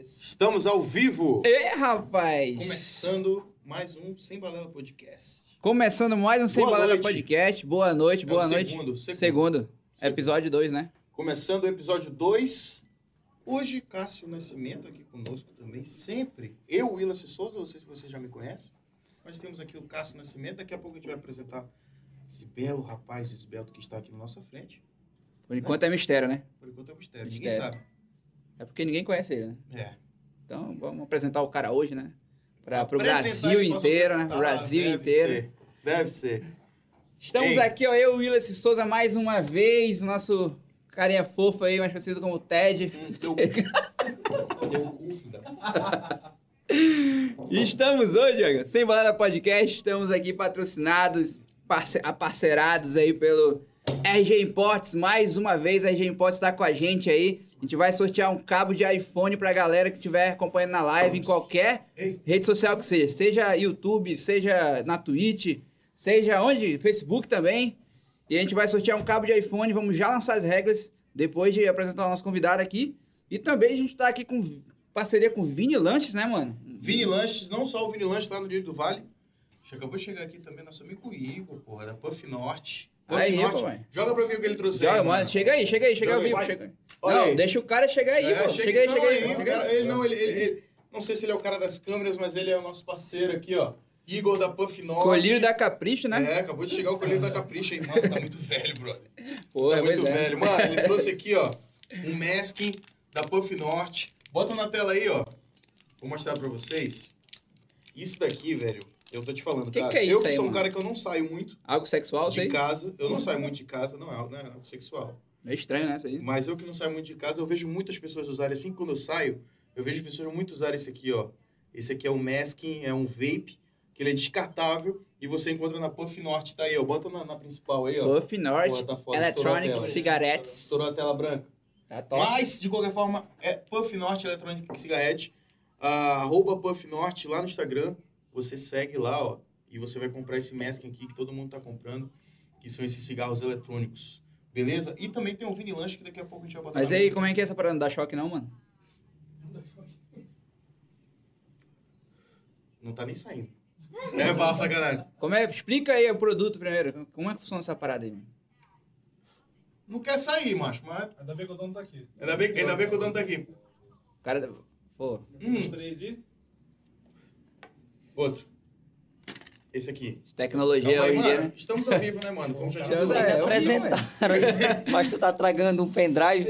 Estamos ao vivo, Ê, rapaz! começando mais um Sem Balela Podcast. Começando mais um Sem Boa Balada noite. Podcast. Boa noite, boa é o noite. Segundo, segundo, Segundo, Segundo. episódio 2, né? Começando o episódio 2. Hoje, Cássio Nascimento aqui conosco também, sempre. Eu, Willa C. Souza, não sei se você já me conhece. Nós temos aqui o Cássio Nascimento. Daqui a pouco a gente vai apresentar esse belo rapaz esbelto que está aqui na nossa frente. Por enquanto é mistério, né? Por enquanto é um mistério, Mistério. ninguém É porque ninguém conhece ele, né? sabe. É. Então vamos apresentar o cara hoje, né? Para o Apresentar Brasil ele, posso inteiro, né? apresentar, Brasil deve inteiro. ser, Deve ser. Estamos Ei. aqui, ó, eu, Willis Souza, mais uma vez. O nosso carinha fofo aí, mais conhecido como Ted. Hum, teu- Estamos hoje, ó, Sem Balada Podcast, estamos aqui patrocinados, parce aparcerados aí pelo RG Imports, mais uma vez a RG Imports tá com a gente aí. A gente vai sortear um cabo de iPhone pra galera que estiver acompanhando na live, em qualquer Ei. rede social que seja, seja YouTube, seja na Twitch, seja onde? Facebook também. E a gente vai sortear um cabo de iPhone, vamos já lançar as regras depois de apresentar o nosso convidado aqui. E também a gente tá aqui com parceria com Vini Lanches, né, mano? Vini Lanches, não só o Vini Lanches lá no Rio do Vale. che- Acabou de chegar aqui também nosso amigo Igor, porra, da Puff Norte. Puff Aí, Norte. papai. Joga pra mim o que ele trouxe Joga, aí, mano. Chega aí, chega aí, chega ao Joga aí, vivo. vai. Chega. Olha Não, aí. deixa o cara chegar aí, É, pô. chega Chega aí, então chega aí. o chega aí. cara- ele não, ele, ele- ele- não sei se ele é o cara das câmeras, mas ele é o nosso parceiro aqui, ó. Igor da Puff Norte. Colírio da Capricho, né? É, acabou de chegar o colírio da Capricha aí, mano. Tá muito velho, brother. Pô, tá pois muito é. velho. Mano, ele trouxe aqui, ó, um masking da Puff Norte. Bota na tela aí, ó. Vou mostrar pra vocês. Isso daqui, velho, eu tô te falando, Que cara. que é eu isso aí, sou um mano? cara que eu não saio muito Algo sexual, de sei. casa. Eu não saio muito de casa, não é algo né, algo sexual. É estranho, né? Isso aí. Mas eu que não saio muito de casa, eu vejo muitas pessoas usarem assim. Quando eu saio, eu vejo pessoas muito usarem esse aqui, ó. Esse aqui é um masking, é um vape, que ele é descartável e você encontra na Puff Norte, tá aí, ó. Bota na, na principal aí, ó. Puff North, Pô, tá foda, estourou a Electronic tela. Cigarettes. Estourou a tela branca. Tá top. Mas, de qualquer forma, é Puff Norte Electronic Cigarette. ah, arroba Puff Norte lá no Instagram. Você segue lá, ó. E você vai comprar esse masking aqui que todo mundo tá comprando. Que são esses cigarros eletrônicos. Beleza? E também tem o Vini Lanche que daqui a pouco a gente vai botar Mas na aí, mesa. como é que é essa parada? Não dá choque não, mano? Não tá nem saindo. É, fala, sacanagem. Como é? Explica aí o produto primeiro. Como é que funciona essa parada aí, mano? Não quer sair, macho, mas... Ainda bem que o dono tá aqui. Ainda bem, ainda bem que o dono tá aqui. O cara... Pô, Os Hum, três e. outro. Esse aqui. tecnologia Então Calma aí, hoje em dia, mano. né? Estamos ao vivo, né, mano? Como já disse. Estamos É, ao lá. eu vi, apresentaram, mas tu tá tragando um pendrive.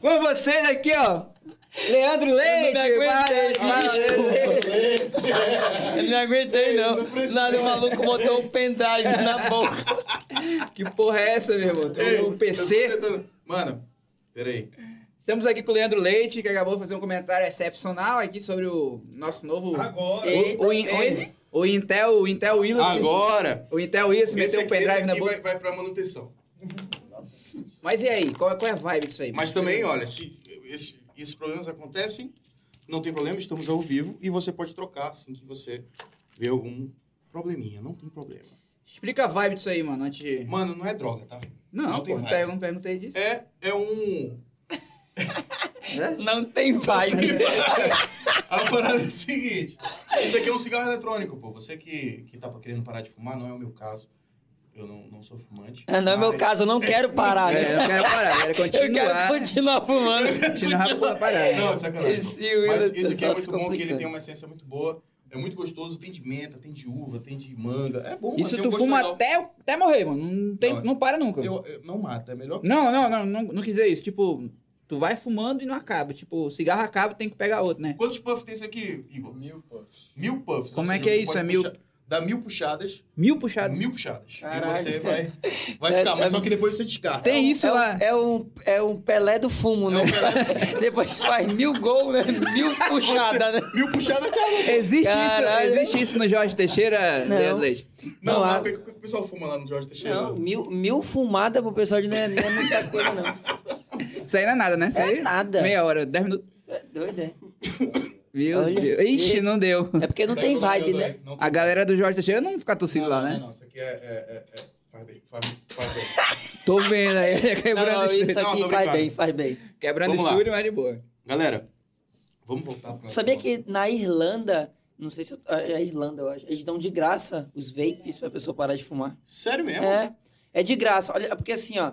Com vocês aqui, ó. Leandro Leite. aguentei, vai, desculpa. vai, Leandro. Eu não aguentei, não. Nada, o maluco botou um pendrive na boca. Que porra é essa, meu irmão? Ei, Tem um PC... eu tô tentando- Mano, peraí. Estamos aqui com o Leandro Leite, que acabou de fazer um comentário excepcional aqui sobre o nosso novo. Agora. O, o, o, Eita, o Intel, o Intel Willis. Agora... O Intel Willis Esse meteu o aqui, pendrive esse na aqui boca. vai, vai pra manutenção. Mas e aí? Qual, é- qual é a vibe disso aí? Mas também, olha, se esse- esses problemas acontecem, não tem problema, estamos ao vivo e você pode trocar assim que você vê algum probleminha. Não tem problema. Explica a vibe disso aí, mano. Antes de... Mano, não é droga, tá? Não, não não, tem pô, não vibe. pergun- não perguntei disso. É, é um. É? Não tem vibe. A parada é a seguinte: isso aqui é um cigarro eletrônico, pô. Você que, que tá querendo parar de fumar, não é o meu caso. Eu não, não sou fumante. Ah, Não é meu Mas- caso, eu não quero parar, É, né? eu não quero parar, eu quero Eu continuar. quero continuar fumando. continuar com a parada. Não, sacanagem. Esse Mas Willis esse aqui é tá muito se bom, que ele complicando. tem uma essência muito boa. É muito gostoso, tem de menta, tem de uva, tem de manga. É bom, Isso tem um tu gosto fuma legal. até, até morrer, mano. Não, tem, Não, não, para nunca. Eu, eu- não mata, é melhor. Não, não, não, não, não quis dizer isso. Tipo, tu vai fumando e não acaba. Tipo, o cigarro acaba, tem que pegar outro, né? Quantos puffs tem esse aqui, Igor? Mil puffs. Mil puffs. Como ou é seja, que é você isso? pode É mil- puxar- Dá mil puxadas. Mil puxados. Mil puxadas. Caraca. E você vai, vai É- ficar. Mas é- só que depois você descarta. Tem isso É lá. um, é, um, é um Pelé do fumo, né? É um Pelé Depois faz mil gols, né? Mil puxadas, né? Mil puxadas, cara. Existe Caralho. isso, existe isso no Jorge Teixeira, Não. Leandro Leite. Não, Não, lá, a- o que, o que o pessoal fuma lá no Jorge Teixeira? Não, mil, mil fumadas pro pessoal de não é, não é muita coisa, não. Isso aí não é nada, né? Isso É aí nada. Meia hora, dez minutos. Tu é doido, é? Meu Olha. Deus. Ixi, não deu. É porque não Tá tem economizando vibe, né? aí, não tem- A galera do Jorge Teixeira não fica tossindo Não, lá, não, né? Não, isso aqui é. é, é, é... Faz bem, faz bem, faz bem. Tô vendo aí, quebrando Não, o isso estúdio. Não, aqui tô faz brincando. bem, faz bem. Quebrando o Vamos lá. estúdio, mas de boa. Galera, vamos voltar pra... Sabia que na Irlanda, não sei se eu, é a Irlanda, eu acho, eles dão de graça os vapes pra pessoa parar de fumar. Sério mesmo? É, é de graça. Olha, porque assim, ó,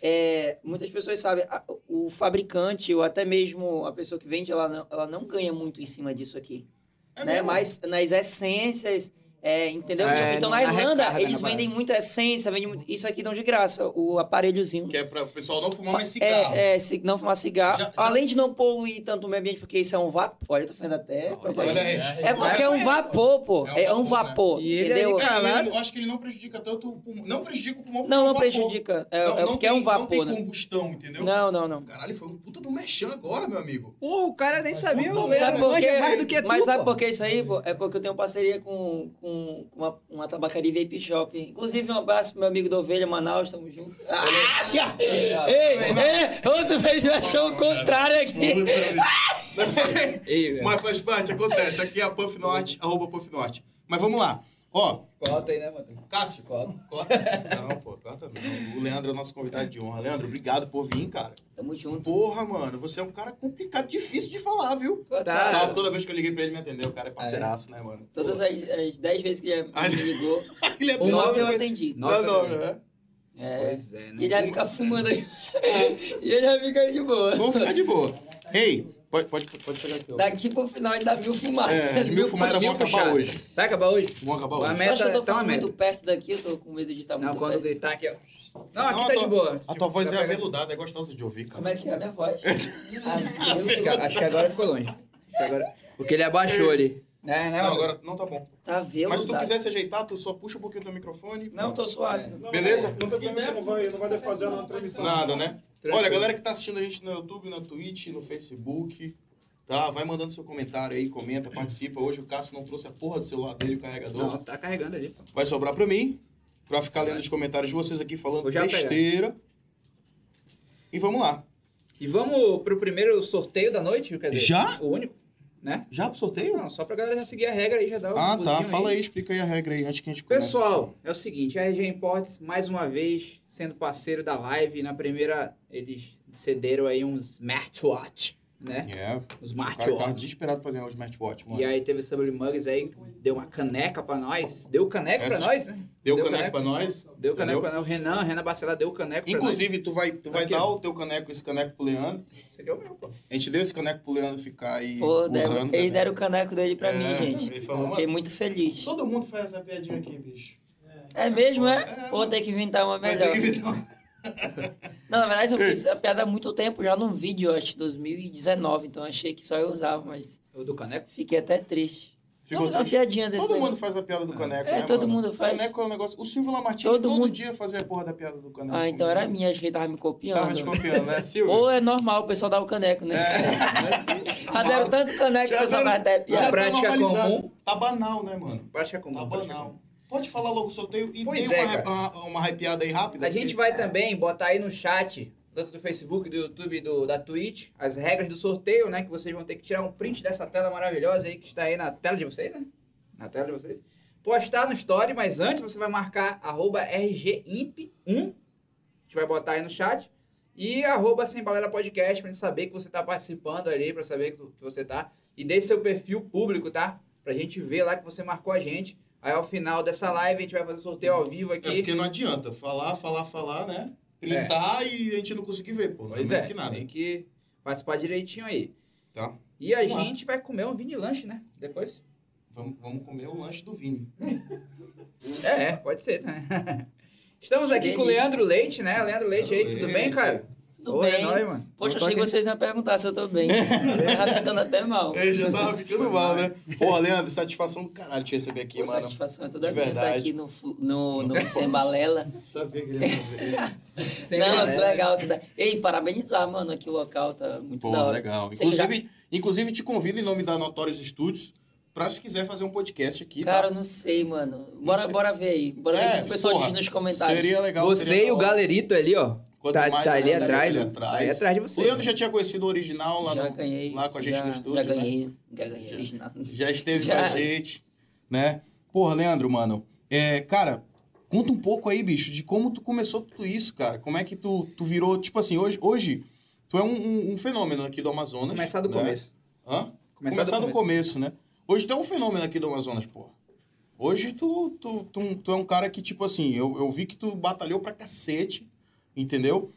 é, muitas pessoas sabem, a- o fabricante ou até mesmo a pessoa que vende, ela não, ela não ganha muito em cima disso aqui. É né? mesmo? Mas nas essências, é, entendeu? É, Tipo, então na na Irlanda, recarga, eles né, na vendem muita essência, vendem muito- isso aqui dão de graça, o aparelhozinho. Que é pra o pessoal não fumar mais cigarro. É, é, se não fumar cigarro. Já- já- Além de não poluir tanto o meio ambiente, porque isso é um vapor. Olha, eu tô fazendo até. propaganda. Olha aí. É porque é um vapor, pô. É um É um vapor, vapor, né? E ele entendeu? é É, Caralho. ele- eu acho que ele não prejudica tanto o pulmão. Não prejudica o pulmão porque Não, é um não vapor. prejudica. Não, É, é não porque tem, é um Não vapor, tem né? combustão, entendeu? Não, não, não. Caralho, foi um puta do merchan agora, meu amigo. Pô, o cara nem sabia, Sabe o Sabe Leandro por manja quê? mais do é que tu, Mas sabe pô. por que isso aí, pô? É porque eu tenho parceria com, com, com uma, uma tabacaria Vape Shop. Inclusive, um abraço pro meu amigo da Ovelha Manaus, tamo junto. Ah, que- ei, ei, outra vez eu achou o contrário aqui. Ei, velho. Mas faz parte, acontece. Aqui é a Puff Norte, arroba Puff Norte. Mas vamos lá. Ó, Corta aí, né, mano? Cássio, Corta. corta. Não, pô, corta não. O Leandro é o nosso convidado de honra. Leandro, obrigado por vir, cara. Tamo junto. Porra, mano, você é um cara complicado, difícil de falar, viu? Ah, Tá, toda vez que eu liguei pra ele me atendeu, o cara é parceiraço, né, mano? Todas as, as dez vezes que ele Ah, me ligou, Ele atendeu. nove eu atendi. Não, Nota não, nove. é. É, Pois é, e ele né? vai ficar fumando aí. e ele vai ficar de boa. é. Vamos ficar de boa. Ei, pode, pode, pode pegar aqui, ó. Daqui pro final ainda mil fumar. É, mil fumadas vão acabar puxadas. hoje. Vai acabar hoje? Vão acabar Vai hoje. mesmo. meta eu acho que eu é- tô tá uma falando muito É. Tá meta. perto daqui, eu tô com medo de estar Não, muito quando perto. gritar aqui, ó. Não, aqui Não, tá a de tua- boa. tá A tua voz é Vai pegar- aveludada, é gostosa de ouvir, cara. Como é que é a minha voz? Ah, Acho que- Acho que agora ficou longe. Acho que agora- Porque ele abaixou ali. Né, né, Não, mano? agora não tá bom. tá vendo? Mas se tu quiser se ajeitar, tu só puxa um pouquinho do microfone. Não, tô suave. Não, Beleza? Não tem problema, não vai, não vai defasar na transmissão. Nada, né? Tranquilo. Olha, a galera que tá assistindo a gente no YouTube, na Twitch, no Facebook, tá? Vai mandando seu comentário aí, comenta, participa. Hoje o Cássio não trouxe a porra do celular dele, o carregador. Não, tá carregando ali. pô. Vai sobrar pra mim, pra ficar lendo os comentários de vocês aqui falando Vou já pegar. besteira. E vamos lá. E vamos pro primeiro sorteio da noite, quer dizer? Já? O único, né? Já pro sorteio? Não, só pra galera já seguir a regra aí, já dá o Ah, tá. pulinho Fala aí, explica aí a regra aí, antes que a gente comece. Pessoal, é o seguinte, a RG Imports, mais uma vez, sendo parceiro da live, na primeira eles cederam aí uns smartwatch, né? É, Os o cara tava smartwatch. desesperado pra ganhar o smartwatch, mano. E aí teve essa Blue Mugs aí, deu uma caneca pra nós. Deu caneca Essa- pra nós, né? Deu, deu caneco caneco. pra nós. Deu caneca Entendeu? pra nós. O Renan, a Renan Bacelar deu caneco pra nós. Inclusive, tu vai, tu vai Aqui, dar ó. o teu caneco, esse caneco pro Leandro. Isso aqui é o meu, pô. A gente deu esse caneco pro Leandro ficar aí Pô, usando. deram- também. eles deram o caneco dele pra mim, É, gente. ele falou, Fiquei mano, muito feliz. Todo mundo faz essa piadinha aqui, bicho. É mesmo, É, é? Ou tem que inventar uma Vai ter melhor. que um- evitar. Não, na verdade eu fiz a piada há muito tempo, já num vídeo, eu acho, 2019. Então achei que só eu usava, mas O do caneco? fiquei até triste. Ficou Vamos fazer uma triste. piadinha desse Todo negócio. mundo faz a piada do caneco, É, né, todo mano? mundo faz. Caneco é um negócio... O Silvio Lamartine todo, Todo mundo- dia fazia a porra da piada do caneco. Ah, então era minha, acho que ele tava me copiando. né? Tava te copiando, né, Silvio? Ou é normal o pessoal dar o caneco, né? Já deram tanto caneco que o É. Já deram- pessoal vai até Já A tá piada. prática normalizado. comum. Tá banal, né, mano? Prática comum. Tá prática banal. comum. Pode falar logo o sorteio e Pois tem é, uma, re- uma, uma hypeada aí rápida. A gente vai também botar aí no chat, tanto do Facebook, do YouTube, do, da Twitch, as regras do sorteio, né? Que vocês vão ter que tirar um print dessa tela maravilhosa aí que está aí na tela de vocês, né? Na tela de vocês. Postar no story, mas antes você vai marcar arroba RGIMP1. A gente vai botar aí no chat. E arroba Sem Balela Podcast pra gente saber que você tá participando ali, pra saber que tu- que você tá. E deixe seu perfil público, tá? Pra gente ver lá que você marcou a gente. Aí ao final dessa live a gente vai fazer o sorteio ao vivo É aqui. porque não adianta falar, falar, falar, né? Printar e a gente não conseguir ver, pô. Não é É. Pois meio é, que nada. tem que participar direitinho aí. Tá. E a Vamos lá. gente vai comer um vini lanche, né? Depois? Vamos, vamos comer o lanche do Vini. É, é, pode ser, né? Estamos aqui com o Delícia. Leandro Leite, né? Leandro Leite aí, tudo bem, Leite. cara? Tudo Oi, bem. é nóis, mano. Poxa, Eu tô achei que aqui- vocês iam perguntar se eu tô bem. tava ficando até mal. Ele É, já tava ficando mal, né? Porra, Leandro, satisfação do caralho te receber aqui, Pô, mano. satisfação é toda de minha estar verdade. aqui no, fu- no, no Sem Balela. Sabia que ele ia fazer isso. Sem não, galera. que legal. Que da... Ei, parabenizar, mano. Aqui o local tá muito da Porra, hora. legal. Você que já- Inclusive, inclusive, te convido em nome da Notórios Studios pra se quiser fazer um podcast aqui. tá? Cara, eu não sei, mano. Bora, sei. bora ver aí. Bora ver É, o que o pessoal porra, diz nos comentários. Seria legal. Você seria e o da hora. galerito ali, ó. Quanto Tá, mais tá ali galera atrás, ali ó. Tá aí atrás de O você. Leandro já tinha conhecido o original lá, já no- ganhei. lá com a gente já, no estúdio. Já né? ganhei. Já ganhei. original. Já esteve Já. com a gente, né? Porra, Leandro, mano. É, cara, conta um pouco aí, bicho, de como tu começou tudo isso, cara. Como é que tu, tu virou, tipo assim, hoje, hoje Tu é um, um- um fenômeno aqui do Amazonas. Começar do né? começo. Hã? Começar Começar, do do, começo, né? Hoje tu é um fenômeno aqui do Amazonas, pô. Hoje tu, tu, tu, tu é um cara que, tipo assim, eu, eu vi que tu batalhou pra cacete, entendeu?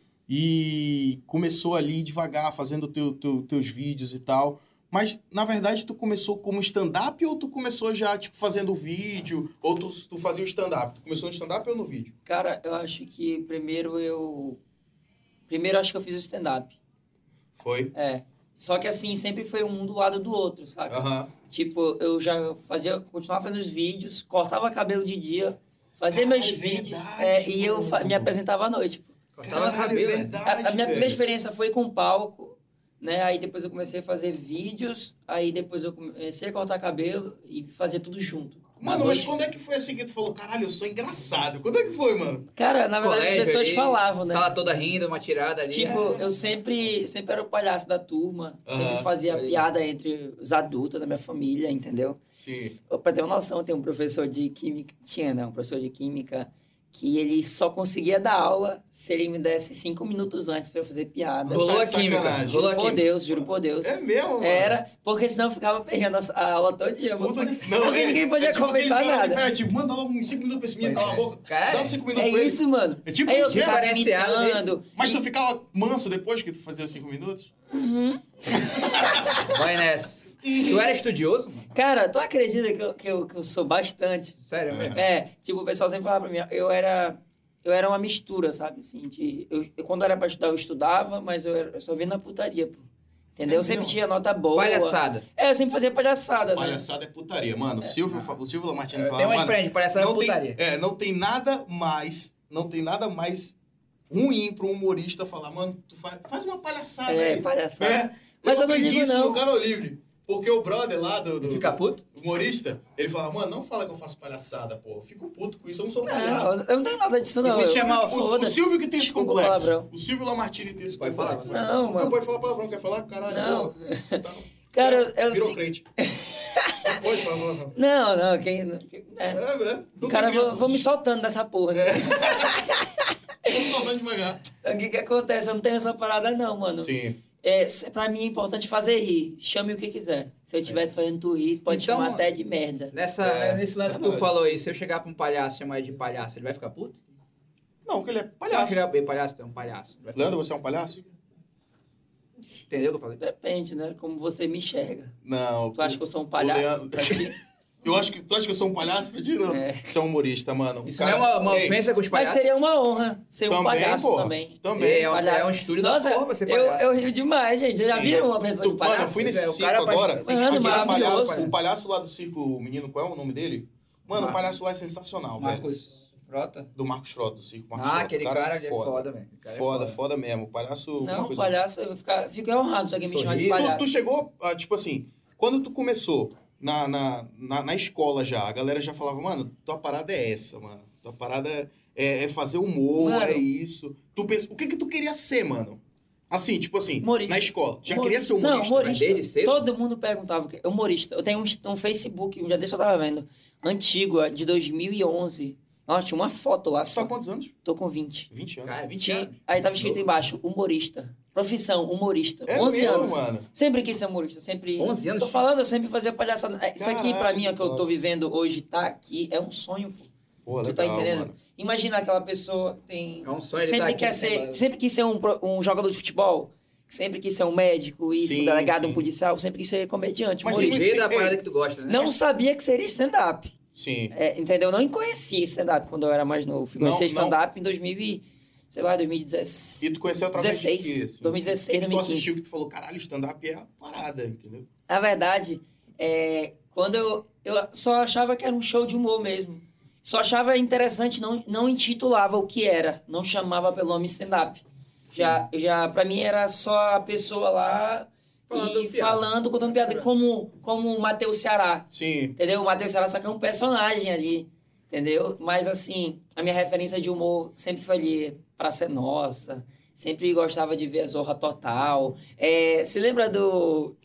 E começou ali devagar, fazendo teu, teu- teus vídeos e tal. Mas, na verdade, tu começou como stand-up ou tu começou já, tipo, fazendo vídeo? Ou tu, tu fazia o stand-up? Tu começou no stand-up ou no vídeo? Cara, eu acho que primeiro eu. Primeiro eu acho que eu fiz o stand-up. Foi. É. Só que assim, sempre foi um do lado do outro, saca? Aham. Tipo, eu já fazia, continuava fazendo os vídeos, cortava cabelo de dia, fazia meus Caralho, vídeos verdade, é, e eu mano. fa- me apresentava à noite. pô. Cortava Caralho, é cabelo. verdade. A, a minha primeira velho. experiência foi com palco, né? Aí depois eu comecei a fazer vídeos, aí depois eu comecei a cortar cabelo e fazer tudo junto. Na Mano, mas noite. quando é que foi assim que tu falou, caralho, eu sou engraçado? Quando é que foi, mano? Cara, na verdade Colégio as pessoas ali, falavam, né? Sala toda rindo, uma tirada ali. Tipo, eu sempre, sempre era o palhaço da turma, Aham. sempre fazia Aí. piada entre os adultos da minha família, entendeu? Sim. Pra ter uma noção, tem um professor de química, tinha, né? Um professor de química que ele só conseguia dar aula se ele me desse cinco minutos antes pra eu fazer piada. Rolou rolou tá a de química. sacanagem. Rolou Juro a por química. Deus, juro por Deus. É mesmo, mano? Era, porque senão eu ficava perdendo a- a aula todo dia. mano. Puta que- Porque ninguém podia é. comentar aqueles caras que nada. pega, tipo, manda logo uns 5 minutos pra esse menino, cala a boca. Cara, Dá 5 minutos É pra ele. isso, mano. É tipo Aí eu isso mesmo? ficava Carenciado desse. imitando. Mas tu ficava manso depois que tu fazia os 5 minutos? Vai nessa. Tu era estudioso, mano? Cara, tu acredita que eu- que eu- que eu sou bastante? Sério mesmo? É, tipo, o pessoal sempre falava pra mim, eu era, eu era uma mistura, sabe, assim, de, eu, eu- quando era pra estudar, eu estudava, mas eu, era- eu só vinha na putaria, pô. É Entendeu? Eu sempre tinha nota boa. Palhaçada. É, eu sempre fazia palhaçada, né? É, Palhaçada é putaria. Mano, o Silvio, fa- o Silvio Lamartine É, Tem um falava, uma mano, frente, palhaçada é um não tem, putaria. é, não tem nada mais, não tem nada mais ruim pra um humorista falar, mano, tu faz, faz uma palhaçada É, aí. palhaçada. É, Mas eu não aprendi digo isso não. no Canal Livre. Porque o brother lá do... do- Fica puto? humorista, ele fala, mano, não fala que eu faço palhaçada, pô. Eu fico puto com isso, eu não sou palhaço. Não, eu não tenho nada disso, não. Isso eu, se chama- O- o, foda-se. Silvio que tem esse Desculpa o complexo. palavrão. O Silvio Lamartine tem esse Pode complexo. falar, Não, mano. pode falar palavrão, quer falar? Caralho. Não. pô, você tá- Cara, eu- É, eu virou sei- crente. Não pode falar palavrão. Não, não, quem... é. É, é. Não tem Cara, criança vou, vou me assistindo. soltando dessa porra. né? Vou falar devagar. Então, O que que acontece? Eu não tenho essa parada, não, mano. Sim. É, se- pra mim é importante fazer rir. Chame o que quiser. Se eu estiver fazendo tu rir, pode Então, chamar até de merda. Nessa, É. Nesse lance que tu falou aí, se eu chegar pra um palhaço e chamar ele de palhaço, ele vai ficar puto? Não, porque ele é Se eu palhaço. chegar pra ele, palhaço, tu é um palhaço. Vai ficar- Leandro, você é um palhaço? Entendeu o que eu falei? Então, Depende, né? Como você me enxerga. Não. Tu acha que eu sou um O palhaço? Leandro- Eu acho que tu acha que eu sou um palhaço? Pra ti, não. É. Você é um humorista, mano. O Isso cara- não é uma, uma Ei, ofensa com os Mas palhaços? seria uma honra ser um Também, palhaço porra. também. Também. É, é um- é um estúdio da Nossa, porra ser eu, palhaço. eu rio demais, gente. Vocês já Sim. viram uma apresentação de Tu, mano, eu palhaço? fui nesse É, o circo cara pra- agora. Mano, Aquele maravilhoso, palhaço, cara. o palhaço lá do circo, o menino, qual é o nome dele? Mano, o Marcos. palhaço lá é sensacional, velho. Marcos Frota? Do Marcos Frota, do circo Marcos ah, Frota. O aquele cara, ele é foda, velho. O cara Foda, é foda, mesmo. O palhaço. uma Não, coisa- palhaço, eu fico, fico honrado se alguém me chamar Sorriso. de Tu, palhaço. tu chegou, ah, tipo assim, quando tu começou na, na, na, na escola já, a galera já falava, mano, tua parada é essa, mano. Tua parada é, é fazer humor, Mano. é isso. Tu pensa, o que que tu queria ser, mano? Assim, tipo assim, Humorista. na escola. Tu já Humor- queria ser humorista? Não, né? Mas humorista. desde cedo? Todo mundo perguntava, o que- humorista. Eu tenho um, um Facebook, um dia desse eu tava vendo, antigo, de 2011. Nossa, tinha uma foto lá Tu tá só. há quantos anos? Tô com 20. 20 anos. Cara, 20 Tinha- anos. aí tava escrito embaixo, humorista. Profissão, humorista. É 11 mesmo, anos. mano. Sempre quis ser humorista, sempre... 11 anos? Tô falando, eu sempre fazia palhaçada. É, Isso aqui, pra Caralho, mim, é que eu tô cara. vivendo hoje, tá aqui, é um sonho. pô. Pô, Tu tá legal, entendendo? mano. Imagina aquela pessoa que tem... É um sonho ele tá sempre, aqui, quer né, ser, mano? sempre quis ser um, pro- um jogador de futebol, sempre quis ser um médico, isso, Sim, um delegado, sim. um policial, sempre quis ser comediante, Mas tem humorista. muito- Jeito da Ei. parada que tu gosta, né? Não sabia que seria stand-up. Sim. É, entendeu? Não conhecia stand-up quando eu era mais novo. Fui Não, conhecer não. stand-up em 2000 e, sei lá, 2016. E tu conheceu através de quê? 16, assim? 2016, Tu 2015. assistiu que tu falou, caralho, stand-up é a parada, entendeu? Na verdade, é, quando eu, eu só achava que era um show de humor mesmo. Só achava interessante, não, não intitulava o que era, não chamava pelo nome stand-up. Já, já, pra mim era só a pessoa lá Falando e piada. falando, contando piada, como, como o Matheus Ceará. Sim. Entendeu? O Matheus Ceará só que é um personagem ali, entendeu? Mas assim, a minha referência de humor sempre foi ali pra ser nossa. Sempre gostava de ver a Zorra Total. É, se lembra do.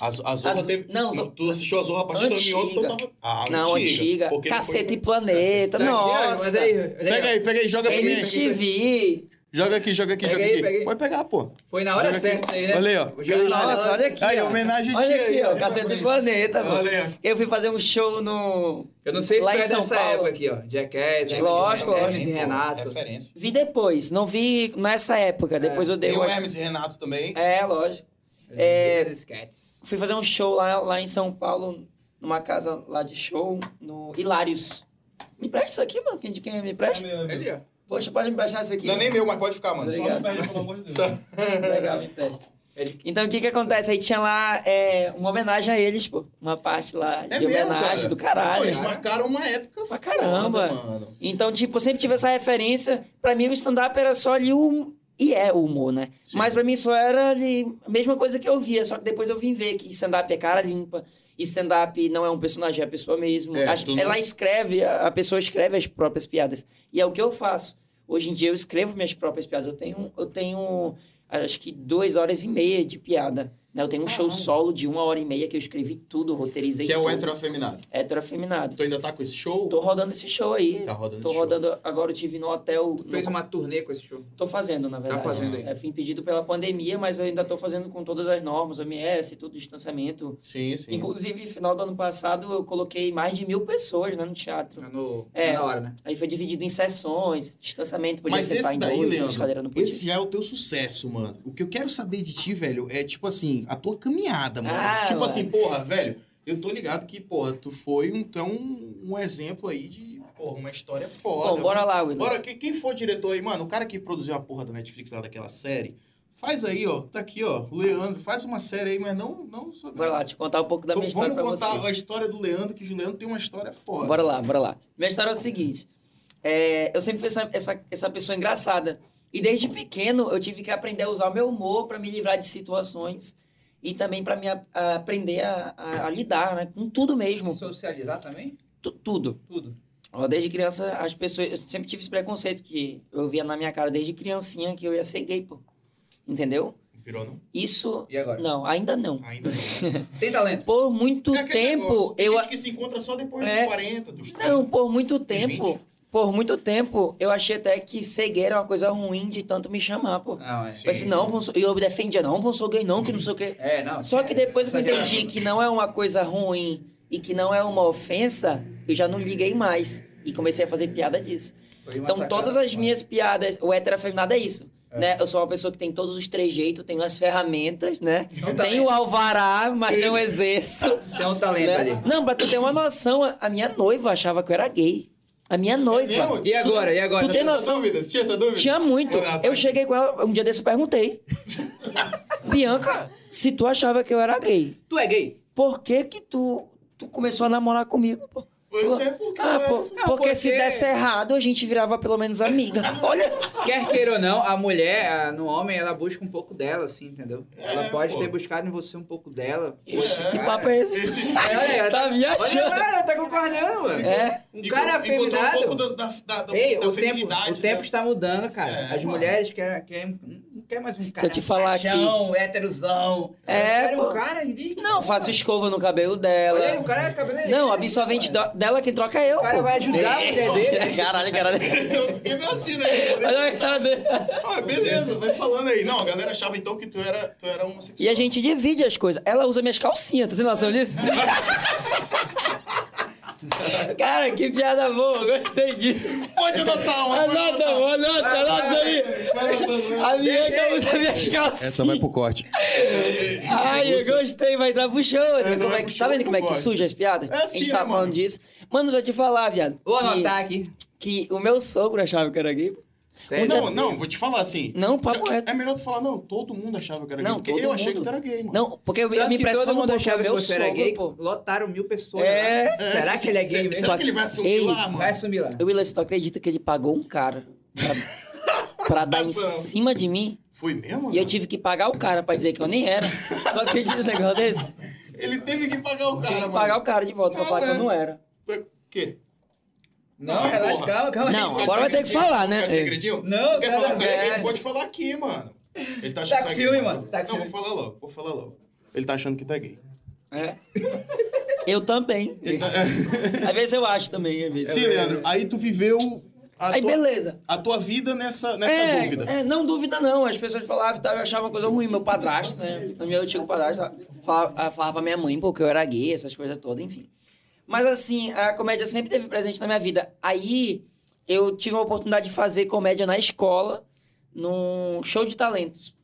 A, Zo- a Zorra A Zo- teve... não, Zo- tu assistiu a Zorra a partir de Antiga. 2011, então tava... Ah, não, antiga. porque Cacete e depois- Planeta. Tá aqui, ó, nossa. Mas aí, olha aí, ó. pega aí, joga pra mim. MTV. Joga aqui, joga aqui, Pega joga aí, aqui. pega aí. Pode pegar, pô. Foi na hora Joga aqui. certa isso aí, né? Olha aí, ó. Vou jogar na hora Nossa, certa. olha aqui. Aí, ó. É homenagem a ti Olha aí, aqui, ó. Cacete Cacete do Planeta. Planeta, pô. Olha aí. Eu fui fazer um show no. Eu não sei se Lá tu em é São dessa Paulo. época aqui, ó. Jackass, Lógico, Hermes lógico. e Renato. é Referência. Vi depois, não vi nessa época. Depois eu dei Tem o uma- Hermes É. e Renato também. É, lógico. É. É... Skets. Fui fazer um show lá, lá em São Paulo, numa casa lá de show, no Hilários. Me empresta isso aqui, mano? Quem de quem é? me Tá empresta? É Ali, ó. Poxa, pode me emprestar isso aqui. É Tá Não é nem meu, mas pode ficar, mano. Obrigado. Só me perde, pelo amor de Deus. Só- Legal, me empresta. É de- Então, o que que acontece? Aí tinha lá é, uma homenagem a eles, pô. Uma parte lá É de mesmo, homenagem cara? do Pô, caralho. né? eles marcaram uma época Pra caramba. foda, mano. Então, tipo, eu sempre tive essa referência. Pra mim, o stand-up era só ali o... E é o humor, né? Sim. Mas pra mim só era ali a mesma coisa que eu via. Só que depois eu vim ver que stand-up é cara limpa. E stand-up não é um personagem, é a pessoa mesmo. É, As- tu não- Ela escreve, a a pessoa escreve as próprias piadas. E é o que eu faço. Hoje em dia eu escrevo minhas próprias piadas. Eu tenho, eu tenho acho que duas horas e meia de piada. né? Eu tenho um show solo de uma hora e meia que eu escrevi tudo, roteirizei Que é o tudo. heteroafeminado. heteroafeminado. Tu ainda tá com esse show? então- Tô rodando esse show aí. Tá rodando Tô esse show. um- rodando, agora eu tive no hotel. Tu fez no- uma turnê com esse show. Tô fazendo, Tá na verdade. fazendo aí. É, fui impedido pela pandemia, mas eu ainda tô fazendo com todas as normas, OMS, tudo, distanciamento. Sim, sim. Inclusive, final do ano passado, eu coloquei mais de mil pessoas né, no Ah. teatro. No... É. Na hora, né? Aí foi dividido em sessões, distanciamento, podia Mas sentar esse em daí, dois, Leandro, as cadeiras não podia. Esse já é o teu sucesso, mano. O que eu quero saber de ti, velho, é tipo assim, a tua caminhada, mano. Ah, tipo mano. assim, porra, velho, eu tô ligado que, porra, tu foi um, tu é um, um exemplo aí de, porra, uma história foda. Bom, bora lá, Willis. Bora, quem, quem for diretor aí, mano, o cara que produziu a porra da Netflix lá daquela série, faz aí, ó, tá aqui, ó, o Leandro, faz uma série aí, mas não... não sobre... Bora lá, te contar um pouco da minha Vamos história pra contar é, vocês. a história do Leandro, que o Leandro tem uma história foda. Bora lá, bora lá. Minha história é o seguinte. é, eu sempre fui essa, essa, essa pessoa engraçada. E desde pequeno eu tive que aprender a usar o meu humor para me livrar de situações e também para me a- a- aprender a, a- a lidar né, com tudo mesmo. Socializar também? Tu- tudo. Tudo. Ó, Desde criança, as pessoas. Eu sempre tive esse preconceito que eu via na minha cara desde criancinha que eu ia ser gay, pô. Entendeu? Virou, não? Isso. E agora? Não, ainda não. Ainda não. Tem talento. Por muito É aquele tempo negócio. Tem eu. gente que se encontra só depois É. dos 40, dos 30. Não, por muito Gente. tempo. Por muito tempo, eu achei até que cegueira é uma coisa ruim de tanto me chamar, pô. Eu Não, é. Sim. Pensei, não, pô, não sou- e eu me defendia, não, pô, não sou gay, não, que não sei o quê. É, não. Só que depois que eu entendi Exagerado. que não é uma coisa ruim e que não é uma ofensa, eu já não liguei mais. E comecei a fazer piada disso. Foi uma Então, sacada. todas as minhas piadas, o heterofeminado é isso. É. Né? Eu sou uma pessoa que tem todos os trejeitos, tenho as ferramentas, né? Então tá Tenho o alvará, mas não exerço. Tem um talento Né? ali. Não, pra tu ter uma noção, a- a minha noiva achava que eu era gay. A minha noiva. mesmo? E agora? E agora? Tu tem noção? dúvida? Tinha essa dúvida? Tinha muito. Ah, tá. Eu cheguei com ela, um dia desse eu perguntei. Bianca, se tu achava que eu era gay, Tu é gay? por que que tu, tu começou a namorar comigo, pô? Pois é, porque Ah, eu pô, era assim. porque, se porque- desse errado, a gente virava pelo menos amiga. Olha! Quer queira ou não, a mulher, a- no homem, ela busca um pouco dela, assim, entendeu? Ela É, pode pô. ter buscado em você um pouco dela. Ixi, É. que papo é esse? Esse- É, olha, ela Tá me Olha achando. lá, ela tá concordando, mano. É. Um Enco- cara Encontrou um pouco afeminado... da, da, da, da, Ei, da o tempo, feminidade, o tempo né? está mudando, cara. É, As mano. mulheres querem, querem, não quer mais um cara te falar aqui- machão, heterozão. É, Elas querem um pô. cara ali... Não, faço escova no cabelo Olha aí, dela. o cara é cabeleireiro. Não, absorvente mano. do- dela quem troca é eu. O cara pô. vai ajudar a mulher dele. Caralho, caralho. Eu fiquei meio assim, né? Olha a cara dele. Ah, beleza, vai falando aí. Não, a galera achava então que tu era, tu era homossexual. E a gente divide as coisas. Ela usa minhas calcinhas, tá tendo noção disso? Cara, que piada boa, gostei disso. Pode anotar uma. pode Anota, Ah, anotar. anota, anota aí. Vai anotando, vai A Bianca usa minhas calcinhas. Essa vai pro corte. Ai, eu gostei, vai entrar pro show. Essa Como vai é pro que, show, tá vendo como é que concordo. suja as piadas? É assim, a gente tava né, mano? falando disso. Mano, deixa eu te falar, viado. Vou que- anotar aqui. Que, o meu sogro achava que eu era gay. Sério? Não, não, vou te falar assim. é, Não, papo reto. É melhor tu falar, não, todo mundo achava que era gay. Não, porque todo eu achei que mundo. tu era gay, É, mano. Não, porque eu Tanto me que impressiono todo mundo porque achava que meu você era sogro, gay, pô. lotaram mil pessoas. É. tá lá. Será que ele é será- tipo gay mesmo? assim, Será que ele vai assumir Ei, é. lá, mano? Vai assumir lá. Willis, tu acredita que ele pagou um cara pra, pra dar em Tá bom. cima de mim? Foi mesmo? E eu mano? tive que pagar o cara pra dizer que eu nem era. Tu acredita num negócio desse? Ele teve que pagar o cara, Tive que mano. pagar o cara de volta pra Ah, falar que eu mano. não era. Pra... quê? Não, Não, relaxa, porra. calma, calma. Não, Quer agora vai ter que segredinho? falar, né? Quer segredinho? Não, Quer cara, falar que ele é é. gay? Pode falar aqui, mano. Ele tá Tá achando com que ciúme, gay, mano? Tá com Não, vou ciúme. falar logo, vou falar logo. Ele tá achando que tá gay. É. Eu também. Ele tá- Às vezes eu acho também, às vezes. É Sim, Leandro, aí tu viveu a Aí tua- beleza. a tua vida nessa, nessa Tá dúvida. É, é, não dúvida não. As pessoas falavam e tal, eu achava uma coisa ruim. Meu padrasto, né? O meu antigo padrasto falava, falava pra minha mãe, porque eu era gay, essas coisas todas, enfim. Mas assim, a comédia sempre teve presente na minha vida. Aí eu tive a oportunidade de fazer comédia na escola, num show de talentos.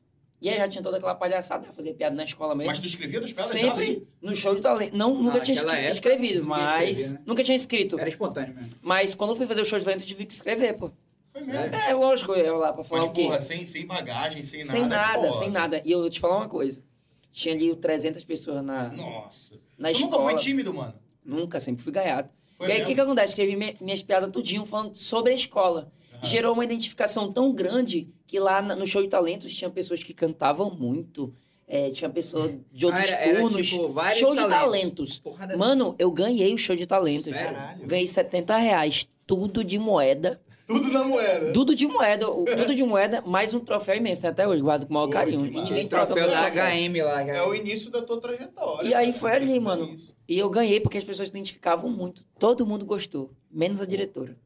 E aí já tinha toda aquela palhaçada, fazer piada na escola mesmo. Mas tu escrevia das piadas já, Sempre no show de talento. Não, nunca Ah, tinha naquela escre- época, escrevido, ninguém mas. escrevia, né? Nunca tinha escrito. Era espontâneo mesmo. Mas quando eu fui fazer o show de talento, eu tive que escrever, pô. Foi mesmo. É, lógico, eu ia lá pra falar Mas, o quê? porra, sem, sem bagagem, sem nada. sem nada, porra. sem nada. E eu vou te falar uma coisa. Tinha ali 300 pessoas na, Nossa. na tu escola. nunca foi tímido, mano? Nunca, sempre fui gaiato. Foi e aí, o mesmo? que, que acontece? Escrevi mi- minhas piadas tudinho falando sobre a escola. Aham. Gerou uma identificação tão grande que lá na- no show de talentos tinha pessoas que cantavam muito. é, tinha pessoas de outros Ah, era- era, turnos. tipo, vários show de talentos. talentos. Porrada Mano, eu ganhei o show de talentos. Sério? velho. Ganhei 70 reais, tudo de moeda. Tudo na moeda. Tudo de moeda, o- tudo de moeda, mais um troféu imenso, né? Até hoje, guardo com o maior Pô, carinho. que E massa. ninguém Aquele troca troféu pelo da HM lá, cara. É o início da tua trajetória. E aí cara. foi ali, É mano. isso. E eu ganhei porque as pessoas se identificavam muito. Todo mundo gostou, menos a diretora.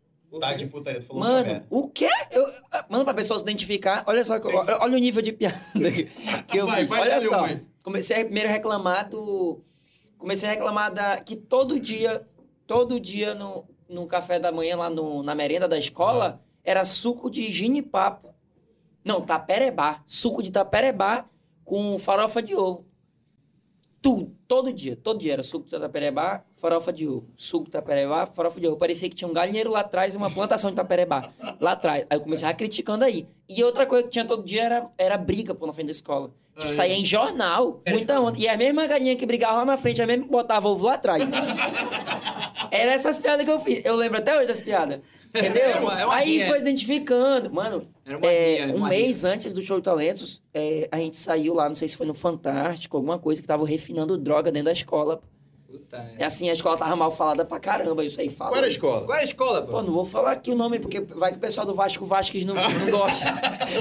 Tá de putaria, tu falou uma Mano, merda. o quê? Eu, mano, pra pessoa se identificar, olha só, que eu- olha o nível de piada que, que eu Vai, fiz. vai, olha valeu, só, mãe. comecei a primeiro a reclamar do... Comecei a reclamar da, que todo dia, todo dia no, no café da manhã, lá no- na merenda da escola, Ah. era suco de ginipapo. Não, taperebá. Suco de taperebá com farofa de ovo. Tudo, todo dia, todo dia era suco de taperebá, farofa de ovo. Suco de taperebá, farofa de ovo. Parecia que tinha um galinheiro lá atrás e uma plantação de taperebá lá atrás. Aí eu comecei a criticando aí. E outra coisa que tinha todo dia era, era briga, pô, na frente da escola. Tipo, Ai. saía em jornal, muita onda. E a mesma galinha que brigava lá na frente, a mesma que botava ovo lá atrás. Era essas piadas que eu fiz. Eu lembro até hoje das piadas. Entendeu? É uma- é uma aí rinha. foi identificando. Mano, Era uma é, rinha, um uma mês antes do Show de Talentos, é, a gente saiu lá, não sei se foi no Fantástico, alguma coisa, que tava refinando droga dentro da escola. Puta, E é. assim, a escola tava mal falada pra caramba, eu saí Qual era a falando. escola? Qual é a escola, Pô, pô? não vou falar aqui o nome, porque vai que o pessoal do Vasco Vasquez não, não gosta.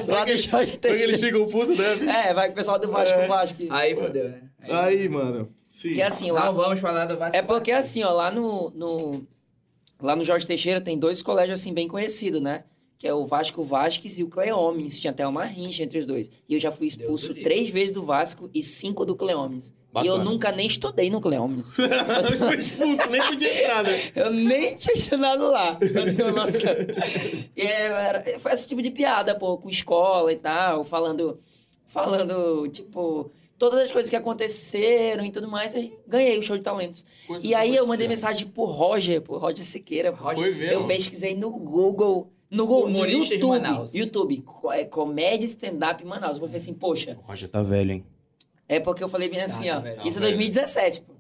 lá do Show de Talentos. ficam putos, né? É, vai que o pessoal do Vasco É. Vasquez. Aí fodeu, né? Aí- Aí, mano. Sim. Que assim, lá Não vamos falar do Vasco. É porque assim, ó, lá no, no- lá no Jorge Teixeira tem dois colégios assim bem conhecidos, né? Que é o Vasco Vasques e o Cleomens. Tinha até uma rincha entre os dois. E eu já fui Deus do expulso livre. três vezes do Vasco e cinco do Cleomens. E eu Bacana. nunca nem estudei no Cleomens. Foi expulso, nem podia entrar, né? Eu nem tinha estudado lá. pra ter uma noção. E era- foi esse tipo de piada, pô, com escola e tal, falando, falando, tipo, todas as coisas que aconteceram e tudo mais. Aí ganhei o show de talentos. Coisa E aí que eu mandei acontecia. mensagem pro Roger, pro Roger Siqueira. pô. Foi mesmo? Eu pesquisei no Google, no, Google, no Humoristas de YouTube, Manaus. YouTube, co- é, comédia stand-up em Manaus. Eu falei assim, poxa, Roger tá velho, hein? é porque eu falei bem assim, Tá, ó, velho. isso é Tá, velho. 2017, pô.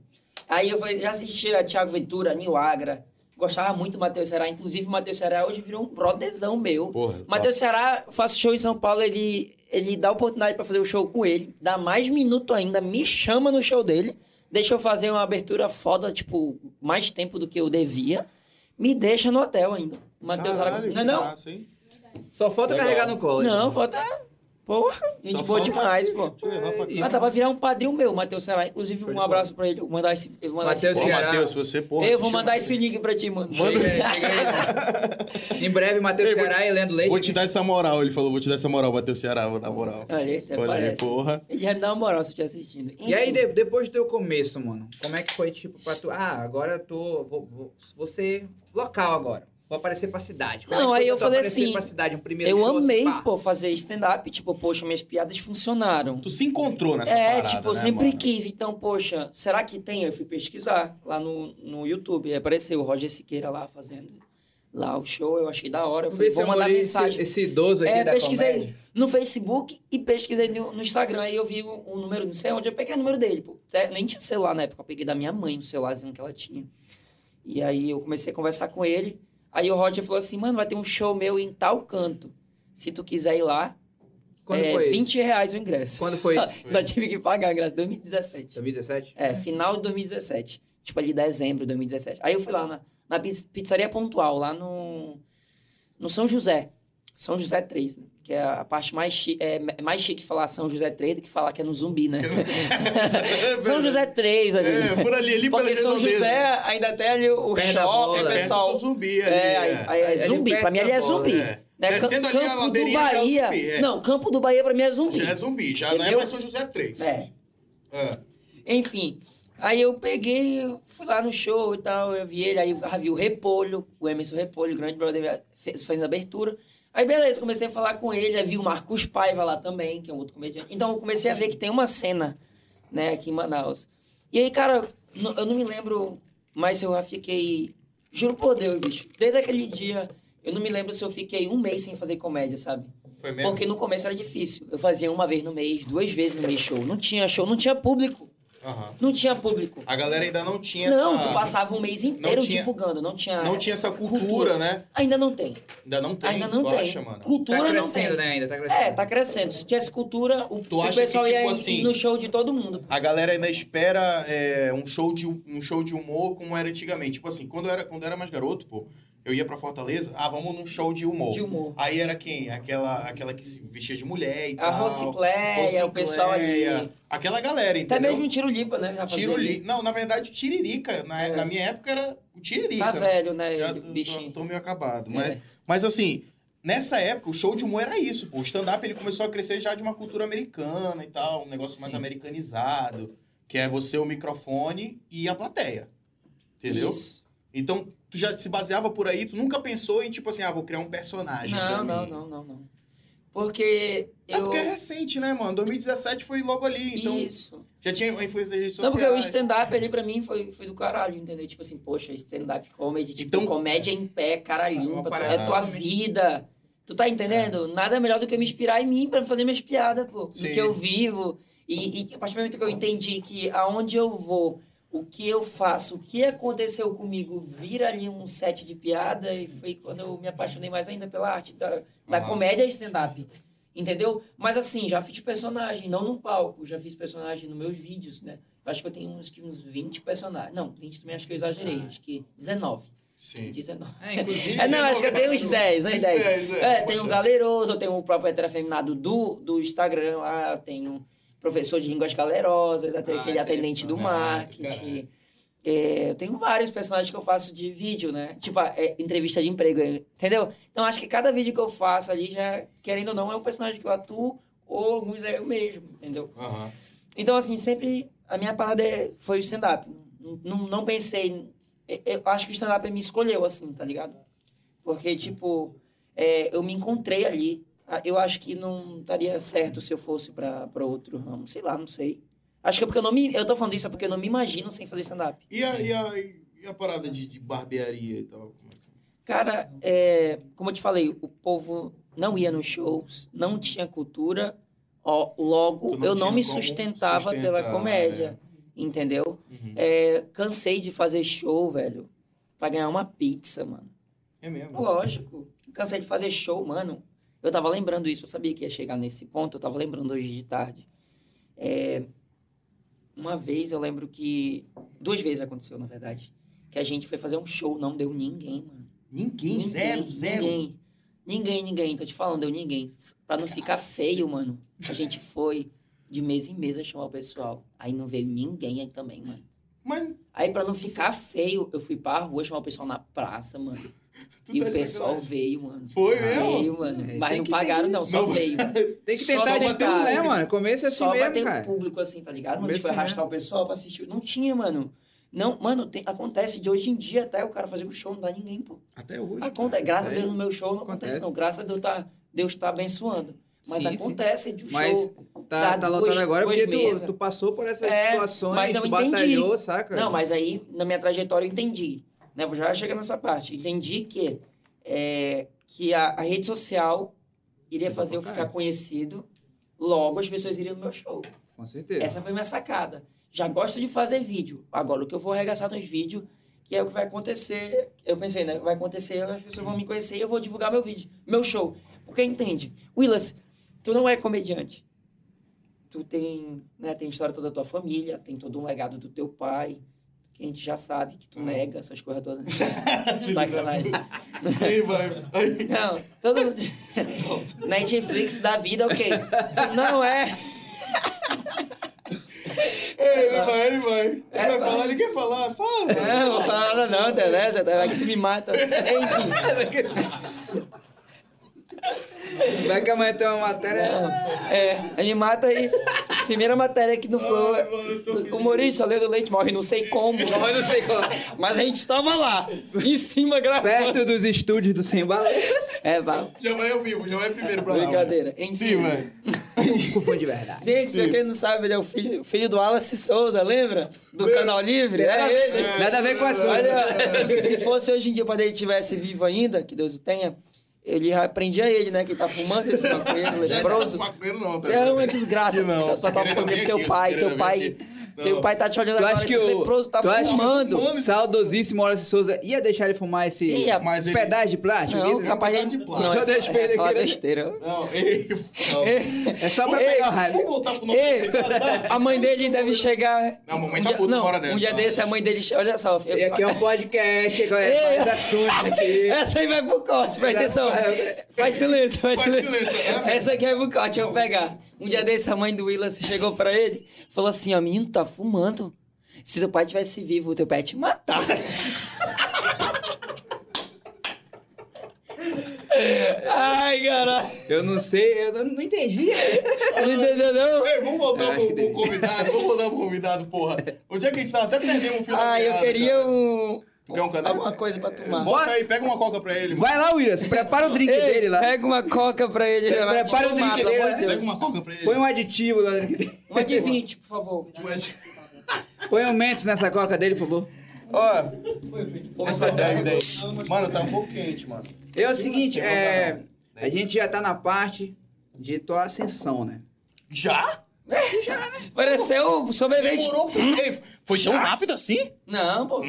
Aí eu falei, já assisti a Thiago Ventura, Nil Agra, gostava muito do Matheus Ceará, inclusive o Matheus Ceará hoje virou um brotherzão meu. Porra. tá. Matheus Ceará, eu faço show em São Paulo, ele, ele dá oportunidade pra fazer o show com ele, dá mais minuto ainda, me chama no show dele, deixa eu fazer uma abertura foda, tipo, mais tempo do que eu devia, me deixa no hotel ainda. Matheus Ceará, Caralho, não é que não? massa, hein? Só falta Legal. carregar no colo. né? Não, falta... Porra, gente Só boa falta- demais, pô. Deixa eu levar pra cá. Ah, tá pra virar um padrinho meu, Matheus Ceará. Inclusive, Show de um bola. abraço pra ele. Vou mandar esse. Eu vou mandar Matheus Pô, esse... Ceará. Matheus, se você, porra. eu se vou chama- mandar esse link pra ti, mano. Chega aí, chega aí. Em breve, Matheus Ei, vou Ceará e Leandro Leite. Vou te dar essa moral, ele falou, vou te dar essa moral, bateu o Ceará, na moral. Olha, ele até Olha aí, parece. porra. Ele vai me dar uma moral se eu estiver assistindo. E aí, Enfim, de- depois do teu começo, mano, como é que foi, tipo, pra tu... Ah, agora eu tô... Vou, vou, vou ser local agora. Vou aparecer pra cidade. Como Não, é que foi aí pra eu tu falei aparecer assim, Pra cidade, um primeiro Eu show, assim, amei, pá? pô, fazer stand-up. Tipo, poxa, minhas piadas funcionaram. Tu se encontrou nessa é, parada, tipo, eu né, sempre mano? quis. Então, poxa, será que tem? Eu fui pesquisar lá no, no YouTube. Aí apareceu o Roger Siqueira lá fazendo lá o show. Eu achei da hora. Eu Vamos ver falei, se vou eu mandar morri mensagem. Esse, esse idoso aqui É, da pesquisei comédia. no Facebook e pesquisei no, no Instagram. Aí eu vi o, o número, não sei onde, eu peguei o número dele. Pô. Até nem tinha celular na época, eu peguei da minha mãe o celularzinho que ela tinha. E aí eu comecei a conversar com ele. Aí o Roger falou assim: mano, vai ter um show meu em tal canto. Se tu quiser ir lá, Quando é foi 20 isso? reais o ingresso. Quando foi isso? Ainda tive que pagar, graças a 2017. 2017? É, final de 2017. Tipo ali, dezembro de 2017. Aí eu fui lá na, na pis- pizzaria pontual, lá no, no São José. São José 3, né? Que é a parte mais chique, é é mais chique falar São José 3 do que falar que é no zumbi, né? São José 3 ali. É, por ali, ali Porque pela São redondeza. José ainda tem ali o Perto da shopping, bola, né? o perto pessoal. do zumbi ali. É, aí, aí é É de zumbi. perto Pra mim ali da é bola, zumbi. é. Né? Cam- Descendo ali a Campo do ladeirinha, já é Bahia. zumbi, é. Não, Campo do Bahia pra mim é zumbi. Já é zumbi, já não é Entendeu? mais São José 3. É. É. Enfim. Aí eu peguei, eu fui lá no show e tal, eu vi ele, aí eu vi o Repolho, o Emerson Repolho, o grande brother, fez, fez a abertura. Aí beleza, comecei a falar com ele, aí vi o Marcos Paiva lá também, que é um outro comediante. Então eu comecei a ver que tem uma cena, né, aqui em Manaus. E aí, cara, n- eu não me lembro mais se eu já fiquei. Juro por Deus, bicho. Desde aquele dia, eu não me lembro se eu fiquei um mês sem fazer comédia, sabe? Foi mesmo? Porque no começo era difícil. Eu fazia uma vez no mês, duas vezes no mês show. Não tinha show, não tinha público. Aham. Não tinha público. A galera ainda não tinha Não, essa... tu passava um mês inteiro tinha- divulgando, não tinha. Não tinha essa cultura, né? Ainda não tem. Ainda não tem, ainda não tu tem. acha, mano? Cultura tá não tem. crescendo, né? Ainda tá crescendo. É, tá crescendo. Se tivesse cultura, o, Tu o acha que, pessoal ia tipo ir assim, no show de todo mundo. A galera ainda espera é, um, show de, um show de humor como era antigamente. Tipo assim, quando eu era, quando eu era mais garoto, pô, eu ia pra Fortaleza, ah, vamos num show de humor. De humor. Aí era quem? Aquela, aquela que se vestia de mulher e A tal. Rocicléia, o pessoal tá, ali. Rocicléia. Aquela galera, Até entendeu? mesmo o Tiro Lipa, né? já fazia Tiro li... ali. Não, na verdade, tiririca. Na, É. na minha época era o tiririca. Tá né? velho, né? Já ele, tô, tô, bichinho. tô meio acabado. Mas, É. mas assim, nessa época, o show de humor era isso, pô. O stand-up ele começou a crescer já de uma cultura americana e tal, um negócio mais americanizado, que é você, o microfone e a plateia. Entendeu? Isso. Então, tu já se baseava por aí, tu nunca pensou em, tipo assim, ah, vou criar um personagem. pra Não, mim. não, não, não, não. Porque É eu. porque é recente, né, mano? 2017 foi logo ali, então Isso. já tinha a influência das redes Não, sociais. porque o stand-up ali pra mim foi, foi do caralho, entendeu? Tipo assim, poxa, stand-up comedy, tipo, Então- comédia em pé, cara limpa, tu- parada É. é tua totalmente- vida. Tu tá entendendo? Nada melhor do que eu me inspirar em mim pra fazer minhas piadas, pô. Sim. Do que eu vivo. E, e a partir do momento que eu entendi que aonde eu vou, o que eu faço, o que aconteceu comigo, vira ali um set de piada, e foi quando eu me apaixonei mais ainda pela arte da, da Aham. comédia e stand-up. Entendeu? Mas assim, já fiz personagem, não num palco, já fiz personagem nos meus vídeos, né? Eu Acho que eu tenho uns, que uns 20 personagens. Não, 20 também acho que eu exagerei, acho que 19. Sim. 19. É, inclusive, É, não, acho que eu tenho uns 10, uns 10. É, tem o Poxa. Galeroso, eu tenho o próprio heterofeminado do, do Instagram lá, tem um professor de línguas galerosas, até Ah, aquele esse atendente é do foda. marketing. É, eu tenho vários personagens que eu faço de vídeo, né? Tipo, é, entrevista de emprego, entendeu? Então, acho que cada vídeo que eu faço ali, já, querendo ou não, é um personagem que eu atuo, ou alguns é eu mesmo, entendeu? Aham. Então, assim, sempre a minha parada é- foi o stand-up. Não, não, não pensei. Eu, eu acho que o stand-up me escolheu, assim, tá ligado? Porque, tipo, é, eu me encontrei ali. Ah, Eu acho que não daria certo se eu fosse pra pra outro ramo. Sei lá, não sei. Acho que é porque eu não me. Eu tô falando isso é porque eu não me imagino sem fazer stand-up. E a, e a, e a parada de, de barbearia e tal? como é que- Cara, é, como eu te falei, o povo não ia nos shows, não tinha cultura. Ó, Tu logo, não eu não tinha me como sustentava pela sustentar, né? comédia. Entendeu? Uhum. É, cansei de fazer show, velho, pra ganhar uma pizza, mano. É mesmo. Lógico. Cansei de fazer show, mano. Eu tava lembrando isso, eu sabia que ia chegar nesse ponto, eu tava lembrando hoje de tarde. É, uma vez eu lembro que. Duas vezes aconteceu, na verdade. Que a gente foi fazer um show, não deu ninguém, mano. Ninguém, zero, zero. Ninguém. Ninguém, ninguém. Tô te falando, deu ninguém. Pra não ficar feio, mano. A gente foi de mesa em mesa chamar o pessoal. Aí não veio ninguém aí também, mano. Mas Aí, pra não ficar feio, eu fui pra rua chamar o pessoal na praça, mano. tu e tá o de pessoal sacanagem. veio, mano. Foi mesmo? Veio, mano. É, Mas tem não que- pagaram, tem não, só Não. veio. Tem que Só um tentar bater de o tudo, né, público. mano? Começo é assim só mesmo, bater cara. o público, assim, tá ligado? Mano, Começo tipo, assim arrastar o pessoal pra assistir. Não tinha, mano. Não, mano, tem- acontece de hoje em dia até o cara fazer um show, não dá ninguém, pô. Até hoje. cara. Acontece, graças a é Sério? Deus no meu show não acontece, é, Acontece. não. Graças a Deus tá, Deus tá abençoando. Mas Sim, sim. acontece de um Mas show. tá, Dá tá duas- lotando agora duas porque tu, mesas. tu passou por essas É, situações, mas eu tu entendi. batalhou, saca? Não, mas aí, na minha trajetória, eu entendi. Né? Vou já chegar nessa parte. Entendi que, é, que a, a rede social iria Tá fazer eu pra ficar caralho. conhecido, logo as pessoas iriam no meu show. Com certeza. Essa foi minha sacada. Já gosto de fazer vídeo. Agora, o que eu vou arregaçar nos vídeos, que é o que vai acontecer. Eu pensei, né? Vai acontecer, as pessoas vão me conhecer e eu vou divulgar meu vídeo, meu show. Porque entende. Willas, tu não é comediante. Tu tem, né, tem a história toda da tua família, tem todo um legado do teu pai, que a gente já sabe, que tu nega essas coisas todas. Sacanagem. Aí vai. Aí. Não, todo mundo. Netflix da vida, ok. Tu Não é. Ele vai, ele vai. Ele vai falar, ele quer falar. Fala. É, Não, não vou falar nada não, tá beleza? Vai que tu me mata. Enfim. Vai é que amanhã tem uma matéria. É, aí me mata aí. Primeira matéria que não foi. Ai, mano, eu tô feliz. Humorista, Leandro Leite morre, não sei como. Mas não sei como. Mas a gente estava lá, em cima gravando. Perto dos estúdios do Sem Bala. É, vai. Já vai ao vivo, já vai primeiro pra lá. Brincadeira. Enfim. Sim, vai. Cufão de verdade. Gente, pra quem não sabe, ele é o filho, filho do Wallace Souza, lembra? Do Meu- Canal Livre? Nada- É ele. Nada a ver com a sua. Olha, se fosse hoje em dia, quando ele estivesse vivo ainda, que Deus o tenha, ele já prendia ele, né? Que tá fumando esse maconheiro Já que tá com leproso. maconheiro não, tá? É uma desgraça. Não, tá, tá, tá segredo fumando bem teu aqui, pai, segredo teu pai. bem aqui. Não. Teu pai tá te olhando Tu agora, acha esse que o leproso tá tu acha que fumando. o saudosíssimo Horácio Souza ia deixar ele fumar esse Ia. Mas ele- pedaço de plástico? Não, Ele- capaz pedaço de plástico. Não, Já é- deixa pra ele é falar aqui, né? besteira. Não, ei. Não. É só pra Ei, pegar o Vamos raiva. voltar pro nosso... Ei, a mãe dele deve chegar. Não, a mamãe um tá dia- puta não, uma hora dessa, Um dia ó. desse, a mãe dele. che- Olha só, eu- E aqui é um podcast, agora é Ei. vários assuntos aqui. Essa aí vai pro corte, presta atenção. É, Faz silêncio, faz, Faz silêncio. silêncio, né? Essa aqui vai pro corte, Tá eu vou pegar. Um dia desse, a mãe do Willas chegou pra ele, falou assim, ó, menino, tá fumando. Se teu pai tivesse vivo, o teu pai ia te matar. Ai, caralho. Eu não sei, eu não entendi. Não entendeu, não? Ei, vamos Eu voltar acho pro, que pro tem. convidado, vamos voltar pro convidado, porra. Onde é que a gente tá? Até perdemos o fio da Ah, eu meada, queria cara. um... Tu quer um caneco? Alguma coisa pra tomar. Bota aí, pega uma coca pra ele. Vai lá, Williams, prepara o drink Ei, dele lá. Pega uma coca pra ele. ele vai Prepara o tomar, drink pelo dele, né? amor de Pega Deus. uma coca pra ele. Põe um aditivo lá no drink dele. Uma de 20, por favor. Mas- Põe um Mentos nessa coca dele, por favor. Ó, vamos pra 10, 10. Mano, tá um pouco quente, mano. É o seguinte, Não, não, é, não. a gente já tá na parte de tua ascensão, né? Já? Pareceu o sobrevivente. Demorou. Ei, foi tão rápido assim? Não, pô.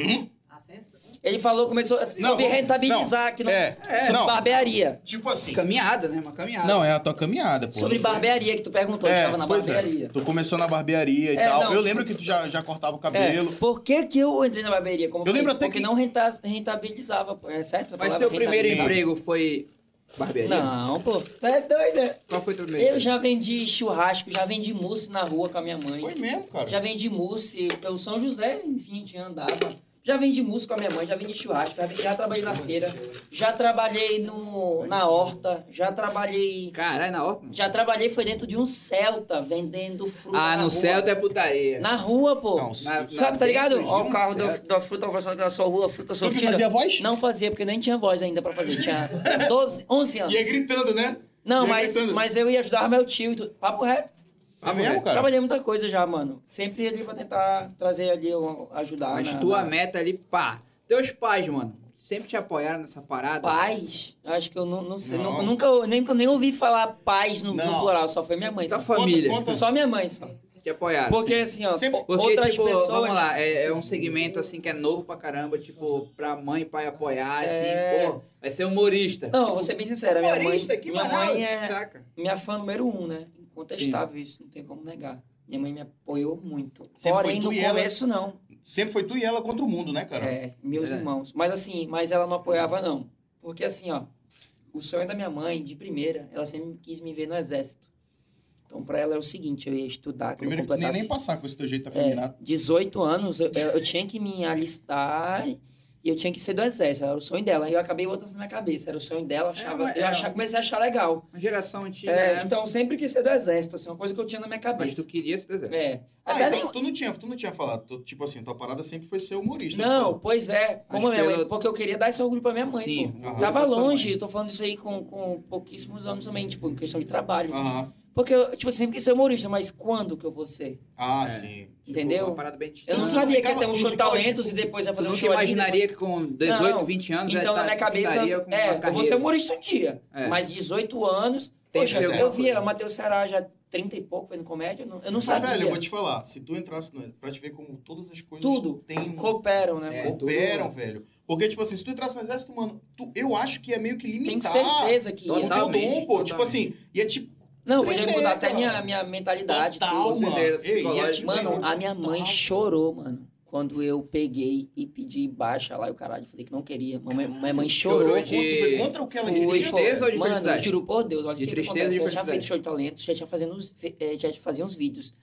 Ele falou, começou a Não, sobre rentabilizar não, aqui no, é, sobre não. barbearia. Tipo assim. Caminhada, né? Uma caminhada. Não, é a tua caminhada, pô. É, Sobre barbearia que tu perguntou, eu estava na pois barbearia. Tu começou na barbearia e É, tal. não. Eu lembro que tu já, já cortava o É, cabelo. Por que que eu entrei na barbearia? Como Eu falei, lembro até Porque que- não renta- rentabilizava, pô. é certo? Essa Mas palavra, teu primeiro Sim. rentabilizava? emprego foi barbearia? Não, pô. Tu é doida? Qual foi teu primeiro Eu já vendi churrasco, já vendi mousse na rua com a minha mãe. Foi mesmo, cara. Já vendi mousse pelo São José, enfim, a gente andava. Já vendi mousse com a minha mãe, já vendi churrasco, já, já trabalhei na feira, já trabalhei no, na horta, já trabalhei. Caralho, na horta? Já trabalhei, foi dentro de um Celta, vendendo fruta. Ah, na no rua. Celta é putaria. Na rua, pô. Não, Na- Sabe, tá na- ligado? dentro de Ó, um o carro da, Celta. da fruta conversando aquela sua rua, fruta Tu que sortida. fazia voz? Não fazia, porque nem tinha voz ainda pra fazer. Tinha 12, 11 anos. E é gritando, né? Não, E é mas, gritando. mas eu ia ajudar meu tio e tudo. Papo reto. É mesmo, cara? Trabalhei muita coisa já, mano. Sempre ali pra tentar trazer ali, eu- ajudar. Mas na- tua na... meta ali, pá. Teus pais, mano, sempre te apoiaram nessa parada? Paz? Acho que eu não, não sei. Não. nu- Nunca, eu nem, nem ouvi falar paz no, no Não. plural, só foi minha mãe. Tua Só, família. Conta, conta. só minha mãe, só. Te apoiaram. Porque Tá Ah, sim. assim, ó, Sempre- o- Porque, outras tipo, pessoas. vamos lá, é, é um segmento, assim, que é novo pra caramba, tipo, pra mãe e pai apoiar, assim, É. pô, vai ser humorista. Não, vou ser bem sincera, minha mãe, humorista, que minha Manaus, mãe é saca? minha fã número um, né? Incontestável isso, não tem como negar. Minha mãe me apoiou muito. Sempre foi Porém, tu no e ela. começo, não. Sempre foi tu e ela contra o mundo, né, cara? É, meus É. irmãos. Mas assim, mas ela não apoiava, não. Porque assim, ó, o sonho da minha mãe, de primeira, ela sempre quis me ver no exército. Então, pra ela era o seguinte, eu ia estudar, quando eu Primeiro que tu nem, completasse nem passar com esse teu jeito é, afeminado. 18 anos, eu, eu- eu tinha que me alistar e eu tinha que ser do exército. Era o sonho dela. E eu acabei botando isso na minha cabeça. Era o sonho dela, eu achava, mas eu é. achava- comecei a achar legal. Uma geração antiga, É, né? então, eu sempre quis ser do exército, assim, uma coisa que eu tinha na minha Mas cabeça. tu queria esse desenho. É. Ah, Até então nem... tu, não tinha, tu não tinha falado. Tu, tipo assim, tua parada sempre foi ser humorista. tu Não, falou. pois é, como a minha pela- mãe, porque eu queria dar esse orgulho pra minha mãe, Sim. pô. Aham. Tava Pra sua longe, mãe. eu tô falando isso aí com, com pouquíssimos anos também, tipo, em questão de trabalho. Aham. Porque eu, tipo, sempre quis ser humorista, mas quando que eu vou ser? Ah, É. sim. Tipo, uma Entendeu? parada bem distante. Eu não Tu sabia que ia Ah, ficava- ter um tu show de ficava, talentos e tipo, depois ia Tu fazer um nunca show ali. imaginaria que com 18, Não. 20 anos... Então, já na minha tá- cabeça, estaria com uma é, eu vou ser carreira. humorista um dia. É. Mas 18 anos, Tem poxa, que ter eu alguma via coisa. Matheus Ceará já 30 e pouco fazendo comédia, eu não, eu não Mas, sabia. velho, eu vou te falar. Se tu entrasse no... Pra te ver como todas as coisas Tudo. têm... Cooperam, né? É, mano? cooperam, velho. Porque, tipo assim, se tu entrasse no exército, mano, tu- eu acho que é meio que limitar Tenho certeza que o ia. teu um- dom, Totalmente, pô. Tipo totalmente. assim, ia te Não, podia Aprender, mudar até cara. minha, minha mentalidade. Total, tudo, mano. certeza, Ei, é, tipo, ia te psicológico. Mano, prender a minha mãe total. chorou, mano. quando eu peguei e pedi baixa lá, e o caralho, falei que não queria. Mamãe, minha mãe chorou. Chorou Contra- Foi contra o que ela Fui, queria? pô. Tristeza ou de Mano, felicidade? eu juro por Deus, olha o De que que tristeza ou acontece. de Eu já felicidade? feito show de talento, já tinha, fazendo uns, fe- eh, já fazia uns vídeos.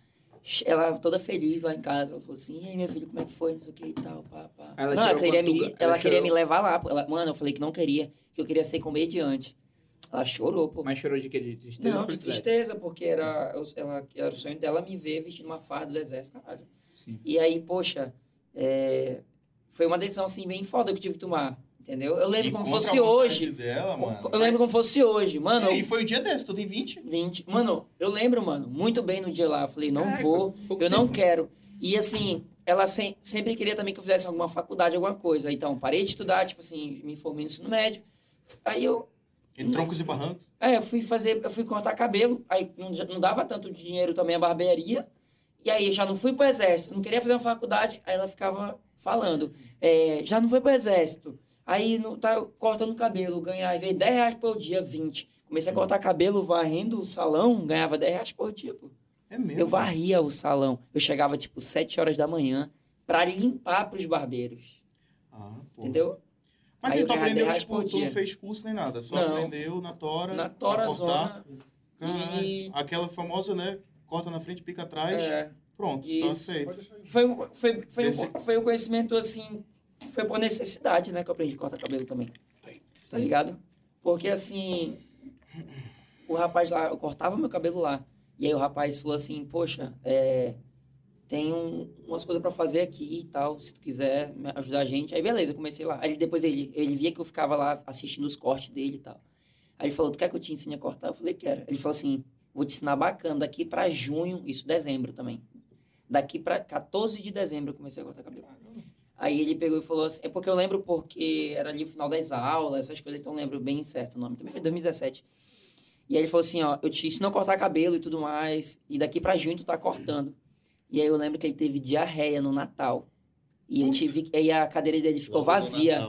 Ela toda feliz lá em casa. Ela falou assim, e aí, minha filha, como é que foi? Não sei o que e tal, pá, pá. Ela não, ela chorou queria, quando me, tu- ela ela queria chorou. me levar lá. pô. Ela- mano, eu falei que não queria, que eu queria ser comediante. Ela chorou, pô. Mas chorou de quê? De tristeza né? Não, ou de felicidade? tristeza, porque era, eu- ela, era o sonho dela me ver vestindo uma farda do exército, caralho. Sim. E aí, poxa, é, foi uma decisão assim bem foda que eu tive que tomar, entendeu? Eu lembro E como contra a fosse vontade hoje. Dela, mano. Eu lembro como fosse hoje, mano. É, E foi o dia desse, tu tem 20? 20. Mano, eu lembro, mano, muito bem no dia lá. Eu falei, não Caraca, vou, pouco eu não tempo. quero. E assim, ela sem- sempre queria também que eu fizesse alguma faculdade, alguma coisa. Então, parei de estudar, tipo assim, me formei no ensino médio. Aí eu Em troncos e barrancos. é, eu fui fazer, eu fui cortar cabelo, aí não, já- não dava tanto dinheiro também a barbearia. E aí eu já não fui pro exército, não queria fazer uma faculdade, aí ela ficava falando, é, já não foi pro exército. Aí não tá cortando cabelo, ganhava, veio 10 reais por dia, 20. Hum. Comecei a cortar cabelo, varrendo o salão, ganhava 10 reais por dia, pô. É mesmo. Eu varria o salão. Eu chegava, tipo, 7 horas da manhã pra limpar pros barbeiros. Ah, pô. Entendeu? Mas Aí aí eu tu ganhava aprendeu, 10 tipo, por um tu não dia. fez curso nem nada. Só Não. aprendeu na tora. Na pra tora cortar. zona. Caralho. E- Aquela famosa, né? Corta na frente, pica atrás. é, Pronto, tá Isso. aceito. Pode deixar aí. Foi, um- foi, foi, Esse- um, foi um conhecimento assim. Foi por necessidade, né? Que eu aprendi a cortar cabelo também. Tá ligado? Porque assim. O rapaz lá, eu cortava meu cabelo lá. E aí o rapaz falou assim: Poxa, é, tem um- umas coisas pra fazer aqui e tal. Se tu quiser me ajudar a gente. Aí beleza, eu comecei lá. Aí depois ele, ele via que eu ficava lá assistindo os cortes dele e tal. Aí ele falou: Tu quer que eu te ensine a cortar? Eu falei: Quero. Ele falou assim: Vou te ensinar bacana daqui pra junho, isso dezembro também. Daqui pra 14 de dezembro eu comecei a cortar cabelo. Aí ele pegou e falou assim, é porque eu lembro porque era ali o final das aulas, essas coisas, então eu lembro bem certo o nome. Também foi 2017. E aí ele falou assim, ó, eu te ensino a cortar cabelo e tudo mais, e daqui pra junho tu tá cortando. E aí eu lembro que ele teve diarreia no Natal. E eu tive, aí a cadeira dele ficou vazia,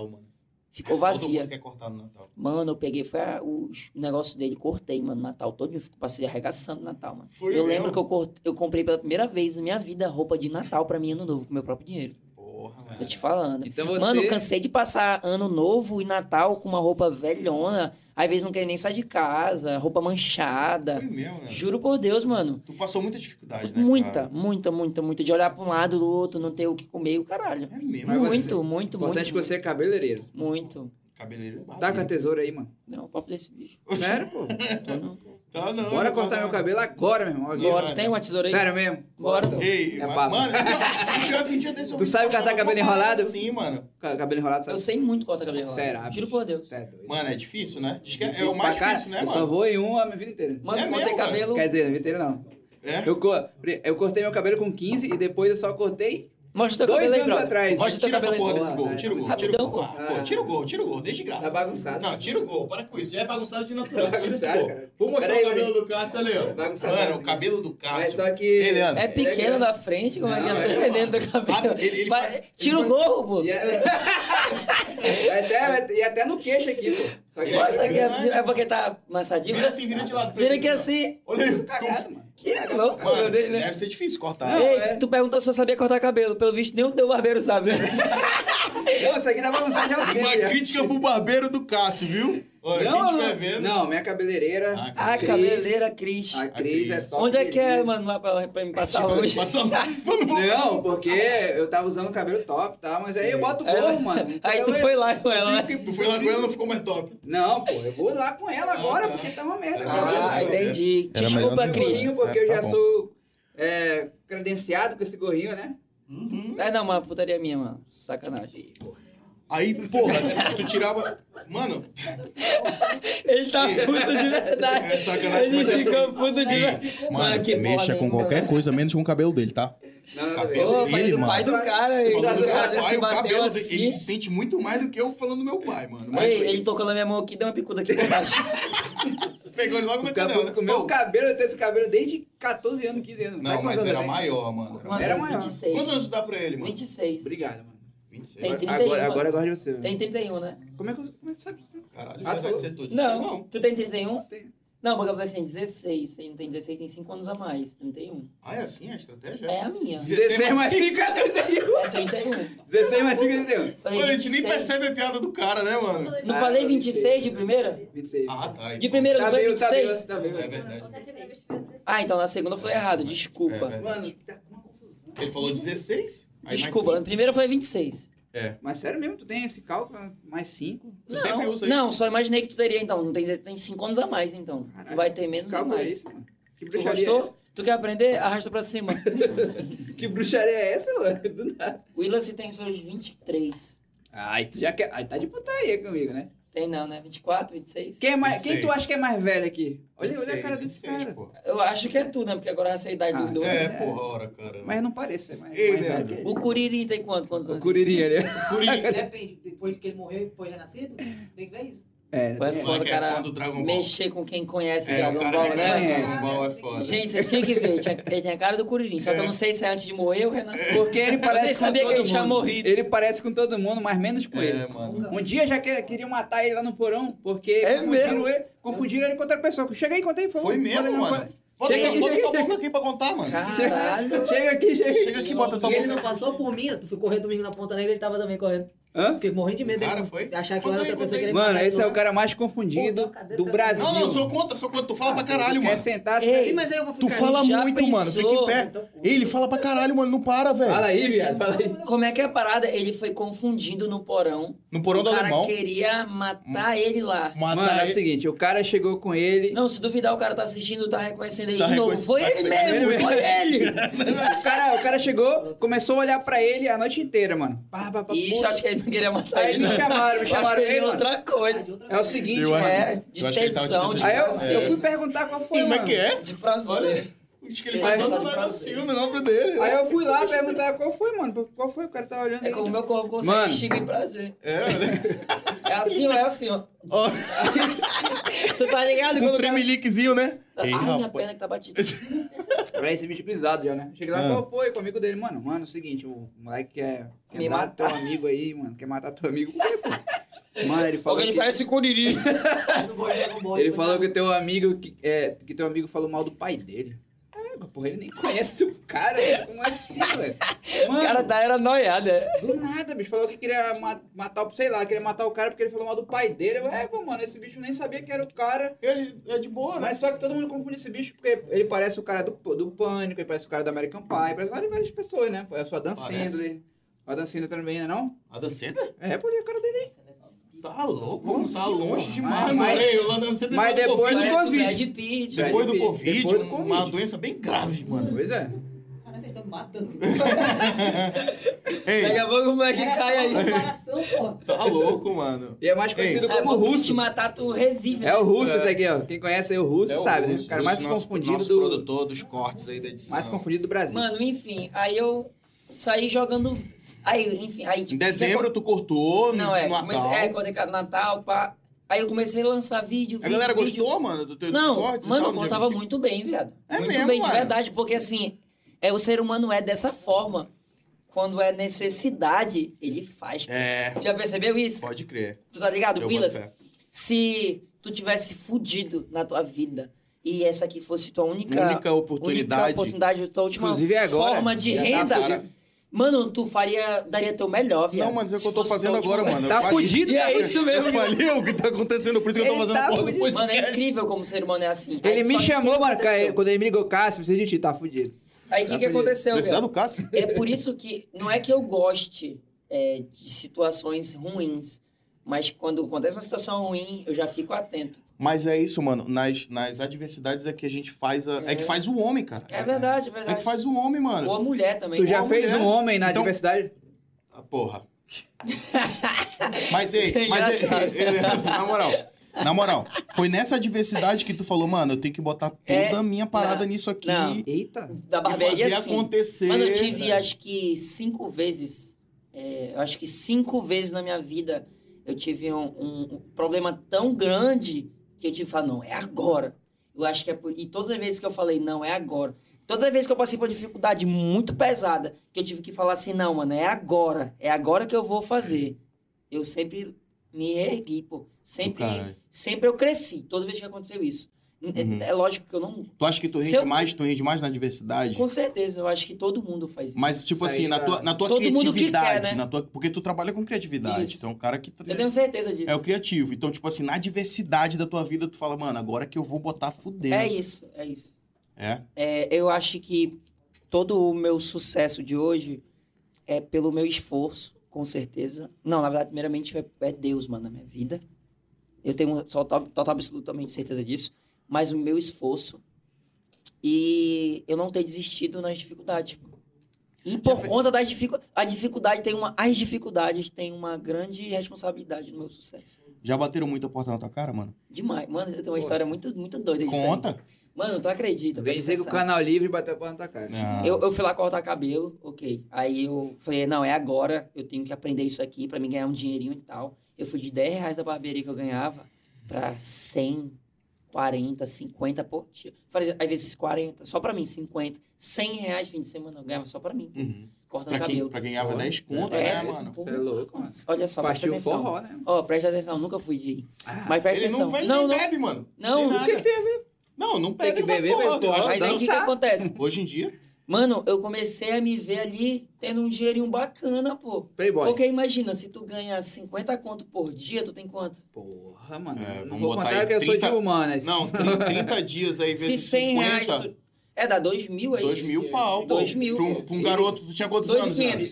ficou Todo vazia. mundo quer cortar no Natal. Mano, eu peguei, foi a- o negócio dele, cortei, mano, Natal todo, eu fico- passei arregaçando o Natal, mano. Foi eu mesmo? lembro que eu, cort- eu comprei pela primeira vez na minha vida roupa de Natal pra mim ano novo com meu próprio dinheiro. Porra, Tô te velho. falando. Então você... Mano, eu cansei de passar ano novo e Natal com uma roupa velhona, às vezes não queria nem sair de casa, roupa manchada. Foi mesmo, É. né? Juro por Deus, mano. Tu passou muita dificuldade, né? Muita, cara? muita, muita, muita. De olhar pra um lado, do outro, não ter o que comer, o caralho. É mesmo. Mas você- Muito, muito, Importante muito. que você é cabeleireiro. Muito. Cabeleireiro. Tá com a tesoura aí, mano. Não, papo desse bicho. Sério, pô. Tô não. Tá, não. Bora não cortar tá, meu não. cabelo agora, meu irmão. Bora. Agora, tem uma tesoura aí? Sério mesmo? Bora. então. Ei, É mas- papo. mano, eu- pior que um dia desse eu Tu vi sabe postando cortar cabelo uma parada enrolado? Sim, mano. Ca- Cabelo enrolado, tá Eu sabe? sei muito cortar cabelo enrolado. Será, bicho? Juro por Deus. Tá doido. Mano, é difícil, né? Diz que é Difícil o mais pra difícil, né, caralho. Eu só mano? vou em um a minha vida inteira. Mano, É cortei mesmo, cara? cabelo. Quer dizer, a vida inteira não. É? Eu, co- eu cortei meu cabelo com 15 e depois eu só cortei Mostra o teu Dois cabelo aí, anos brother. atrás. Mostra o teu Tira cabelo essa aí. porra desse Boa, gol. né? Tira o gol, tira o Rapidão, gol. pô. Ah, Pô, tira o gol, tira o gol. Deixa de graça. Tá bagunçado. Não, tira o gol, para com isso. Já é bagunçado de natural. Tá Tira esse bagunçado, gol. cara. Vou mostrar Peraí, o cabelo peraí. do Cássio ali, ó. Bagunçado Mano, assim. o cabelo do Mas Cássio. só que. Ei, Leandro. É pequeno da da frente, como é que Não, eu tô é, entendendo o cabelo? Ah, ele- ele Vai- faz- Tira ele o gorro, pô. E, é- até, e até no queixo aqui, pô. Só que. Ele- Mostra aqui, Ele- é porque tá massadinho. Vira assim, vira de lado. pra Vira ele, é aqui ó. assim. Olha aí. Cagado, mano. Que louco, Mano, meu Deus, né? deve ser difícil cortar. Não, Ei, é. tu perguntou se eu sabia cortar cabelo. Pelo visto, nem o teu barbeiro sabe. Não, isso aqui tá bagunçado já o Uma crítica pro barbeiro do Cássio, viu? Olha, quem estiver vendo... Não, minha cabeleireira. Ah, A Cris. cabeleira Cris. A Cris é top. Onde é que é, demais. mano, lá pra, pra me passar Tipo, hoje? passa- Vamos voltar. Não, porque eu tava usando o cabelo top, tá? Mas aí eu boto o Ela- gorro, mano. Então Aí tu Eu- foi lá com ela, né? Tu foi lá com ela, não ficou mais top. Não, pô, eu vou lá com ela Ah, agora, tá. porque tá uma merda. cara. Ah, entendi. Era melhor Desculpa, não ter Cris. Gorrinho, porque É, eu tá já bom. sou é, credenciado com esse gorrinho, né? Ah, não, mano, putaria minha, mano. Sacanagem. Aí, porra, tu tirava... Mano, Ele tá puto de verdade. É sacanagem, Ele mas é- ficou puto de verdade. que porra nenhuma, mano. coisa, menos com o cabelo dele, tá? Não, nada a ver. Cabelo Ô, falei dele, do pai mano. do cara, tá ele, Falando do do cara, meu pai, se o bateu um cabelo dele, assim. ele se sente muito mais do que eu falando do meu pai, mano. Mas Ei, ele tocou na minha mão aqui, deu uma picuda aqui por baixo. tá pegou ele logo na O cabelo, canela. com o meu cabelo, eu tenho esse cabelo desde 14 anos, 15 anos. né? Não, Sabe mas quantos era anos eu tenho? maior, mano. Era Mano, maior. Era maior. 26. Quantos anos tu dá pra ele, mano? 26. Obrigado, mano. 26. Tem 31, Agora, mano. agora eu gosto de você. Tem velho. 31, né? Como é que eu- como é que tu sabe? disso? Caralho, Ah, já tu tá falou? acertou de Não. não. Tu tem 31? Tenho. Não, porque eu falei assim, 16. Você não tem 16, tem 5 anos a mais. 31. Ah, é assim a estratégia? É a minha. 16 mais 5 é 31. É 31. 16 mais 5 é 31. Falei, Mano, a gente nem 26. percebe a piada do cara, né, mano? Não falei 26 de primeira? 26. Ah, tá. De então. primeira Tá eu falei bem, tá bem, 26. tá bem. É verdade. Ah, então na segunda eu falei errado. Desculpa. É Mano, verdade. tá com uma confusão. Ele falou 16? aí mais Desculpa. né? Na cinco. primeira eu falei 26. É. Mas sério mesmo, tu tem esse cálculo mais 5? Tu não, sempre usa isso. não, só imaginei que tu teria então. Não tem, tem 5 anos a mais, então. Caralho, Vai ter menos a Cálculo é mais. esse, mano? Que Tu bruxaria é gostou? Tu quer aprender? Arrasta pra cima. essa? Que bruxaria é essa, mano? Do nada. O Willis tem seus 23. Ai, tu já quer. Ai, tá de putaria comigo, né? Tem não, né? 24, 26? Quem, é mais... Quem tu 26. acha que é mais velho aqui? Olha, olha a cara 26, desse cara. pô. Eu acho que é tu, né? Porque agora essa é a idade Ah, do doido. É, porra, hora, cara. Mas não parece, é mais, Ei, mais Leandro. velho. que ele. O Curiri tem quanto? Quantos O anos? Curirinha ali. Depende, depois que ele morreu e foi renascido, tem que ver isso. É, Vai Mano, tem- foda, que cara. É fã do Dragon Ball. Mexer com quem conhece É, o Dragon cara Ball, que né? conhece É. Dragon Ball é foda. Gente, vocês tinham que ver. Tinha- ele tem a cara do Curirim. Só que eu É. não sei se é antes de morrer ou renascer. Porque ele eu nem parece sabia com que todo ele tinha mundo. morrido. Ele parece com todo mundo, mas menos com ele. é, mano. Um dia já que, queriam matar ele lá no porão, porque É confundiram, ele, confundiram ele com outra pessoa. Chega aí, conta aí. por favor. Foi mesmo, Conta aí, mano. Bota Chega tua aqui, bota chega tua boca aqui pra contar, mano. Caralho. conta- Chega aqui, chega aqui. Chega aqui, bota tua E ele boca. não passou por mim, tu fui correr domingo na ponta negra, ele tava também correndo. Hã? Fiquei morrendo de medo dele Cara, foi? achar que eu Conta era aí, outra conta pessoa que aí. ele Mano, tá esse é o né? cara mais confundido do Brasil. Não, não, só conta, só conta. Tu fala pra caralho, Ah, Quer mano. sentar, Ei, Sim, mas aí eu vou Tu ficar. então, fala já muito, mano. Fica em pensou? pé. Ele fala pra caralho, mano. Não para, velho. Fala aí, viado. Fala aí. Como é que é a parada? Ele foi confundido no porão. No porão o do cara alemão. queria matar ele lá. Mano, é Matar o assim, ele. seguinte, o cara chegou com ele. Não, se duvidar, o cara tá assistindo, tá reconhecendo ele Tá de novo. reconhecendo- Foi tá ele reconhecendo mesmo, ele foi ele! O cara, o cara chegou, começou a olhar pra ele a noite inteira, mano. Pá, pá, pá, Ixi, pá. acho que ele não Tá queria matar Aí ele. me né? não. chamaram, me Eu acho chamaram. que ele Ei, é mano, outra coisa. É o seguinte, Eu acho mano. É, de eu acho que ele tava te tensão, de Aí eu, prazer. eu fui perguntar qual foi, Como é mano. que é? De prazer. Acho que ele É, vai dar tá um de negocinho prazer. no ombro dele. Aí eu fui lá perguntar qual foi, mano. Qual foi? O cara tava olhando. É aí. como meu corpo consegue Mano. enxergar em prazer. É, né? É assim, ó, é assim, ó. Ó, Tu tá ligado? Um Quando o cara- tremeliquezinho, né? Ei, Ai, minha rapaz. perna que tá batida. Aí esse bicho brisado já, né? Cheguei lá, Ah. qual foi? Com o amigo dele, mano. Mano, é o seguinte, o moleque quer, quer Me matar teu amigo aí, mano. Quer matar teu amigo. Por quê, pô? Mano, ele falou Porque que... ele parece curiri. Ele falou que teu amigo que, é, que teu amigo falou mal do pai dele. É, mas porra, ele nem conhece o cara, velho. como assim, velho? O Mano, cara tá era noiado, é. do nada, bicho, falou que queria ma- matar, o- sei lá, queria matar o cara porque ele falou mal do pai dele. Eu, é, pô, mano, esse bicho nem sabia que era o cara. ele é de boa, né? Mas só que todo mundo confunde esse bicho porque ele parece o cara do, do Pânico, ele parece o cara do American Pie, parece várias, várias pessoas, né? É só a Dan Parece. Sandler. A Dan Sandler também, né não? A danceta? É, pô, olha a cara dele. Tá louco, mano. Tá longe Mas- demais, mano. mas- Ei, o danceta mas depois do depois Covid. de Parece o Covid. Brad Pitt. Brad Depois do Pitt, Covid, depois do uma Covid. doença bem grave, mano. Pois é. Cara, vocês estão me matando. Ei, Daqui a pouco o moleque Era cai aí. só uma comparação, pô. tá louco, mano. É. E é mais conhecido É, como bom, se te Russo. matar, tu revive. É o Russo É. esse aqui, ó. Quem conhece aí o Russo É o sabe, né? Russo, O cara Russo, mais nosso- confundido nosso do... produtor dos cortes aí da edição. mais confundido do Brasil. Mano, enfim, aí eu saí jogando. Aí, enfim, aí Em tipo, dezembro tu cortou, Não, é. no Comecei, Natal. é, quando é Natal, pá. Aí eu comecei a lançar vídeo. A vídeo, galera vídeo. gostou, mano, do teu dos Não, cortes? e mano, tal, eu no dia contava 25? muito bem, viado. É muito mesmo, bem, de mano? verdade, porque assim, é, o ser humano é dessa forma. Quando é necessidade, ele faz. É, Já percebeu isso? pode crer. Tu tá ligado, Eu Willas? boto fé. Se tu tivesse fudido na tua vida e essa aqui fosse tua única, Única única oportunidade. oportunidade, tua última Inclusive agora, forma de já tá renda, cara. mano, tu faria, daria teu melhor, viado. Não, mano, isso é o que Se eu tô fosse fazendo tua última- agora, mano. Eu Tá falei- fudido, E cara. é isso mesmo, Eu falei o que tá acontecendo, por isso que eu tô Ele fazendo tá a porra do fudido. Mano, podcast. é incrível como o ser humano é assim. Ele Aí, só me que chamou, o que mano, aconteceu? cara, quando ele me ligou, Cássio, precisa de ti, tá fudido. Aí o que, que aconteceu, Precisar velho? do Cássio? É por isso que não é que eu goste é, de situações ruins, mas quando acontece uma situação ruim, eu já fico atento. Mas é isso, mano. Nas, nas adversidades é que a gente faz. A, é. que faz o homem, cara. É verdade, é verdade. É que faz o homem, Ou mano. a mulher também. Tu já Uma fez né? mulher. um homem na Então- diversidade? Ah, porra. Mas ei, É mas ei, engraçado. ei, na moral. Na moral, foi nessa adversidade que tu falou, mano, eu tenho que botar toda É, a minha parada não, nisso aqui não. e Eita. Da barbearia, fazer sim. acontecer. Mano, eu tive acho que cinco vezes, é, eu acho que cinco vezes na minha vida eu tive um, um- um problema tão grande que eu tive que falar, não, é agora. Eu acho que é por... E todas as vezes que eu falei, não, é agora. Toda vez que eu passei por uma dificuldade muito pesada, que eu tive que falar assim, não, mano, é agora. É agora que eu vou fazer. Eu sempre me ergui, pô. Sempre, caralho. Uhum. sempre eu cresci, toda vez que aconteceu isso. É, é lógico que eu não. Tu acha que tu rende Se eu- mais, tu rende mais na diversidade? Com certeza, eu acho que todo mundo faz isso. Mas, tipo Isso aí assim, na tá- tua, na tua Todo mundo que criatividade, quer, né? na tua, porque tu trabalha com criatividade, Isso. tu é um cara que tra- Eu tenho certeza disso. é o criativo. Então, tipo assim, na diversidade da tua vida, tu fala, mano, agora que eu vou botar fudendo. É isso, é isso. É? É, eu acho que todo o meu sucesso de hoje é pelo meu esforço, com certeza. Não, na verdade, primeiramente é, é Deus, mano, na minha vida. Eu tenho um só to- total absolutamente certeza disso, mas o meu esforço e eu não ter desistido nas dificuldades. pô. E por fe- conta das dificuldades, a dificuldade tem uma as dificuldades têm uma grande responsabilidade no meu sucesso. Já bateram muita porta na tua cara, mano? Demais, mano, eu tenho uma Pô. história muito muito doida disso aí. Conta. Mano, tu acredita? Vem pode dizer que o pensar. canal livre bateu a porta na tua cara. Ah, Eu, eu fui lá cortar cabelo, ok. Aí eu falei, não, é agora, eu tenho que aprender isso aqui pra me ganhar um dinheirinho e tal. Eu fui de 10 reais da barbearia que eu ganhava pra 100, 40, 50 por dia. Falei, às vezes 40, só pra mim, 50. 100 reais fim de semana eu ganhava só pra mim, Uhum. cortando Pra, quem, Tá cabelo. pra quem ganhava Ó, 10 conto, é, né, mano? Você é louco, mano. Olha só, presta Partiu atenção. forró, Ah, né? Ó, presta atenção, nunca fui de ir. Mas presta Ele atenção. não vai não, nem não, bebe, mano. não. nem O que, que tem a ver? Não, não Tem pega que e vai beber, pro vai outro, pro eu acho. outro. Mas aí o que, que dançar. acontece? Hoje em dia, Mano, eu comecei a me ver ali tendo um dinheirinho bacana, pô. Playboy. Porque imagina, se tu ganha 50 conto por dia, tu tem quanto? Porra, mano. É, não vamos vou botar contar aí que eu sou de 30 humanas. não, 30, 30 dias aí Se vezes 100 reais, 50, tu... é, dá 2 mil aí. 2 mil pau, pô. Dois mil, Pra um, pô. pra um garoto, tu tinha quantos Dois anos, e Renato?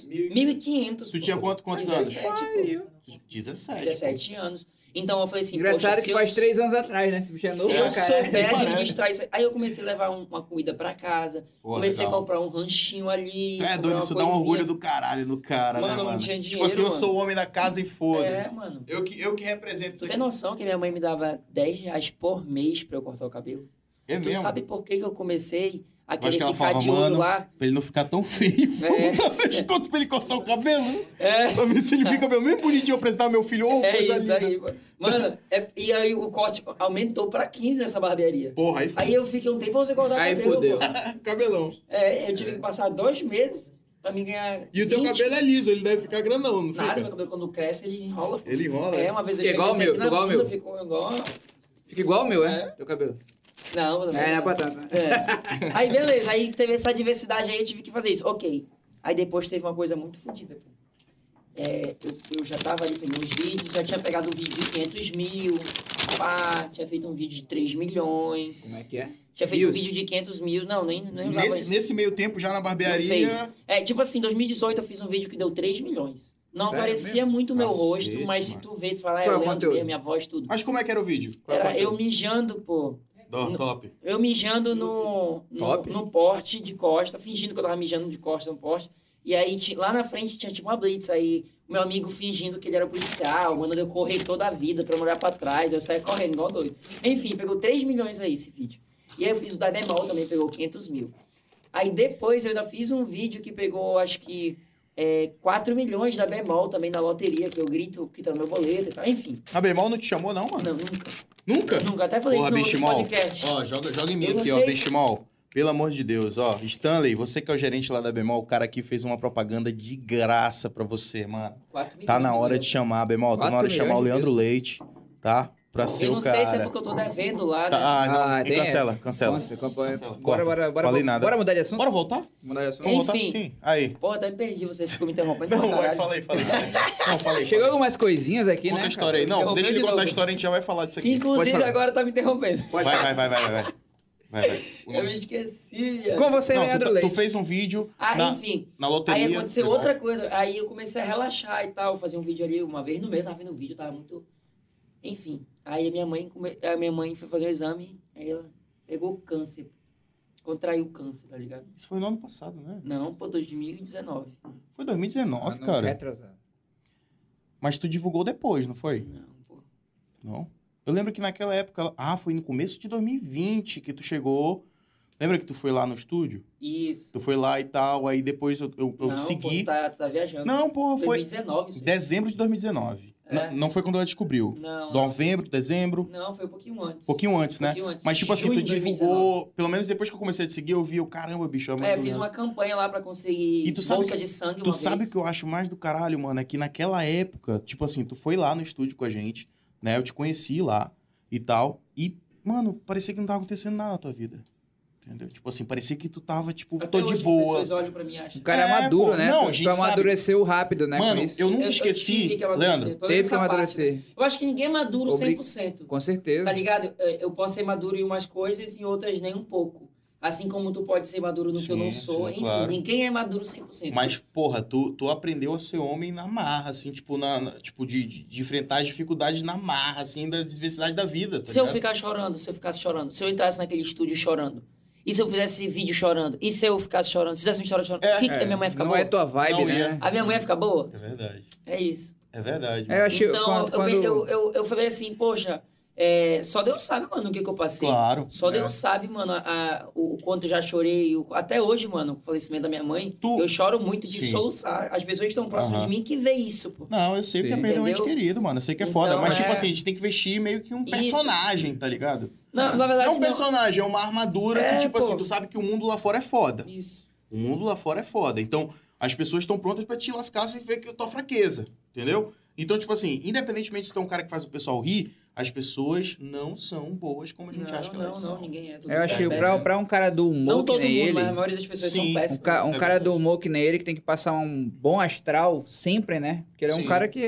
1.500. Tu tinha quanto, quantos anos? 17, pô. 17. 17 anos. Então eu falei assim, Engraçado poxa, que se eu- faz três anos atrás, né? Esse bicho é novo Se pra eu caralho. souber Parece. administrar isso. Aí eu comecei a levar um- uma comida pra casa. Pô, comecei legal. a comprar um ranchinho ali. Tu é comprar doido, uma isso dá um coisinha. orgulho do caralho no cara, Mano, né, não mano? tinha tipo dinheiro, assim, eu mano. sou o homem da casa e É, foda-se. mano. Eu, que, eu que represento isso Tu tem aqui. noção que minha mãe me dava 10 reais por mês pra eu cortar o cabelo? É tu mesmo? sabe por que que eu comecei a Acho querer que ela ficar falava, de olho "Mano, lá? Pra ele não ficar tão feio. É. É. Quanto pra ele cortar o cabelo. né? É, Pra ver se ele fica pelo menos bonitinho. Eu apresentar meu filho. ô, é coisa isso linda. aí, mano. Mano, é- e aí o corte aumentou pra 15 nessa barbearia. Porra, aí Aí eu fiquei um tempo pra você cortar Aí cabelo. fudeu. pô. fica cabelão. É, eu tive que passar dois meses pra me ganhar. E o teu 20. cabelo é liso, ele deve ficar grandão, não Nada, fica? meu cabelo quando cresce, ele enrola. pô. Ele enrola. É, uma vez eu Fica igual cheguei o meu, sempre na igual o bunda, meu. Ficou igual. Fica igual o meu, é? Teu cabelo. Não, não É, na batata. É. Aí beleza, aí teve essa diversidade aí, eu tive que fazer isso. Ok. Aí depois teve uma coisa muito fodida. pô. É, eu, eu já tava ali fazendo uns vídeos, já tinha pegado um vídeo de 500 mil, pá, tinha feito um vídeo de 3 milhões, Como é que é? tinha feito um Views? vídeo de 500 mil, não, nem, nem usava Nesse, isso. nesse meio tempo, já na barbearia. Não fez. É, tipo assim, em 2018 eu fiz um vídeo que deu 3 milhões. Não Sério aparecia muito o meu Cacete, rosto, mas se mano. tu vê, tu fala, ah, Qual é eu o lembro conteúdo? mesmo, minha voz, tudo. Mas como é que era o vídeo? Era eu mijando, pô. Dó, Não. top. Eu mijando no, no, Top. no porte de costa, fingindo que eu tava mijando de costa no porte. E aí, ti- lá na frente, tinha tipo uma blitz. Aí, meu amigo fingindo que ele era policial, mandando eu correr toda a vida pra não olhar pra trás. Eu saí correndo, igual doido. Enfim, pegou 3 milhões aí esse vídeo. E aí, eu fiz o da Bemol também, pegou 500 mil. Aí, depois, eu ainda fiz um vídeo que pegou, acho que, é, 4 milhões da Bemol também na loteria, que eu grito quitando meu boleto e tal. Enfim, A Bemal Ah, não te chamou, não, mano? não, nunca. Nunca? Nunca. Até falei Porra, isso no Benchimol. outro podcast. Ó, joga, joga em mim Eu não aqui, ó, sei se- Benchimol. Pelo amor de Deus, ó. Stanley, você que é o gerente lá da Bemol, o cara aqui fez uma propaganda de graça pra você, mano. 4 milhões. Tá na hora de chamar, Bemol. Tá na hora de Quatro chamar o milhões de Leandro Leite, tá? Pra ser Eu não o cara. sei se é porque eu tô devendo lá, né? Tá, ah, não. Ah, e tem cancela, cancela. Nossa, acompanha. Cancela. Bora, bora, bora. Falei bora, nada. Bora mudar de assunto? Bora voltar? mudar de assunto. Vamos voltar? Enfim. Sim. Aí. Porra, até me perdi, vocês ficam me interrompendo pra Não, vai, caralho. fala aí, fala aí. Não, fala aí. Chegou fala algumas coisinhas aqui, aí. Conta né? a história aí. cara? Não, deixa ele de contar a novo. história, a gente já vai falar disso aqui. Que Pode inclusive falar. agora tá me interrompendo. Vai, vai, vai, vai, vai. Vai, vai. O Eu nosso- me esqueci, viado. Com você, Não, tu Leandro tá- tu, Leite. fez um vídeo Ah, na, enfim. na loteria. Aí aconteceu Legal. outra coisa. Aí eu comecei a relaxar e tal, fazer um vídeo ali uma vez no mês, tava vendo um vídeo, tava muito. Enfim. Aí a minha mãe, come- a minha mãe foi fazer o exame, aí ela pegou câncer. Contraiu câncer, tá ligado? Isso foi no ano passado, né? Não, pô, 2019. Foi Ah, 2019, não, cara. retrasado. Mas tu divulgou depois, não foi? Não, pô. Não. Eu lembro que naquela época. Ah, foi no começo de 2020 que tu chegou. Lembra que tu foi lá no estúdio? Isso. Tu foi lá e tal, aí depois eu, eu, eu não, segui. Pô, tá, tá viajando. Não, porra, foi 2019, isso aí. dezembro de 2019. É. Não, não foi quando ela descobriu. Não, não, Novembro, dezembro. não, foi um pouquinho antes. Pouquinho antes, né? Pouquinho antes. Mas, tipo assim, Junho tu de 2019. divulgou. Pelo menos depois que eu comecei a te seguir, eu vi, eu, caramba, bicho, é É, muito fiz uma campanha lá pra conseguir E tu sabe bolsa que- de sangue uma Tu vez. sabe o que eu acho mais do caralho, mano? É que naquela época, tipo assim, tu foi lá no estúdio com a gente, né? Eu te conheci lá e tal. E mano, parecia que não tava acontecendo nada na tua vida. Entendeu? Tipo assim, parecia que tu tava, tipo, Até tô hoje de as boa. pessoas olham pra mim e acham. O cara é, É, maduro, pô, né? não, tu, a gente tu sabe. amadureceu rápido, né? Mano, com isso. eu nunca Eu- eu tive esqueci, que amadurecer, Leandro, pelo menos Teve que essa parte, amadurecer. né? Eu acho que ninguém é maduro Obri- 100%. Com certeza. Tá ligado? É, Eu posso ser maduro em umas coisas e em outras nem um pouco. Assim como tu pode ser maduro no que eu não Sim, sou. sim, Enfim, claro. ninguém é maduro 100%. Mas, porra, tu, tu aprendeu a ser homem na marra, assim, tipo, na, na- tipo de, de- de enfrentar as dificuldades na marra, assim, da diversidade da vida. Tá se eu ligado? ficar chorando, se eu ficasse chorando, se eu entrasse naquele estúdio chorando, e se eu fizesse vídeo chorando, e se eu ficasse chorando, fizesse um chorando chorando, É. o que, que a minha mãe ia ficar não boa? é tua vibe, Não né? ia. A minha mãe ia ficar boa? É verdade. É isso. É verdade. É, eu mano. achei, então, quando, eu, quando- eu, eu, eu falei assim, poxa, é, só Deus sabe, mano, o que, que eu passei. Claro. Só É. Deus sabe, mano, a- o, o quanto eu já chorei. o- até hoje, mano, com o falecimento da minha mãe, Tu- eu choro muito de Sim. soluçar. As pessoas que estão próximas Aham. de mim que vê isso, pô. Não, eu sei o que é Sim. perder um ente Entendeu? querido, mano. Eu sei que é Então, foda, mas, é. tipo assim, a gente tem que vestir meio que um Isso. personagem, tá ligado? Não, na verdade, é um não. personagem, é uma armadura É, que, tipo pô. assim, tu sabe que o mundo lá fora é foda. Isso. O mundo lá fora é foda. Então, as pessoas estão prontas pra te lascar se ver que a tua fraqueza, entendeu? Então, tipo assim, independentemente se tu é um cara que faz o pessoal rir, as pessoas não são boas como a gente Não, acha que não, elas não, são. ninguém é. Tudo Eu achei, bem. pra, pra um cara do humor Não que todo mundo, nem ele, mas a maioria das pessoas Sim. são um, péssimas. ca- um É cara do verdade. humor que nem ele que tem que passar um bom astral sempre, né? Porque ele é um Sim. cara que,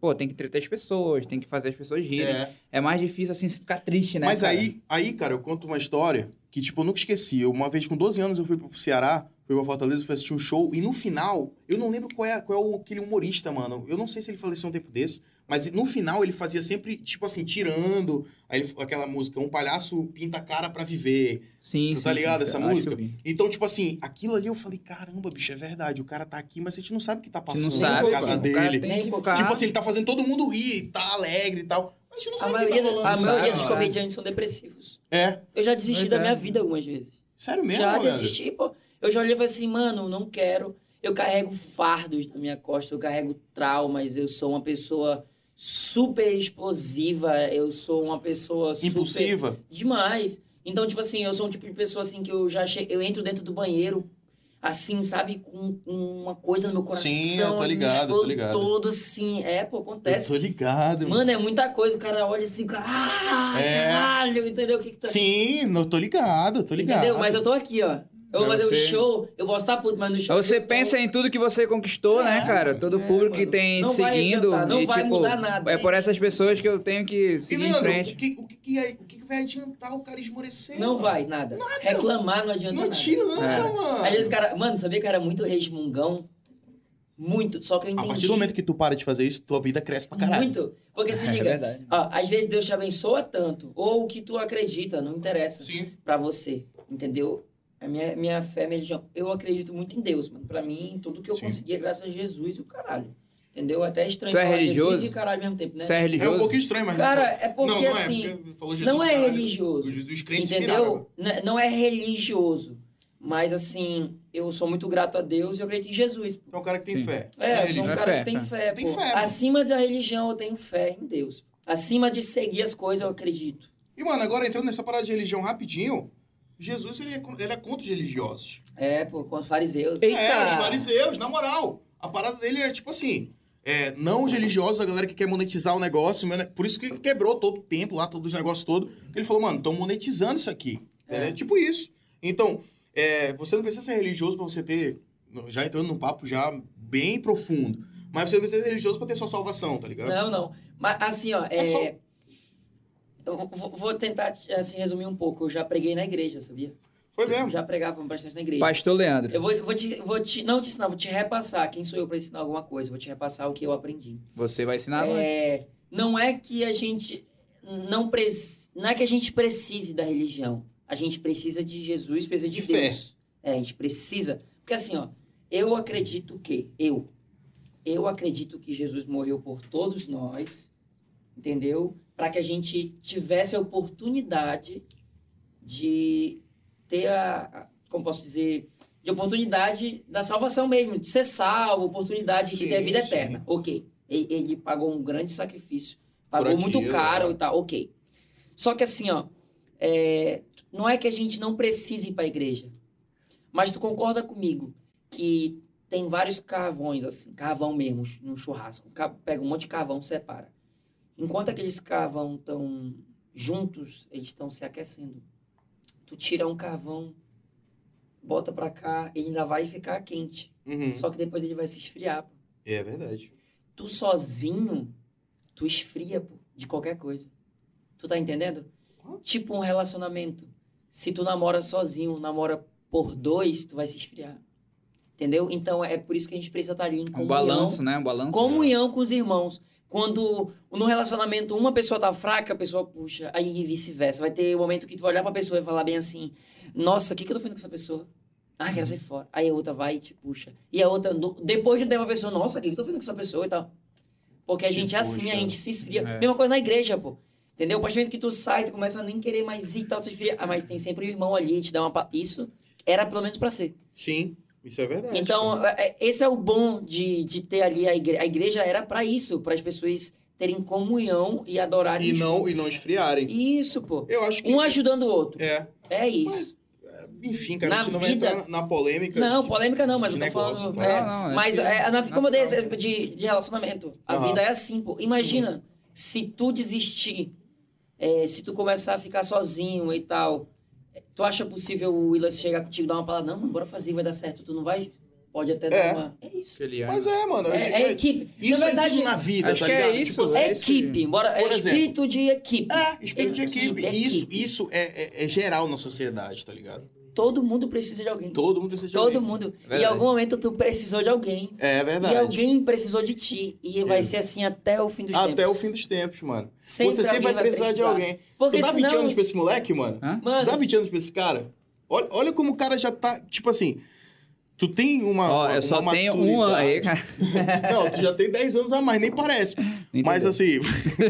pô, tem que tretar as pessoas, tem que fazer as pessoas rirem. É, É. mais difícil, assim, se ficar triste, né, Mas cara? aí, aí, cara, eu conto uma história que, tipo, eu nunca esqueci. Eu, uma vez com 12 anos eu fui pro Ceará, fui pra Fortaleza, fui assistir um show, e no final, eu não lembro qual é, qual é o, aquele humorista, mano. Eu não sei se ele faleceu um tempo desse, mas no final ele fazia sempre, tipo assim, tirando aí ele- aquela música, um palhaço pinta a cara pra viver. Sim, Tu sim, tá sim, ligado sim, essa acho que música? eu vi. Então, tipo assim, aquilo ali eu falei, caramba, bicho, é verdade, o cara tá aqui, mas a gente não sabe o que tá A gente passando não na sabe, casa cara. O cara dele. tem que Tipo focar. Tipo assim, ele tá fazendo todo mundo rir, tá alegre e tal. Mas a gente não A sabe o que maioria, tá rolando. a maioria sabe, dos cara? mano? comediantes são depressivos. É, Eu já desisti Pois da é. minha vida algumas vezes. sério mesmo, né? já Leandro? desisti, pô. Eu já olhei e falei assim, mano, não quero. Eu carrego fardos na minha costa, eu carrego traumas, eu sou uma pessoa super explosiva, eu sou uma pessoa super... Impulsiva. Demais. Então, tipo assim, eu sou um tipo de pessoa assim que eu já che... eu entro dentro do banheiro, assim, sabe, com uma coisa no meu coração. Sim, eu tô eu me ligado, eu tô explodo ligado. Todo assim, é, pô, Eu acontece. tô ligado, mano. Mano, é muita coisa, o cara olha assim, cara, ah, É. caralho, entendeu o que que tá... Sim, não tô ligado, tô ligado. Entendeu? Mas eu tô aqui, ó. Eu vou Pra fazer um você- show, eu posso estar puto, mas no show... assim, Você eu tô- pensa em tudo que você conquistou, né, cara? Todo É, público que mano. tem Não te vai seguindo. adiantar, não e, vai tipo, mudar nada. É por essas pessoas que eu tenho que E seguir em Leandro, frente. o que, o, que, que é- o que que vai adiantar o cara esmorecer? Não mano? vai, nada. Reclamar não adianta Não nada. adianta, É. mano. Às vezes, o cara... Mano, sabia que eu era muito resmungão? Muito. Só que eu A entendi... partir do momento que tu para de fazer isso, tua vida cresce pra caralho. Muito. Porque se É liga, verdade. ó, às vezes Deus te abençoa tanto, ou o que tu acredita, não interessa Sim. pra você, entendeu? A minha, minha fé, minha religião. Eu acredito muito em Deus, mano. Pra mim, tudo que eu Sim. consegui é graças a Jesus e o caralho. Entendeu? Até é estranho Tu é falar religioso? Jesus e caralho ao mesmo tempo, né? Você é É um religioso? pouquinho estranho, mas... Cara, não, é porque não, não assim. é, porque falou Jesus, Não é caralho. religioso. Os, os crentes viraram. Entendeu? N- Não é religioso. Mas assim, eu sou muito grato a Deus e eu acredito em Jesus. pô. É um cara que tem Sim. fé. É, eu sou um religião. cara É que fé, tem tá. fé, Tem pô. fé, mano. Acima da religião, eu tenho fé em Deus. Acima de seguir as coisas, eu acredito. E, mano, agora entrando nessa parada de religião rapidinho, Jesus, ele é, con- ele é contra os religiosos. É, pô, com os fariseus. Eita! É, os fariseus, na moral. A parada dele era tipo assim. É, não os religiosos, a galera que quer monetizar o negócio. mas, né, Por isso que quebrou todo o tempo lá, todos os negócios todos. Ele falou, mano, estão monetizando isso aqui. É. tipo isso. Então, é, você não precisa ser religioso pra você ter... Já entrando num papo já bem profundo. Mas você não precisa ser religioso pra ter sua salvação, tá ligado? Não, não. Mas assim, ó, é. É só- Eu vou vou tentar assim, resumir um pouco. Eu já preguei na igreja, sabia? Foi mesmo. Já pregava bastante na igreja. Pastor Leandro. Eu vou, vou te, vou te. Não te ensinar, vou te repassar. Quem sou eu pra ensinar alguma coisa? Vou te repassar o que eu aprendi. Você vai ensinar nós. um É, não é que a gente não precisa, não é que a gente precise da religião. A gente precisa de Jesus, precisa de, De fé. Deus. É, a gente precisa, porque assim, ó, eu acredito que eu eu acredito que Jesus morreu por todos nós, entendeu? Para que a gente tivesse a oportunidade de ter a, a- como posso dizer, de oportunidade da salvação mesmo, de ser salvo, oportunidade de Sim, ter a vida sim. eterna. OK. E- Ele pagou um grande sacrifício. Pagou aquilo, muito caro né? e tal, ok. Só que assim, ó, é, não é que a gente não precise ir pra igreja. Mas tu concorda comigo que tem vários carvões, assim, carvão mesmo, um no churrasco. Ca- Pega um monte de carvão, separa. Enquanto aqueles carvão estão juntos eles estão se aquecendo. Tu tira um carvão, bota pra cá, ele ainda vai ficar quente. Uhum. Só que depois ele vai se esfriar. pô. É verdade. Tu sozinho, tu esfria pô, de qualquer coisa. Tu tá entendendo? Tipo um relacionamento. Se tu namora sozinho, um namora por dois, tu vai se esfriar. Entendeu? Então é por isso que a gente precisa estar ali em Um comunhão balanço, né? Um balanço. comunhão com os irmãos. Quando no relacionamento uma pessoa tá fraca, a pessoa puxa, aí vice-versa. Vai ter um momento que tu vai olhar pra pessoa e falar bem assim: Nossa, o que, que eu tô fazendo com essa pessoa? Ah, quero sair fora. Aí a outra vai e te puxa. E a outra, do- depois de um tempo, a pessoa: Nossa, o que, que eu tô fazendo com essa pessoa e tal. Porque a Te gente é assim, puxa. a gente se esfria. É. Mesma coisa na igreja, pô. Entendeu? A partir do momento que tu sai, tu começa a nem querer mais ir e tal, tu se esfria. Ah, mas tem sempre o irmão ali, te dá uma. pa- Isso era pelo menos pra ser. Sim, isso é verdade. Então, é- é- esse é o bom de, de ter ali a igreja. A igreja era pra isso, para as pessoas terem comunhão e cara. adorarem E não, juntos. e não esfriarem. Isso, pô. Eu acho que. Um ajudando o outro. É. É isso. Enfim, cara, Na a gente não vai vida- entrar na- na polêmica. Não, de- polêmica não, mas de eu tô negócio, falando. tá? é, Não, não, é mas que- é, a Navi, como eu dei esse natural. exemplo de, de relacionamento, a Aham. Uhum. vida é assim, pô. Imagina se tu desistir, é, se tu começar a ficar sozinho e tal. é, Tu acha possível o Willis chegar contigo e dar uma palavra? Não, mano, bora fazer, vai dar certo. Tu não vai? Pode até É. dar uma. É isso. Aquele ano. Mas é, mano. eu É, digo, é equipe. Isso na é verdade, tudo na vida, acho tá que é ligado? isso, Tipo assim, né? é equipe. Bora, é Por exemplo. espírito de equipe. É, espírito de equipe. Equipe, Isso, equipe. isso é, é- é geral na sociedade, tá ligado? Todo mundo precisa de alguém. Todo, Todo mundo precisa de alguém. mundo. Verdade. Em algum momento tu precisou de alguém. É verdade. E alguém precisou de ti. E vai Isso. ser assim até o fim dos tempos. Até o fim dos tempos, mano. Sempre Você sempre alguém vai precisar, de alguém. Porque tu dá 20 senão... anos pra esse moleque, mano? Tu Mano, dá 20 anos pra esse cara? Olha, olha como o cara já tá, tipo assim... Tu tem uma... Ó, uma- eu só uma tenho um ano maturidade. aí, cara. Não, tu já tem 10 anos a mais, nem parece. Mas Entendeu? assim...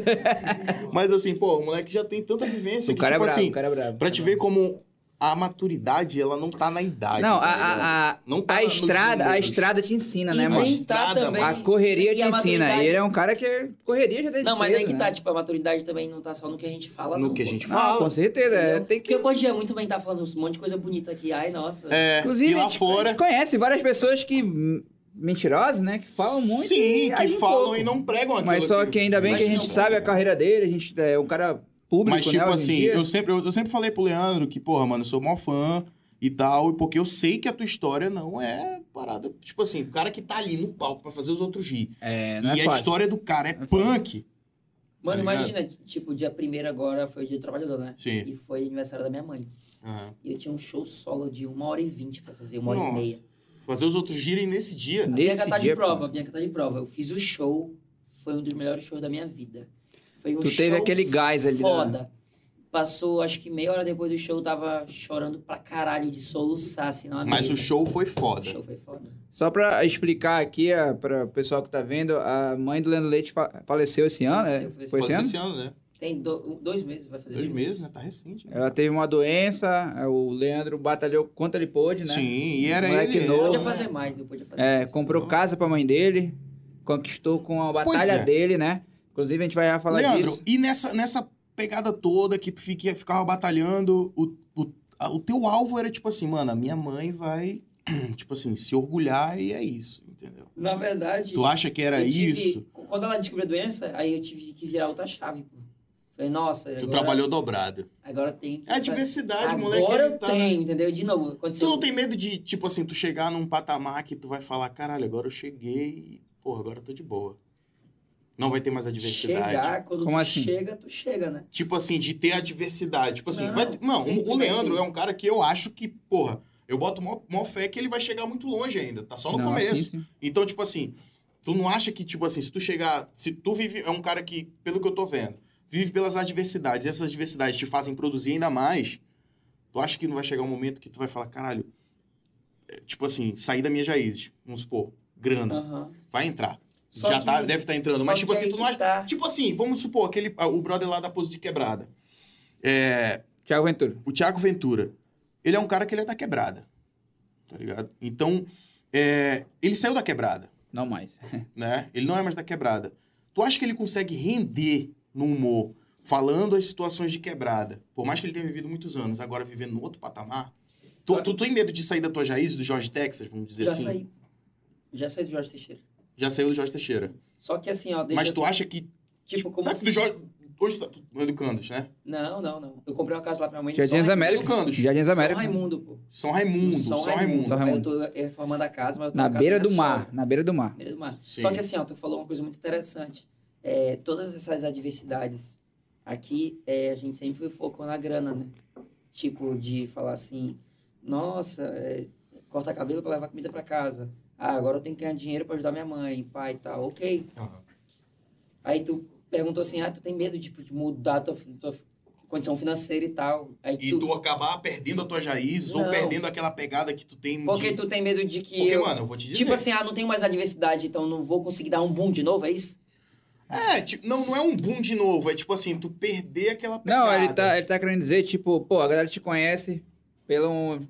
mas assim, pô, o moleque já tem tanta vivência o que, cara tipo é bravo, assim... o cara é bravo. Pra te ver como a maturidade, ela não tá na idade. Não, a, tá ligado? a, a, Não tá a nos estrada, a números. estrada te ensina, e né, mano? nem tá Estrada, também... A correria e te a ensina. maturidade- E ele é um cara que correria já desde Não, mas cedo, aí que né? tá, tipo, a maturidade também não tá só no que a gente fala, No não, que a pô. gente Não, fala. com certeza. é, Entendeu? Tem que... Porque eu podia muito bem estar falando um monte de coisa bonita aqui. Ai, nossa. É, Inclusive, e a lá gente- fora... a gente conhece várias pessoas que... hum, Mentirosas, né? Que falam muito e Sim, que agem falam pouco. e não pregam aquilo. Mas tipo, só que ainda bem que a Mas gente não- sabe a carreira dele, a gente é um cara público, Mas, tipo né, hoje em assim, dia. eu sempre, eu, eu sempre falei pro Leandro que, porra, mano, eu sou mó fã e tal, e porque eu sei que a tua história não é parada. Tipo assim, o cara que tá ali no palco pra fazer os outros rir. É, não é e a fácil. história do cara é Não é punk. Mano, Tá ligado? imagina, tipo, dia primeiro agora foi o dia do trabalhador, né? Sim. E foi aniversário da minha mãe. Aham. E eu tinha um show solo de uma hora e vinte pra fazer, uma hora Nossa. e meia. Fazer os outros girem nesse dia. A Nesse Bianca tá dia, de prova, a Bianca tá de prova. Eu fiz o show, foi um dos melhores shows da minha vida. Foi um Tu teve show aquele gás ali, né? Foda. Passou, acho que meia hora depois do show, eu tava chorando pra caralho de soluçar, assim, na Mas mesa. o show foi O foda. show foi foda. Só pra explicar aqui a, pra o pessoal que tá vendo, a mãe do Leandro Leite fa- faleceu esse ano, né? Faleceu, foi esse Foi esse Pode ano? ser esse ano, né? Tem do- um, dois meses, vai fazer. Dois meses, né? Tá recente, né? Ela teve uma doença, o Leandro batalhou quanto ele pôde, né? Sim, e era Moleque ele. Eu novo. podia era- fazer mais, eu podia fazer É, mais. comprou casa pra mãe dele, conquistou com a Pois batalha é. dele, né? Inclusive a gente vai já falar Leandro, disso. e nessa, nessa pegada toda que tu fique- ficava batalhando, o, o, a- o teu alvo era tipo assim, mano, a minha mãe vai, tipo assim, se orgulhar e é isso, entendeu? Na verdade... Tu acha que era eu tive- isso? Quando ela descobriu a doença, aí eu tive que virar outra chave, pô. Falei, nossa, Tu agora, trabalhou dobrado. agora tem que... É a diversidade, agora moleque. ele eu tá- tenho, entendeu? De novo, Tu aconteceu... não tem medo de, tipo assim, tu chegar num patamar que tu vai falar, caralho, agora eu cheguei, porra, agora eu tô de boa. Não vai ter mais a diversidade. Chegar, quando Como tu assim? chega, tu chega, né? tipo assim, de ter a diversidade. Tipo assim, Não, vai ter- não, sempre o vai Leandro ter. é um cara que eu acho que, porra, eu boto mó, mó fé que ele vai chegar muito longe ainda, tá só no Não, começo. assim, sim. Então, tipo assim, tu não acha que, tipo assim, se tu chegar, se tu vive, é um cara que, pelo que eu tô vendo, vive pelas adversidades, e essas adversidades te fazem produzir ainda mais, tu acha que não vai chegar um momento que tu vai falar, caralho, é, tipo assim, sair da minha Jaízes, vamos supor, grana, Aham. vai entrar. Só Uhum. Já que- tá, deve estar entrando, Só mas tipo que assim, aí tu que não acha, Tá... Tipo assim, vamos supor, aquele, ah, o brother lá da pose de quebrada. É, Tiago Ventura. o Thiago Ventura. Ele é um cara que ele é da quebrada. Tá ligado? Então, é, ele saiu da quebrada, Não mais. né? Ele não é mais da quebrada. Tu acha que ele consegue render no humor, falando as situações de quebrada? Por mais que ele tenha vivido muitos anos, agora vivendo no outro patamar. Tu, tu tem medo de sair da tua Jaíz, do Jorge Texas, vamos dizer Já assim? saí. Já saí do Jorge Teixeira. Já saiu do Jorge Teixeira. Só que assim, ó, deixa Mas tu acha que tipo como Tá, tu- do Jorge, Hoje tá tu- Educandos, né? Não, não, não. Eu comprei uma casa lá pra minha mãe. Jardins um São América. Educandos. Jardins América. São Raimundo, pô. São Raimundo. São, Raimundo. São Aí Eu Raimundo. tô reformando a casa, mas eu tô Na com a beira casa do mar. Na beira do mar. Na beira do mar. Sim. Só que assim, ó, tu falou uma coisa muito interessante. É, todas essas adversidades aqui, é, a gente sempre focou na grana, né? Tipo, de falar assim, nossa, é, corta cabelo pra levar comida pra casa. Ah, agora eu tenho que ganhar dinheiro pra ajudar minha mãe, pai e tal. Ok. Aham. Aí tu perguntou assim, ah, tu tem medo tipo, de mudar tua, tua condição financeira e tal. Aí E tu acabar perdendo a tua raiz ou Não. perdendo aquela pegada que tu tem. Porque de... tu tem medo de que Porque, eu... mano, eu vou te dizer. Tipo assim, ah, não tem mais adversidade, então não vou conseguir dar um boom de novo, é isso? É, tipo, não, não é um boom de novo. É tipo assim, tu perder aquela pegada. Não, ele tá, ele tá querendo dizer, tipo, pô, a galera te conhece pelo, um,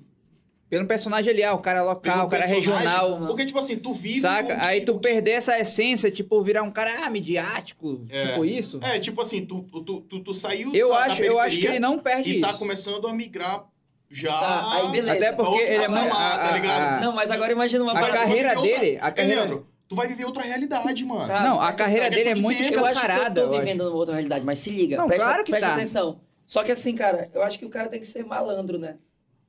pelo personagem ali, ah, o cara local, Pelo o cara personagem, regional, Porque, tipo assim, tu vive. o saca? que- Aí tu perder essa essência, tipo, virar um cara, ah, midiático, É. tipo isso. É, tipo assim, tu, tu, tu, tu saiu eu da, da acho, eu acho que periferia é ele não perde e tá isso. começando a migrar já. Tá, aí beleza. Até porque Outra ele é camada, mais... a- tá ligado? a- a- Não, mas agora imagina uma A parada- carreira Porque eu- dele, a Ei, carreira, É, Leandro, tu vai viver outra realidade, mano. Tá, não, a presta carreira atenção, dele é questão de muito tempo. Eu acho que escamparada. eu tô eu acho. vivendo numa outra realidade, mas se liga, Não, presta, claro que presta tá. atenção. Só que assim, cara, eu acho que o cara tem que ser malandro, né?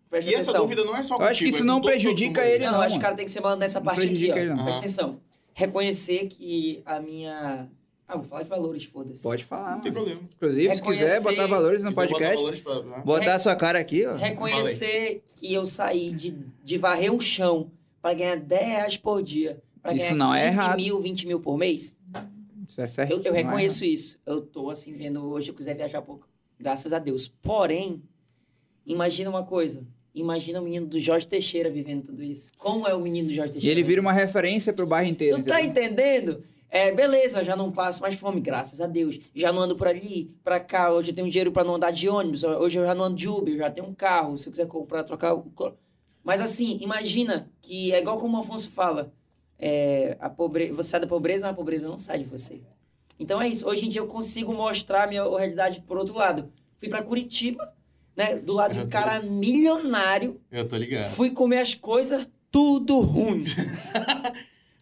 E Presta essa atenção. dúvida não é só Eu acho que contigo, isso é com não todos os prejudica humanos. ele, Não, não, eu acho que mano. o cara tem que ser malandro nessa Não parte aqui, prejudica ó. ele, não. Presta Aham. atenção. Reconhecer que a minha... Ah, vou falar de valores, foda-se. Pode falar. Não tem mano. problema. Inclusive, se Reconhecer- quiser botar valores no Quiser botar é um podcast, valores pra- né? botar a sua cara aqui, ó. Reconhecer que eu saí de, de varrer um chão pra ganhar 10 reais por dia, pra Isso ganhar não é errado. mil, 20 mil por mês, Isso é certo, eu, eu não é? reconheço isso. Eu tô assim vendo hoje, eu quiser viajar um pouco, graças a Deus. Porém, imagina uma coisa. Imagina o menino do Jorge Teixeira vivendo tudo isso. Como é o menino do Jorge E Teixeira? ele vira uma referência pro bairro inteiro. Tu tá entendeu? entendendo? É, beleza, já não passo mais fome, graças a Deus. Já não ando por ali, pra cá. Hoje eu tenho dinheiro pra não andar de ônibus. Hoje eu já não ando de Uber, eu já tenho um carro. Se eu quiser comprar, trocar. eu co- Mas assim, imagina que é igual como o Afonso fala: é, a pobre... você sai da pobreza, mas a pobreza não sai de você. Então é isso. Hoje em dia eu consigo mostrar a minha realidade por outro lado. Fui pra Curitiba, né? Do lado de um cara milionário. Eu tô ligado. Fui comer as coisas, tudo ruim.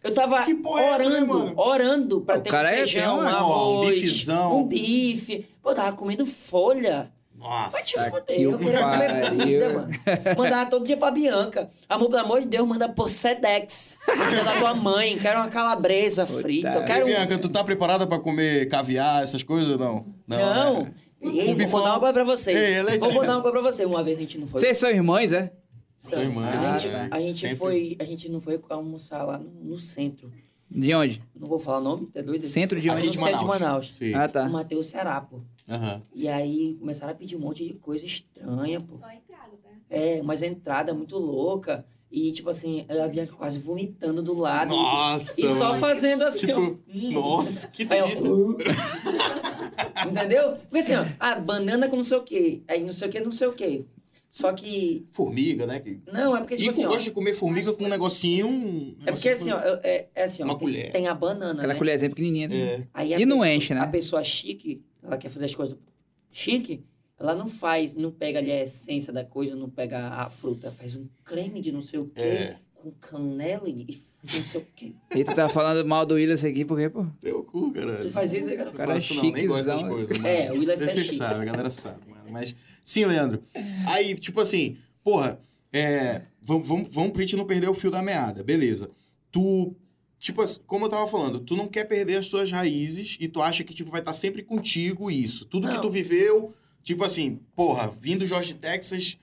Eu tava Que porra é essa, orando, né, mano? orando pra O ter cara um é- feijão, Ó, um tem um- arroz, bifezão. um bife. Pô, eu tava comendo folha. Nossa. Vai te Tá foder, que eu queria comer pariu. comida, mano. Mandava todo dia pra Bianca. Amor, pelo amor de Deus, manda por Sedex. Manda da tua mãe, quero uma calabresa frita, eu Puta quero um... Bianca, tu tá preparada pra comer caviar, essas coisas ou não? um- Não, né? Ei, vou bifão. mandar uma coisa pra vocês. Ei, ela é vou tia. mandar uma coisa pra vocês. Uma vez a gente não foi Vocês são irmãs, é? Sabe? Foi, mano. A gente, Ah, a gente sempre. foi, a gente não foi almoçar lá no, no centro. De onde? Não vou falar o nome, tá doido? Centro de é Aqui onde? de Manaus. Manaus. Sim. Ah, tá. O Matheus Ceará, pô. Aham. E aí começaram a pedir um monte de coisa estranha, pô. Só a entrada, tá? É, mas a entrada muito louca. E, tipo assim, a Bianca quase vomitando do lado. Uhum. Nossa. e só mano. fazendo assim, Tipo, ó. Hum. Nossa, que Aí, ó. delícia. Entendeu? Porque assim, ó, ah, banana com não sei o quê. Aí não sei o quê, não sei o quê. Só que. Formiga, né? Que... Não, é porque, E tipo assim, eu ó. gosto de comer formiga com um negocinho. um É porque negocinho assim, ó, eu- é, é assim, ó. Uma tem- colher. Tem a banana. Aquela né? colherzinha pequenininha. né? É. Aí a E não pessoa- enche, né? A pessoa chique, ela quer fazer as coisas chique, ela não faz, não pega ali a essência da coisa, não pega a fruta, faz um creme de não sei o quê, É. com canela e f- não sei o quê. É. E tu tá falando mal do Willis aqui, porque, pô. Teu cu, cara. Tu faz isso, cara? Não Cara, é faço, não. Nem gosto dessas chiquezão, coisas. mano. É, o Willis é Vocês chique. sabem, a galera sabe, mano. Mas, sim, Leandro. Aí, tipo assim, porra, é, vamos, vamos, vamos pra gente não perder o fio da meada, beleza. Tu, tipo assim, como eu tava falando, tu não quer perder as tuas raízes e tu acha que, tipo, vai estar sempre contigo isso. Tudo que Não. tu viveu, tipo assim, porra, vindo Jorge Texas,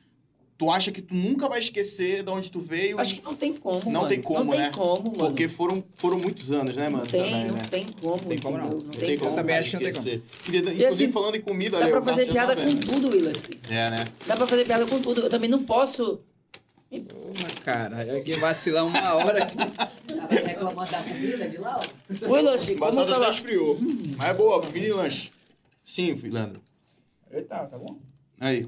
tu acha que tu nunca vai esquecer de onde tu veio. Acho que não tem como, Não mano. tem como, Não tem né? como, mano. Porque foram, foram muitos anos, né, mano? não tem, também, não né? tem como, Tem como não. entendeu? Não tem como Também cara, acho que não tem esquecer. E, Inclusive, assim, falando em comida, Dá olha, pra o fazer Cássio já tá piada com vendo. tudo, Willis. É, né? Dá pra fazer piada com tudo. Eu também não posso. Uma caralho, aqui vacilar uma hora aqui. Tava reclamando da comida de Tá. lá, ó. Willis, como tá eu Batata até tava. esfriou. Hum. Mas é boa, mini lanche. Sim, fi- Leandro. Eita, tá bom? Aí.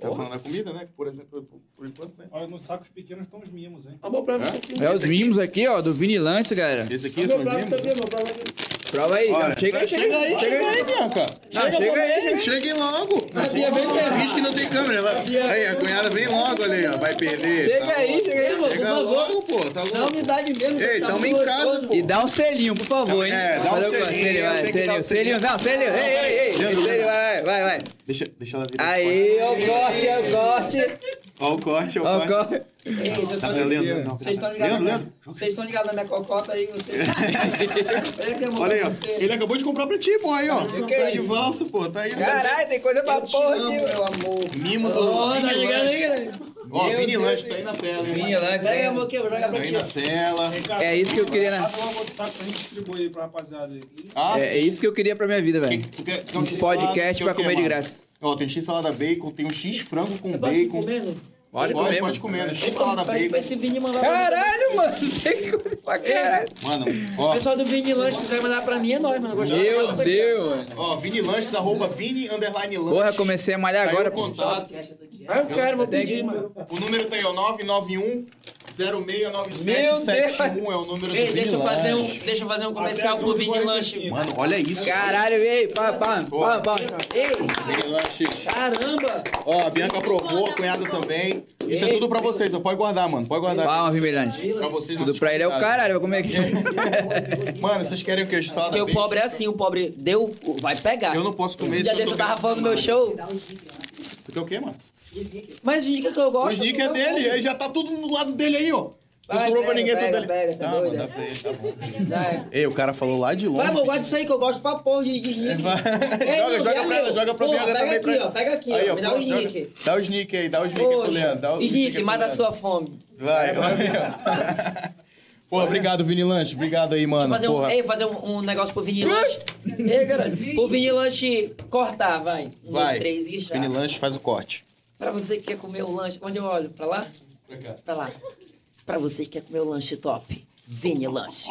Tá falando da comida, né? Por exemplo, por, por enquanto, né? Olha, nos sacos pequenos estão os mimos, hein? Ó, meu prato É? aqui. É os mimos aqui, ó, do Vini Lance, galera. Esse aqui Ó, são Meu os prato mesmos. aqui, meu prato aqui. Prova aí, Olha, cara. Chega aí, chega aí, chega aí, Bianca. Não, Chega, chega logo aí, aí, chega aí. gente. Cheguem logo. Bia, vem cá. Finge que não tem câmera. Ela... Aí, a cunhada vem logo ali, ó. Vai perder. Chega Tá aí, louco. chega aí. Ei, mano. Chega Por favor. logo, pô. Tá Dá louco. umidade mesmo. Ei, tá tamo muito em casa, gostoso. pô. E dá um selinho, por favor, hein? É, dá um Valeu, selinho, Conselho, vai, tem que dar selinho, selinho, um selinho. não, selinho, ei, ei, ei, Leandro, selinho, Leandro. vai, vai, vai. Deixa, deixa ela ver. Aí, ó o corte, ó o corte, Ó o corte, ó ó o o corte. corte. Ei, vocês Tá tão- pra Leandro, não. Vocês estão ligados? Leandro, na- Leandro. Vocês estão ligados na minha cocota aí, vocês. Olha que eu vou Olha aí, pra ó. você. Ele acabou de comprar pra ti, pô. Aí, ó. Sai de valsa, pô. Tá aí. ó. é Caralho, tem coisa pra Eu te porra amo, aqui, meu mano. amor. Mimo do. Ô, tá Vini ligado aí, Lanche. galera? Ó, Meu Vini Deus, Lanche Deus. tá aí na tela, hein? Vinha lá, Pega a vem. boquinha, joga Tá pra aí ti. na tela. É isso que eu queria, né? Passa uma outra saco pra gente distribuir pra rapaziada aí. Ah, É, é isso que eu queria pra minha vida, Que- velho. tu quer- tu quer Um X salada? podcast Quer o pra quê, comer de mano? graça. Ó, tem X salada bacon, tem um X frango com Eu posso ir bacon. comendo? Pode comer, Pode mano. comer, né? X salada Pra pra bacon. esse é um Vini mandar pra mim. Caralho, mano, tem coisa pra caralho. Mano, O ó, pessoal do Vini Lanche quiser mandar pra mim, é nóis, mano. Gostei dessa Meu pergunta aqui, Deus, mano. ó, Vini Lanches, arroba Vini, underline lanches. Porra, comecei a malhar Tá aí agora, o pô. contato. Podcast, eu tô de ó. Ah, Eu quero, vou pedir, mano. O número tá aí, ó, 991 Meu 069771 é o número do Ei, Vini deixa eu fazer um, Lanches. deixa eu fazer um comercial pro Vini assim. Lanche. Mano, olha isso. Caralho, ei, pá, pá, pá, pá. Ei, Vini Lanches. caramba! Ó, a Bianca aprovou, a cunhada também. Isso é tudo pra vocês, ó. Pode guardar, mano. Pode guardar. Palma, Vimelhante. Pra vocês. Tudo pra ele é o caralho, vai comer aqui. Mano, vocês querem o quê? X salada Porque o bacon? pobre é assim, o pobre deu, vai pegar. Eu não posso comer isso. Já que eu desse eu tô tava vendo. falando do meu show, Dá um dica, né? Tu quer o quê, mano? Que dica. mas dica que eu O gosto. sneak é dele, aí já tá tudo no lado dele aí, ó. Não Vai, sobrou pega, pra ninguém, pega, tudo dele. pega, tá Ah, doido, manda é? pra ele, tá bom. Vai, Ei, o cara falou lá de longe. Vai, mano, gosta disso aí que eu gosto pra porra de, de É, sneak. vai. Ei, não, joga, joga pega pra ela, aí, joga pra porra, Bianca pega também. aqui, pra ele. ó, pega aqui, Aí, ó, me dá o pronto, joga. sneak. Dá o sneak aí, dá o sneak aí pro Leandro. Dá Poxa, o sneak, aí pro mata a Leandro. sua fome. Vai, vai, Bianca. Pô, obrigado, Vini Lanche. Obrigado aí, mano. Fazer um, porra. ei, fazer um, um negócio pro Vini Lanche. Ei, garoto, pro Vini Lanche cortar, vai. Um, dois, Vai. três e já. Vini Lanche faz o corte. Pra você que quer comer o lanche, onde eu olho? Pra lá? Pra lá. Pra você que quer comer o lanche top, Vini Lanche.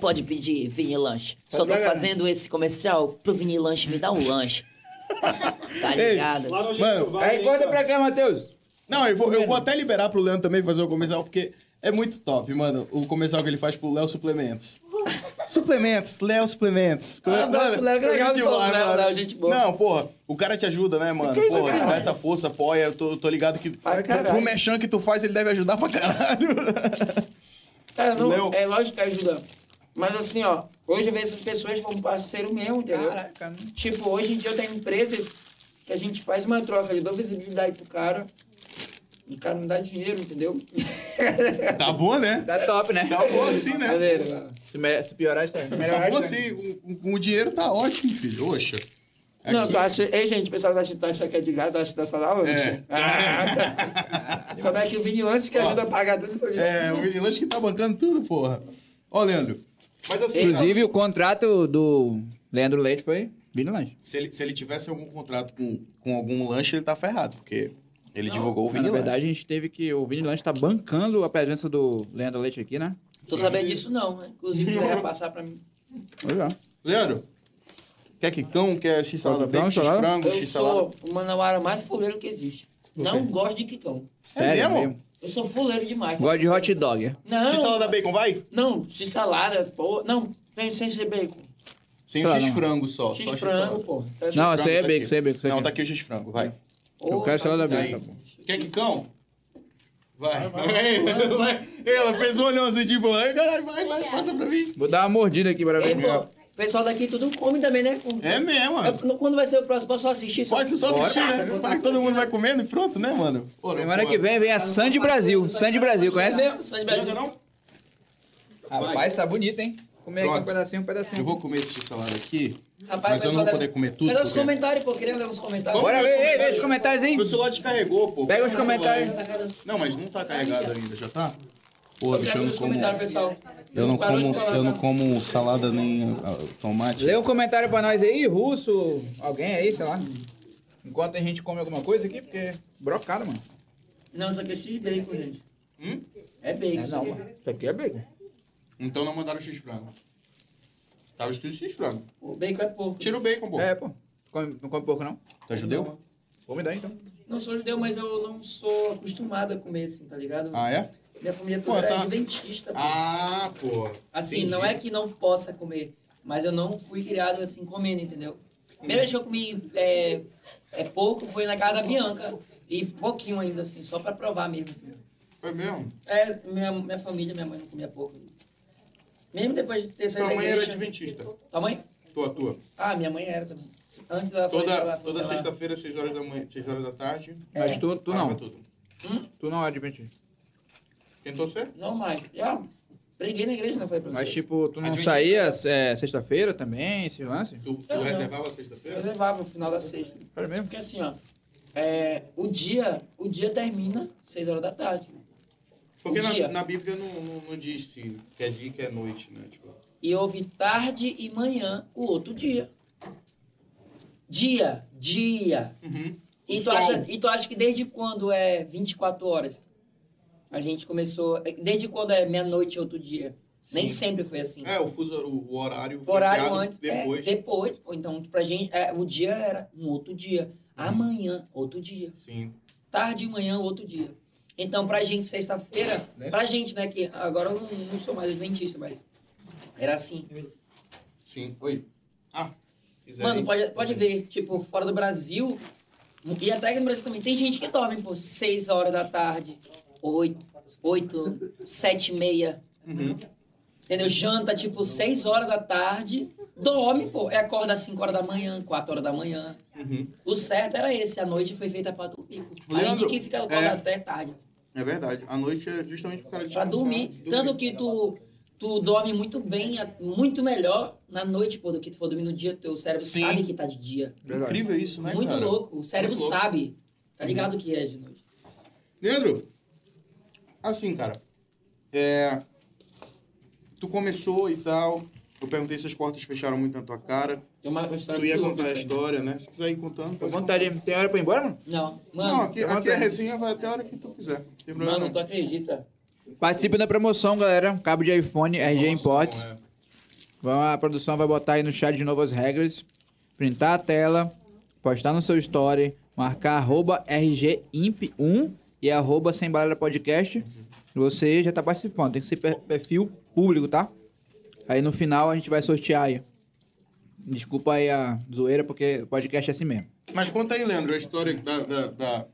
Pode pedir Vini Lanche. Só tô fazendo esse comercial pro Vini Lanche me dar um lanche. Tá ligado? Lá no Mano, Lito Vale. Aí conta pra cá, Matheus. Não, eu vou, eu vou até liberar pro Leandro também fazer o comercial, porque é muito top, mano. O comercial que ele faz pro Léo Suplementos. suplementos, Léo Suplementos. Ah, abraço pro Léo, que é legal gente que falou, boa, Léo, mano. Léo, gente boa. Não, porra, o cara te ajuda, né, mano? Porra, te dá essa força, apoia. Eu tô, tô ligado que Ah, pro, caralho. pro mechan que tu faz, ele deve ajudar pra caralho. Cara, não, Léo. é lógico que ajuda. Mas assim, ó, hoje eu vejo essas pessoas como parceiro meu, entendeu? Caraca, Tipo, hoje em dia eu tenho empresas que a gente faz uma troca, eu dou visibilidade pro cara, e o cara não dá dinheiro, entendeu? tá bom, né? tá top, né? Tá bom assim, né? Maneiro, mano. Se, me- se piorar, está melhor. Tá bom né? assim, com, com o dinheiro tá ótimo, filho. Oxa. Não, Aqui. tu acha. Ei, gente, o pessoal tá achando, tu acha que é de graça, tu acha que tá só da onde? É. Ah, Souber que o Vini antes que ajuda a pagar tudo isso aí. É, o Vini Lanche que tá bancando tudo, porra. Ó, Leandro. Mas assim, Inclusive, o contrato do Leandro Leite foi Vini Lange. Se ele, se ele tivesse algum contrato com, com algum lanche, ele tá ferrado, porque ele divulgou o Mas, Vini na Lanche. verdade, a gente teve que. O Vini Lange tá bancando a presença do Leandro Leite aqui, né? Tô sabendo disso não, né? Inclusive, ele vai passar pra mim. Olha lá. Leandro, quer quicão, quer x-salada Quer quicão, bacon, salada? x-frango, Eu x-salada? sou o manauara mais fuleiro que existe. Não gosto de quicão. É Sério mesmo? Eu sou fuleiro demais. Gosto de hot dog. Não, X-salada bacon, vai? não, de salada, pô. Não, sem, sem ser bacon. Sem Sei lá, o x-frango um só, só X frango, x-frango. pô. Não, Frango você é tá bacon, aqui. você é bacon. você é Não, bacon. tá aqui o x-frango, vai. Eu quero salada tá aí. bacon. tá bom. Quer quicão? Vai, vai, vai. Ela fez um olhão assim, tipo, ai, caralho, vai, vai, passa pra mim. Vou dar uma mordida aqui pra Ei, ver. pô, o pessoal daqui tudo come também, né? Com- É mesmo, Eu- mano. Quando vai ser o próximo? Posso só assistir? Pode só assistir, né? Vai que todo mundo vai comendo e pronto, né, mano? Pô, Semana pô, que vem vem a Sandy Brasil. Sandy Brasil, conhece? É Mesmo, Sandy Brasil. Leandro, não? Rapaz, tá bonito, hein? Comer aqui um Pronto. pedacinho, um Eu pedacinho. vou comer esse x-salada aqui. Rapaz, Mas eu não pessoal vou da- poder comer tudo, Cadê os porque- comentários, pô? Queria ler os comentários. Bora ver, ei, vê os comentários, hein? Meu celular descarregou, pô. Pega Pega os o comentários. celular aí. Não, mas não tá carregado ainda, já tá? Porra, Eu bicho, quero ler eu não os como. comentários, pessoal. Eu não Parou de como, falar, eu não tá? como salada nem ah, tomate. Lê um comentário pra nós aí, russo, alguém aí, sei lá. Enquanto a gente come alguma coisa aqui, porque brocado, mano. Não, isso aqui é X-Bacon, gente. Hum? É bacon. É, não, isso aqui. mano. Isso aqui é bacon. Então não mandaram x-frango. Tava escrito x-frango. O bacon é pouco. Tira o bacon, pô. É, pô. Tu come- não come pouco, não? Tá judeu? Vou me dar, então. Não sou judeu, mas eu não sou acostumado a comer assim, tá ligado? Ah, é? Minha família Pô, toda é tá. adventista, pô. Ah, pô. assim, entendi. não é que não possa comer. Mas eu não fui criado assim comendo, entendeu? Primeira vez que eu comi é, é pouco foi na casa da Bianca. E pouquinho ainda, assim, só pra provar mesmo. assim. Foi mesmo? É, minha, minha família, minha mãe não comia pouco. Mesmo depois de ter saído da Tua mãe era igreja... adventista. Tua mãe? Tua, tua. Ah, minha mãe era também. Antes dela falecer, ela Toda, foi toda pra lá. sexta-feira, 6 horas da manhã, 6 horas da tarde. É. Mas tu, tu parava não. Tudo. Tu não é adventista. Tentou ser? Não mais. Já preguei na igreja, não foi pra vocês? Mas tipo, tu não Adventista. saía é, sexta-feira também, esse lance? Tu, tu Não, não. reservava Eu sexta-feira? levava o final da sexta. Era mesmo? Porque assim, ó. é, o dia, o dia termina 6 horas da tarde. Porque Um Dia. na, na Bíblia não, não, não diz se que é dia e que é noite, né? Tipo, E houve tarde e manhã o outro dia. Dia, dia. Uhum. E, O tu sol. acha, e tu acha que desde quando é 24 horas? A gente começou. Desde quando é meia-noite outro dia? Nem Sim. sempre foi assim. É, o fuso o horário O foi horário criado antes. depois. Depois. É, depois. pô. Então, pra gente, é, o dia era um outro dia. Amanhã, outro dia. Sim. Tarde e manhã, outro dia. Então, pra gente, sexta-feira, pra gente, né, que agora eu não, não sou mais adventista, mas era assim. Sim. Oi. Ah, fizeram. Mano, pode, pode ver, tipo, fora do Brasil, e até aqui no Brasil também, tem gente que dorme, pô, 6 horas da tarde, 8, 8 7 e meia. Uhum. Entendeu? Janta, tipo, 6 horas da tarde, dorme, pô, e acorda às 5 horas da manhã, 4 horas da manhã. Uhum. O certo era esse, a noite foi feita pra dormir, pô. A gente Leandro, que fica acordado é. até tarde, É verdade. A noite é justamente pro cara pra descansar. dormir. Tanto que tu, tu dorme muito bem, a- muito melhor na noite, pô, do que tu for dormir no dia, teu cérebro Sim. sabe que tá de dia. Incrível isso, né, Muito cara? louco. O cérebro Muito louco. sabe. Tá ligado o que é de noite. Leandro, assim, cara, é, tu começou e tal, eu perguntei se as portas fecharam muito na tua cara, Tem uma uma história tu ia muito louca, contar a assim. história, né? Se quiser ir contando, Eu pode contar. contaria. Tem hora pra ir embora, mano? Não, Não, mano. aqui, Mano, aqui a conta. resenha vai até a hora que tu quiser, não tem problema mano, tá tu não. acredita? Participe da promoção, galera. Cabo de iPhone, RG Nossa, Imports. é. Vamos, A produção vai botar aí no chat de novo as regras. Printar a tela, postar no seu story, marcar arroba RGIMP1 e arroba sem balada podcast. Você já tá participando, tem que ser per- perfil público, tá? Aí no final a gente vai sortear aí. Desculpa aí a zoeira, porque o podcast é assim mesmo. Mas conta aí, Leandro, a história da- da- da-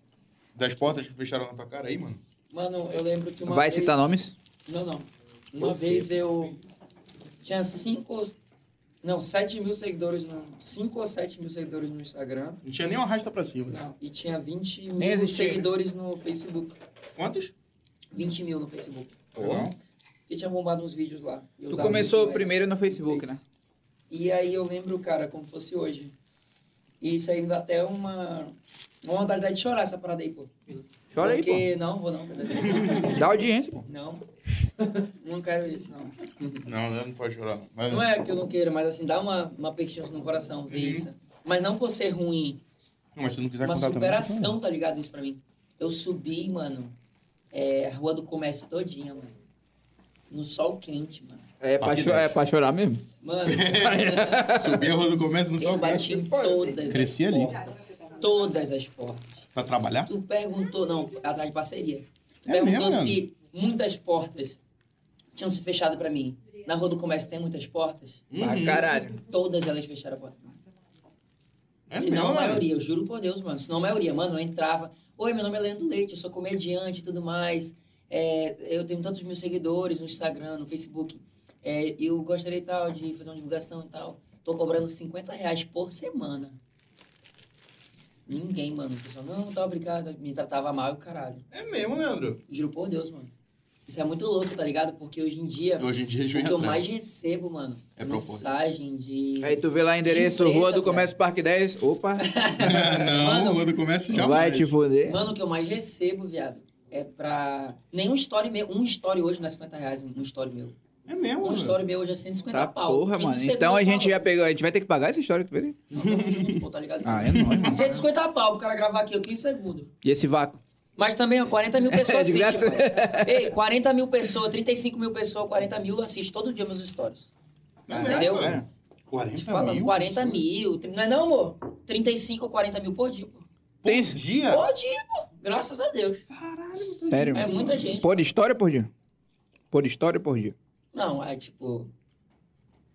das portas que fecharam na tua cara aí, mano. Mano, eu lembro que uma Vai vez... citar nomes? Não, não. Uma vez eu tinha cinco... Não, sete mil seguidores no... Cinco ou sete mil seguidores no Instagram. Não tinha nem uma rasta pra cima. né? Não, e tinha 20 Nem mil existia. seguidores no Facebook. Quantos? 20 mil no Facebook. Legal. Porque tinha bombado uns vídeos lá. E eu Tu usava começou muito mais. primeiro no Facebook, né? E aí eu lembro, cara, como fosse hoje. E isso aí me dá até uma, uma vontade de chorar essa parada aí, pô. Chora aí, Porque... pô. Não, vou não. cadê? Dá audiência, pô. Não. Não quero isso, não. Não, Leandro não pode chorar, não. Vai, Não Leandro. é que eu não queira, mas assim, dá uma, uma pertinência no coração ver Uhum. isso. Mas não por ser ruim. Não, mas se não quiser uma contar também. superação, tá ligado? Isso pra mim. Eu subi, mano, é, a rua do comércio todinha, mano. No sol quente, mano. É pra cho- é pra chorar mesmo? Mano, Subir a rua do começo no eu sol bati em todas Cresci as ali. portas. Todas as portas. pra trabalhar. Tu perguntou, não, atrás de parceria. Tu É perguntou mesmo, se muitas portas tinham se fechado pra mim. Na Rua do Comércio tem muitas portas? Ah, caralho. Todas elas fecharam a porta. É se mesmo, não a mano? maioria, eu juro por Deus, mano. Se não a maioria, mano, eu entrava. Oi, meu nome é Leandro Leite, eu sou comediante e tudo mais. É, eu tenho tantos mil seguidores no Instagram, no Facebook. É, eu gostaria e tal de fazer uma divulgação e tal. Tô cobrando 50 reais por semana. Ninguém, mano. O pessoal, não, tá obrigado. Me tratava mal e o caralho. É mesmo, Leandro. Juro por Deus, mano. Isso é muito louco, tá ligado? Porque hoje em dia, Hoje em dia a o gente que eu vai mais recebo, mano, É proposta. mensagem de. Aí tu vê lá endereço, Que Rua empresa, do Comércio Parque 10. Opa, entrar. Não, É. Mano, quando começa já vai te fuder. Mano, o que eu mais recebo, viado, é pra. Nenhum story meu. Um story hoje não é 50 reais, um story meu. É mesmo, Um mano. story meu hoje é 150 Tá pau. é porra, 15 mano. segundos Então a eu gente já falo. pegou. A gente vai ter que pagar esse histórico, tu vê? ali? Não, tamo junto, pô, tá ligado? Ah, é nóis, mano. 150 pau pro cara gravar aqui, ó, 15 segundos. E esse vácuo? Mas também, ó, 40 mil É, pessoas de graça. assistem. mano. Ei, 40 mil pessoas, 35 mil pessoas, 40 mil assistem todo dia meus stories. É Entendeu? mesmo, cara. Te 40 É, falando, mil? 40 mil. tri- Não é não, amor? 35 ou 40 mil por dia, pô. Tem Por dia? Por dia, pô. Graças a Deus. Sério, É mano. muita gente. Por história por dia? Por história por dia. Não, é tipo.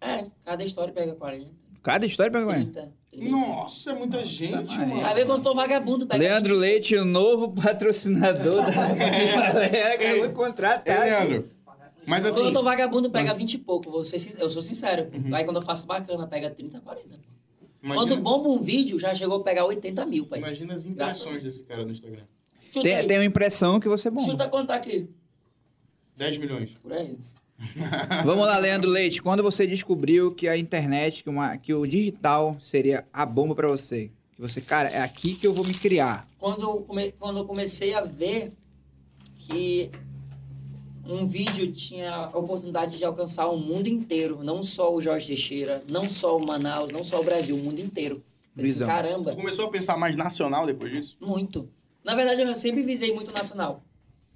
É, vai. Cada história pega 40, Cada história pega quanto? 30, 35. Nossa, é muita gente, Maria. mano. Aí vê quando tô vagabundo, pega Leandro Leite, o novo patrocinador da Valéria. Vou É, contratar. Leandro. Mas Quando eu assim, tô vagabundo, Uhum. pega 20 e pouco. Vou ser sin- eu sou sincero. Aí quando eu faço bacana, pega 30, 40. Quando imagina, bomba um vídeo, já chegou a pegar 80 mil, pai. imagina as impressões desse cara no Instagram. Chuta Tem, aí. tem uma impressão que você é bom. Chuta quanto tá aqui. 10 milhões. Por aí. Vamos lá, Leandro Leite. Quando você descobriu que a internet, que, uma- que o digital seria a bomba pra você? Que você, cara, é aqui que eu vou me criar. Quando eu, come- quando eu comecei a ver que um vídeo tinha a oportunidade de alcançar o mundo inteiro, não só o Jorge Teixeira, não só o Manaus, não só o Brasil, o mundo inteiro. Eu disse, Visão. Caramba, Tu começou a pensar mais nacional depois disso? muito. Na verdade, eu sempre visei muito nacional.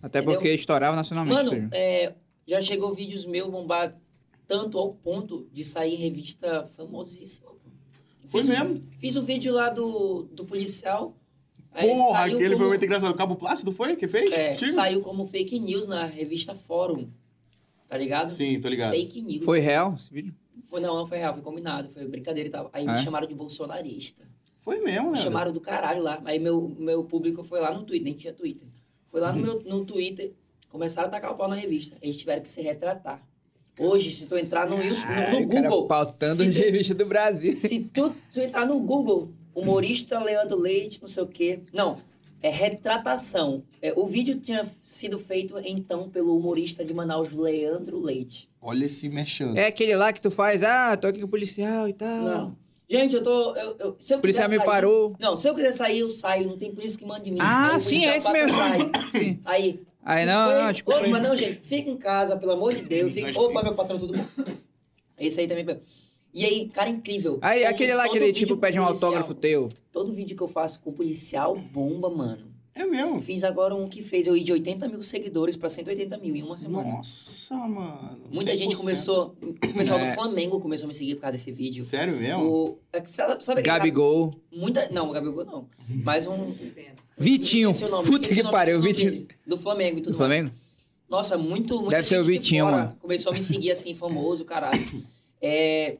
Até Entendeu? porque estourava nacionalmente. Mano, filho. é, já chegou vídeos meus bombar tanto ao ponto de sair em revista famosíssima. pô. Foi Fiz um- mesmo? Fiz um vídeo lá do, do policial. aí Porra, saiu aquele como, foi muito engraçado. O Cabo Plácido foi que fez? é, Contigo? Saiu como fake news na revista Fórum. Tá ligado? Sim, tô ligado. Fake news. Foi real esse vídeo? Foi- não, não foi real, foi combinado, foi brincadeira e tal. Aí É? me chamaram de bolsonarista. Foi mesmo, Me né? chamaram do caralho lá. Aí meu, meu público foi lá no Twitter, nem tinha Twitter. Foi lá no Uhum. meu no Twitter, começaram a tacar o pau na revista. Eles tiveram que se retratar. Hoje, se tu entrar no, Yu- no, Caralho, no o cara Google. pautando se, de tu, revista do Brasil. se tu, tu entrar no Google, humorista Leandro Leite, não sei o quê. Não, é retratação. É, o vídeo tinha sido feito então pelo humorista de Manaus, Leandro Leite. Olha esse mexendo. É aquele lá que tu faz, ah, tô aqui com o policial e tal. Não. Gente, eu tô. Eu, eu- se eu O policial me quiser sair- parou. Não, se eu quiser sair, eu saio. Não tem polícia que mande em mim. Ah, Aí o sim, é esse policial mesmo. passa atrás. Sim. Aí, Aí não, foi- não, tipo. Ô, mas não, gente, fica em casa, pelo amor de Deus. Fica... Opa, meu patrão, tudo bom? Esse aí também. E aí, cara, incrível. Aí Todo- aquele lá todo que ele vídeo tipo com pede um policial- autógrafo teu. Todo vídeo que eu faço com policial bomba, mano. É mesmo? Eu fiz agora um que fez eu ir de 80 mil seguidores pra 180 mil em uma semana. Nossa, mano. Muita 100%. gente começou. O pessoal É. do Flamengo começou a me seguir por causa desse vídeo. Sério mesmo? O, é que sabe, sabe aquele Gabigol. cara- Muita, não, o Gabigol não. Mas um. Vitinho. esqueci o nome, Puta esqueci que o nome, pariu, esqueci o Vitinho. nome Tá dele, Do Flamengo e tudo Do mais. Flamengo? Nossa, muito, muito. Deve ser o Vitinho, mano. Começou a me seguir assim, famoso, caralho. É,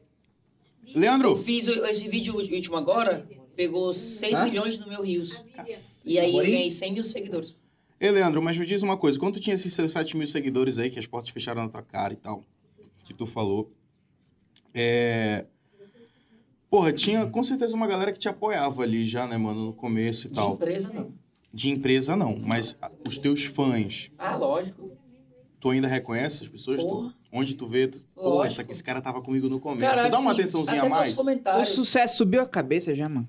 eu Leandro, fiz o- esse vídeo último agora, pegou 6 Hã? milhões no meu Rios. E aí Agora, hein? ganhei 100 mil seguidores. Ei, Leandro, mas me diz uma coisa. Quando tu tinha esses seus 7 mil seguidores aí, que as portas fecharam na tua cara e tal, que tu falou, é... Porra, tinha com certeza uma galera que te apoiava ali já, né, mano, no começo e De tal. empresa, não. De empresa, não. Mas a- os teus fãs, Ah, lógico. tu ainda reconhece as pessoas? Tu- Porra. onde tu vê, tu... Pô, Lógico. essa, esse cara tava comigo no começo. Cara, tu dá uma assim, atençãozinha até a nos mais? O comentários. sucesso subiu a cabeça já, mano.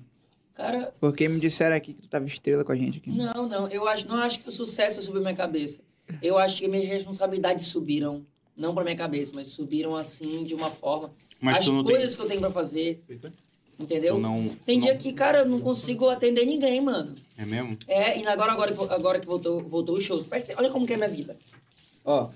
Cara, Porque me disseram aqui que tu tava estrela com a gente aqui. não, não. Eu acho, não acho que o sucesso subiu minha cabeça. Eu acho que minhas responsabilidades subiram. Não pra minha cabeça, mas subiram assim, de uma forma. Mas As tu não coisas que eu tenho pra fazer, tem... entendeu? Tu não... Tem não... dia que, cara, eu não consigo atender ninguém, mano. É mesmo? É, e agora, agora, que- agora que voltou, voltou o show, presta- olha como que é minha vida. Ó,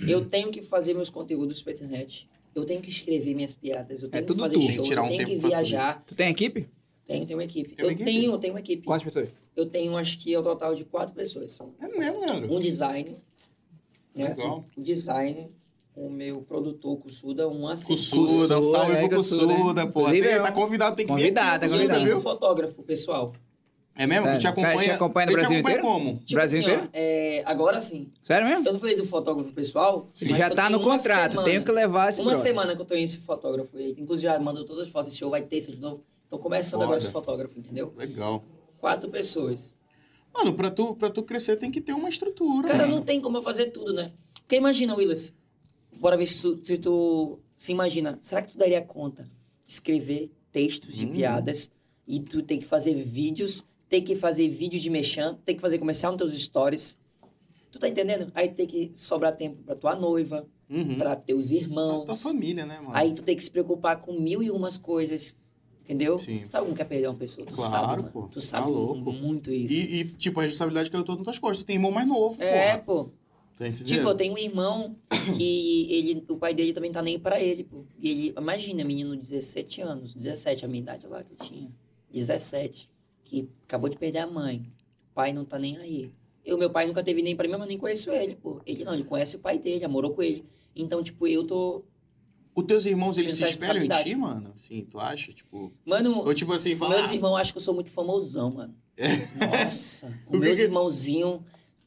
eu tenho que fazer meus conteúdos pra internet, eu tenho que escrever minhas piadas, eu tenho que tudo fazer tu. Tem que shows, É tirar um eu tenho tempo que pra tudo viajar, Tu tem equipe? tenho, tenho uma equipe. Tem uma eu equipe? tenho, tenho uma equipe. Quantas pessoas? Eu tenho, acho que, ao total de quatro pessoas. É mesmo, Leandro. Um designer, né? Legal. O designer, o meu produtor, Cussuda, um assessor. Cussuda, um Cussuda, salve é, pro Cussuda, hein? Cussuda, porra. Inclusive, Tem- é um- tá convidado, tem que vir. Convidado, aqui, tá Cussuda, convidado. Cussuda e um viu? fotógrafo, pessoal. É mesmo? Sério. Tu te Cara, te acompanha. acompanha no Ele Brasil te acompanha inteiro? como? Tipo Brasil assim, ó, inteiro? é, agora sim. Sério mesmo? Eu falei do fotógrafo pessoal. Ele mas já eu tá tenho no uma contrato, semana. tenho que levar esse Uma brother. semana que eu tô em esse fotógrafo. aí. Inclusive, já mandou todas as fotos. Esse show vai ter esse de novo. Tô começando Foda. agora esse fotógrafo, entendeu? Legal. Quatro pessoas. Mano, pra tu, pra tu crescer tem que ter uma estrutura. né? Cara, mano. não tem como eu fazer tudo, né? Porque imagina, Willis. Bora ver se tu, se tu se imagina. Será que tu daria conta de escrever textos de Hum. piadas e tu tem que fazer vídeos, tem que fazer vídeo de mexã, tem que fazer comercial nos teus stories? Tu tá entendendo? Aí tem que sobrar tempo pra tua noiva, Uhum. pra teus Pra irmãos. tua família, né, mano? Aí tu tem que se preocupar com mil e umas coisas. Entendeu? Sim. Sabe como que é perder uma pessoa? Tu Claro, sabe, mano. pô. Tu sabe Tá louco. muito isso. E, e, tipo, a responsabilidade caiu toda nas tuas costas. Tem irmão mais novo, É, porra. pô. Tá entendendo? Tipo, eu tenho um irmão que ele, o pai dele também tá nem pra ele, pô. E ele, imagina, menino de 17 anos, 17, a minha idade lá que eu tinha. 17. Que acabou de perder a mãe. O pai não tá nem aí. Eu, meu pai nunca teve nem pra mim, mas nem conheço ele, pô. Ele não, ele conhece o pai dele, já morou com ele. Então, tipo, eu tô. Os teus irmãos, eles se Senso de espelham em ti, responsabilidade. mano? Sim, tu acha? Tipo. Mano, Ou tipo assim, fala. meus ah, irmãos acham que eu sou muito famosão, mano. É. Nossa, O que os meus que- irmãozinhos.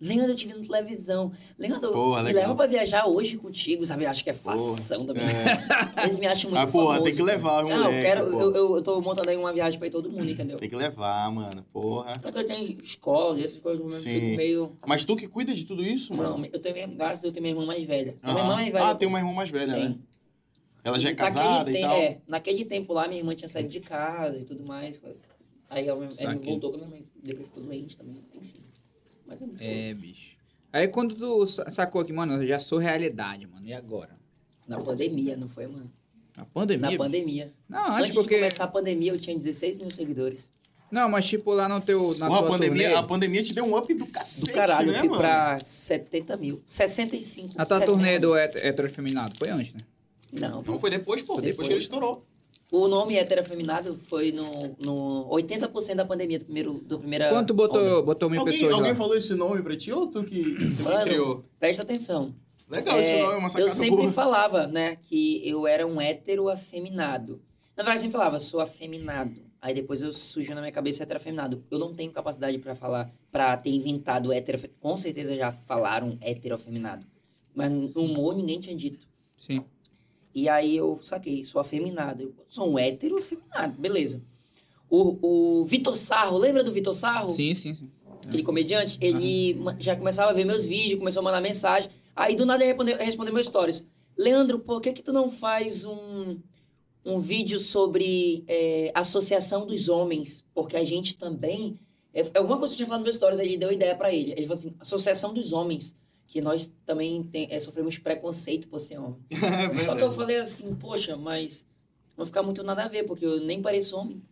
Leandro, eu te vi na televisão. Leandro, Porra, me legal. leva pra viajar hoje contigo, sabe? Acho que é fação da minha é. Eles me acham muito Ah, porra, tem famoso. que levar, moleque. Não, eu quero. pô. Eu, eu, eu tô montando aí uma viagem pra ir todo mundo, entendeu? Tem que levar, mano. Porra. Eu tenho escola, essas coisas, eu Sim. fico meio. Mas tu que cuida de tudo isso, mano? Não, eu tenho mesmo gasto, eu tenho minha irmã mais velha. Tem Aham. Minha irmã mais velha. Ah, tem uma irmã mais velha, né? Tem. Ela já é Naquele casada e tá tem- tal. É, naquele tempo lá, minha irmã tinha saído de casa e tudo mais. Aí ela, ela Saquei. me voltou com a minha mãe. Depois ficou doente também, enfim. Mas é muito bom. É, bicho. Aí quando tu sa- sacou aqui, mano, eu já sou realidade, mano. E agora? Na pandemia, não foi, mano? Na pandemia? Na bicho? pandemia. Não, Antes antes porque. de começar a pandemia, eu tinha 16 mil seguidores. Não, mas tipo lá no teu. Na Porra, a tua pandemia, turnê- a pandemia te deu um up do Do cacete, caralho, né, eu fui mano? pra 70 mil. 65. A tua 60. turnê é do het- heterofeminado foi antes, né? Não, Não, foi depois, pô. Foi Depois, depois. que ele estourou. O nome heterofeminado foi no, no 80% da pandemia do primeiro do primeira Quanto tu botou, onda. botou mil Alguém, pessoas alguém lá? falou esse nome pra ti ou tu que, tu que Mano, criou? Presta atenção. Legal, esse É, nome é uma eu sacada sempre boa. falava, né, que eu era um hétero afeminado. Na verdade, eu sempre falava, sou afeminado. Aí depois eu surgiu na minha cabeça heterofeminado. Eu não tenho capacidade pra falar, pra ter inventado hétero. Com certeza já falaram heterofeminado. Mas no humor ninguém tinha dito. Sim. E aí eu saquei, sou afeminado. Eu sou um hétero afeminado, beleza. O, o Vitor Sarro, lembra do Vitor Sarro? Sim, sim, sim. Aquele comediante, ele ma- já começava a ver meus vídeos, começou a mandar mensagem. Aí do nada ele respondeu, respondeu meus stories. Leandro, por que que tu não faz um, um vídeo sobre é, associação dos homens? Porque a gente também... é, alguma coisa que eu tinha falado nos meus stories, aí ele deu ideia pra ele. Ele falou assim, associação dos homens. Que nós também tem, é, sofremos preconceito por ser homem. É Só que verdade. eu falei assim, poxa, mas não vai ficar muito nada a ver, porque eu nem pareço homem.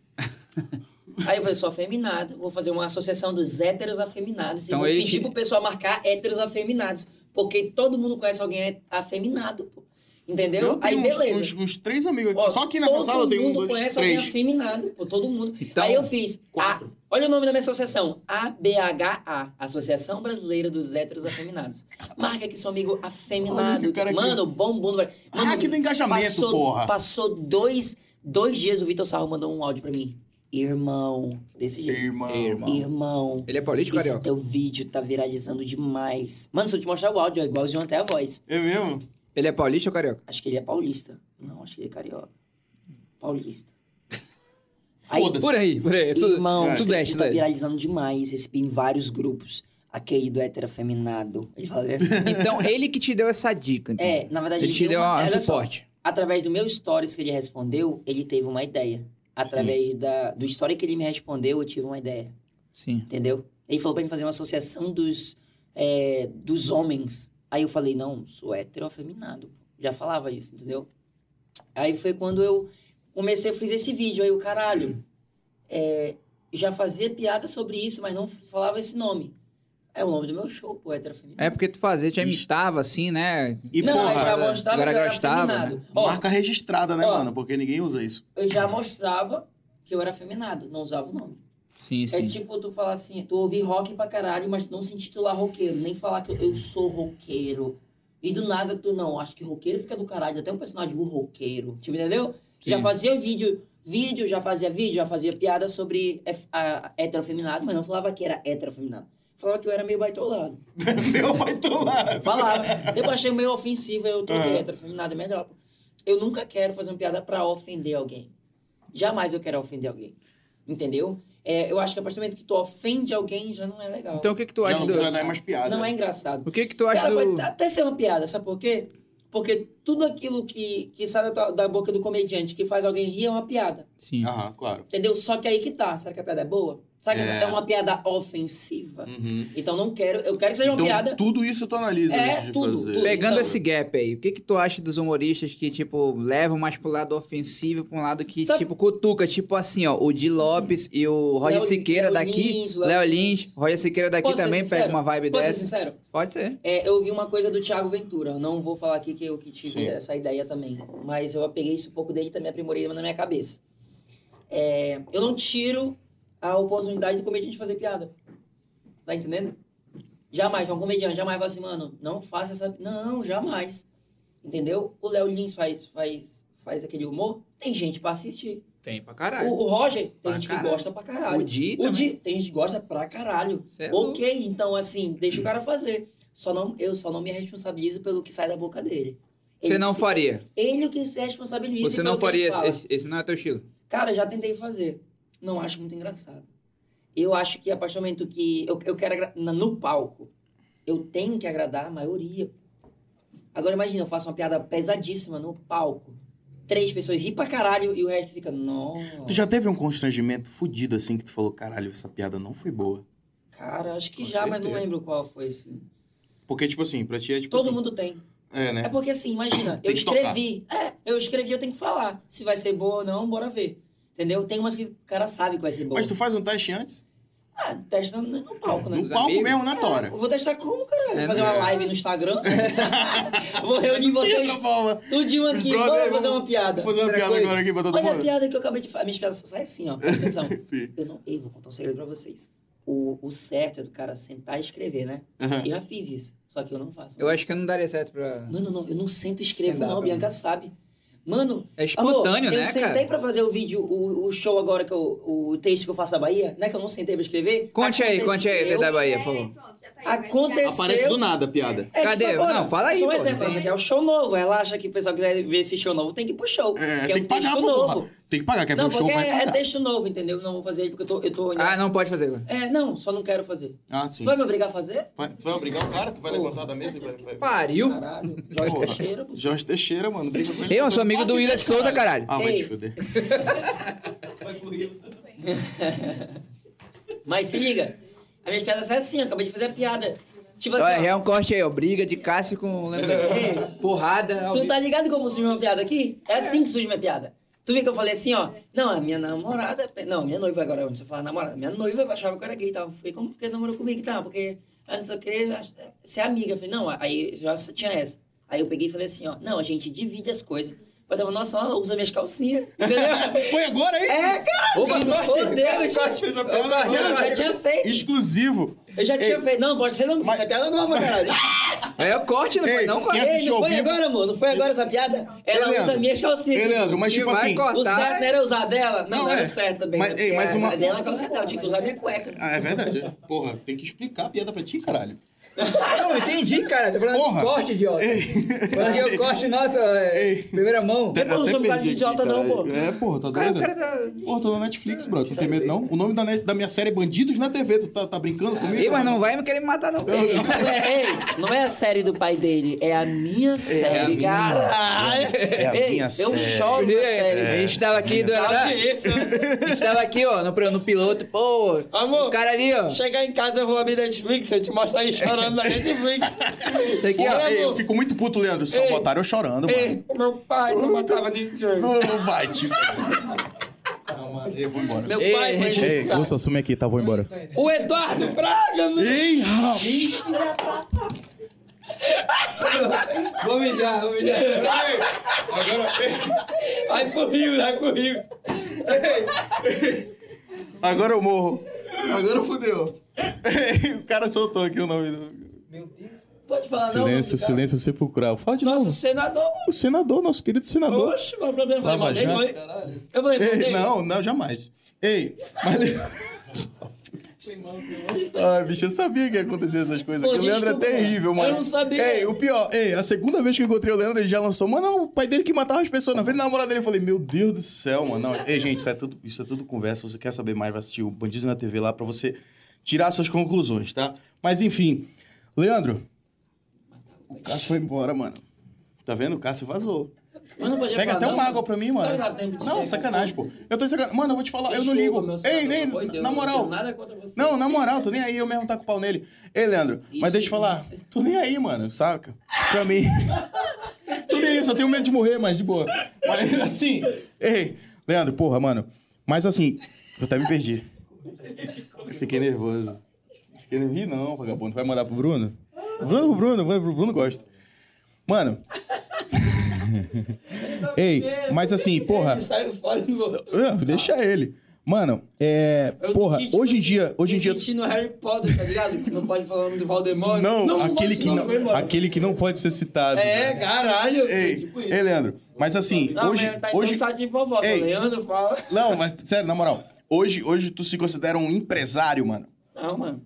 Aí eu falei, sou afeminado, vou fazer uma associação dos héteros afeminados Então e vou é ele pedir te- pro pessoal marcar héteros afeminados, porque todo mundo conhece alguém é afeminado, pô. Entendeu? Eu Aí tenho uns- beleza. Uns, uns três amigos aqui. Ó, Só aqui nessa sala eu tenho um, Todo mundo dois, conhece alguém três. afeminado, pô, todo mundo. Então, Aí eu fiz. quatro. a- olha o nome da minha associação. ABHA, Associação Brasileira dos Héteros Afeminados. Marca que seu amigo Olha que afeminado. o cara que- Mano, bombom. um Mano, Ah, aqui do engajamento, passou, porra. Passou dois, dois dias, o Vitor Sarro mandou um áudio pra mim. Irmão. Desse jeito. Irmão. Irmão. Ele é político, Esse Carioca? teu vídeo tá viralizando demais. Mano, se eu te mostrar o áudio, é igualzinho até a voz. É mesmo? Ele é paulista ou carioca? Acho que ele é paulista. Não, acho que ele é carioca. Paulista. Aí, Foda-se. Por aí, por aí. Su- Irmão, É. esse Sudeste, né? vídeo tá sudeste. viralizando demais. Recebi em vários grupos. Aquele do hétero afeminado. Ele falou assim. Então, ele que te deu essa dica, então. É, na verdade, Ele te deu uma- um olha só, suporte. através do meu stories que ele respondeu, ele teve uma ideia. Através da, do story que ele me respondeu, eu tive uma ideia. Sim. Entendeu? Ele falou pra mim fazer uma associação dos, é, dos homens. Aí eu falei, não, sou hétero afeminado. Já falava isso, entendeu? Aí foi quando eu comecei, eu fiz esse vídeo. Aí o caralho, é, já fazia piada sobre isso, mas não falava esse nome. É o nome do meu show, pô, hétero afeminado. É porque tu fazia, te Ixi. imitava assim, né? E, não, porra, eu já mostrava que agora eu era gostava, afeminado. né? Ó, marca registrada, né, ó. mano? Porque ninguém usa isso. eu já mostrava que eu era afeminado, não usava o nome. Sim, É sim. tipo tu falar assim, tu ouvir rock pra caralho, mas não se intitular é roqueiro, nem falar que eu, eu sou roqueiro. E do nada tu não, acho que roqueiro fica do caralho, até um personagem o roqueiro. Tipo, entendeu? Sim. Já fazia vídeo, vídeo, já fazia vídeo, já fazia piada sobre F- a, heterofeminado, mas não falava que era heterofeminado. Falava que eu era meio baitolado. Meu pai tô lá. Falava. Eu achei meio ofensivo, eu tô Aham. heterofeminado, é melhor. Eu nunca quero fazer uma piada pra ofender alguém. Jamais eu quero ofender alguém. Entendeu? É, eu acho que a partir do momento que tu ofende alguém, já não é legal. Então, o que que tu Já acha não, do... já não é mais piada. não é engraçado. O que que tu acha Cara, do... pode tá- até ser uma piada, sabe por quê? Porque tudo aquilo que, que sai da, tua- da boca do comediante, que faz alguém rir, é uma piada. Sim. Aham, claro. Entendeu? Só que aí que tá. Será que a piada é boa? Será que É. essa é uma piada ofensiva? Uhum. Então não quero. Eu quero que seja uma Então, piada. tudo isso tu analisa É, antes de tudo, fazer. tudo. Pegando Então- esse gap aí, o que que tu acha dos humoristas que, tipo, levam mais pro lado ofensivo, pra um lado que, Sabe- tipo, cutuca, tipo assim, ó, o Di Lopes e o Roger Léo- Siqueira Léo daqui, Lins, Léo Léo Lins. Lins, Roger Siqueira daqui Posso ser também sincero? pega uma vibe Posso ser dessa. sincero? Pode ser. É, eu vi uma coisa do Thiago Ventura. Não vou falar aqui que eu que tive Sim. essa ideia também. Mas eu peguei isso um pouco dele e também aprimorei na minha cabeça. É, eu não tiro a oportunidade do comediante fazer piada. Tá é entendendo? Jamais. Um comediante jamais fala assim, mano, não faça essa... Não, jamais. Entendeu? O Léo Lins faz, faz, faz aquele humor. Tem gente pra assistir. Tem pra O, caralho. o Roger, tem Pra gente que caralho. gosta pra caralho. O Di O também. Di, tem gente que gosta pra caralho. Cê é louco. ok, então assim, deixa o cara fazer. Só não, eu só não me responsabilizo pelo que sai da boca dele. Você não se- faria. Ele é o que se responsabiliza. Você pelo não que ele faria. esse- fala. Esse, esse não é teu estilo. Cara, já tentei fazer. Não acho muito engraçado. Eu acho que a partir do momento que eu, eu quero agra- na- no palco, eu tenho que agradar a maioria. Agora imagina, eu faço uma piada pesadíssima no palco. Três pessoas ri pra caralho e o resto fica, nossa. Tu já teve um constrangimento fudido assim que tu falou, caralho, essa piada não foi boa. Cara, acho que Com já, mas não certeza. lembro qual foi. assim. Porque, tipo assim, pra ti é tipo Todo assim. mundo tem. É, né? É porque assim, imagina, eu Tem que tocar. escrevi. É, eu escrevi, eu tenho que falar. Se vai ser boa ou não, bora ver. Entendeu? Tem umas que o cara sabe que vai ser boa. Mas tu faz um teste antes? Ah, testa no, no palco, né? No Dos palco amigos? mesmo, na tora. Eu vou testar como, caralho? É, Vou fazer né? uma live no Instagram. vou reunir vocês Tenta, Paula. tudinho Os aqui. brother, Bora fazer uma piada. Vou fazer uma Outra piada coisa. agora aqui pra todo Olha a mundo. piada que eu acabei de falar. Minhas piadas só saem assim, ó. Presta atenção. Sim. Eu não... Eu vou contar um segredo pra vocês. O, o certo é do cara sentar e escrever, né? Aham. Eu já fiz isso. Só que eu não faço. Eu acho que eu não daria certo pra. Mano, não, eu não sento e escrevo, É. Não dá não. pra Bianca sabe. Mano, É amor, espontâneo, eu né, sentei cara? pra fazer o vídeo, o, o show agora, que eu, o texto que eu faço da Bahia, né? Que eu não sentei pra escrever. Conte aí, conte aí, Aconteceu- é Dedé da É, Bahia, por favor. tá Aconteceu. Aparece do nada a piada. É, Cadê? Tipo, agora, Não, fala aí, Só um pô. exemplo, essa aqui é o show novo. Ela acha que o pessoal quiser ver esse show novo, tem que ir pro show. É, que é tem um que pagar, texto porra. novo. Tem que pagar, quer ver Não, o show, porque vai é, é pagar. texto novo, entendeu? Não vou fazer ele porque eu tô. Eu tô Ah, não pode fazer agora. É, não, só não quero fazer. Ah, Tu sim. vai me obrigar a fazer? Vai- tu vai obrigar o cara? Tu vai levantar da mesa e vai... vai... Pariu. Caralho. Jorge Porra. Teixeira, pô. Jorge Teixeira, mano. Briga com ele. Eu sou amigo do Willer Souza, caralho. Ah, vai Ei. te fuder. Vai correr. você- Mas se liga. As minhas piadas são assim, eu acabei de fazer a piada. Tipo assim. Olha, ó, é um corte aí, ó. Briga de Cássio com o Leandro. Ei. Porrada. ao Tu vivo. tá ligado como surgiu uma piada aqui? É assim que surge minha piada. Tu viu que eu falei assim, ó. Não, a minha namorada. Não, minha noiva agora, não sei falar namorada. Minha noiva achava que eu era gay e tal. Eu Falei, como que namorou comigo e tal? Porque, ah, não sei o que, você é amiga. Eu Falei, não, aí já tinha essa. Aí eu peguei e falei assim, ó. Não, a gente divide as coisas. Pra dar uma noção, ela usa minhas calcinhas. Entendeu? Foi agora, hein? é, cara. Opa, corte. Meu Deus. Corte essa piada Não, eu já agora. tinha feito. Exclusivo. Eu já tinha feito. Não, pode ser não, porque Mas- isso é piada nova, caralho. É o corte, não Ei, foi não, corte. quem Ei, assistiu não ao foi vivo- agora, amor? Não foi agora essa piada? Ela usa Ei, Leandro. minhas calcinhas. Ei, Leandro, mas tipo E vai assim... cortar. O certo né? não era usar dela? Não, Não, não, era é. o certo também. Mas, ei, mas Era- uma- Dela é calcinha dela, eu tinha que usar minha cueca. Ah, é verdade. é. Porra, tem que explicar a piada pra ti, caralho. Não, entendi, cara. Tô falando Porra. de corte, idiota. Porque é o corte, nossa, é, Ei. primeira mão. Eu não sou um cara de idiota, não, pô. É, porra, tá Cara, o doido? cara tá... Porra, tô na Netflix, bro. Tu não tem medo, não? O nome da, net- da minha série é Bandidos na TV. Tu tá, tá brincando comigo? Ei, mas não vai me querer me matar, não. Ei, não é, ei, não é a série do pai dele, é a minha série. é minha. Caralho! É a Ei, minha eu série. choro na A série. gente tava aqui é Tá do. Tá. isso, A gente tava aqui, ó, no, no piloto, pô. Amor. O cara ali, ó. Chegar em casa eu vou abrir Netflix, eu te mostrar aí chorando na Netflix. Tá aqui, ó. Porra, ei, eu fico muito puto, Leandro. Só botaram eu chorando, mano. Ei, meu pai, Não matava ninguém. Não vai, tipo. Não, mano. Eu vou embora. meu Ei, pai foi gente, Ei, injustiçado. moço, assume aqui, tá? Vou embora. O Eduardo né? Braga, meu Ei, rapaz. Vou mijar, vou mijar. Vai pro Rio, vai pro Rio. Agora eu morro. Agora fudeu. o cara soltou aqui o nome do. Pode falar, não, Silêncio, não, cara. silêncio sepulcral. Fala de Nosso novo. senador, mano. O senador, nosso querido senador. Oxe, qual é o problema? Vai, Lava mandei, Jato, foi. Eu falei, Ei, mandei. não, não, jamais. Ei, mas. Ai, bicho, eu sabia que ia acontecer essas coisas. Pô, que o Leandro é desculpa, terrível, mano. mano. Eu não sabia. Ei, o pior, ei, a segunda vez que eu encontrei o Leandro, ele já lançou. Mano, o pai dele que matava as pessoas na frente da namorada dele. Eu falei, meu Deus do céu, mano. Não, ei, gente, isso é tudo, isso é tudo conversa. Se você quer saber mais, vai assistir o Bandido na TV lá pra você tirar suas conclusões, tá? Mas enfim, Leandro. O Cássio foi embora, mano. Tá vendo? O Cássio vazou. Mas não podia Pega falar, até não, uma água mano. pra mim, mano. Sabe que dá tempo de Não, chegar? sacanagem, pô. Eu tô sacanagem. Mano, eu vou te falar, eu não Desculpa, ligo. meu Ei, senhor, nem. pelo amor de Deus, Na eu moral. Não tenho nada contra você. Não, na moral, tô nem aí, eu mesmo taco o pau nele. Ei, Leandro, mas Isso, deixa eu falar. isso. Tô nem aí, mano, saca? Pra mim. tô nem aí, só tenho medo de morrer, mas de boa. Mas assim. Ei, Leandro, porra, mano. Mas assim, eu até me perdi. Eu fiquei nervoso. Fiquei não ri, não, vagabundo. Vai mandar pro Bruno? Bruno é pro Bruno, vai pro Bruno gosta. Mano. Ei, mas assim, porra. Ele saiu fora e voltou. Não, deixa ele. Mano, é. Eu tipo porra, me senti- hoje em dia. Hoje em me dia. senti no Harry Potter, tá ligado? Não pode falar o nome do Voldemort. Não, pode aquele, que falar, não, vai embora. aquele que não pode ser citado. É, caralho. Ei, tipo isso. ei, Leandro. Mas assim, Não, hoje. mas tá então hoje... hoje... de vovó, tá? Ei. Leandro fala. Não, mas sério, na moral. Hoje, hoje tu se considera um empresário, mano. Não, mano.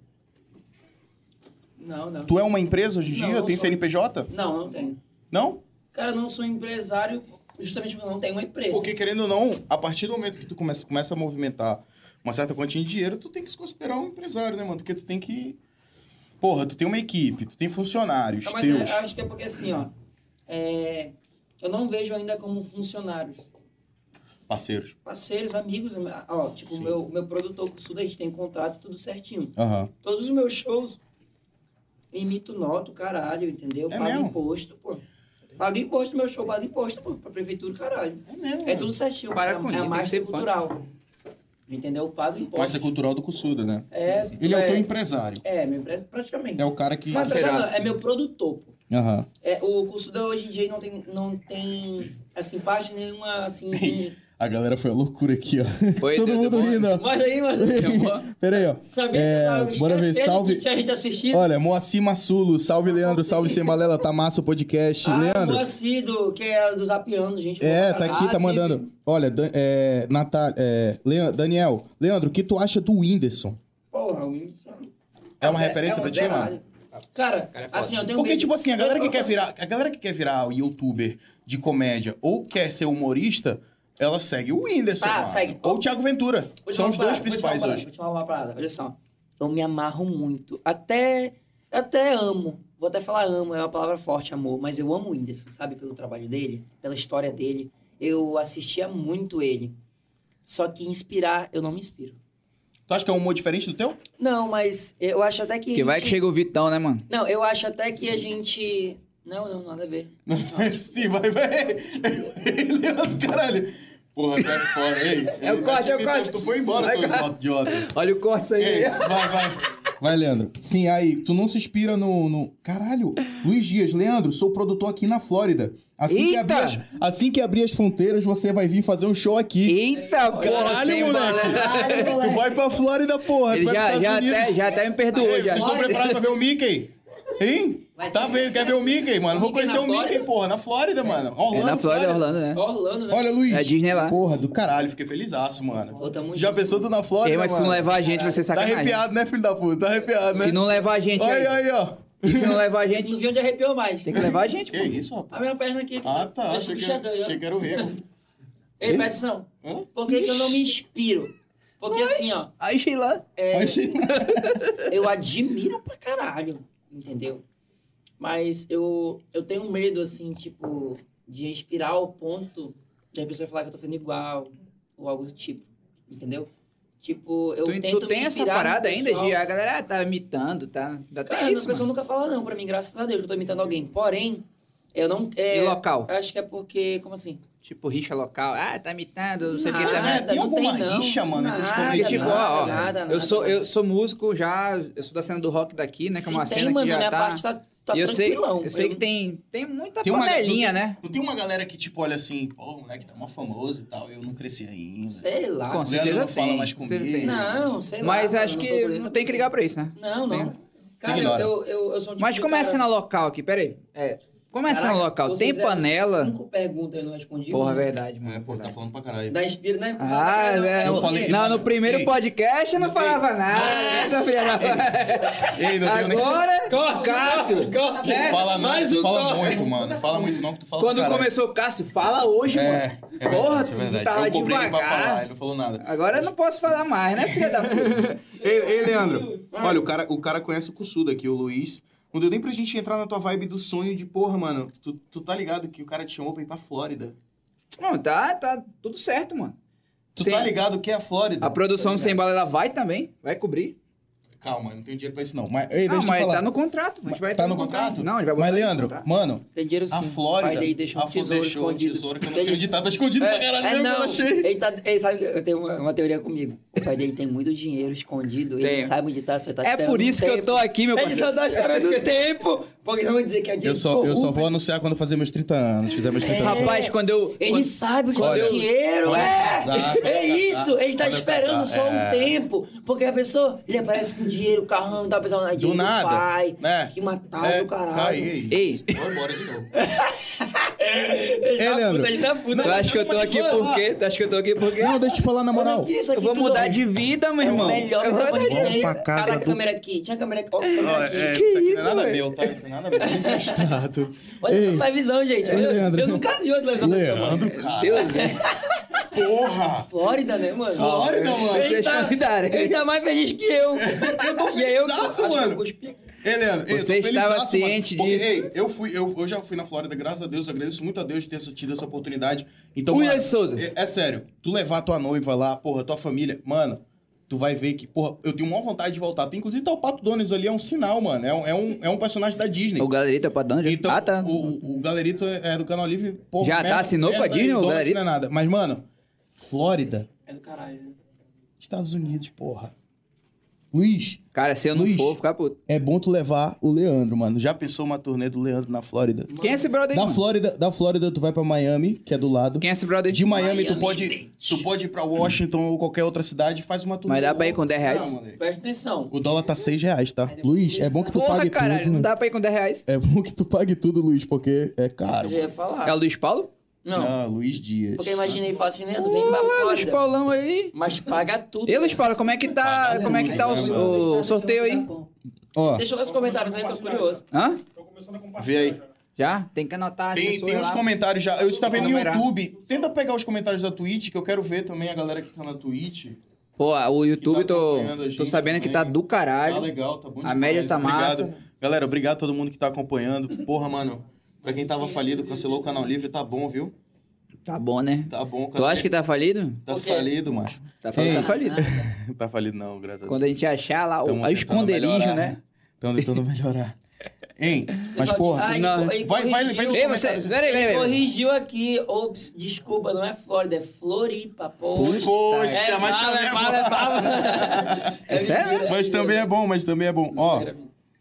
Não, não. Tu é uma empresa hoje em Não, dia? não Tem sou. CNPJ? Não, não tenho. Não? Cara, eu não sou empresário justamente porque eu não tenho uma empresa. Porque, querendo ou não, a partir do momento que tu começa, começa a movimentar uma certa quantia de dinheiro, tu tem que se considerar um empresário, né, mano? Porque tu tem que. Porra, tu tem uma equipe, tu tem funcionários Não, mas eu teus. eu acho que é porque assim, ó. é, eu não vejo ainda como funcionários. é- Parceiros. Parceiros, amigos, ó, tipo, o meu, meu produtor com o Sudeste tem contrato, tudo certinho. Aham. Todos os meus shows, emito nota, o caralho, entendeu? É Pago mesmo? imposto, pô. Pago imposto, meu show pago imposto, pô, pra prefeitura, caralho. É mesmo. É tudo certinho, Para é, com é isso, a tem que marca ser cultural. Entendeu? Pago imposto. Mas é cultural do Cussuda, né? É, Ele é, o é, teu empresário. é, meu empresa, praticamente. É o cara que. Mas, Será? sabe, não, é meu produtor, pô. Aham. É, o curso da hoje em dia não tem, não tem assim, parte nenhuma, assim, de... A galera foi a loucura aqui, ó. Foi, Todo deu- mundo deu- rindo, ó. Mas aí, mano, Pera aí, ó. sabia É, que eu tava bora ver, esquecendo salve. que tinha gente assistindo. Olha, Moacir Massulo, salve Leandro, salve Sem Balela, tá massa o podcast. ah, Leandro, Moacir, do- que era do Zapiano, gente. assim, é, boa tá pra aqui, tá caralho. mandando. Olha, Dan- é, Natália, é, Lean- Daniel, Leandro, o que tu acha do Whindersson? Porra, o Whindersson. É uma É, referência é pra um ti, zero. mano? Cara, Cara, é foda. assim, eu tenho Porque, medo- tipo assim, a galera que Eu- quer virar. A galera que quer virar youtuber de comédia ou quer ser humorista, ela segue o Whindersson. Tá, mano. segue. Ou o Thiago Ventura. Vou te falar São os uma dois parada, principais vou te falar uma parada, Vou hoje. te falar uma parada, olha só. Eu me amarro muito. Até, até amo. Vou até falar amo, é uma palavra forte, amor. Mas eu amo o Whindersson, sabe? Pelo trabalho dele, pela história dele. Eu assistia muito ele. Só que inspirar, eu não me inspiro. Tu acha que é um humor diferente do teu? Não, mas eu acho até que... a Que vai que gente- chega o Vitão, né, mano? Não, eu acho até que a gente... Não, não, nada a ver. Sim, vai, vai. Leandro, caralho. Porra, tá fora. Ei, É o ei, corte, é o tu- corte. Então, Tu foi embora, seu idiota. idiota. Olha o corte isso aí. Ei, vai, vai. É Vai, Leandro. Sim, aí, tu não se inspira no. no- Caralho, Luiz Dias, Leandro, sou produtor aqui na Flórida. Assim que, Eita! abrir as, assim que abrir as fronteiras, você vai vir fazer um show aqui. Eita, porra, Caralho, sem moleque. balé. Caralho, Tu moleque. vai pra Flórida, porra. Ele tu vai já, pros já, Estados Unidos. até, já até me perdoou, Ei, já. Vocês estão preparados pra ver o Mickey? Hein? Vai Tá ser- vendo? Quer ver o Mickey, mano? Vou Mickey na conhecer o Mickey, Flórida? porra, na Flórida, mano. Orlando, É na Flórida, Orlando, né? Orlando, né? Olha, Luiz. É a Disney lá. Porra, do caralho. Caralho, fiquei felizaço, mano. Pô, tá muito Já junto. pensou tu na E Flórida, aí, mas se mano? não levar a gente, vai ser Tá sacanagem. arrepiado, né, filho da puta? Tá arrepiado, né? Se não levar a gente Olha aí. aí, ó. E se não levar a Não gente, vi onde arrepiou mais. tem que levar a gente, Que pô. isso, rapaz? A minha perna aqui. Ah, tá. Deixa Achei eu que, puxar, eu- achei que era o rego. Ei, Petição, Hã? por que, que eu não me inspiro? Porque assim, ó, Aí, Sheila. é, Achei- né? eu admiro pra caralho, entendeu? Mas eu, eu tenho medo, assim, tipo, de inspirar ao ponto de a pessoa falar que eu tô fazendo igual ou algo do tipo, entendeu? Tipo, eu Tu, tento tu me tem essa inspirar no parada ainda pessoal. de a galera tá imitando, tá? Ainda Cara, tem a isso, pessoa mano. nunca fala não pra mim, graças a Deus, que eu tô imitando alguém. Porém, eu não... E É, local? acho que é porque, como assim? Tipo, rixa local. Ah, tá imitando, não sei o que. Nada, Tá... né? Tem não alguma não. rixa, mano, entre os Nada, Porque, tipo, nada, ó, ó, nada, nada, eu, sou, nada. eu sou músico já, eu sou da cena do rock daqui, né? Que é uma Se cena tem, mano, que minha já tá... parte tá, tá E eu sei, tranquilão. eu sei que tem, tem muita Tem uma- panelinha, né? Não tem uma galera que, tipo, olha assim, pô, o moleque tá mó famoso e tal, eu não cresci ainda. Sei lá. Com O Leandro certeza tá não fala tem, mais com certeza comigo. tem. Não, sei lá. Mas mano, acho não que procurei não essa tem que ligar pra isso, né? pessoa. Não, não. Cara, Ignora. eu, eu, eu sou um tipo Mas de como é a cara- cena local aqui? Pera aí. É, como é a cena Caraca, local? vocês Tem fizeram panela? cinco perguntas eu não respondi. Porra, velho. verdade, É, mano. pô, tá falando pra caralho. Da né? Inspira, né? Ah, velho. é, Eu falei- Não, no mano, primeiro ei, podcast eu não ei, É. né? falava nada, né, filha da... Ei, não tem nem... Agora, Cássio, Corte, né? Fala não, Mais tu um fala corte. muito, mano. Fala muito não, que tu fala quando pra caralho. começou o Cássio, fala hoje, É, mano. é verdade, Porra, é verdade. tu tava eu cobrei ele pra falar, né? devagar. ele não falou nada. Agora eu não posso falar mais, né, filha da puta? Ei, ei, Leandro, olha, o cara, o cara conhece o Cussudo aqui, o Luiz. Não deu nem pra gente entrar na tua vibe do sonho de porra, mano. Tu, tu tá ligado que o cara te chamou pra ir pra Flórida. Não, tá, tá tudo certo, mano. Tu Sim. tá ligado que é a Flórida? A produção do Sem Bala, ela vai também, vai cobrir. Calma, eu não tenho dinheiro pra isso não. Não, mas, ei, deixa Não, eu te mas falar. tá no contrato. A gente vai Tá entrar no contrato? Não, a gente vai botar Mas, no Leandro, contrato. mano, Tem dinheiro sim. a Flórida... Pai daí deixou a um Flórida tesouro deixou um escondido. tesouro que eu não Tem- sei onde tá, tá escondido pra caralho, É, mesmo, eu não. achei. Ele tá, ele sabe, que eu tenho uma, uma teoria comigo. O pai dele tem muito dinheiro escondido, ele Tenho. sabe onde tá, só tá É esperando por um isso que eu tempo. tô aqui, meu Ele só parceiro. tá esperando o tempo, porque não vão dizer que é Eu dinheiro só, eu só corrupto. vou anunciar quando eu fazer meus 30 anos. Fizer meus 30 anos. Rapaz, quando eu. Ele quando- sabe onde Olha, tá o dinheiro, olha, é! exato. é isso, ele tá Olha, esperando só um é. tempo. Porque a pessoa, ele aparece com dinheiro, carrão, tá pensando na dinheiro nada, pai, né? tá que matado É, do caralho. Aí, aí. Ei, Vou embora de novo. Ele tá Leandro? puto, ele tá puto. tu acha que eu tô aqui por quê? Tu acha que eu tô aqui por quê? Não, deixa eu te falar na moral. Isso aqui Eu vou tudo mudar é de vida, meu É o irmão. melhor Eu vou- microfone que Vamos tem. pra casa Olha a do- câmera aqui. Tinha a câmera aqui. Olha a câmera aqui. É, Que isso aqui não isso, é nada velho? meu, tá? Isso é nada meu. Emprestado. Olha Ei. essa televisão, gente. Ei, Olha, Leandro. eu nunca vi uma televisão desse tamanho. Leandro, cara. Deus, né? Porra! Flórida, né, mano? Flórida, mano. Ele Vocês tá, convidaram. ele tá mais feliz que eu. Eu tô E aí eu acho felizaço, que eu É mano. cuspi. Ei, Leandro, ei, eu tô Você estava felizaço, ciente mano, disso? Porque, ei, eu, fui, eu, eu já fui na Flórida, graças a Deus, agradeço muito a Deus de ter tido essa oportunidade. Então, William mano, Souza. É, é sério, tu levar tua noiva lá, porra, tua família, mano, tu vai ver que, porra, eu tenho maior vontade de voltar. Tem, inclusive, tá o Pato Donis ali, é um sinal, mano, é um, é um, é um personagem da Disney. O galerita pra onde? Então, ah, tá. o, o Galerito é do Canal Livre, porra, Já tá, assinou com a Disney, e o Donald Galerito? Não é nada, mas, mano, Flórida, É do caralho. né? Estados Unidos, porra. Luiz, Cara, se eu não Luiz. for, vou ficar puto. é bom tu levar o Leandro, mano. Já Já pensou uma turnê do Leandro na Flórida? Quem é esse brother aí, da mano? Flórida, da Flórida tu vai pra Miami, que é do lado. Quem é esse brother aí? De Miami, tu Miami pode, Beach. tu pode ir pra Washington ou qualquer outra cidade e faz uma turnê. Mas dá pra ir com 10 reais? Não, moleque. Presta atenção. O dólar tá 6 reais, tá? Luiz, é bom que tu Porra, pague caralho, tudo. não né? dá pra ir com 10 reais. É bom que tu pague tudo, Luiz, porque é Eu caro. já ia falar. É o Luiz Paulo? Não. Ah, Luiz Dias. Porque eu imaginei e falo assim, Leandro, vem pra Porra, Luiz Flórida. Paulão aí. Mas paga tudo. E Luiz Paulo, como é que tá, como é que tá o, o sorteio tá aí? né? Ó, Deixa eu ler os comentários aí, tô curioso. Hã? Tô começando a compartilhar. Vê aí. já. Já? Tem que anotar né? as Tem, pessoas tem uns lá. comentários já. Eu estava vendo no Numerar. YouTube. Tenta pegar os comentários da Twitch, que eu quero ver também a galera que tá na Twitch. Pô, o YouTube que tá tô, acompanhando a tô gente sabendo que tá também. do Tá caralho. legal, tá bom A demais. média tá obrigado. massa. Galera, obrigado a todo mundo que tá acompanhando. Porra, mano. Pra quem tava falido, cancelou o Canal Livre, tá bom, viu? Tá bom, né? Tá bom. Tu acha que tá falido? Tá Por quê? falido, macho. Tá É. falido, tá falido. tá falido não, graças a Deus. Quando a gente achar lá o Tamo a tentando esconderijo, melhorar, né? Tamo tentando melhorar. Hein? Mas, Pessoal, porra... ai, não. ele Vai- vai- corrigiu. vai nos Ei, você, peraí, Ele peraí, peraí. corrigiu aqui. Ops, desculpa, não é Flórida, é Floripa, poxa. Poxa, É, mas bala, também é é bala, é bala. É sério? mentira, Mas mentira. também é bom, mas também é bom. Ó,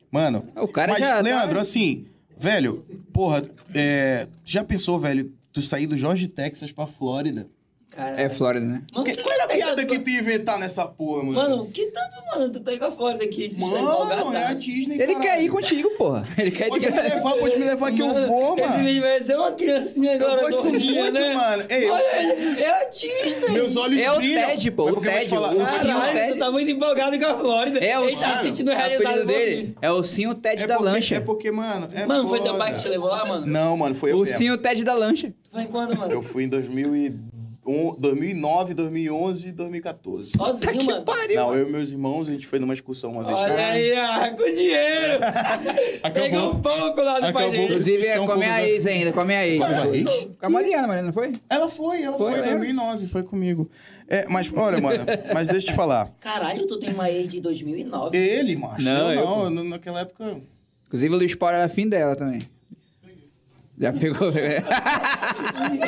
mano. O cara mas, já tá- Leandro, assim, velho, porra, é, já pensou, velho, tu sair do Jorge Texas pra Flórida? Cara, É Flórida, né? mano, Que, que qual era a tanto- piada que tu ia inventar nessa porra, mano? Mano, que tanto, mano, tu tá com a Flórida aqui, se você Mano, é a Disney, Ele caralho. quer ir contigo, porra. Ele quer ir de Pode me graça. levar, pode me levar que eu vou, Esse mano. vídeo vai ser uma criancinha Eu agora, gosto gordinha, muito, né? mano. Ei, eu- Olha ele, é a Disney. meus olhos É o brilham. Ted, pô, Mas o porque eu vou te Ted, falar, o assim, ursinho ó, Ted. Caralho, tu tá muito empolgado com a Flórida. É o Ele tá se sentindo o realizado. apelido um dele. pouquinho. É o Sinho Ted é da porque- Lancha. É porque, mano, é Mano, foi teu foda. pai que te levou lá, mano? Não, mano, foi eu O mesmo. Sinho Ted da Lancha. Tu vai quando, mano? Eu fui em 2001, 2009, 2011 e 2014. Tá Sozinho, que mano. pariu. Não, eu e meus irmãos, a gente foi numa excursão uma vez. Olha aí, ah, com dinheiro. Pegou um pouco lá do pai Acabou. dele. Inclusive, é Estão um com a minha convidando- ex ainda, com a minha ex. Vai, vai. Com a Mariana, Mariana, não foi? Ela foi, ela Foi, foi, em né? 2009, foi comigo. É, mas, olha, mano, mas deixa eu te falar. Caralho, tu tem uma ex de 2009. Ele, macho, Não, não, eu eu- não, eu- naquela época... Inclusive, o Luiz Paulo era afim dela também. Já pegou. né?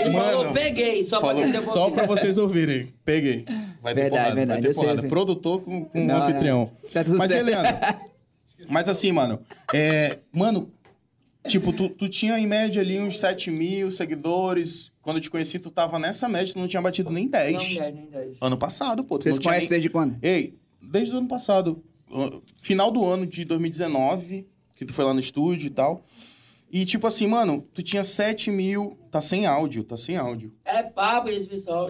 Ele falou, Mano, peguei, só pra Falou, atender um só pouquinho. pra vocês ouvirem. Peguei. Vai ter Verdade, porrada, verdade, vai eu ter sei, eu porrada. sei. Produtor com, com Não, o anfitrião. não. Tá tudo mas, certo. Leandro, mas assim, mano, é, mano, tipo, tu, tu tinha em média ali uns 7 mil seguidores. Quando eu te conheci, tu tava nessa média, tu não tinha batido nem 10. Não, mulher, nem dez. Ano passado, pô. Tu Vocês não tinha conhecem nem... desde quando? Ei, desde o ano passado. uh, Final do ano de 2019, que tu foi lá no estúdio e tal. E tipo assim, mano, tu tinha 7 mil. Tá sem áudio, tá sem áudio. É papo esse pessoal.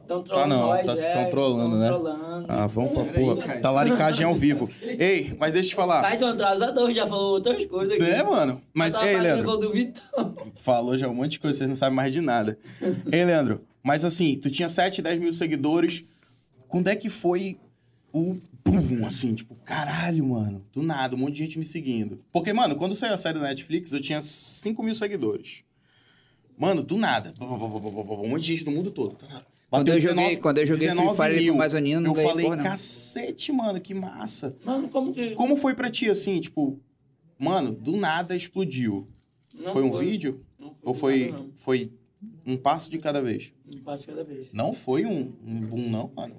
Estão trolando não, nós, tá- é, tão trolando, tão né? trolando. Ah, vamos pra Peraí, porra. cara. Talaricagem ao vivo. Ei, mas deixa eu te falar. Tá, então atrasadão, já falou outras coisas aqui. Ah. É, mano. Mas, Tava ei, batendo Leandro. gol do Vitão. Falou já um monte de coisa, vocês não sabem mais de nada. Ei, Leandro, mas assim, tu tinha 7, 10 mil seguidores. Quando é que foi o boom, assim, tipo, caralho, mano, do nada, um monte de gente me seguindo. Porque, mano, quando saiu a série da Netflix, eu tinha 5 mil seguidores. Mano, do nada, um monte de gente do mundo todo. Quando eu Bateu joguei- 19 quando eu joguei Free 19 Fire com mil. o Amazonino, não Eu ganhei falei, porra, não. cacete, mano, que massa. Mano, como que. Como foi pra ti, assim, tipo, mano, do nada explodiu? Não foi um vídeo? Não foi Ou foi, nada, não. foi um passo de cada vez? Um passo cada vez. Não foi um, um boom, não, mano.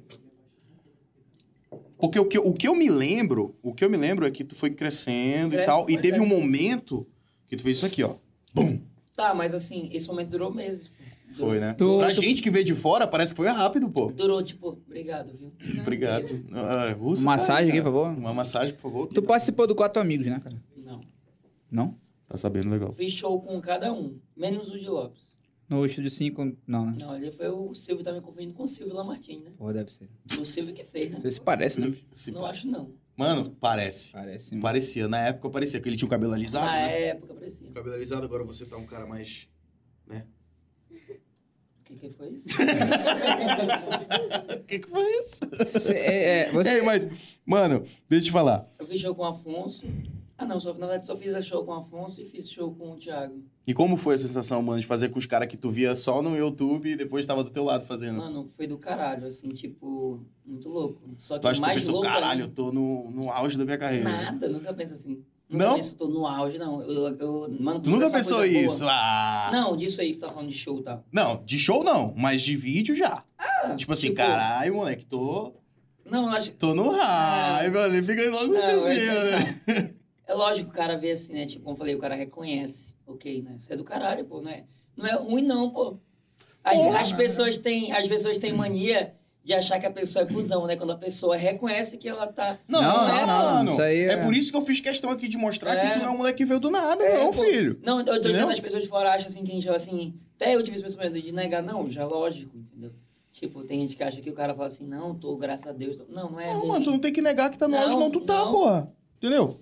Porque o que, o que eu me lembro, o que eu me lembro é que tu foi crescendo e Cresce, tal, e pois teve é. um momento que tu fez isso aqui, ó. Tá, mas assim, esse momento durou meses. pô. Foi, né? Tu- pra tu- gente que vê de fora, parece que foi rápido, pô. Durou, tipo, obrigado, viu? Obrigado. Ah, russo, Massagem aqui, cara. por favor. Uma massagem, por favor. Tu participou do Quatro Amigos, né, cara? Não. Não? Tá sabendo legal. Fiz show com cada um, menos o de Lopes. No Estúdio 5, não, né? Não, ali foi o Silvio, tá me confundindo com o Silvio Lamartine, né? Pô, deve ser. O Silvio que fez, né? Você se parece, né? Se Não pa- acho, não. Mano, parece. Parece. sim. Parecia. Na época parecia, porque ele tinha o cabelo alisado, Na né? época, parecia. Cabelo alisado, agora você tá um cara mais. O que que foi isso? O que, que foi isso? Cê- é, é, você- Ei, mas, mano, deixa eu te falar. Eu fiz show com o Afonso. Ah, não, só, na verdade só fiz show com o Afonso e fiz show com o Thiago. E como foi a sensação, mano, de fazer com os caras que tu via só no YouTube e depois tava do teu lado fazendo? Mano, foi do caralho, assim, tipo, muito louco. Só que tu acha que tu mais pensou, louco. caralho, ainda- eu tô no, no auge da minha carreira. Nada, nunca penso assim. Não? Nunca penso, tô no auge, não. Eu, eu, mano, Tu nunca essa pensou coisa boa. isso? Ah. Não, disso aí que tu tá falando de show e tal. Não, de show não, mas de vídeo já. tipo assim, tipo- caralho, moleque, tô, Não, eu acho. tô no Ah, hype, mano, fica logo Não, assim, é né? É lógico que o cara vê assim, né? Tipo, como eu falei, o cara reconhece. Ok, né? Isso é do caralho, pô, não é? Não é ruim, não, pô. As, Porra! as pessoas têm, as pessoas têm mania de achar que a pessoa é cuzão, né? Quando a pessoa reconhece que ela tá. Não, Não, não, não, não, mano. isso aí é... é- por isso que eu fiz questão aqui de mostrar É. que tu não é um moleque que veio do nada, não, pô. filho. Não, eu tô Entendeu? dizendo, as pessoas de fora acham assim, que a gente fala assim. Até eu tive esse pensamento de negar, não, já é lógico, entendeu? Tipo, tem gente que acha que o cara fala assim, não, tô, graças a Deus. tô- Não, não é. Não, ruim. mano, tu não tem que negar que tá no Não, auge, não, tu tá, não. porra. Entendeu?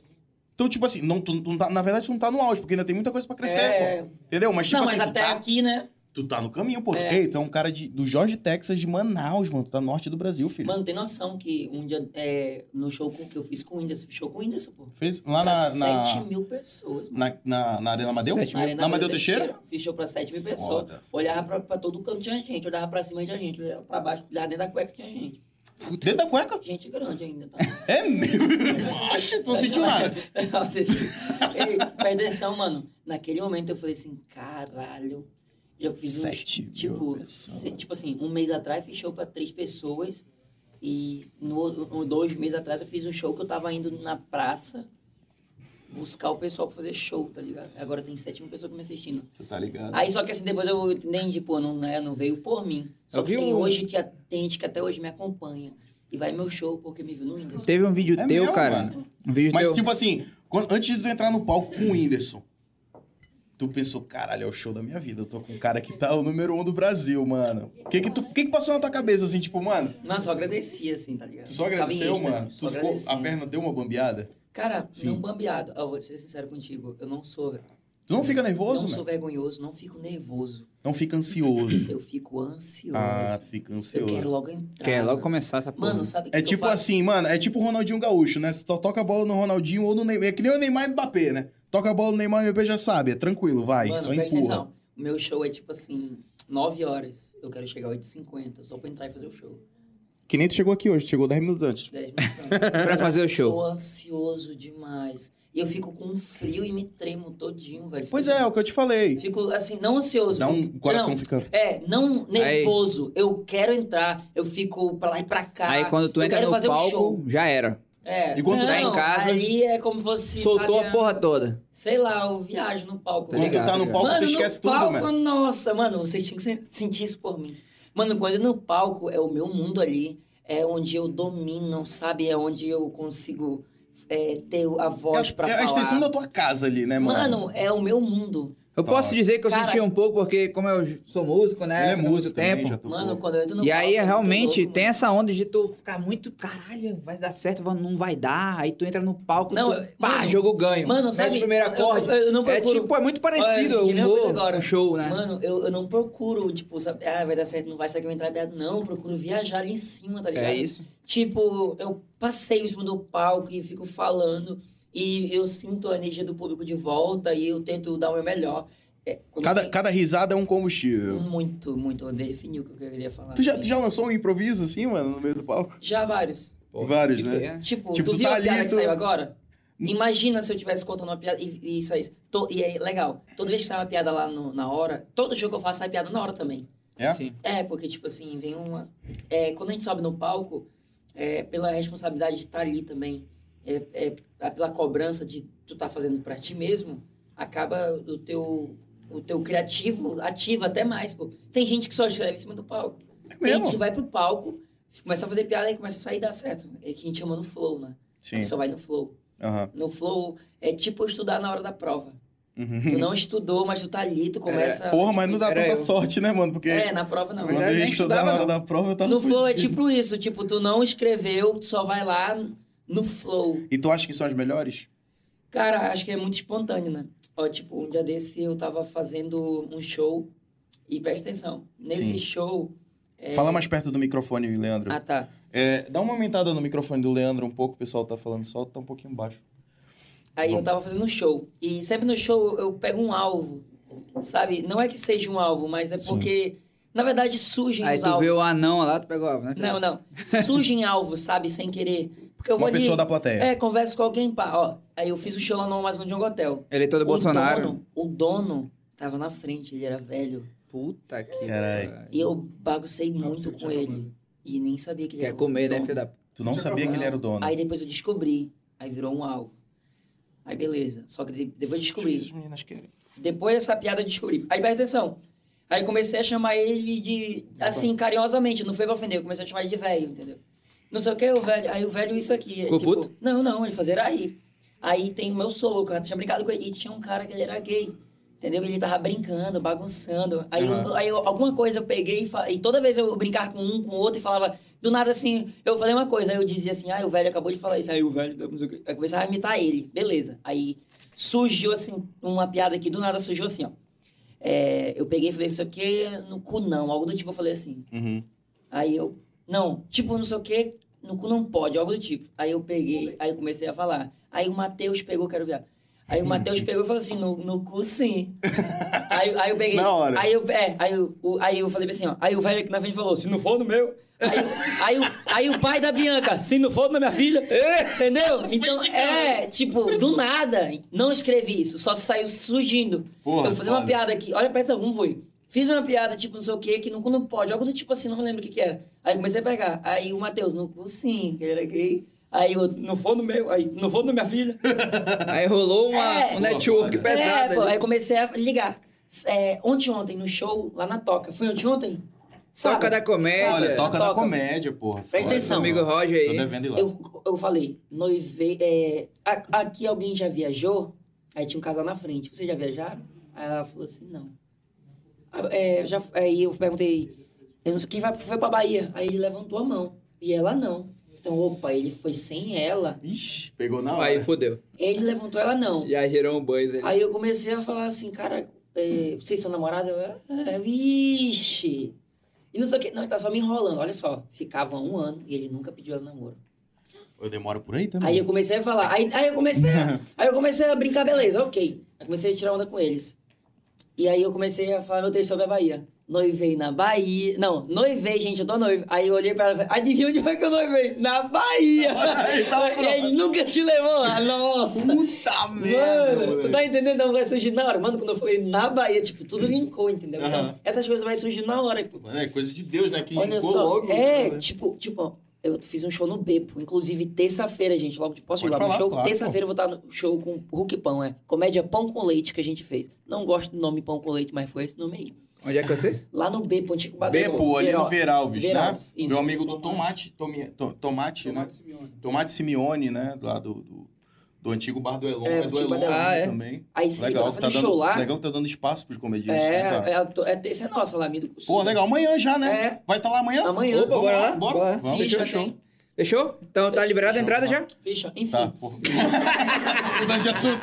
Então, tipo assim, não, tu, tu não tá, na verdade, tu não tá no auge, porque ainda tem muita coisa pra crescer, pô. é... Entendeu? Mas, tipo Não, assim, mas tu, até tá, aqui, né? tu tá no caminho, pô. É. Ei, tu é um cara de, do Jorge, Texas, de Manaus, mano. Tu tá norte do Brasil, filho. Mano, tem noção que um dia, é, no show com- que eu fiz com o Whindersson, show com o Whindersson, pô. Fez lá Pra na na, 7 mil pessoas, mano. na, na, na Arena Amadeu? Sete Na Arena Amadeu Vila Teixeira? Fiz show pra 7 mil pessoas. Foda. Olhava pra, pra todo canto, tinha gente. Olhava pra cima, tinha gente. Olhava pra baixo, olhava dentro da cueca, tinha gente. Dentro da cueca? Gente grande ainda, tá? É mesmo? Acho, não sentiu é nada. Ei, perdição, mano. Naquele momento eu falei assim, caralho. Já fiz um Sete mil tipo, pessoas. se- tipo assim, um mês atrás fiz show pra três pessoas. E no, um- dois meses atrás eu fiz um show que eu tava indo na praça buscar o pessoal pra fazer show, tá ligado? Agora tem sete mil pessoas que me assistindo. Tu tá ligado? Aí só que assim, depois eu entendi, pô, não, né, não veio por mim. Só Eu que vi tem um- hoje que a- tem gente que até hoje me acompanha. E vai meu show porque me viu no Windows. Teve um vídeo É teu, mesmo, cara. mano. Um vídeo Mas, teu. tipo assim, quando- antes de tu entrar no palco com o Whindersson, tu pensou, caralho, é o show da minha vida. Eu tô com um cara que tá o número um do Brasil, mano. O que que, tu- que que passou na tua cabeça, assim, tipo, mano? Mano, só agradeci, assim, tá ligado? Tu só Tava em agradeceu, êxtase, mano? Só Tu ficou, agradeci. a perna deu uma bambeada? Cara, Sim. não bambeado. Ah, Eu vou ser sincero contigo, eu não sou, velho. Tu não fica nervoso, Não mano? sou vergonhoso, não fico nervoso. Não fica ansioso. Eu fico ansioso. Ah, tu fica eu quero ansioso. logo entrar. Quer é logo mano. começar essa porra. Mano, sabe o que É que tipo eu faço? assim, mano, é tipo o Ronaldinho Gaúcho, né? Se to toca a bola no Ronaldinho ou no Neymar. É que nem o Neymar e o Mbappé, né? Toca a bola no Neymar e o Mbappé já sabe. É tranquilo, vai. Mano, só presta empurra. atenção. O meu show é tipo assim, 9 horas. Eu quero chegar 8h50, só pra entrar e fazer o show. Que nem tu chegou aqui hoje, chegou 10 minutos antes. 10 minutos antes. Pra fazer o Sou show. ansioso demais. E eu fico com um frio e me tremo todinho, velho. Pois Fico- é, é o que eu te falei. Fico assim, não ansioso. Dá um o coração Não, fica. É, não nervoso. Eu quero entrar, eu fico pra lá e pra cá. Aí quando tu eu entra quero no fazer o show. palco, já era. É. E quando tu não, tá em casa, Ali é como se fosse. Soltou sabe, é, a porra toda. Sei lá, eu viajo no palco. Quando ligado, tu tá tá no ligado. palco, mano, tu esquece no tudo, palco, mano. nossa, mano, vocês tinham que se- sentir isso por mim. Mano, quando eu no palco, é o meu mundo ali, é onde eu domino, sabe? É onde eu consigo é, ter a voz pra É a falar. extensão da tua casa ali, né, mano? Mano, é o meu mundo. Eu Tá posso ótimo. dizer que eu Cara- senti um pouco, porque como eu sou músico, né? Ele é toco há músico muito também, já tocou. Mano, quando eu entro no E palco. aí, é muito realmente, louco, tem mano. essa onda de tu ficar muito, caralho, vai dar certo, não vai dar. Aí tu entra no palco, Não, tu, eu- pá, mano, jogo ganho. mano, Mete sabe, o primeiro eu- acorde. eu- eu não é procuro- tipo, é muito Olha, parecido que nem uma o coisa humor, agora. o show, né? Mano, eu, eu não procuro, tipo, sabe, ah, vai dar certo, não vai, será que eu vou entrar beado? Não, eu procuro viajar ali em cima, tá ligado? é isso. Tipo, eu passeio em cima do palco e fico falando e eu sinto a energia do público de volta e eu tento dar o meu melhor. É, quando Cada, tem- cada risada é um combustível. Muito, muito. Eu defini o que eu queria falar. Tu já, tu já lançou um improviso assim, mano, no meio do palco? Já vários. Vários, né? Tipo, Tipo, tu tu viu tá a ali, piada que tu- saiu agora? Imagina se eu tivesse contando uma piada e, e isso aí. Tô- e aí, legal. Toda vez que sai uma piada lá no- na hora, todo jogo que eu faço sai piada na hora também. É? Sim. assim, É, porque, tipo assim, vem uma. É, quando a gente sobe no palco, é, pela responsabilidade de estar ali também, é, é, a- pela cobrança de tu estar fazendo para ti mesmo, acaba o teu, o teu criativo ativa até mais. Pô. Tem gente que só escreve em cima do palco. É Tem gente mesmo? que vai pro palco, começa a fazer piada e começa a sair e dar certo. É que a gente chama no flow, né? A Sim. pessoa vai no flow. Aham. No flow é tipo estudar na hora da prova. Tu Uhum. É. não estudou, mas tu tá ali, tu começa. Porra, mas não dá Era tanta eu. sorte, né, mano? Porque É, na prova não. quando verdade, eu ia nem estudar na estudava, hora não. da prova, eu tava No flow é fudido. tipo isso, tipo, tu não escreveu, tu só vai lá no flow. E tu acha que são as melhores? Cara, acho que é muito espontâneo, né? Ó, tipo, um dia desse eu tava fazendo um show e presta atenção, nesse Sim. show. é, Fala mais perto do microfone, Leandro. Ah, tá. É, dá uma aumentada no microfone do Leandro um pouco, o pessoal tá falando só, tá um pouquinho baixo. Aí eu Vamos. tava fazendo um show. E sempre no show eu- eu pego um alvo, sabe? Não é que seja um alvo, mas é Sim. porque, na verdade, surgem Aí os tu alvos. vê o anão lá, tu pegou, né? Não, não. Surgem alvos, sabe? Sem querer. Porque eu vou Uma ali, pessoa da plateia. É, converso com alguém, pá. Ó, aí eu fiz o show lá no Amazon de um hotel. Eleitor do é O Bolsonaro. Dono, o dono tava na frente, ele era velho. Puta que Carai. pariu. E eu baguncei muito você com tinha ele. acabado. E nem sabia que ele Quer o comer, né, dono. filho da... Tu não Você sabia que ele era o dono. Aí depois eu descobri. Aí virou um alvo. Aí beleza. Só que de- depois eu descobri. Essas meninas querem. Depois dessa piada eu descobri. Aí presta atenção. Aí comecei a chamar ele de. Assim, carinhosamente, não foi pra ofender, eu comecei a chamar ele de velho, entendeu? Não sei o que, o velho. Aí o velho, isso aqui. é Ficou tipo, puto? Não, não, ele fazia era rir. Aí tem o meu sogro, cara, tinha brincado com ele. E tinha um cara que ele era gay. Entendeu? Ele tava brincando, bagunçando. Aí, eu- Aham. aí eu- alguma coisa eu peguei e, fa- e toda vez eu brincava com um, com o outro e falava. Do nada assim, eu falei uma coisa, aí eu dizia assim, ah, o velho acabou de falar isso. Aí o velho, não sei o quê. aí eu começava a imitar ele. Beleza. Aí surgiu assim, uma piada aqui, do nada surgiu assim, ó. É, eu peguei e falei, não sei o quê, no cu não, algo do tipo, eu falei assim. Uhum. Aí eu, não, tipo, não sei o quê, no cu não pode, algo do tipo. Aí eu peguei, aí eu comecei a falar. Aí o Matheus pegou, quero ver. Aí o Matheus pegou e falou assim, no, no cu sim. aí, aí eu peguei. Na hora. Aí eu, é, aí eu, o- aí eu falei assim, ó. Aí o velho aqui na frente falou, se não for no meu. Aí, aí, o- aí o pai da Bianca, se não for na minha filha. Entendeu? Então, é, tipo, do nada, não escrevi isso, só saiu surgindo. Porra, eu falei uma foda. piada aqui, olha, presta atenção, como foi? Fiz uma piada, tipo, não sei o quê, que no cu não pode, algo do tipo assim, não me lembro o que que era. Aí comecei a pegar, aí o Matheus, no cu sim, ele era gay. Aí eu, não for no meu, aí, não for na minha filha. Aí rolou uma, É. um network pesado. É, pô, ali. aí comecei a ligar. É, ontem, ontem, no show, lá na Toca. Foi ontem, ontem? Sábado. Toca da comédia. Olha, toca da toca. comédia, porra. Presta Olha, atenção. Amigo Roger Tô aí. devendo ir lá. Eu, eu falei, noivei. é, a- aqui alguém já viajou? Aí tinha um casal na frente. Vocês já viajaram? Aí ela falou assim, não. Ah, é, já, aí eu perguntei, eu não sei quem vai, foi pra Bahia. Aí ele levantou a mão. E ela não. Então, opa, ele foi sem ela. Ixi, pegou na hora. Aí fodeu. Ele levantou ela não. Já gerou um buzz ali. Aí eu comecei a falar assim, cara, é, vocês são namorados? Eu, é, vixe. E não sei o que. Não, ele tá só me enrolando. Olha só, ficava um ano e ele nunca pediu ela em namoro. Eu demoro por aí também. Aí eu comecei a falar. Aí, aí eu comecei a, aí eu comecei a brincar, beleza, ok. Aí comecei a tirar onda com eles. E aí eu comecei a falar meu texto sobre a Bahia. Noivei na Bahia. Não, noivei, gente, eu tô noivo. Aí eu olhei pra ela e falei, adivinha onde foi que eu noivei? Na Bahia! tá e ele nunca te levou lá, nossa! Puta merda, Mano, tu moleque. tá entendendo? Não, vai surgir na hora. Mano, quando eu falei na Bahia, tipo, tudo linkou, entendeu? Então, Aham. essas coisas vai surgir na hora. Pô. Mano, é coisa de Deus, né? Que Olha limpou só, logo. é, né? tipo, tipo, ó, eu fiz um show no Bepo, inclusive terça-feira, gente, logo, posso Pode jogar falar, pro show? claro, terça-feira eu vou estar no show com o Hulk Pão, é, comédia Pão com Leite que a gente fez. Não gosto do nome Pão com Leite, mas foi esse nome aí. Onde é que você? Lá no Bepo, antigo Badeiro. Bepo, ali no Veralves, Veralves, né? isso. Meu amigo do Tomate, Tomi- To- Tomate, né? Tomate Simeone. Tomate Simeone, né? Lá do, do, do antigo Bar do Elon, É, é, o do antigo Elon Bar do Elon. Ah, é? também. Aí sim, Legal, eu tava que tá fazendo dando, show lá. legal que tá dando espaço pros comediantes, é, né, cara? é, a to- é, terça é nossa lá, amigo. do Sul. Pô, legal, amanhã já, né? É. Vai estar lá amanhã? Amanhã. Opa, bora lá? Bora, Bora. vamos Ficha, fechar o tem. show. Fechou? Então tá liberada a entrada já? Fecha, enfim. Tá, porra. Mudando de assunto.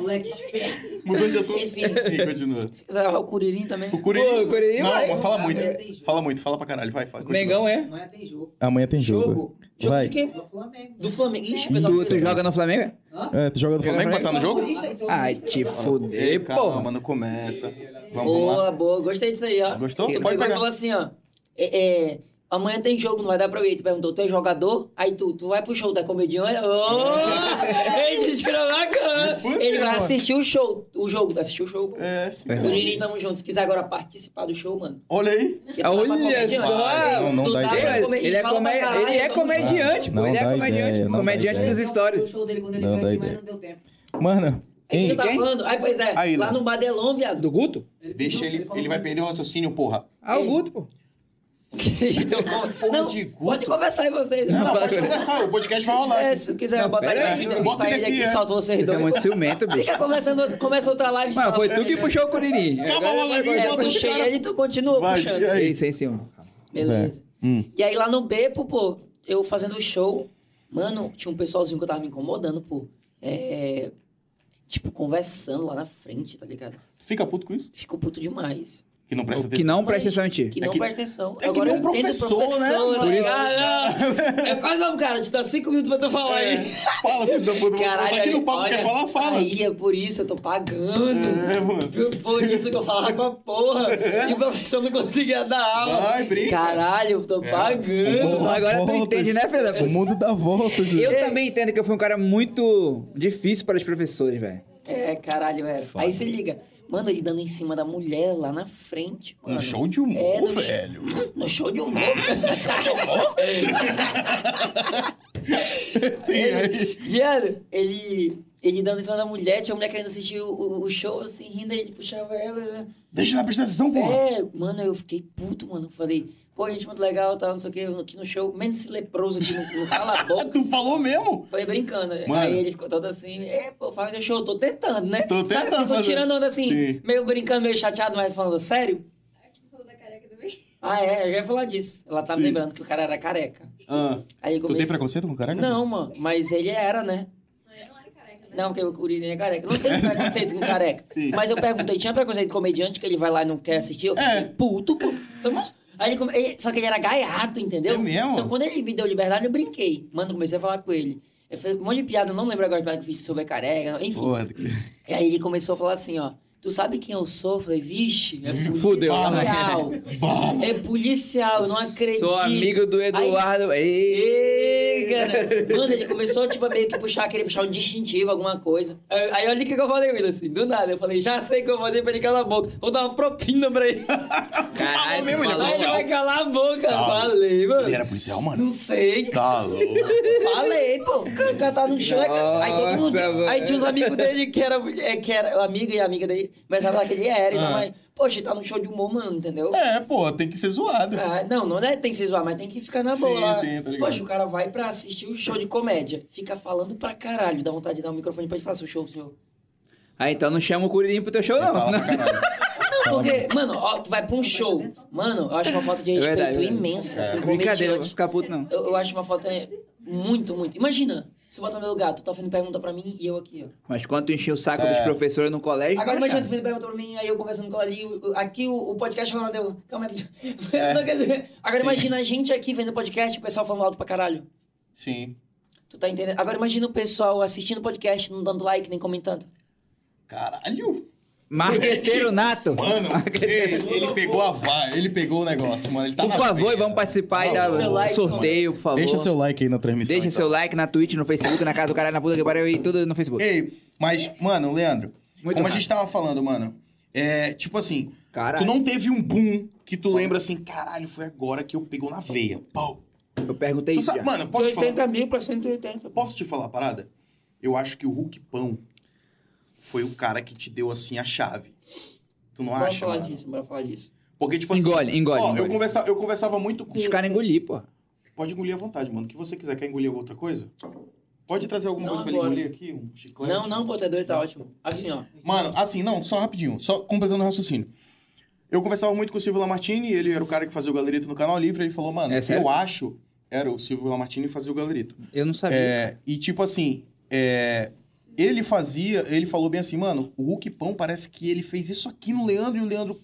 Moleque esperto. Mudando de assunto. Enfim. Sim, continua. Se quiser levar o Curirim também. O Curirim. Pô, o Curirim Não, vai. mas fala Amanhã muito. tem jogo. Fala muito, fala pra caralho. Vai, vai. continua. Mengão é. Amanhã tem jogo. Amanhã tem Jogo. Jogo Vai. de quem? Do Flamengo. Do Flamengo. Ixi, Tu, pessoal. tu joga no Flamengo? Hã? É, tu joga do Flamengo pra tá no jogo? Paulista, então, Ai, gente, te Ei, fuder, calma, porra. mano, começa. Vamos, vamos lá. Boa, boa. Gostei disso aí, ó. Tipo, Gostou? Tu Pode pegou e pegar. falou assim, ó. É, é, Amanhã tem jogo, não vai dar pra eu ir. Tu perguntou, tu é jogador? Aí tu, tu vai pro show, tu é comediante? Ô! ele tirou na cama. Fudeu, Ele vai mano. assistir o show, o jogo, tu assistiu o show. pô. É, sim. Turirim, tamo junto. Se quiser agora participar do show, mano. Olha aí. que tu tá pra Olha comediante. só! Não, não Tu dá tá pra ideia. come- Ele é, fala come- pra caralho, tá ele é tamo junto. comediante, pô. Não Ele dá é comediante. ideia, não dá comediante é ideia. das O histórias. show dele quando ele Não, veio dá aqui, ideia. mas não deu tempo. Mano, Aí hein? tu tá Quem? falando? Aí, pois é, Aí, lá lá. no Badelon, viado. Do Guto? Deixa ele. Ele vai perder o raciocínio, porra. Ah, o Guto, pô. Então, Porra não, de Guto. pode conversar aí vocês. Não, fala pode com ele. conversar, o podcast vai rolar. É, se quiser, Não, bota pera ele aí, aqui, entrevista bota ele ele aqui, aqui, é. solta vocês Você é dois. muito ciumento, bicho. então Fica conversando, começa outra live. Mas fala. foi tu que puxou então. o Curirim. Calma logo aí, É, bota os puxei caras. ele e tu continua Vai, puxando. e aí? Ei, sem ciúme. Beleza. É. Hum. E aí lá no Bepo, pô, eu fazendo o show, mano, tinha um pessoalzinho que eu tava me incomodando, pô. É, tipo, conversando lá na frente, tá ligado? Fica puto com isso? Fico puto demais. Que não presta O que atenção. não presta atenção em ti. Que não que- presta atenção. é que Agora nem um eu entendo professor, né, professor, é mano? Ah, não. É quase um cara, te dá cinco minutos pra tu falar É. aí. Fala, filho da puta. Caralho, tá aqui no aí, palco, olha, quer falar? Fala. Aí, é por isso, eu tô pagando. É, mano. É. Por isso que eu falava pra porra. E o professor não conseguia dar aula. Vai, brinca. É. Caralho, eu tô pagando. Vou dar Agora tu voltas. entende, né, filha da O puta? mundo dá voltas. Eu gente. também entendo que eu fui um cara muito difícil para os professores, velho. É, caralho, era. Aí se liga. Mano, ele dando em cima da mulher lá na frente. Mano. Um show Ah, de humor, É, no- velho. No show de humor. No show de humor? Sim, aí. Viado, ele, ele dando em cima da mulher, tinha uma mulher querendo assistir o, o- o show, assim, rindo, aí ele puxava ela, né? Deixa ela prestar atenção, porra. É, mano, eu fiquei puto, mano. Falei, pô, gente, muito legal, tal, não sei o que, aqui no show, menos esse leproso aqui no, no cala a boca. Tu falou mesmo? Falei brincando. né? Mano. Aí ele ficou todo assim, é, pô, fala teu show, tô tentando, né? Tô tentando Sabe, ficou fazer. tirando onda assim, Sim. meio brincando, meio chateado, mas falando, sério? Aqui falou da careca também. Ah, é, eu já ia falar disso. Ela tava Sim. lembrando que o cara era careca. Ah, Aí eu tu tem comecei... preconceito com o careca? Não, mano, mas ele era, né? Não eu não era careca, né? Não, porque o Curirim é careca. Não tem preconceito com careca. Sim. Mas eu perguntei, tinha preconceito com comediante que ele vai lá e não quer assistir? Eu fiquei É. puto, pô. Falei, mas... Aí ele come- ele- Só que ele era gaiato, entendeu? É mesmo? Então quando ele me deu liberdade, eu brinquei. Mano, eu comecei a falar com ele. Eu falei um monte de piada, eu não lembro agora de piada que eu fiz sobre careca, enfim. Porra. E aí ele começou a falar assim, ó. Tu sabe quem eu sou? Eu falei, vixe, é Fudeu. né? policial. é policial, eu não acredito. Sou amigo do Eduardo. Ei, Ei, cara. Mano, ele começou, tipo, a meio que puxar, querer puxar um distintivo, alguma coisa. Aí aí olha o que que eu falei, Will, assim, do nada. Eu falei, já sei que eu mandei pra ele calar a boca. Vou dar uma propina pra ele. tá Falou mesmo, ele é assim? Aí ele policial. vai calar a boca. Ah, falei, mano. Ele era policial, mano? Não sei. Tá louco. Falei, pô. O cara tá no chão. aí todo mundo. Nossa, mano. Aí tinha uns amigos dele que era, mulher- que era amiga e amiga dele. Mas tava aquele era, então, mas, poxa, tá no show de humor, mano, entendeu? É, pô, tem que ser zoado. Ah, não, não é tem que se zoar, mas tem que ficar na Sim, boa. lá. sim, tá ligado. Poxa, o cara vai pra assistir o show de comédia. Fica falando pra caralho. Dá vontade de dar um microfone pra ele fazer o show, senhor. Ah, então não chama o Curirim pro teu show, não. Fala senão- pra caralho. Não, porque, mano, ó, tu vai pra um show. Mano, eu acho uma falta de É respeito verdade, é verdade. imensa. com o Brincadeira, não vou comediante. ficar puto, não. Eu, eu acho uma falta é, muito, muito. Imagina, se botar no meu lugar, tu tá fazendo pergunta pra mim e eu aqui, ó. Mas quando tu enchia o saco dos professores no colégio. Agora não imagina tu achava. fazendo pergunta pra mim, aí eu conversando com ela ali, o- o- aqui o, o podcast falando, eu, calma aí. É. Só que- Agora imagina a gente aqui vendo podcast, o pessoal falando alto pra caralho. Sim. Tu tá entendendo? Agora imagina o pessoal assistindo o podcast, não dando like nem comentando. Caralho. Marqueteiro nato. Mano, ele, ele pegou a vá, ele pegou o negócio, mano. Ele tá Por na favor, veia. vamos participar aí Deixa da seu like, sorteio, por favor. Deixa seu like aí na transmissão. Deixa então. seu like na Twitch, no Facebook, na casa do caralho, na puta que pariu e tudo no Facebook. Ei, mas, mano, Leandro, É. Muito rápido. como a gente tava falando, mano, é tipo assim, Caralho. tu não teve um boom que tu lembra assim, caralho, foi agora que eu pegou na veia. Pau. Eu perguntei Tu isso. sabe, já. mano, posso te falar? mil pra 180. Posso te falar uma parada? Eu acho que o Hulk Pão foi o cara que te deu assim a chave. Tu não Bora acha? falar mano? disso, bora falar disso. Porque, tipo assim. Engole, engole, Ó, Eu, engole. conversa, eu conversava muito com. Os caras engolir, pô. Pode engolir à vontade, mano. O que você quiser. Quer engolir alguma outra coisa? Pode trazer alguma Não coisa pra ele agora. engolir aqui? Um chiclete? Não, não, pô, tá doido, tá ótimo. Assim, ó. Mano, assim, não, só rapidinho, só completando o raciocínio. Eu conversava muito com o Silvio Lamartine, ele era o cara que fazia o galerito no Canal Livre, ele falou, mano, É sério? eu acho. Era o Silvio Lamartine que fazia o galerito. Eu não sabia. É, e tipo assim, é, ele fazia, ele falou bem assim, mano, o Hulk Pão parece que ele fez isso aqui no Leandro e o Leandro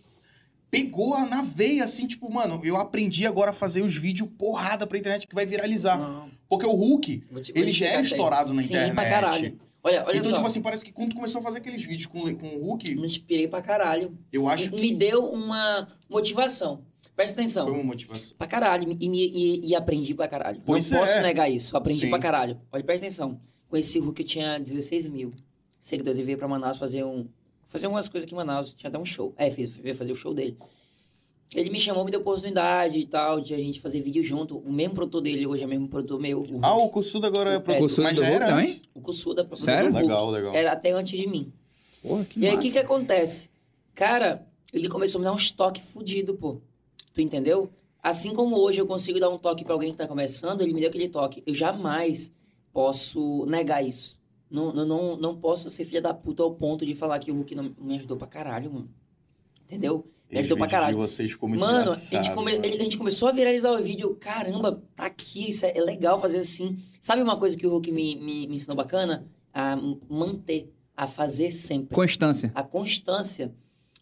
pegou a- na veia, assim, tipo, mano, eu aprendi agora a fazer os vídeos porrada pra internet que vai viralizar. Não, Porque o Hulk, vou te- vou Tá. ele te já era explicar Tipo, isso aí. estourado na Sim, internet. pra caralho. Olha, olha então, só. tipo assim, parece que quando tu começou a fazer aqueles vídeos com, o Le- com o Hulk, Me inspirei pra caralho. eu acho que. Me deu uma motivação. Presta Foi atenção. uma motivação. Pra caralho. E, me- e- e aprendi pra caralho. Pois Não posso é. negar isso. Aprendi Sim. pra caralho. Olha, presta atenção. Conheci o Hulk, eu tinha 16 mil seguidores. Ele veio pra Manaus fazer um... Fazer umas coisas aqui em Manaus. Tinha até um show. É, fiz, veio fazer o show dele. Ele me chamou, me deu oportunidade e tal, de a gente fazer vídeo junto. O mesmo produtor dele, hoje é o mesmo produtor meu. o Ah, Hulk. o Cossudo agora é É, produtor. Cossudo mas do já Hulk era também? antes. O Cossuda, produtor Sério? do Hulk. Legal, legal. Era até antes de mim. Porra, que E aí, o massa. que que acontece? Cara, ele começou a me dar uns toques fudido, pô. Tu entendeu? Assim como hoje eu consigo dar um toque pra alguém que tá começando, ele me deu aquele toque. Eu jamais posso negar isso. Não, não, não, não posso ser filha da puta ao ponto de falar que o Hulk não me ajudou pra caralho, mano. Entendeu? Me Esse ajudou pra vídeo caralho. de vocês ficou muito mano, a, gente engraçado, come- mano. ele- a gente começou a viralizar o vídeo. Caramba, tá aqui, isso é, é legal fazer assim. Sabe uma coisa que o Hulk me, me, me ensinou bacana? A m- manter, a fazer sempre. Constância. A constância,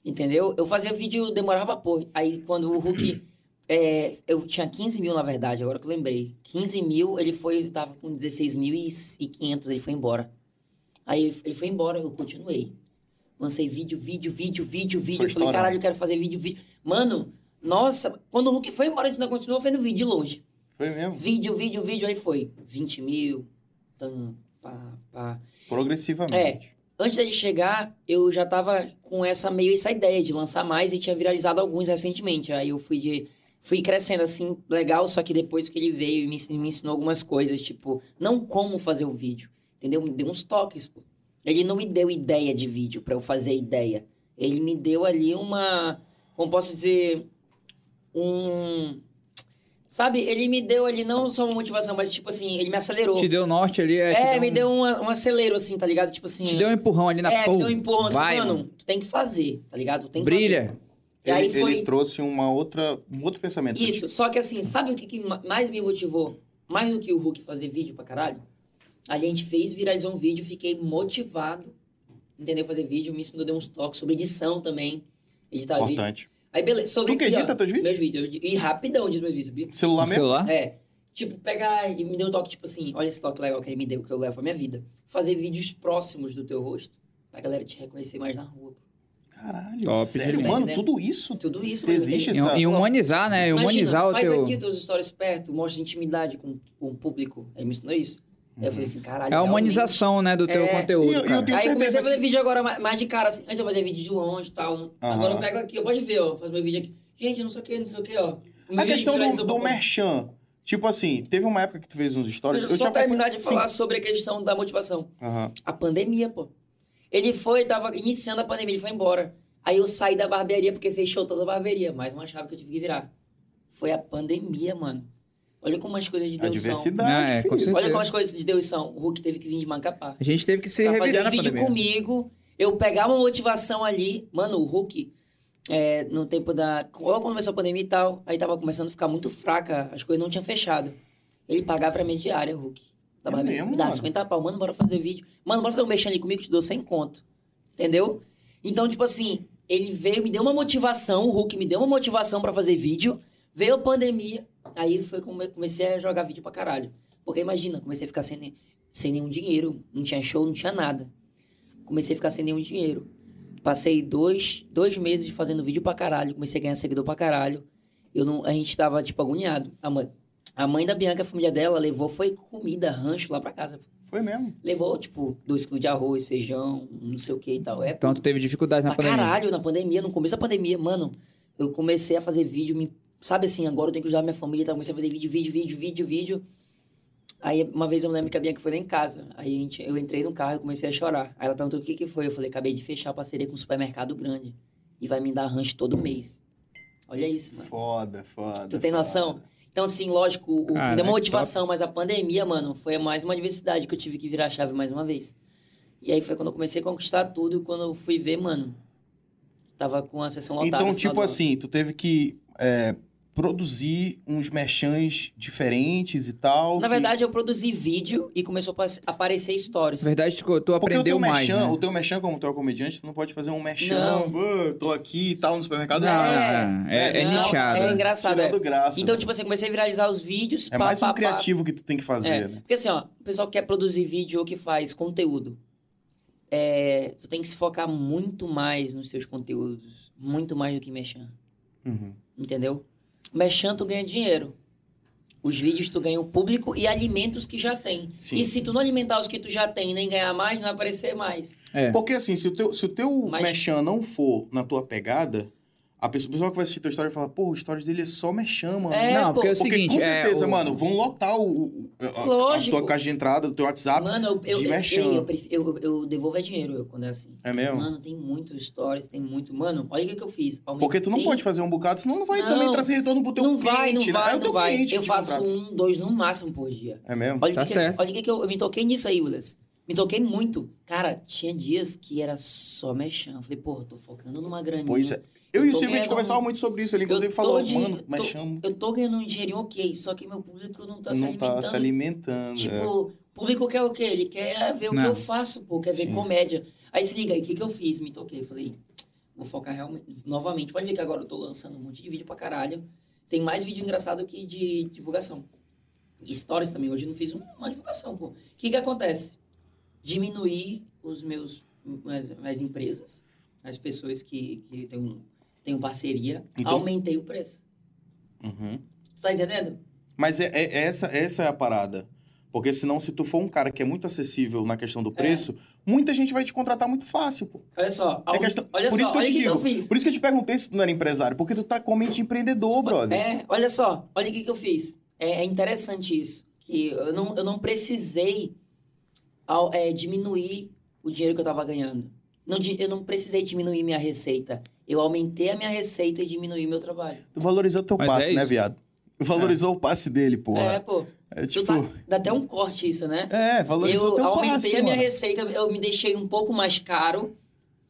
entendeu? Eu fazia vídeo, demorava pra pôr. Aí quando o Hulk. é, eu tinha 15 mil, na verdade, agora que eu lembrei. 15 mil, ele foi, eu tava com 16 mil e 500, ele foi embora. Aí ele- ele foi embora, eu continuei. Lancei vídeo, vídeo, vídeo, vídeo, vídeo. Eu falei, estourando. caralho, eu quero fazer vídeo, vídeo. Mano, nossa, quando o Hulk foi embora, a gente ainda continuou fazendo vídeo de longe. Foi mesmo. Vídeo, vídeo, vídeo, aí foi. 20 mil, tam, pá, pá. É, Progressivamente. Antes dele chegar, eu já tava com essa meio essa ideia de lançar mais e tinha viralizado alguns recentemente. Aí eu fui de fui crescendo assim, legal, só que depois que ele veio e me, ens- me ensinou algumas coisas, tipo, não como fazer o vídeo, entendeu? Me deu uns toques, pô. Ele não me deu ideia de vídeo pra eu fazer ideia. Ele me deu ali uma, como posso dizer, um Sabe, ele me deu ali não só uma motivação, mas tipo assim, ele me acelerou. Te deu norte ali. É, te É, me deu um, um acelero, assim, tá ligado? Tipo assim. Te deu um empurrão ali na é, pô, me deu um empurrão assim, vai, mano, tu tem que fazer, tá ligado? Tu Tem que Brilha. E aí ele, foi- ele trouxe uma outra, um outro pensamento. fazer. Isso, só que assim, sabe o que, que ma- mais me motivou? Mais do que o Hulk fazer vídeo pra caralho? A gente fez, viralizou um vídeo, fiquei motivado, entendeu? Fazer vídeo, me ensinou, deu uns toques sobre edição também, editar vídeo. Importante. Aí beleza, sobre Tu que aqui, ó, edita teus vídeos? Meus vídeos, eu edi- e rapidão de meus vídeos, viu? Celular No mesmo? celular? É. Tipo, pegar e me deu um toque, tipo assim, olha esse toque legal que ele me deu, que eu levo pra minha vida. Fazer vídeos próximos do teu rosto, pra galera te reconhecer mais na rua. Caralho. Top sério, demais. mano, Tá tudo isso? Tudo É isso. Existe mano, essa- tem- E, e humanizar, É, né? E Imagina, Humanizar o faz teu... aqui os teus stories perto, mostra intimidade com, com o público. Ele me ensinou isso. Aí eu falei assim, caralho, É a realmente. humanização, né, do teu É. conteúdo, E eu- e eu cara. tenho Aí eu comecei certeza a fazer que- vídeo agora ma- mais de cara, assim. Antes eu fazia vídeo de longe e tal. um, Agora eu pego aqui, ó, pode ver, ó. Faço meu vídeo aqui. Gente, não sei o que, não sei o que, ó. Meu A vídeo questão do, viralizou do pra- merchan. Tipo assim, teve uma época que tu fez uns stories. Deixa eu te só acompanho- terminar de Sim. falar sobre a questão da motivação. Aham. A pandemia, pô. Ele foi, tava iniciando a pandemia, ele foi embora. Aí eu saí da barbearia porque fechou toda a barbearia. Mais uma chave que eu tive que virar. Foi a pandemia, mano. Olha como as coisas de A Deus são. diversidade, É, com filho. certeza. Olha como as coisas de Deus são. O Hulk teve que vir de Macapá. A gente teve que se pra fazer revirar os na vídeos pandemia. comigo. Eu pegava uma motivação ali. Mano, o Hulk, é, no tempo da. Logo quando começou a pandemia e tal, aí tava começando a ficar muito fraca, as coisas não tinham fechado. Ele pagava pra minha diária, Hulk. Da É barbearia. mesmo, Me dá mano? 50 pau, mano, bora fazer vídeo. Mano, bora fazer um mexendo ali comigo, te dou 100 conto. Entendeu? Então, tipo assim, ele veio, me deu uma motivação, o Hulk me deu uma motivação pra fazer vídeo. Veio a pandemia, aí foi como eu comecei a jogar vídeo pra caralho. Porque imagina, comecei a ficar sem, ne- sem nenhum dinheiro. Não tinha show, não tinha nada. Comecei a ficar sem nenhum dinheiro. Passei dois, dois meses fazendo vídeo pra caralho. Comecei a ganhar seguidor pra caralho. Eu não, a gente tava, tipo, agoniado. A mãe, a mãe da Bianca, a família dela, levou, foi comida, rancho lá pra casa. Foi mesmo. Levou, tipo, dois quilos de arroz, feijão, não sei o que e tal. É Então tu teve dificuldade na pra pandemia. caralho na pandemia, no começo da pandemia, mano. Eu comecei a fazer vídeo, me- sabe assim, agora eu tenho que ajudar minha família, tá? Eu comecei a fazer vídeo, vídeo, vídeo, vídeo, vídeo. Aí uma vez eu me lembro que a Bianca foi lá em casa. Aí a gente- eu entrei no carro e comecei a chorar. Aí ela perguntou o que que foi. Eu falei, acabei de fechar a parceria com um supermercado grande. E vai me dar rancho todo mês. Olha isso, mano. Foda, foda. Tu tem foda. noção? Então, assim, lógico, o- Cara, que deu uma motivação, mas a pandemia, mano, foi mais uma adversidade que eu tive que virar a chave mais uma vez. E aí foi quando eu comecei a conquistar tudo, quando eu fui ver, mano, tava com a sessão lotada. no Então, final tipo do ano. assim, tu teve que é, produzir uns merchans diferentes e tal. Na que- verdade, eu produzi vídeo e começou a pas- aparecer stories. Na verdade, tu, tu Porque o aprendeu teu, mais, merchan, né? o teu merchan, como tu é comediante, tu não pode fazer um merchan, Não. "Pô, tô aqui e tal, no supermercado. Não, não, não. é, é, É, não, nichado. é engraçado, é. Tirando graça. né? Então, tipo assim, eu comecei a viralizar os vídeos. é pá, mais pá, um pá. criativo que tu tem que fazer, É, né? porque assim, ó, o pessoal que quer produzir vídeo ou que faz conteúdo, é, tu tem que se focar muito mais nos seus conteúdos, muito mais do que mexer, Uhum. entendeu? Mexendo, tu ganha dinheiro. Os vídeos tu ganha o público e alimentos que já tem. Sim. E se tu não alimentar os que tu já tem e nem ganhar mais, não vai aparecer mais. É. Porque assim, se o teu, se o teu Mas- merchan não for na tua pegada, a pessoa, o pessoal que vai assistir tua história vai falar, pô, o stories dele é só merchan, mano. É, não, pô. porque é o Porque seguinte. com é, certeza, o- mano, vão lotar o, o- a- a, Lógico. tua caixa de entrada, do teu WhatsApp. Mano, eu, eu, de eu, merchan. eu, pref- eu- eu devolvo é dinheiro eu, quando é assim. É mesmo? Mano, tem muito stories, tem muito. Mano, olha o que, que eu fiz. Aumentei- Porque tu não pode fazer um bocado, senão não vai Não. também trazer retorno pro teu não cliente. vai, não né? vai, é o teu não vai. cliente que Eu te faço contrata. um, dois no máximo por dia. É mesmo? Olha o Tá que, certo. Que, olha o que, que eu, eu me toquei nisso aí, Willis. Me toquei muito. Cara, tinha dias que era só mexendo. Falei, pô, tô focando numa graninha. Pois é. Eu e o tô Silvio, a gente ganhando conversava um- muito sobre isso. Ele, inclusive, tô falou, de- mano, tô- mas chama, Eu tô ganhando um dinheirinho ok, só que meu público não tá se não alimentando. tá se alimentando. é. Tipo, público quer o quê? Ele quer ver o Não. que eu faço, pô, quer Sim. ver comédia. Aí se liga aí, o que, que eu fiz? Me toquei. Falei, vou focar realmente, novamente. Pode ver que agora eu tô lançando um monte de vídeo pra caralho. Tem mais vídeo engraçado que de divulgação. E Stories também. Hoje eu não fiz uma divulgação, pô. O que, que acontece? Diminuir os meus, minhas, minhas empresas, as pessoas que, que tenho, tenho parceria, Então- aumentei o preço. Uhum. Tu tá entendendo? Mas é, é- essa, essa é a parada. Porque senão, se tu for um cara que é muito acessível na questão do É. preço, muita gente vai te contratar muito fácil, pô. Olha só. É aumen- questão- Olha por só, isso que eu olha te o que digo. eu fiz. Por isso que eu te perguntei se tu não era empresário, porque tu tá com mente de empreendedor, brother. É, olha só, olha o que, que eu fiz. É, é interessante isso. Que eu não, eu não precisei ao- é, diminuir o dinheiro que eu tava ganhando. Não, di- eu não precisei diminuir minha receita. Eu aumentei a minha receita e diminuí meu trabalho. Tu valorizou teu Mas é passe, né, isso. viado? Valorizou o passe dele, É, porra. pô. É, tu tipo. tá- dá até um corte isso, né? É, valorizou eu teu aumentei passe. a minha mano. receita, eu me deixei um pouco mais caro.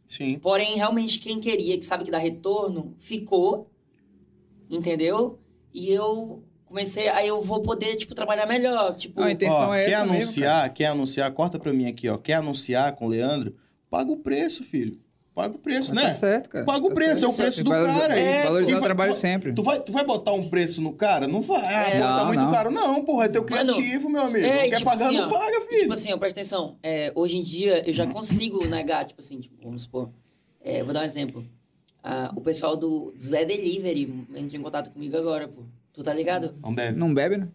Sim. Porém, realmente, quem queria, que sabe que dá retorno, ficou. Entendeu? E eu comecei, aí eu vou poder, tipo, trabalhar melhor. Tipo, Não, a intenção Ó, é quer essa mesmo, anunciar, quer anunciar, corta pra mim aqui, ó. Quer anunciar com o Leandro? Paga o preço, filho. Paga o preço, Tá né? certo, cara. Paga o Tá preço, certo. é o preço Tem do que cara. valorizar- É, valorizar tu o vai- trabalho tu vai- sempre. Tu vai, tu vai botar um preço no cara? Não vai. Ah, É. botar Não, muito não. caro. Não, porra, é teu criativo, meu amigo. É, Não e quer tipo pagar, assim, não ó. paga, E, filho. tipo assim, ó, presta atenção. é, hoje em dia eu Uhum. já consigo negar, tipo assim, tipo, vamos supor. é, vou dar um exemplo. Ah, o pessoal do Zé Delivery entra em contato comigo agora, pô. Tu tá ligado? Não deve. Não bebe, né?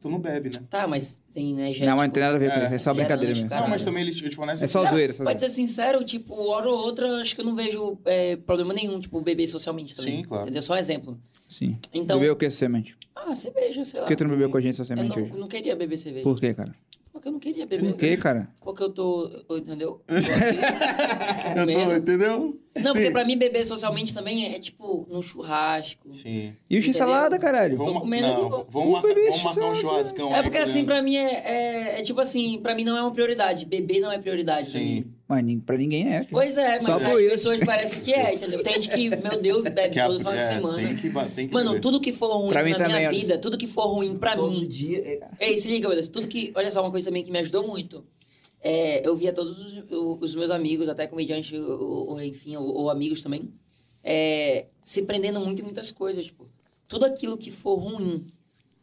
Tu não bebe, né? Tá, mas tem tipo, energético. Não, mas não tem nada a ver com É. isso. É só brincadeira mesmo. Caralho. Não, mas também eles eles fornecem. É só zoeira, só zoeira. Pode ser sincero, tipo, hora ou outra, acho que eu não vejo é, problema nenhum, tipo, beber socialmente também. Sim, claro. Entendeu? Só um exemplo. Sim. Então, Bebeu o que semente? ah, cerveja, sei lá. Por que tu não bebeu com a gente eu socialmente não, hoje? não queria beber cerveja. Por que, cara? Porque eu não queria beber. né? Por que, cara? Porque eu tô, eu- entendeu? É, Eu tô, entendeu? Não, Sim. porque pra mim beber socialmente também é tipo num churrasco. Sim. E o x-salada, caralho? Vamos, comendo não, aqui, pô. vamos, marcar, bebê, vamos marcar um isso é- churrascão. É aí porque com o assim, Leandro. pra mim é, é, é tipo assim, pra mim não é uma prioridade. Beber não é prioridade pra Sim. mim. Mas nin- pra ninguém é. cara. Pois é, mas Só as por isso. pessoas parecem que é, entendeu? Tem gente que, meu Deus, bebe Que a- todo final de é, semana. Tem que, ba- tem que Mano, beber. tudo que for ruim Pra mim na também, é minha olha. vida, tudo que for ruim pra Todo mim. dia. é- Ei, se liga, Willis, tudo que. Olha só, uma coisa também que me ajudou muito. É, eu via todos os, o- os meus amigos, até comediantes, ou, ou, enfim, ou, ou amigos também, é, se prendendo muito em muitas coisas. Tipo, tudo aquilo que for ruim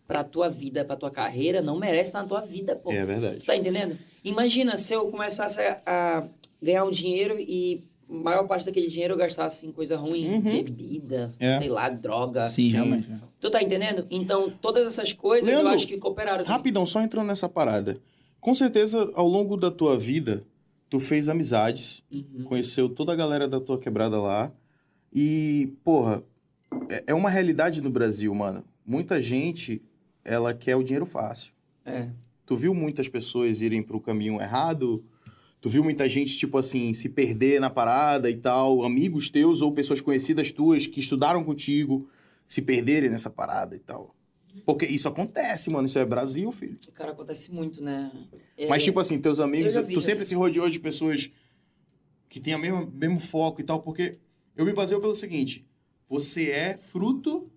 pra tua vida, pra tua carreira, não merece estar na tua vida, pô. É verdade. Tu tá entendendo? Imagina se eu começasse a, a ganhar um dinheiro e a maior parte daquele dinheiro eu gastasse em coisa ruim, bebida, É. sei lá, droga. Sim, realmente. né? Tu tá entendendo? Então, todas essas coisas Leandro, eu acho que cooperaram. comigo. Rapidão, só entrando nessa parada. Com certeza, ao longo da tua vida, tu fez amizades, Uhum. conheceu toda a galera da tua quebrada lá. E, porra, é- é uma realidade no Brasil, mano. Muita gente, ela quer o dinheiro fácil. É. Tu viu muitas pessoas irem pro caminho errado? Tu viu muita gente, tipo assim, se perder na parada e tal? Amigos teus ou pessoas conhecidas tuas que estudaram contigo se perderem nessa parada e tal? Porque isso acontece, mano. Isso é Brasil, filho. Cara, acontece muito, né? É, Mas, tipo assim, teus amigos, já tu vi, já sempre se rodeou de pessoas que têm o mesmo, mesmo foco e tal, porque eu me baseio pelo seguinte: você é fruto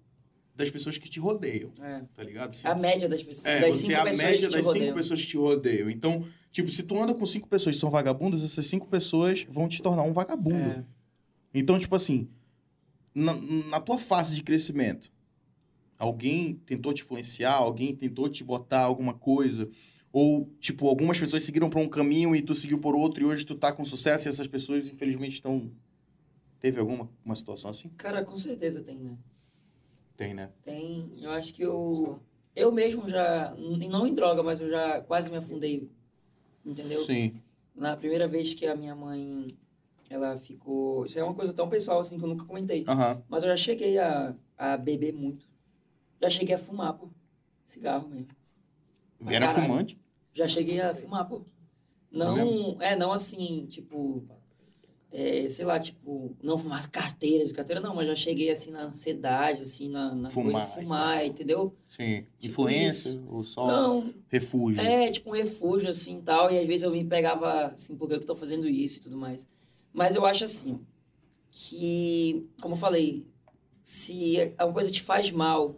das pessoas que te rodeiam, é, tá ligado? Se- a média das pessoas. É, das você cinco é a pessoas média que te das rodeiam. cinco pessoas que te rodeiam. Então, tipo, se tu anda com cinco pessoas que são vagabundas, essas cinco pessoas vão te tornar um vagabundo. É. Então, tipo assim, na, na tua fase de crescimento, alguém tentou te influenciar, alguém tentou te botar alguma coisa, ou, tipo, algumas pessoas seguiram por um caminho e tu seguiu por outro e hoje tu tá com sucesso e essas pessoas, infelizmente, estão... Teve alguma uma situação assim? Cara, com certeza tem, né? Tem, né? Tem, eu acho que eu. Eu mesmo já. n- Não em droga, mas eu já quase me afundei. Entendeu? Sim. Na primeira vez que a minha mãe. Ela ficou. Isso é uma coisa tão pessoal assim que eu nunca comentei. Aham. Mas eu já cheguei a, a beber muito. Já cheguei a fumar, pô. Cigarro mesmo. Era Caralho. fumante. Já cheguei a fumar, pô. Não, é, não assim, tipo, é, sei lá, tipo, não fumar carteiras, carteira não, mas já cheguei assim na ansiedade, assim, na, na Fumar, coisa de fumar, entendeu? Sim. Tipo Influência ou só Não, refúgio? é tipo um refúgio, assim, e tal, e às vezes eu me pegava, assim, por que eu tô fazendo isso e tudo mais. Mas eu acho assim, que, como eu falei, se uma coisa te faz mal,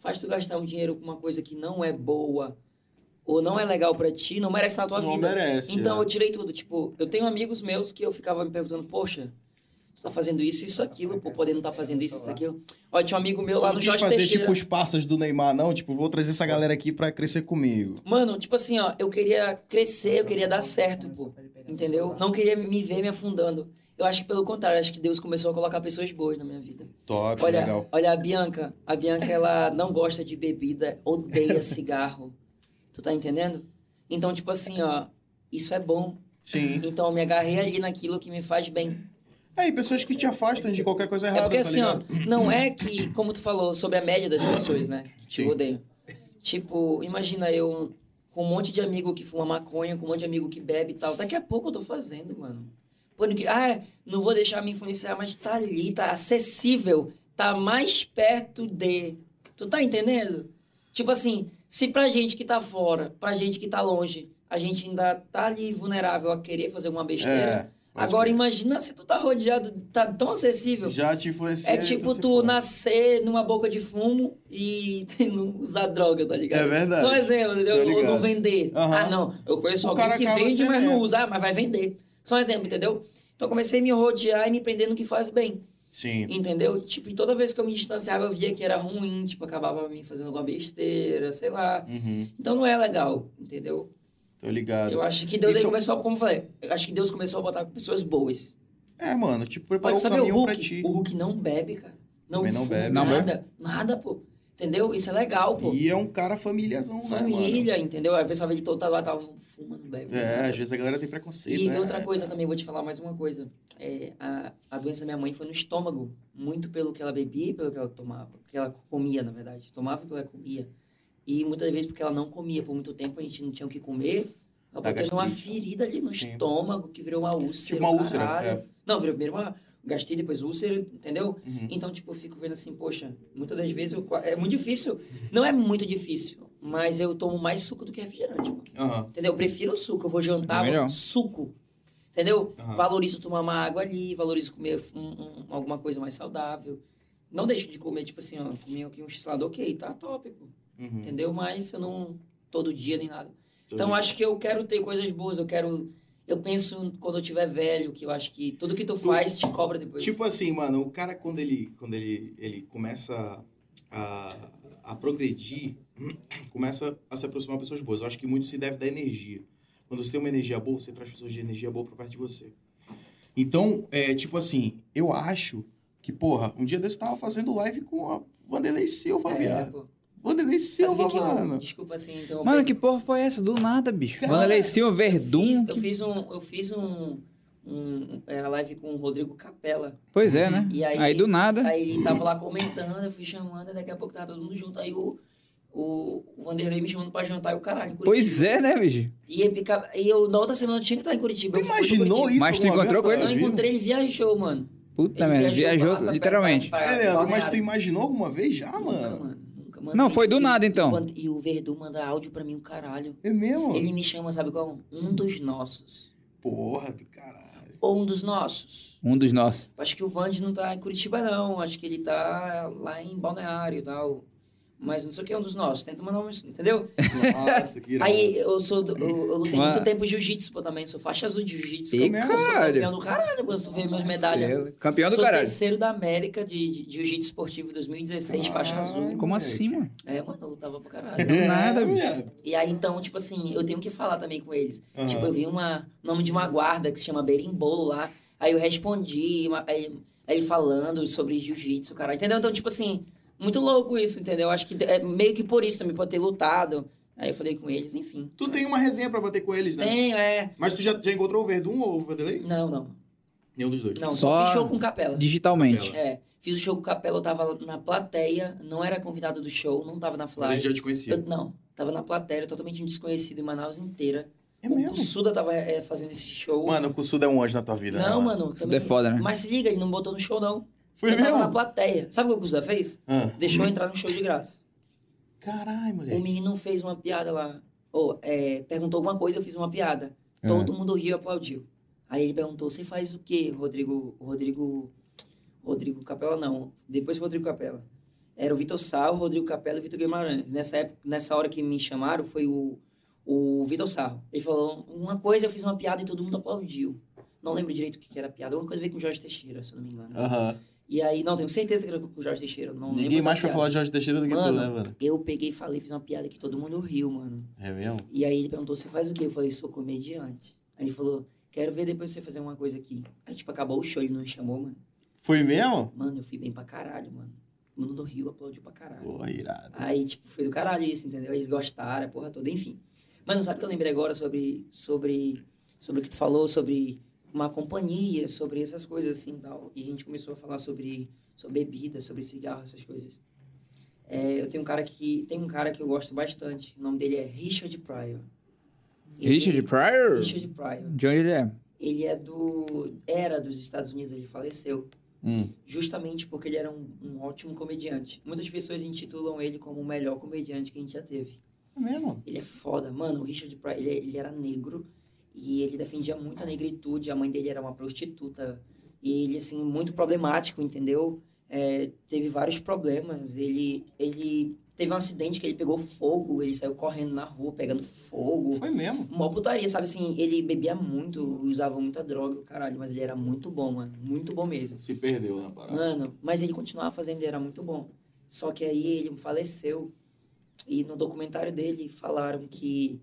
faz tu gastar um dinheiro com uma coisa que não é boa ou não é legal pra ti, não merece na tua Não vida. merece. Então né? eu tirei tudo. Tipo, eu tenho amigos meus que eu ficava me perguntando, poxa, tu tá fazendo isso, isso, aquilo, pô, podendo tá fazendo isso, isso, aquilo. Ó, tinha um amigo meu lá não no quis Jorge fazer Teixeira. tipo os parças do Neymar, não? Tipo, vou trazer essa galera aqui pra crescer comigo. Mano, tipo assim, ó, eu queria crescer, eu queria dar certo, pô. Entendeu? Não queria me ver me afundando. Eu acho que pelo contrário, acho que Deus começou a colocar pessoas boas na minha vida. Top, Olha, legal. olha a Bianca. A Bianca, ela não gosta de bebida, odeia cigarro. Tu tá entendendo? Então, tipo assim, ó, isso é bom. Sim. Então eu me agarrei ali naquilo que me faz bem. Aí, pessoas que te afastam de qualquer coisa É errada, porque tá assim, ó, ligado? não é que, como tu falou, sobre a média das pessoas, né? Que te Sim. odeiam. Tipo, imagina eu com um monte de amigo que fuma maconha, com um monte de amigo que bebe e tal. Daqui a pouco eu tô fazendo, mano. Pô, não que- ah, é, não vou deixar me influenciar, mas tá ali, tá acessível, tá mais perto de. Tu tá entendendo? Tipo assim, se pra gente que tá fora, pra gente que tá longe, a gente ainda tá ali vulnerável a querer fazer alguma besteira. É, pode Agora crer. imagina se tu tá rodeado, tá tão acessível. Já te influencia. É e tipo se tu fode. nascer numa boca de fumo e não usar droga, tá ligado? É verdade. Só um exemplo, Tô entendeu? Ou ligado. não vender. Aham. Ah, não. Eu conheço O cara alguém que acaba vende, mas sendo, não é. usa, Ah, mas vai vender. Só um exemplo, entendeu? Então eu comecei a me rodear e me prender no que faz bem, Sim. entendeu? Tipo, e toda vez que eu me distanciava, eu via que era ruim, tipo, acabava me fazendo alguma besteira, sei lá. Uhum. Então não é legal, entendeu? Tô ligado. Eu acho que Deus aí Então- começou, como eu falei, eu acho que Deus começou a botar pessoas boas. É, mano, tipo, preparou Pode o saber o caminho pra Hulk. ti. O Hulk não bebe, cara. Não, Também não fuma, bebe. né? Não nada, nada, pô. Entendeu? Isso é legal, pô. E é um cara famíliazão, né, Família, entendeu? Aí o pessoal vê que todo tá lá, tá, não fuma, não bebe. mano? É, nada. às vezes a galera tem preconceito, E né? outra coisa também, vou te falar mais uma coisa. É, a, a doença da minha mãe foi no estômago, muito pelo que ela bebia e pelo que ela tomava, que ela comia, na verdade. Tomava e pelo que ela comia. E muitas vezes porque ela não comia por muito tempo, a gente não tinha o que comer. Acabou Da tendo uma gastrite. ferida ali no Sim. estômago que virou uma úlcera. Tipo o uma úlcera, caralho. é. Não, virou primeiro uma gastrite, depois úlcera, entendeu? Uhum. Então, tipo, eu fico vendo assim, poxa, muitas das vezes eu, qua- é muito difícil. Não é muito difícil, mas eu tomo mais suco do que refrigerante, mano. Aham. Entendeu? Eu prefiro o suco. Eu vou jantar, É melhor. vou... suco. Entendeu? Ah. Aham. Valorizo tomar uma água ali, valorizo comer um- um- alguma coisa mais saudável. Não deixo de comer, tipo assim, ó, comer aqui um salado, ok, tá top, pô. Uhum. Entendeu? Mas eu não. todo dia nem nada. Tô então ligado. acho que eu quero ter coisas boas, eu quero. Eu penso quando eu tiver velho, que eu acho que tudo que tu faz te cobra depois. Tipo assim, mano, o cara quando ele, quando ele, ele começa a, a progredir, começa a se aproximar de pessoas boas. Eu acho que muito se deve da energia. Quando você tem uma energia boa, você traz pessoas de energia boa pra perto de você. Então, é tipo assim, eu acho que, porra, um dia desse eu tava fazendo live com a Vanderlei Silva, é, viado. pô. Vanderlei Sabe o Silva, que que eu, mano. desculpa assim, então. Mano, que porra foi essa? Do nada, bicho. Vanderlei Silva, Verdun. Fiz- eu fiz um, eu fiz um, um é, a live com o Rodrigo Capella. Pois é, né? E aí- Aí do nada. Aí ele tava lá comentando, eu fui chamando, daqui a pouco tava todo mundo junto. Aí o, o, o Vanderlei me chamando pra jantar e o caralho. em Curitiba. Pois é, né, bicho? E, ele fica- e eu, na outra semana, eu tinha que estar em Curitiba. Tu eu fui pra imaginou Curitiba. isso? Mas tu alguma encontrou vez com ele? na tua Não vida? encontrei, ele viajou, mano. Puta Ele merda, viajou pra- pra- literalmente. pra- pra- É, pra- Leandro, pra- mas tu imaginou alguma vez já, Nunca, mano? mano. Nunca, mano. Não, E- foi do e- nada, então. quando- E o Verdun manda áudio pra mim, o caralho. É mesmo? Ele me chama, sabe qual? Um dos nossos. Porra do caralho. Ou um dos nossos. Um dos nossos. Acho que o Vande não tá em Curitiba, não. Acho que ele tá lá em Balneário e tal. Mas não sei o que é um dos nossos. Tenta mandar um. Entendeu? Nossa, que irado. Aí eu sou. do- eu, eu lutei Mano. muito tempo jiu-jitsu, pô, também. Sou faixa azul de jiu-jitsu. Ih, campeão, sou caralho. campeão do caralho, pô. Se tu vê minhas medalhas. Céu, Campeão do sou caralho. terceiro da América de, de, de jiu-jitsu esportivo 2016, faixa azul. Como assim, mano? É, mano, eu lutava pra Do caralho. É nada, bicho. E aí, então, tipo assim, eu tenho que falar também com eles. Tipo, eu vi uma nome de uma guarda que se chama Berimbolo lá. Aí eu respondi, uma- aí, aí ele falando sobre jiu-jitsu, cara. Entendeu? Então, tipo assim, Muito louco isso, entendeu? Acho que é meio que por isso também, pode ter lutado. Aí eu falei com eles, enfim. Tu tem uma resenha pra bater com eles, né? Tem, é. Mas tu já, já encontrou o Verdun ou o Vanderlei? Não, não. Nenhum dos dois. Não, só, Só- fiz show com capela. Digitalmente. É. Fiz o show com capela, eu tava na plateia, não era convidado do show, não tava na Mas fly. eles já te Eu, conheciam. não, tava na plateia, totalmente um desconhecido em Manaus inteira. É o Suda tava é, fazendo esse show. Mano, o Kusuda é um anjo na tua vida. não, né, mano. Isso também- é foda, né? Mas se liga, ele não botou no show, não. Foi ele tava mesmo? na plateia. Sabe o que o Kusuda fez? Ah. Deixou eu entrar no show de graça. Caralho, O moleque. Um menino fez uma piada lá. Ou, é, perguntou alguma coisa, eu fiz uma piada. É. Todo mundo riu e aplaudiu. Aí ele perguntou, você faz o quê, Rodrigo... Rodrigo... Rodrigo Capela, não. Depois do Rodrigo Capela. Era o Vitor Sarro, Rodrigo Capela e Vitor Guimarães. Nessa época, nessa hora que me chamaram, foi o, o Vitor Sarro. Ele falou uma coisa, eu fiz uma piada e todo mundo aplaudiu. Não lembro direito o que que era a piada. Alguma coisa veio com o Jorge Teixeira, se eu não me engano. Aham. E aí, não, tenho certeza que era com o Jorge Teixeira. Não Ninguém lembro mais da vai piada. falar de Jorge Teixeira do que tu, Mano. né, mano? Eu peguei e falei, fiz uma piada que todo mundo riu, mano. É mesmo? E aí ele perguntou, você faz o quê? Eu falei, sou comediante. Aí ele falou, quero ver depois você fazer uma coisa aqui. Aí, tipo, acabou o show, ele não me chamou, mano. Foi mesmo? Mano, eu fui bem pra caralho, mano. O mundo do Rio aplaudiu pra caralho. Pô, irado. Aí, tipo, foi do caralho isso, entendeu? Eles gostaram, a porra toda, enfim. Mano, sabe o que eu lembrei agora sobre, sobre, sobre o que tu falou, sobre uma companhia, sobre essas coisas assim e tal. E a gente começou a falar sobre, sobre bebida, sobre cigarro, essas coisas. É, eu tenho um cara que. Tem um cara que eu gosto bastante. O nome dele é Richard Pryor. Ele- é Richard Pryor? Richard Pryor. De onde ele é? Ele é do. Era dos Estados Unidos, ele faleceu Hum. justamente porque ele era um, um ótimo comediante. Muitas pessoas intitulam ele como o melhor comediante que a gente já teve. É mesmo? Ele é foda. Mano, o Richard Pryor, ele, é, ele era negro e ele defendia muito a negritude. A mãe dele era uma prostituta. E ele, assim, muito problemático, entendeu? É, teve vários problemas. Ele, ele teve um acidente que ele pegou fogo, ele saiu correndo na rua pegando fogo. Foi mesmo. Mó putaria, sabe assim? Ele bebia muito, usava muita droga, o caralho, mas ele era muito bom, mano. Muito bom mesmo. Se perdeu na parada. Mano, mas ele continuava fazendo, ele era muito bom. Só que aí ele faleceu. E no documentário dele falaram que,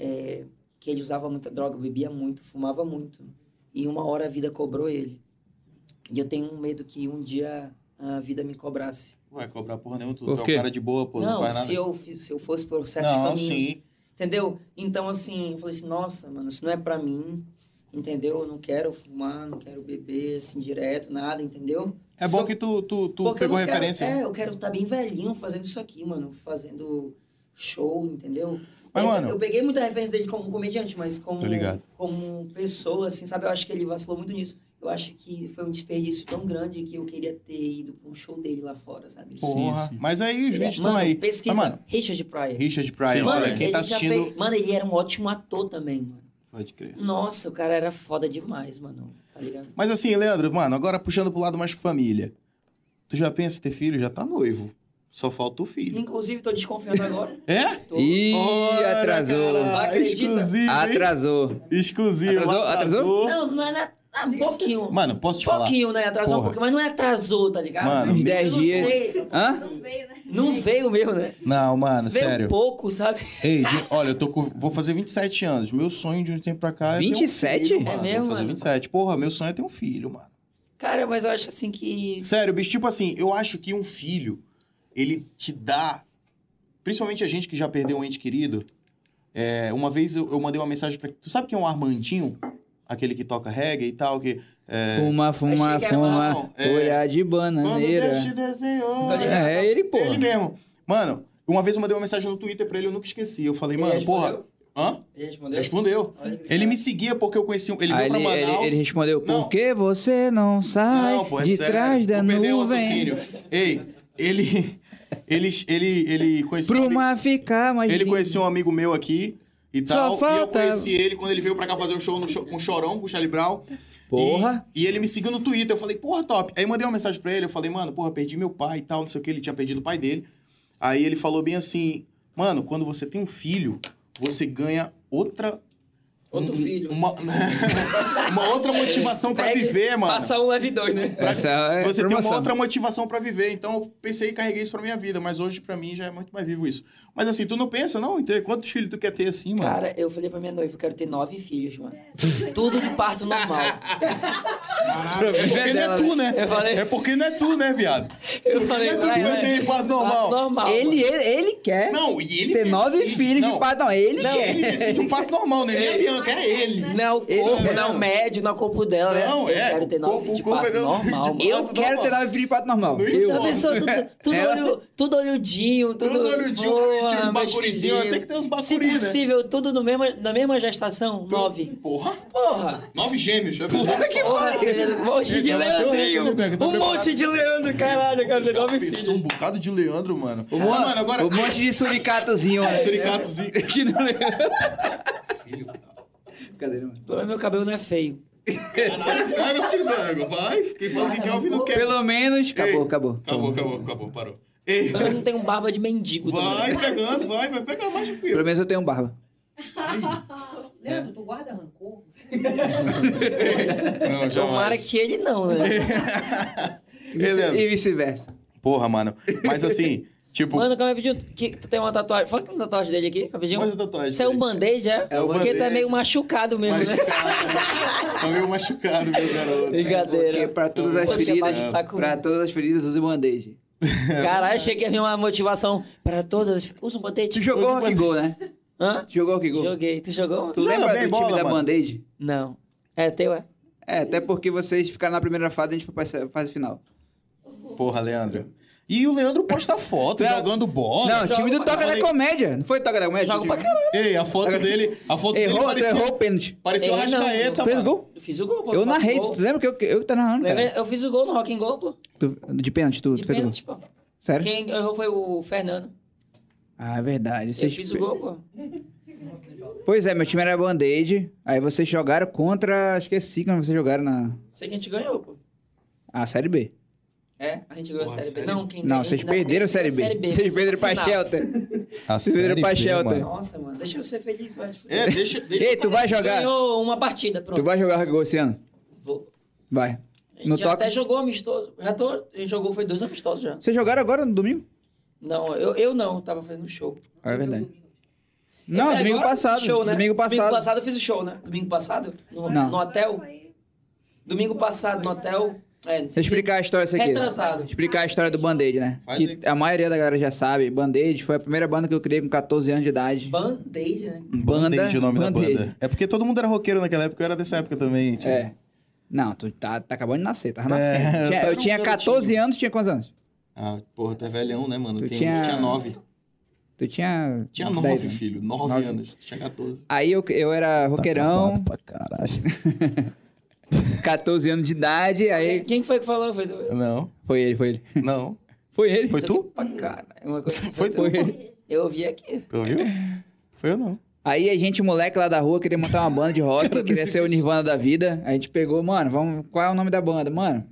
é, que ele usava muita droga, bebia muito, fumava muito. E uma hora a vida cobrou ele. E eu tenho um medo que um dia a vida me cobrasse. Vai cobrar porra nenhuma, tu, Por tu é quê? um cara de boa, pô, não, não, faz nada. se, eu, fiz- se eu fosse por certos Não, caminhos. sim. Entendeu? Então, assim, eu falei assim, nossa, mano, isso não é pra mim, entendeu? Eu não quero fumar, não quero beber, assim, direto, nada, entendeu? É Só- bom que tu, tu, tu Porque eu pegou não quero- referência. é, eu quero estar bem velhinho fazendo isso aqui, mano. Fazendo show, entendeu? Mas, eu, mano- eu peguei muita referência dele como comediante, mas como, Tô ligado. como pessoa, assim, sabe? Eu acho que ele vacilou muito nisso. Eu acho que foi um desperdício tão grande que eu queria ter ido pra um show dele lá fora, sabe? Porra. Mas aí os vídeos estão mano, aí. Pesquisa, Mas, mano, Richard Pryor. Richard Pryor, Mano, olha, quem ele tá já assistindo. fez- Mano, ele era um ótimo ator também, mano. Pode crer. Nossa, o cara era foda demais, mano. Tá ligado? Mas assim, Leandro, mano, agora puxando pro lado mais família. Tu já pensa em ter filho? Já tá noivo. Só falta o filho. Inclusive, tô desconfiando agora. É? Tô... Ih, Ora, atrasou. cara, Acredita? Exclusivo. hein? Atrasou. Exclusivo. Atrasou? Não, não é na... ah, um pouquinho. Mano, posso te um falar? pouquinho, né? Atrasou um Porra. pouquinho, mas não é atrasou, tá ligado? Mano, Eu Uns 10 não dias. sei. Hã? Não veio, né? Não veio mesmo, né? Não, mano, veio É sério. pouco, sabe? Ei, de- olha, eu tô com- vou fazer 27 anos. Meu sonho de um tempo pra cá é. ter um 27? filho, É mano. mesmo, Vou fazer mano? 27. Porra, meu sonho é ter um filho, mano. Cara, mas eu acho assim que. Sério, bicho, tipo assim, eu acho que um filho, ele te dá. Principalmente a gente que já perdeu um ente querido. É, uma vez eu, eu mandei uma mensagem pra. Tu sabe quem é um Armandinho? Aquele que toca reggae e tal, que. Fuma, fuma, Achei que era fuma. marrom. É. Folha de Quando bananeira. Deus te desenhou. Tô Tá ligado. É, é ele, pô. Ele mesmo. Mano, uma vez eu mandei uma mensagem no Twitter pra ele, eu nunca esqueci. Eu falei, mano, Ele porra. respondeu? Hã? Ele respondeu? Respondeu. Olha que Ele cara. me seguia porque eu conhecia. um- Ele Aí veio pra Ah, ele, ele, Manaus. ele respondeu, Não. por que você não sai Não, pô, é de sério. trás da Eu perdi o nuvem raciocínio. Ei, ele. Ele, ele, ele conhecia. um pro amigo- mar ficar mais Ele lindo?" conhecia um amigo meu aqui e Só tal. E eu falta- conheci ele quando ele veio pra cá fazer um show no show- com o Chorão, com o Charlie Brown. Porra. E, e ele me seguiu no Twitter. Eu falei, porra, top. Aí eu mandei uma mensagem pra ele. Eu falei, mano, porra, perdi meu pai e tal, não sei o que. Ele tinha perdido o pai dele. Aí ele falou bem assim, mano, quando você tem um filho, você ganha outra Outro Um- filho. Uma, uma outra motivação pra Pegue- viver, mano. Faça um, leve dois, né? Essa é Você tem promoção. uma outra motivação pra viver. Então eu pensei e carreguei isso pra minha vida, mas hoje pra mim já é muito mais vivo isso. Mas assim, tu não pensa, não? em ter- Quantos filhos tu quer ter assim, mano? Cara, eu falei pra minha noiva, eu quero ter nove filhos, mano. Tudo de parto normal. Caralho, é Problema porque não dela, é tu, né? Eu falei- É porque não é tu, né, viado? Eu falei, Não é tu vai, que vai. vai ter parto Parto normal. normal. Ele, mano. ele, ele É? quer Não, e ele ter decide- nove filhos não, de pai. Não, ele Não, quer. Ele decide um parto normal, né? Nem a Bianca, é ele. um- Não é o corpo, Ele- não é o médio, não é o corpo dela, né? Não, é. Eu quero ter nove Corpo- filhos de corpo parto é de- normal, de- tá mano. Tá Eu Não, quero não, ter não. nove filhos de pato normal. Não Eu. Já pensou? Tudo, tudo, Ela- olho, tudo olhudinho, tudo. Tudo olhudinho, bonitinho, meus bacurizinho, filhinhos. até que um tem uns bacuri, Se né? possível, tudo no mesmo, na mesma gestação, nove. Porra. Porra! Nove gêmeos. é verdade. que Porra, pariu. seria um monte de Gente, tá eu tô- Leandrinho! eu tô bem, eu tô Um preparado. monte de Leandro, caralho, eu quero ter nove Pensou filhos. um bocado de Leandro, mano. Um, Ah, mano, agora. um monte de suricatozinho. ó. Suricatozinho. que não Brincadeira, mano. Pelo menos meu cabelo não é feio. Caralho, pega, filho, nego, vai. Quem fala que quer ouvir não quer. Pelo menos. Acabou, acabou. Acabou, acabou, acabou, parou. Ei, Pelo menos não tenho barba de mendigo também. vai pegando, vai, vai pegar mais um Pelo menos eu tenho barba. É. Leandro, tu guarda rancor? Não, Tomara que ele não, É, né? Beleza. E vice-versa. Porra, mano. Mas assim, tipo. Mano, calma aí, rapidinho. Que, tu tem uma tatuagem. Fala que tem uma tatuagem dele aqui, rapidinho. Manda a tatuagem Isso é um dele. band-aid, é? É um Porque tá band-aid. meio machucado mesmo, né? machucado. Tá meio machucado, meu garoto. Brincadeira. Porque pra todas Pô, as que bate feridas, saco. pra todas as feridas, use band-aid. Caralho, achei que ia vir uma motivação pra todas. as- Usa um Tu band-aid. jogou Use rock band-aid. gol, né? Hã? Tu jogou rock gol. Joguei. Tu jogou? Tu Joga lembra do bem time bola, da mano. band-aid? Não. É teu, é? É, até porque vocês ficaram na primeira fase e a gente foi pra essa fase final. Porra, Leandro. E o Leandro posta foto Não. jogando bola. não, o time do jogo- Toca da falei- Comédia. Não foi Toca da Comédia? Jogo o pra time? caralho. Ei, a foto dele. A foto dele Errou, parecia. errou o pênalti. Pareceu Errei, não. Arrascaeta, Fez o mano. gol? Eu fiz o gol, pô. tá Eu Faço narrei, gol. tu lembra que eu, eu que tá narrando, cara? Eu fiz o gol no Rock and Roll, pô. Tu- de pênalti, tu, De tu fez o gol. pênalti, pô. Sério? Quem errou foi o Fernando. Ah, é verdade. Eu Vocês- fiz o gol, pô. Pois é, meu time era Band-Aid. Aí vocês jogaram contra. Esqueci quando vocês jogaram na. Sei que a gente ganhou, pô. A Série B. É, a gente ganhou a Série B. sério? Não, quem Não, quem- vocês perderam a Série B. Vocês perderam pra Final. Shelter. A Vocês viram Série pra B, Shelter. mano. Nossa, mano, deixa eu ser feliz, vai. É, deixa, deixa Ei, tu vai jogar. Ganhou uma partida, pronto. Tu vai jogar Rock Gol esse ano? Vou. Vai. A gente No já toque. até jogou amistoso. Já tô... A gente jogou, foi dois amistosos já. Vocês jogaram agora no domingo? Não, eu, eu não, tava fazendo show. Ah, é verdade. Eu Não, falei, domingo agora eu fiz passado. Show, né? Domingo Domingo passado. passado eu fiz o show, né? Domingo passado? No, Não. no hotel? Foi- Domingo passado no hotel. É, Deixa eu explicar a história isso aqui. né? Retrasado. Explicar a história do Band-Aid, né? Faz aí. Que a maioria da galera já sabe. Band-Aid foi a primeira banda que eu criei com 14 anos de idade. Band-aid, né? Banda, Band-Aid é o nome Band-Aid. da banda. É porque todo mundo era roqueiro naquela época, eu era dessa época também. Tipo. É. Não, tu tá, tá acabando de nascer, tava É, nascendo. eu Tinha- tava eu tinha um 14 garotinho. anos, tinha quantos anos? Ah, porra, tu é velhão, né, mano? Tu Tem- tinha- Tinha nove. Tu tinha. Tinha 10 nove, anos. filho. Nove, Nove. anos. Tu Tinha 14. Aí eu, eu era roqueirão, pra caralho. 14 anos de idade, aí. Quem foi que falou? Foi do... Não, Foi ele, foi ele. não. Foi ele. Foi tu? Pra cara. Uma coisa... Foi tu. Foi ele. Eu ouvi aqui. Tu ouviu? Foi eu não. Aí a gente, moleque lá da rua, queria montar uma banda de rock, queria ser o Nirvana da vida. A gente pegou, mano, vamos. Qual é o nome da banda? Mano,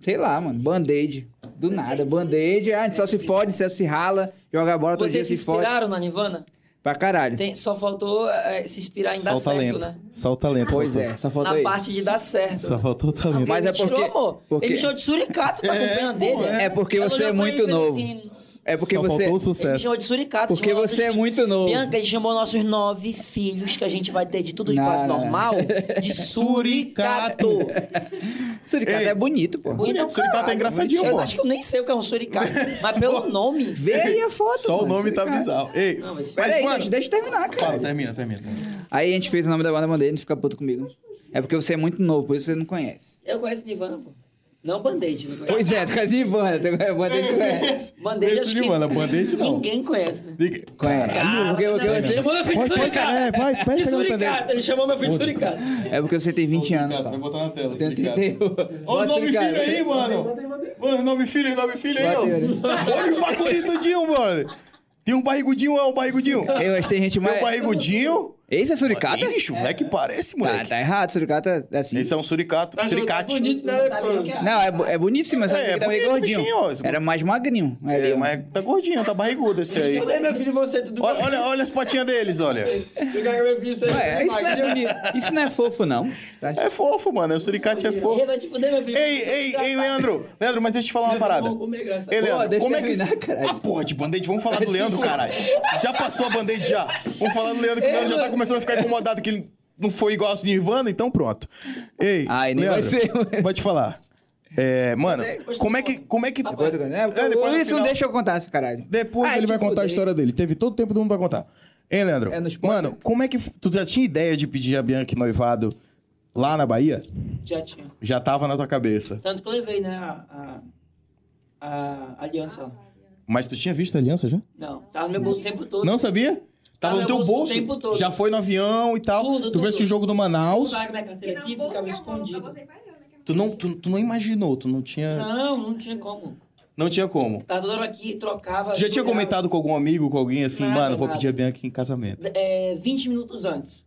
sei lá, mano. Band-aid. Do nada, band-aid. Ah, a gente só se fode, só se rala, joga bola, todo dia Vocês se se fode. inspiraram na Nirvana? Pra caralho. Tem- só faltou eh, se inspirar em dar certo, né? Só o talento. Pois é, só faltou Na isso. parte de dar certo. faltou o Ele Mas é me tirou, porque- amor. porque- Ele me chamou de suricato pra É, acompanhar pô, dele. né? é. É porque Ela você olhou é pra ele e muito fez novo. assim, É porque você. Ele me chamou de suricato. Porque chamou você é nossos muito filhos. novo. Bianca, ele chamou nossos nove filhos, que a gente vai ter de tudo de Não, parto não. normal, de suricato. Suricato Ei. é bonito, pô. Bonito, Suricato é caralho. engraçadinho, Então, Eu pô. acho que eu nem sei o que é um suricato, mas pelo nome... Vê aí a foto. Só o mano, nome tá suricato. bizarro. Ei, Não, mas- mas, Pera aí, mano... deixa, deixa eu terminar, cara. Fala, termina, termina. termina. Aí a gente fez o nome da banda Band-Aid, não fica puto comigo. É porque você é muito novo, por isso você não conhece. Eu conheço Nirvana, pô. Não Band-Aid, não conheço. Pois é, tá tu conhece de banda, tu conhece Band-Aid, tu conhece. Band-Aid acho que Nirvana, Band-Aid não. ninguém conhece, né? Diga- Conhece. Porque- porque Ele você- chamou meu filho de Pode- pode- suricato. né? é, vai, um pega de no suricato, pendrive. ele chamou meu filho de suricato. É porque você tem 20 anos Suricato, só. Vai botar na tela, Tem suricato. 31. Olha Bota os nove suricato. filhos aí, mano. Mano, nove filhos, nove filhos aí, ó. Bota ele. Olha o bagulho do Dinho, mano. Tem um barrigudinho, ó, um barrigudinho. Eu acho que tem gente Tem um mais... barrigudinho, Esse é suricata? Ih, bicho, moleque parece, Tá, moleque. tá errado, suricata é assim. Esse é um suricato, Mas eu- tá suricate. bonito, né? Não sabe nem o que é. Não, é, bo- é boníssimo, mas É, só que é ele tá meio bonito, gordinho. bichinho, ó, esse- Era mais magrinho. É, ali, ó. mas tá gordinho, tá barrigudo esse aí. Eu dei meu filho você tudo Olha, olha, olha as patinhas deles, olha. Jogar com meu filho você Ué, isso, não é bonito. Isso não é fofo, não. Tá- É fofo, mano. O suricate é fofo. Ele vai te fuder, meu filho. Ei, ei, ei, Leandro! Leandro, mas deixa eu te falar uma parada. Vamos comer, graças a Ei, Deus. Leandro, deixa eu como é que. terminar, caralho. Ah, porra, de band-aid, vamos falar do Leandro, caralho. Já passou a band-aid já. Vamos falar do Leandro, que o Leandro já tá começando a ficar incomodado que ele não foi igual aos Nirvana, então pronto. Ei, Ai, nem Leandro, vai ser. vou te falar. É, mano, como é que. Como é que. Depois do- né? É, o depois do Luiz não final. deixa eu contar essa caralho. Depois Ai, ele te vai contar a fudei. história dele. Teve todo o tempo do mundo pra contar. Hein, Leandro? É, no spoiler. mano, como é que. f- Tu já tinha ideia de pedir a Bianca em noivado lá na Bahia? Já tinha. Já tava na tua cabeça. Tanto que eu levei, né, a, a, a aliança lá. Mas tu tinha visto a aliança já? Não, tava no meu bolso o tempo todo. Não sabia? Tava Tava no no teu bolso bolso. o tempo todo. Já foi no avião e tal. Tudo, tu tudo. viu esse jogo do Manaus. Usaram minha carteira aqui, bolsa ficava que é a bolsa, escondida. você vai olhando, que é a Tu não, tu, tu não imaginou, tu não tinha. Não, Não, não tinha como. tinha como. Tava toda hora aqui, trocava. Tu já tinha jogava, comentado com algum amigo, com alguém assim, Nada, mano, vou nada. pedir a Bianca em casamento. É, 20 minutos antes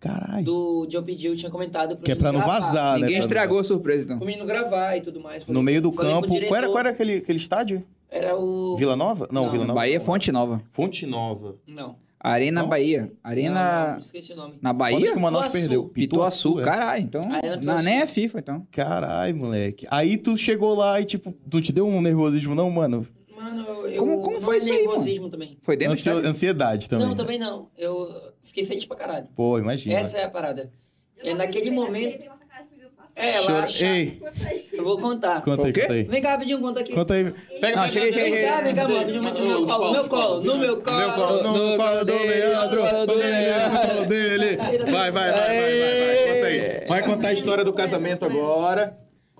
Caralho. do de eu pedir, eu tinha comentado. Pro Que é pra não menino gravar. vazar, né? Ninguém pra- estragou a surpresa, então. Pro menino gravar e tudo mais. No meio do campo. Qual era, qual era? era aquele, aquele estádio? Era o... Vila Nova? Não, Não, Vila Nova. Bahia é Fonte Nova. Fonte Nova. Não. Ah, Arena Não? Ah, Bahia. Não, Arena. não, esqueci o nome. Na Foda Bahia? que o Manaus Pituaçu. perdeu. Pituaçu, é. caralho. Então. Arena Não, Pituaçu. nem é FIFA, então. Caralho, moleque. Aí tu chegou lá e, tipo, não te deu um nervosismo, não, mano? Mano, eu- eu... Como- como não foi é isso aí, mano? nervosismo também. Foi dentro do Ansio- estádio? Ansiedade também. né? Não, também não. Eu fiquei feliz pra caralho. Pô, imagina. Essa é a parada. Eu não né? É, naquele acreditei, momento- naquele, nossa cara de Deus, nossa, É, ela Chora- acha... Ei, Eu vou contar. conta aí, O quê? conta aí. Vem cá, rapidinho, conta aqui. Conta aí. Pega, Não, pega, chega, pega, chega, Vem chega. cá, vem cá, mano. Rapidinho, no meu colo, no meu colo, no meu colo. Meu colo, no, no colo do Leandro, do Leandro, no colo dele. Vai, vai, vai, vai, vai, vai, conta aí. Vai contar a história do casamento agora.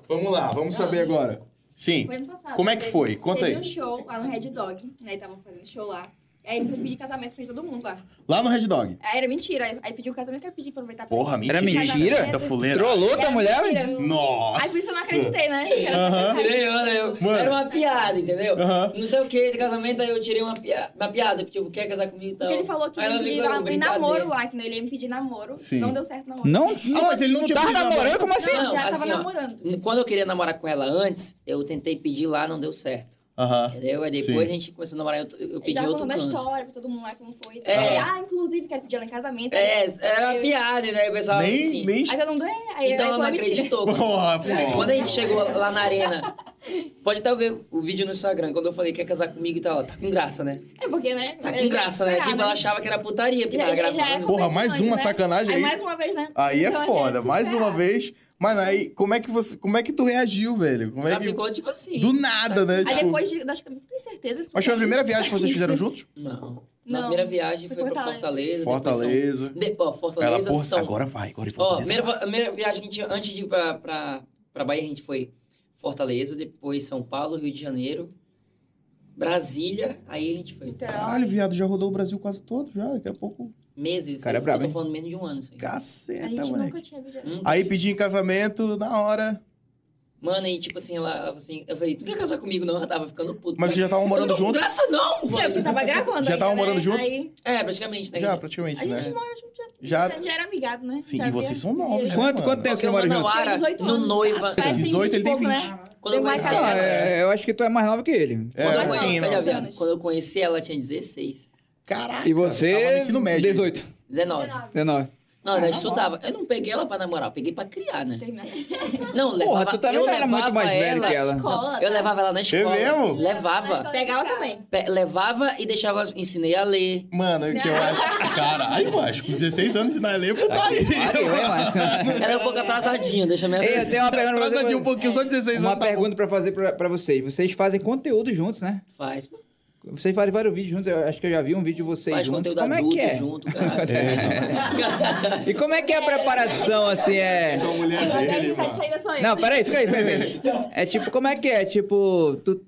Vamos lá, vamos saber agora. Sim. Foi ano passado. Como é que foi? Conta teve aí. um show lá no Red Dog, né? E tava fazendo show lá. E aí você pedir casamento pra todo mundo lá. Lá no Red Dog. Aí era mentira. Aí, aí pediu casamento, que eu pedi pra aproveitar pra Porra, mentira. Era mentira? Da fuleira. Trollou Era da mulher? mentira. Nossa. Aí por isso eu não acreditei, né? Que era Aham. verdade. Tirei, olha eu. Mano. Era uma piada, entendeu? Aham. Não sei o que, de casamento, aí eu tirei uma, pia... uma piada. Tipo, quer casar comigo e tal. Porque ele falou que Aí ele ela ia ficou, pedir brincadeira. namoro lá, que ele ia me pedir namoro. Sim. Não deu certo namoro. Não, Ah, mas ele não tinha tava pedido namorando, namoro. como assim? Não, Não, assim, já ó. tava namorando. Quando eu queria namorar com ela antes, eu tentei pedir lá, não deu certo. Aham. Entendeu? Aí depois Sim. a gente começou a namorar, eu, eu Ele pedi tava outro contando a canto. história pra todo mundo lá como foi. É. Aí, ah, inclusive, quero pedir ela em casamento. É, Aí era uma piada, né? O pessoal, Nem, enfim. nem... todo mundo, é. Aí Então aí ela não foi mentira. acreditou. Porra, porra. Quando a gente chegou lá na arena, pode até ver o vídeo no Instagram, quando eu falei quer casar comigo e tal, ela tá com graça, né? É porque, né? Tá ele com graça, né? esperava, Tipo, ela achava que era putaria, porque Ele- tava ele já é gravando. Porra, mais uma né? sacanagem Aí aí. mais uma vez, né? Aí é Então, foda, ele mais uma desesperado. vez. Mano, aí, como é que você... Como é que tu reagiu, velho? Como é Ela que... ficou tipo assim. Do nada, né? Aí Tipo, depois de. Acho que eu não tenho certeza. Mas foi a primeira viagem que vocês fizeram juntos? Não. Na Não. primeira viagem foi, Foi pra Fortaleza. Fortaleza. depois Fortaleza. São- De, ó, Ela, Fortaleza porra, São. agora vai, agora em Ó, Fortaleza. primeira, va- primeira viagem que a gente, antes de ir pra, pra, pra Bahia, a gente foi Fortaleza, depois São Paulo, Rio de Janeiro, Brasília, aí a gente foi. Literal. Caralho, viado, já rodou o Brasil quase todo já. Daqui a pouco. Meses, Cara, é eu brabo, tô hein? falando menos de um ano isso aí. A Caceta, gente moleque. nunca tinha viajado. Hum. Aí pedi em casamento na hora. Mano, aí tipo assim, ela, ela falou assim, eu falei, tu quer casar comigo não? Ela tava ficando puta. Mas vocês já estavam Eu morando não tô com junto? graça não, É, porque velho. tava gravando. Já ainda, tava né? morando junto? Aí É, praticamente, né? Já, a praticamente, gente né? mora junto, já, Já. já, já era amigado, né? Sim, já e vocês são novos, né? Quanto, mano? quanto tempo Porque você o mora junto? Manauara, no Noiva, Faz 18, ele tem 20. né? quando eu tá Tem mais conheci Não, casado. ela... é, eu acho que tu é mais nova que ele. É, quando, eu Quantos assim, conheci, anos? não. olha, viado, anos? quando eu conheci ela, ela tinha 16, Caraca. E Tava no você. ensino médio. 18. 19. 19. Não, Ah, tá ela estudava. Eu não peguei ela pra namorar, eu peguei pra criar, né? Não, levava, Porra, tu tá também eu não era levava é muito mais velho ela, que ela. Escola, Então, Eu tá? levava ela na escola. mesmo? Levava. Pegava também. Pe- Levava e deixava, ensinei a ler. Mano, o que eu acho. Caralho, macho, com 16 anos e na elenco tá aí. Valeu, hein, Márcio? Ela é um pouco atrasadinha, deixa minha Ei, eu tenho uma pergunta pra Atrasadinho um fazer. pouquinho, só 16 anos. Uma tá bom. pergunta pra fazer pra, pra vocês. Vocês fazem conteúdo juntos, né? Faz, Vocês fazem vários vídeos juntos. Eu acho que eu já vi um vídeo de vocês faz juntos. conteúdo Como é adulto que é? junto, cara. E como é que é a preparação, assim, é... A mulher dele, Tá de mano. saída só eu. Não, peraí, fica aí, fica aí. fica aí. É tipo, como é que é? Tipo, tu,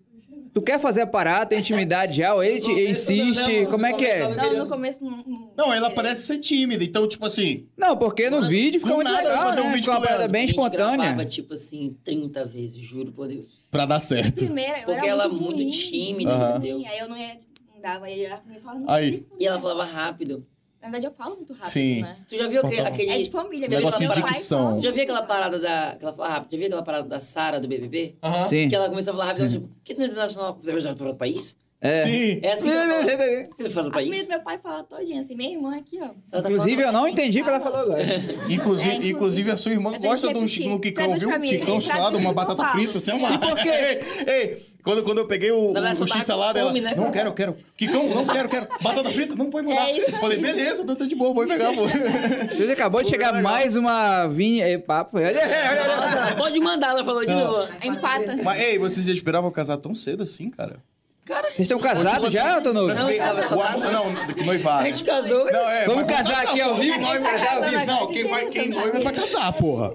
tu quer fazer a parada, tem intimidade já, ou ele te começo não, insiste, não, como é no que começo é? não. Não, no começo não. Não, ela parece ser tímida, então, tipo assim. Não, porque no vídeo fica do muito nada eu legal, fazer um né? vídeo Fica uma com o parada Leandro. bem A gente gravava, espontânea. tipo assim, 30 vezes, juro por Deus. Pra dar certo. Primeira, eu Porque era ela é muito, muito ruim. tímida, Aham. entendeu? Aí eu não ia, não dava, aí ela me falava. Aí. E ela falava rápido. Na verdade, eu falo muito rápido, Sim. né? Tu já Então, viu aquele. tá Conta- aquele- É de família. Já viu meu Negocinho pai de dicção. fala. Tu já viu aquela parada da. Aquela, fala rápido, já viu aquela parada da Sara do BBB? Aham. Sim. Que ela começou a falar rápido, ela, tipo, que tu não é internacional? Você vai para outro país? É. Sim. É assim que ela fala. Você fala A do família país? do meu pai fala todinha, assim. Minha irmã aqui, ó. Assim, Ela tá Inclusive, eu falando- não entendi o que ela falou agora. Inclusive, É, inclusive- inclusive, a sua irmã Eu tenho gosta que de um, repetir. de um quicão, Pra viu? minha família, Quicão pra salado, mim, uma eu batata falo. frita, você é uma... ei, ei, quando, quando eu peguei o, Na verdade, o, só o tava com x-salada, ela... fome, né? Não, quero, quero. Quicão, não, quero, quero. Batata frita, não pode mudar. É isso aí. Falei, beleza, tô, tô de boa, vou pegar, vou. Júlio, acabou de chegar mais uma vinha. E papo. Olha, olha, olha. Ela fala, assim, "Ah, Pode mandar, ela assim, falou de novo. Empata. Mas, ei, vocês esperavam casar tão cedo assim, cara? Tipo assim, Cara, Vocês estão casados já, Antônio? Pra tu Não, ver- cara, só o- tá- Não, a noivado. gente casou. Ah, Não, é, Vamos mas- casar aqui ao vivo? Quem noiva Tá casando é- agora, Não, que quem, que é vai, isso, quem cara? noiva é pra casar, porra.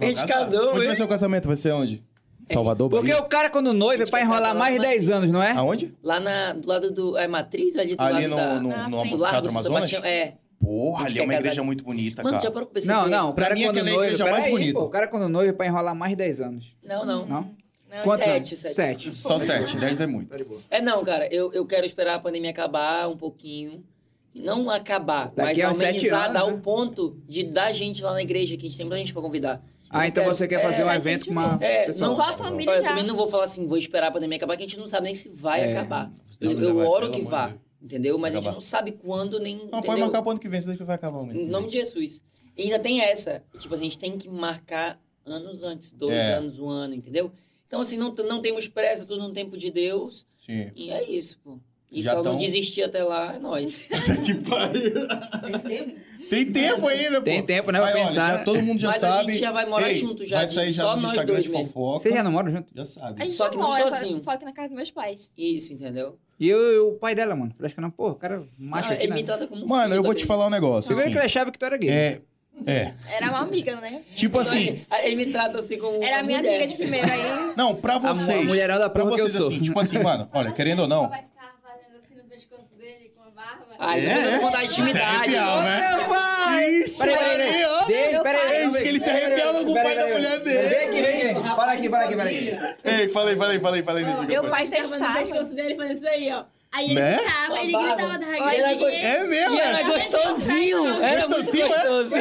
a gente casou, né? Onde hein? vai ser o casamento? Vai ser onde? Salvador, É. Porque Bahia? o cara, quando noivo, é pra enrolar mais de 10 anos, não é? Aonde? Lá na, do lado do. É Matriz? Ali do Ali lado da, no, no, na no, frente. no do Largo Teatro do São Amazonas? Tá Sebastião. É. Porra, ali é Quer uma casar- igreja muito bonita, Mano, já cara. parou pra perceber? Não, não. O Pra cara, mim, quando aquela é a noivo. igreja mais peraí, bonita. pô, O cara, quando noivo, é pra enrolar mais de 10 anos. Não, não. Não? Não, Quantos sério. anos? Sete, sete. Só sete, dez é muito. É não, cara. Eu, eu quero esperar a pandemia acabar um pouquinho. Não acabar, Daqui a mas uns sete amenizar, anos, dar né? o ponto de dar gente lá na igreja, que a gente tem muita gente pra convidar. Ah, Eu então quero- você quer fazer é, um a evento gente com uma vê. É, pessoa. não- Só a família Eu já. também não vou falar assim, vou esperar a pandemia acabar, que a gente não sabe nem se vai É. acabar. Eu, Deus eu quiser, vai, oro pelo que amor de vá, Deus. entendeu? Mas a Acabar. gente não sabe quando, nem. Não, pode entendeu? marcar pro ano que vem, senão que vai acabar o Em nome de Jesus. E ainda tem essa. Tipo, a gente tem que marcar anos antes, dois É. anos, um ano, entendeu? Então, assim, não, não temos pressa, tudo no tempo de Deus. Sim. E é isso, pô. E Já só não tão- desistir até lá, é nóis. que pariu. Tem tempo? Tem tempo ainda, pô. Tem tempo, né? Pra Mas, olha, pensar. já né? todo mundo já Mas a sabe. gente já vai morar Ei, junto já, Vai sair já só no nós Instagram dois de mesmo. fofoca. Vocês já não moram junto? Já sabe. A gente Só que não mora, sozinho. Só que na casa dos meus pais. Isso, entendeu? E eu- o pai dela, mano. Flash que não, pô, o cara macho Ah, aqui. ele me né? trata como um Mano, filho eu vou também. te falar um negócio. Primeiro assim. que ele achava que tu era gay. É. É. Era uma amiga, né? Tipo assim. Então, Ele me trata assim como Era uma minha mulher. amiga de primeira aí. Não, pra A, mu- a vocês. mulherão da Pra prova que eu vocês sou. assim, tipo assim, mano, olha, querendo ou não. Vai ficar fazendo assim no pescoço dele com a barba. Ai, É, depois eu é. vou dar intimidade. Você é arrepial, né? Isso, é Peraí, peraí, peraí. aí, ó. Dele, peraí, É não, isso vem. que ele se Peraí, arrepiava peraí, com o pai peraí, da mulher peraí. dele. Vem aqui, vem aqui. Fala aqui, fala aqui, fala aqui. Ei, falei, falei, falei, falei desse Meu pai Tava no testava. pescoço dele fazendo isso aí, ó. Aí ele Né? gritava, ele Babava. gritava da Olha, raiva. agora- Ele- É mesmo, E era né? gostosinho. Era muito Gostosinho, é? gostoso.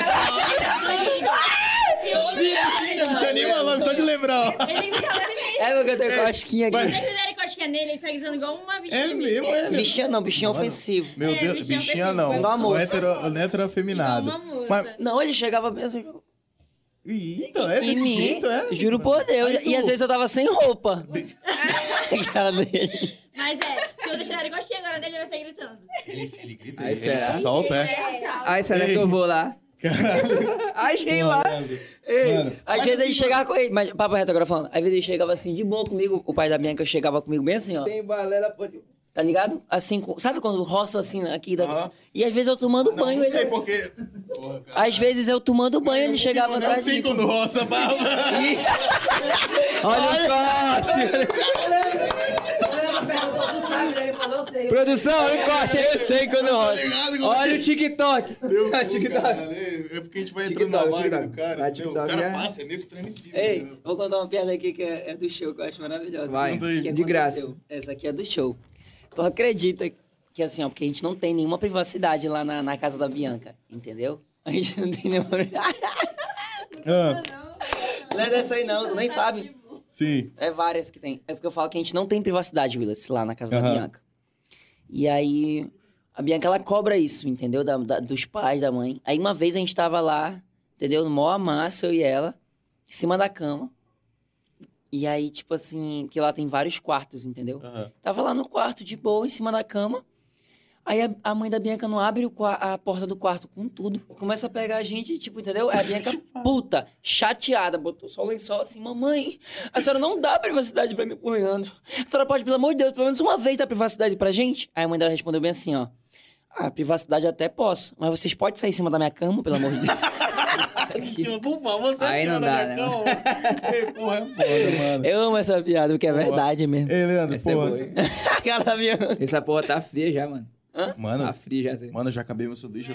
assim Se anima logo, só de lembrar, ó. Ele gritava assim, É, meu, que eu tenho cosquinha aqui. vocês fizeram cosquinha nele, ele sai gritando igual uma bichinha. É mesmo, é mesmo. Bichinha não, bichinha ofensivo. Meu É, Deus, bichinha bichinha ofensiva. não. Igual a Um moça. hétero, um hétero Igual afeminado. uma moça. Mas- Não, ele chegava bem assim. Ih, Então, é em desse mim. jeito, é? Juro por Deus. Aí tu- E às vezes eu tava sem roupa. Cara né? dele. Mas é, se vocês fizeram cosquinha agora dele, ele vai sair gritando. Ele, ele grita, Aí ele, ele será? se solta, é? Ai, será que eu vou lá? Ai, cheguei lá. Mano, Às vezes ele chegava com ele. Mas, papo reto agora falando. Às vezes ele chegava assim, de boa comigo. O pai da Bianca chegava comigo bem assim, ó. Tem balela, pode. Tá ligado? Assim, com- sabe quando roça assim aqui? Da... Aham. Ah, E às vezes eu tomando não, banho. não ele sei assim- porque... Às vezes eu tomando banho, ele chegava Eu atrás de sei mim. quando roça a barba. Olha o corte! Leandro perguntou, tu sabe, né? Ele falou, eu sei. Produção, olha o um corte! Eu sei quando Tá ligado? como Olha o TikTok! Meu, TikTok. cara, É é porque a gente vai TikTok, entrando na live do TikTok. Ah, cara. entendeu? O TikTok cara é- passa, é meio que transmissível. Ei, entendeu? vou contar uma piada aqui que é, é do show, que eu acho maravilhosa. Vai, Que de aconteceu. graça. Essa aqui é do show. Tu acredita que assim, ó, porque a gente não tem nenhuma privacidade lá na, na casa da Bianca, entendeu? A gente não tem nenhuma. Ah, não é dessa aí, não, tu nem sabe. Sim. É várias que tem. É porque eu falo que a gente não tem privacidade, Willis, lá na casa da Aham. Bianca. E aí, a Bianca, ela cobra isso, entendeu? Da- da- dos pais, da mãe. Aí, uma vez, a gente tava lá, entendeu? No maior amasso, eu e ela, em cima da cama. E aí, tipo assim, que lá tem vários quartos, entendeu? Aham. Tava lá no quarto, de boa, em cima da cama. Aí a, a mãe da Bianca não abre o qua- a porta do quarto com tudo. Começa a pegar a gente, tipo, entendeu? Aí A Bianca puta, chateada, botou só o lençol assim, mamãe, a senhora não dá privacidade pra mim pro Leandro. A senhora pode, pelo amor de Deus, pelo menos uma vez dar privacidade pra gente? Aí a mãe dela respondeu bem assim, ó. Ah, privacidade eu até posso, mas vocês podem sair em cima da minha cama, pelo amor de Deus. Por favor, é sai Aí de não cima dá, da né? minha cama. Ei, porra, é foda, mano. Eu amo essa piada, porque é verdade mesmo. Ei, Leandro, Essa é porra. boa, hein? A cara da Bianca. Essa porra tá fria já, mano. Tá Mano, fria já. sei. mano, eu já acabei meu sanduíche.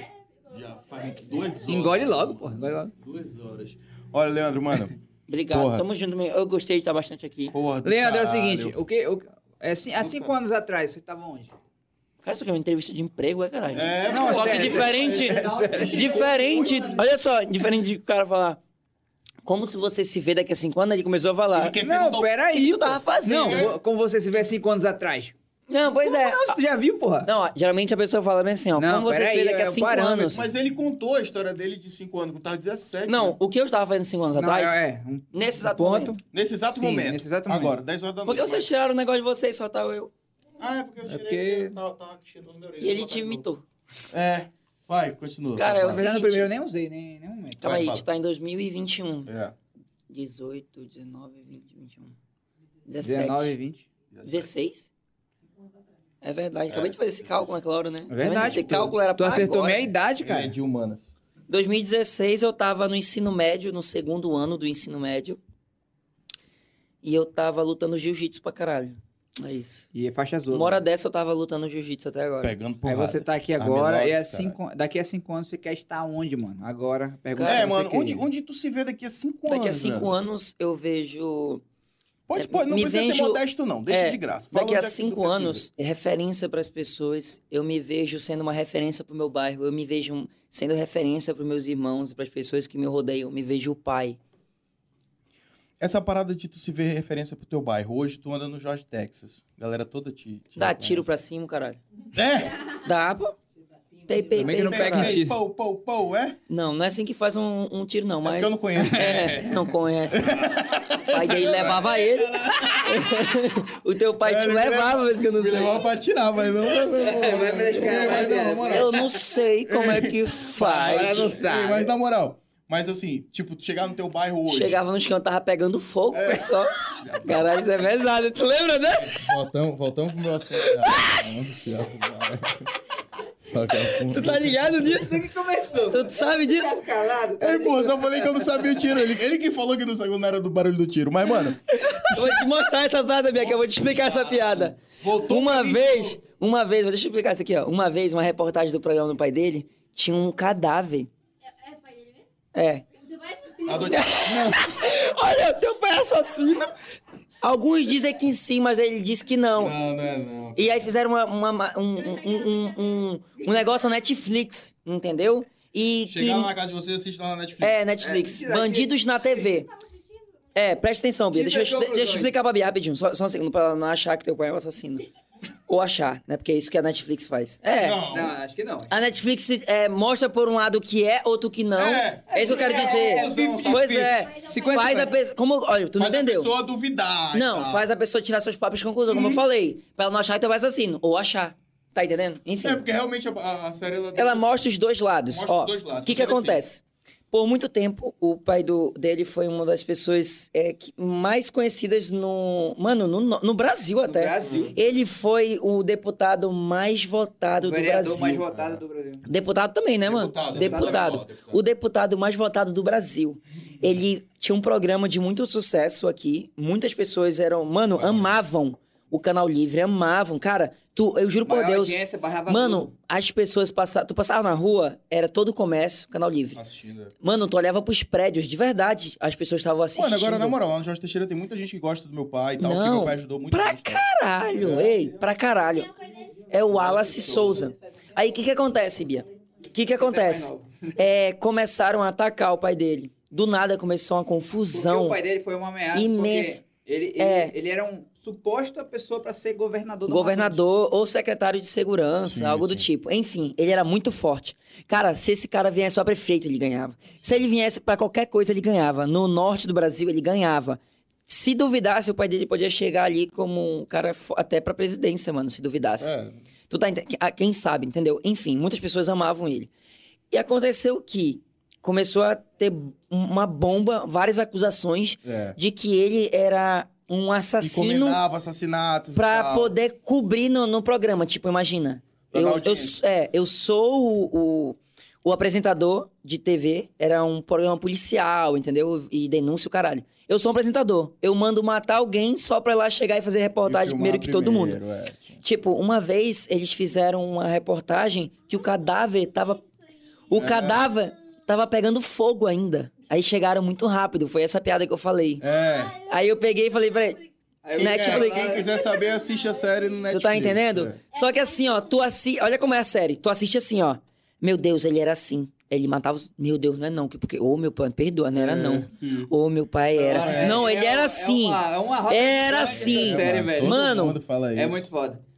Já, já faz duas horas. Engole logo, porra. Engole logo. Duas horas. Olha, Leandro, mano. Obrigado, Porra. tamo junto, meu. eu gostei de estar bastante aqui. Porra do Leandro, é o caralho. seguinte, o que. O, é, cin- há cinco anos atrás, você tava onde? Cara, isso aqui é uma entrevista de emprego, é caralho. É, Não, Só que sério. É diferente. Diferente. Olha só, diferente de o cara falar. Como se você se vê daqui a cinco anos, ele começou a falar. Quem Não, perguntou- O que peraí. tu pô. tava fazendo? né? Não, vo- como você se vê cinco anos atrás. Não, pois é. Não, tu já viu, porra? Não, ó, geralmente a pessoa fala bem assim, ó. Não, como você se peraí, vê daqui a é um cinco parâmetro. anos? Mas ele contou a história dele de 5 anos, quando tava 17. Não, né? o que eu estava fazendo cinco anos Não, atrás, é, é, um nesse exato ponto. momento. Nesse exato Sim, momento. nesse exato momento. Agora, 10 horas da noite. Por que vocês tiraram o negócio de vocês, só tava eu? Ah, é porque eu tirei. porque- eu Tava, tava cheirando na minha orelha. E ele Vou te botar de novo. imitou. É. Vai, continua. Cara, eu- Na verdade, no seguinte- primeiro eu nem usei, nem nem um momento. Calma Vai, aí, a fala. gente tá em 2021. É. 18, 19, 20, 21. 17. 19, 20. 16? É verdade. Acabei de fazer esse cálculo naquela hora, né? Tá É vendo? verdade. Esse pô. cálculo era Tu pra acertou agora. meia idade, Ele é cara. de humanas. 2016 eu tava no ensino médio, no segundo ano do ensino médio. E eu tava lutando jiu-jitsu pra caralho. É isso. E é faixa azul. Uma hora dessa eu tava lutando jiu-jitsu até agora. Pegando Aí porrada. você tá aqui Tá agora menor, e é cara. cinco, daqui a cinco anos você quer estar onde, mano? Agora, pergunta. que É, você mano, queria. onde, onde tu se vê daqui a 5 anos? Daqui a cinco Leandro? anos eu vejo. Pode, é, pode, não me precisa ser vejo- modesto, não. Deixa é, de graça. Fala Daqui a onde é que tu cinco quer se ver. anos, é referência pras pessoas. Eu me vejo sendo uma referência pro meu bairro. Eu me vejo sendo referência pros meus irmãos, pras pessoas que me rodeiam. Eu me vejo o pai. Essa parada de tu se ver referência pro teu bairro. Hoje tu anda no Jorge, Texas. Galera toda te. te Dá reconhece. tiro pra cima, caralho. É! Dá, pô. Pei, pei, né? Também que pei, não pega caralho. em tiro. Pou, pou, pou, é? Não, não é assim que faz um, um tiro, não, Mas... mas. eu não conheço. É, não conhece. O pai dele levava ele. o teu pai te É, Ele me levava, mas que eu não Me sei. levava pra tirar, mas não. vai pra descarga, É, mas não, né? moral. Eu não sei como é que Agora não faz. Ei, sabe. mas na moral, mas assim, tipo, tu chegar no teu bairro hoje. Chegava no chão, tava pegando fogo, É. pessoal. Caralho, isso é pesado. Tu lembra, né? Voltamos, voltamos pro meu assunto. Ah, Tu tá ligado disso? é Isso que começou. Tu sabe disso? calado. Ei, pô, só falei que É, eu não sabia o tiro. Ele, ele que falou que não sabia, não era do barulho do tiro. Mas, mano, Eu vou te mostrar essa piada, Bianca. Eu vou te explicar essa piada. voltou Uma pra mim, vez, uma vez, deixa eu explicar isso aqui, ó. Uma vez, uma reportagem do programa do pai dele, tinha um cadáver. É pai dele mesmo? É. Então vai assim. tipo, adotivo. Olha, teu pai é assassino. Alguns dizem que sim, mas ele diz que não. Não, não é não. E aí fizeram uma- uma- uma- um, um, um, um, um negócio na Netflix, entendeu? E que. Chegar lá na casa de vocês e assistir lá na Netflix. É, Netflix. Bandidos na TV. É, presta atenção, Bia. Deixa eu, expli- deixa eu explicar pra Bia rapidinho. Só, só um segundo, pra ela não achar que teu pai é um assassino. Ou achar, né? Porque é isso que a Netflix faz. É. Não. Não, acho que não. A Netflix é, mostra por um lado que é, outro que não. É. É, isso que eu quero dizer. é, é, pois é. Faz a 50. pessoa. Como, olha, tu não Faz entendeu. a pessoa duvidar. e Não, tá. tal. faz a pessoa tirar suas próprias conclusões, como eu falei. Pra ela não achar que tu é assassino. Ou achar. Tá entendendo? Enfim. É, porque realmente a, a- a série ela. assim, Ela mostra os dois lados. Mostra Ó, os dois lados. O que, é que assim. Você decide. acontece? Por muito tempo, o pai do, dele foi uma das pessoas é, que- mais conhecidas no. Mano, no, no Brasil No até. Brasil. Ele foi o deputado mais votado O do vereador Brasil. mais votado do Brasil. Deputado também, né, mano? Deputado, deputado. deputado. O deputado mais votado do Brasil. Ele tinha um programa de muito sucesso aqui. Muitas pessoas eram. Mano, amavam o Canal Livre, amavam. Cara, tu, eu juro por Maior Deus. audiência, barrava tudo. Mano, as pessoas passavam. Tu passava na rua, era todo o comércio, canal livre. Assistindo. é. Mano, tu olhava pros prédios, de verdade. As pessoas estavam assistindo. Mano, agora, na moral, lá no Jorge Teixeira tem muita gente que gosta do meu pai e tal, porque Não, meu pai ajudou muito pra gente, tá? Caralho, ei, pra caralho. É o Wallace Souza. Aí o que que acontece, Bia? O que que acontece? É, começaram a atacar o pai dele. Do nada começou uma Porque confusão. o pai dele foi uma ameaça. Imensa. porque Ele, ele, É. ele era um suposto pessoa pra ser governador do governador ou secretário de segurança, Sim, algo do sim. tipo. Enfim, ele era muito forte. Cara, se esse cara viesse pra prefeito, ele ganhava. Se ele viesse pra qualquer coisa, ele ganhava. No norte do Brasil, ele ganhava. Se duvidasse, o pai dele podia chegar ali como um cara fo- até pra presidência, mano, se duvidasse. É. Tu tá ente- ah, Quem sabe, entendeu? Enfim, muitas pessoas amavam ele. E aconteceu que começou a ter uma bomba, várias acusações É. de que ele era um assassino Encomendava assassinatos. e Pra tal. poder cobrir no, no programa. Tipo, imagina. Pra dar Eu, eu, audiência. é, eu sou o, o, o apresentador de TV. Era um programa policial, entendeu? E denúncia o caralho. Eu sou um apresentador. Eu mando matar alguém só pra lá chegar e fazer reportagem E primeiro filmar que todo mundo. primeiro, é. Tipo, uma vez eles fizeram uma reportagem que o cadáver tava. É. O cadáver tava pegando fogo ainda. Aí chegaram muito rápido. Foi essa piada que eu falei. É. Aí eu peguei e falei pra ele. Brasil. Aí Quem o Net- cara Netflix. quer- Quem quiser saber, assiste a série no Netflix. Tu tá entendendo? É. Só que assim, ó, tu assiste. Olha como é a série. Tu assiste assim, ó. Meu Deus, ele era assim. Ele matava os. Meu Deus, não é não. que- Porque. Ô, meu pai, perdoa, não era Ah, não. É, Ô, meu pai era. é. Não, ele É era uma- assim. É uma, é uma roda Era gigante assim. essa É, Série, mano, velho. todo Mano, mundo fala É isso. muito foda.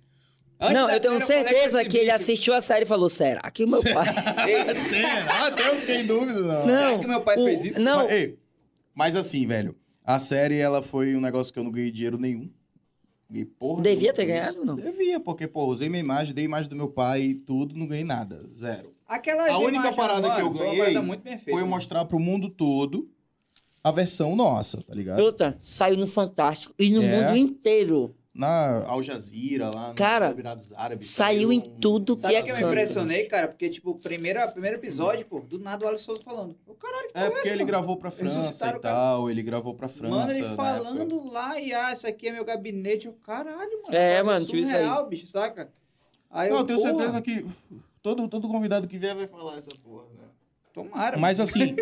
Antes Não, da eu tenho série, falei certeza esse que ele bicho. assistiu a série e falou: será que meu pai. Ei, Será? Até Ah, eu fiquei em dúvida, não. Não. que meu pai o- fez isso? Não, Mas, ei, mas assim, velho, a série ela foi um negócio que eu não ganhei dinheiro nenhum. E, porra, nenhuma Devia ter com isso. ganhado ou não? Devia, porque, pô, usei minha imagem, dei a imagem do meu pai e tudo, não ganhei nada. Zero. Aquela A única imagem parada agora que eu foi uma ganhei coisa muito bem feita. Foi eu mostrar pro mundo todo a versão nossa, tá É. ligado? Outra, saiu no Fantástico e no É. mundo inteiro. Na Al Jazeera, lá no Cara, Emirados Árabes. saiu em tudo que Sabe é o que eu me canto. impressionei, cara? Porque, tipo, o primeiro, o primeiro episódio, pô, do nada o Alisson Souza falando. O caralho, que É, porra porque essa, ele mano? gravou pra Eles França ressuscitaram e o cara. tal, ele gravou pra França. Mano, ele na época. falando lá e ah, isso aqui é meu gabinete. Eu, caralho, mano. É, parada mano, tive isso aí. surreal, bicho, saca? Aí Não, eu tenho porra, certeza que todo, todo convidado que vier vai falar essa porra, né? Tomara. Mas assim.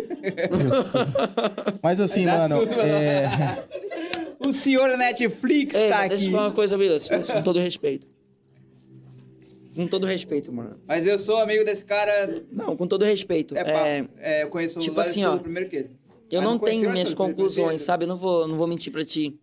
mas assim, Dá mano. surra lá. né? É... O senhor Netflix Ei, tá mas deixa eu aqui. falar uma coisa, Vila, com todo respeito. Com todo respeito, mano. Mas eu sou amigo desse cara. Não, com todo respeito. É, É, papo. é, eu conheço tipo o Alisson assim, Souza ó, primeiro que ele. eu Mas não, não conheci tenho o minhas Arthur, conheci conclusões, ele. sabe? Eu não vou, não vou mentir pra ti.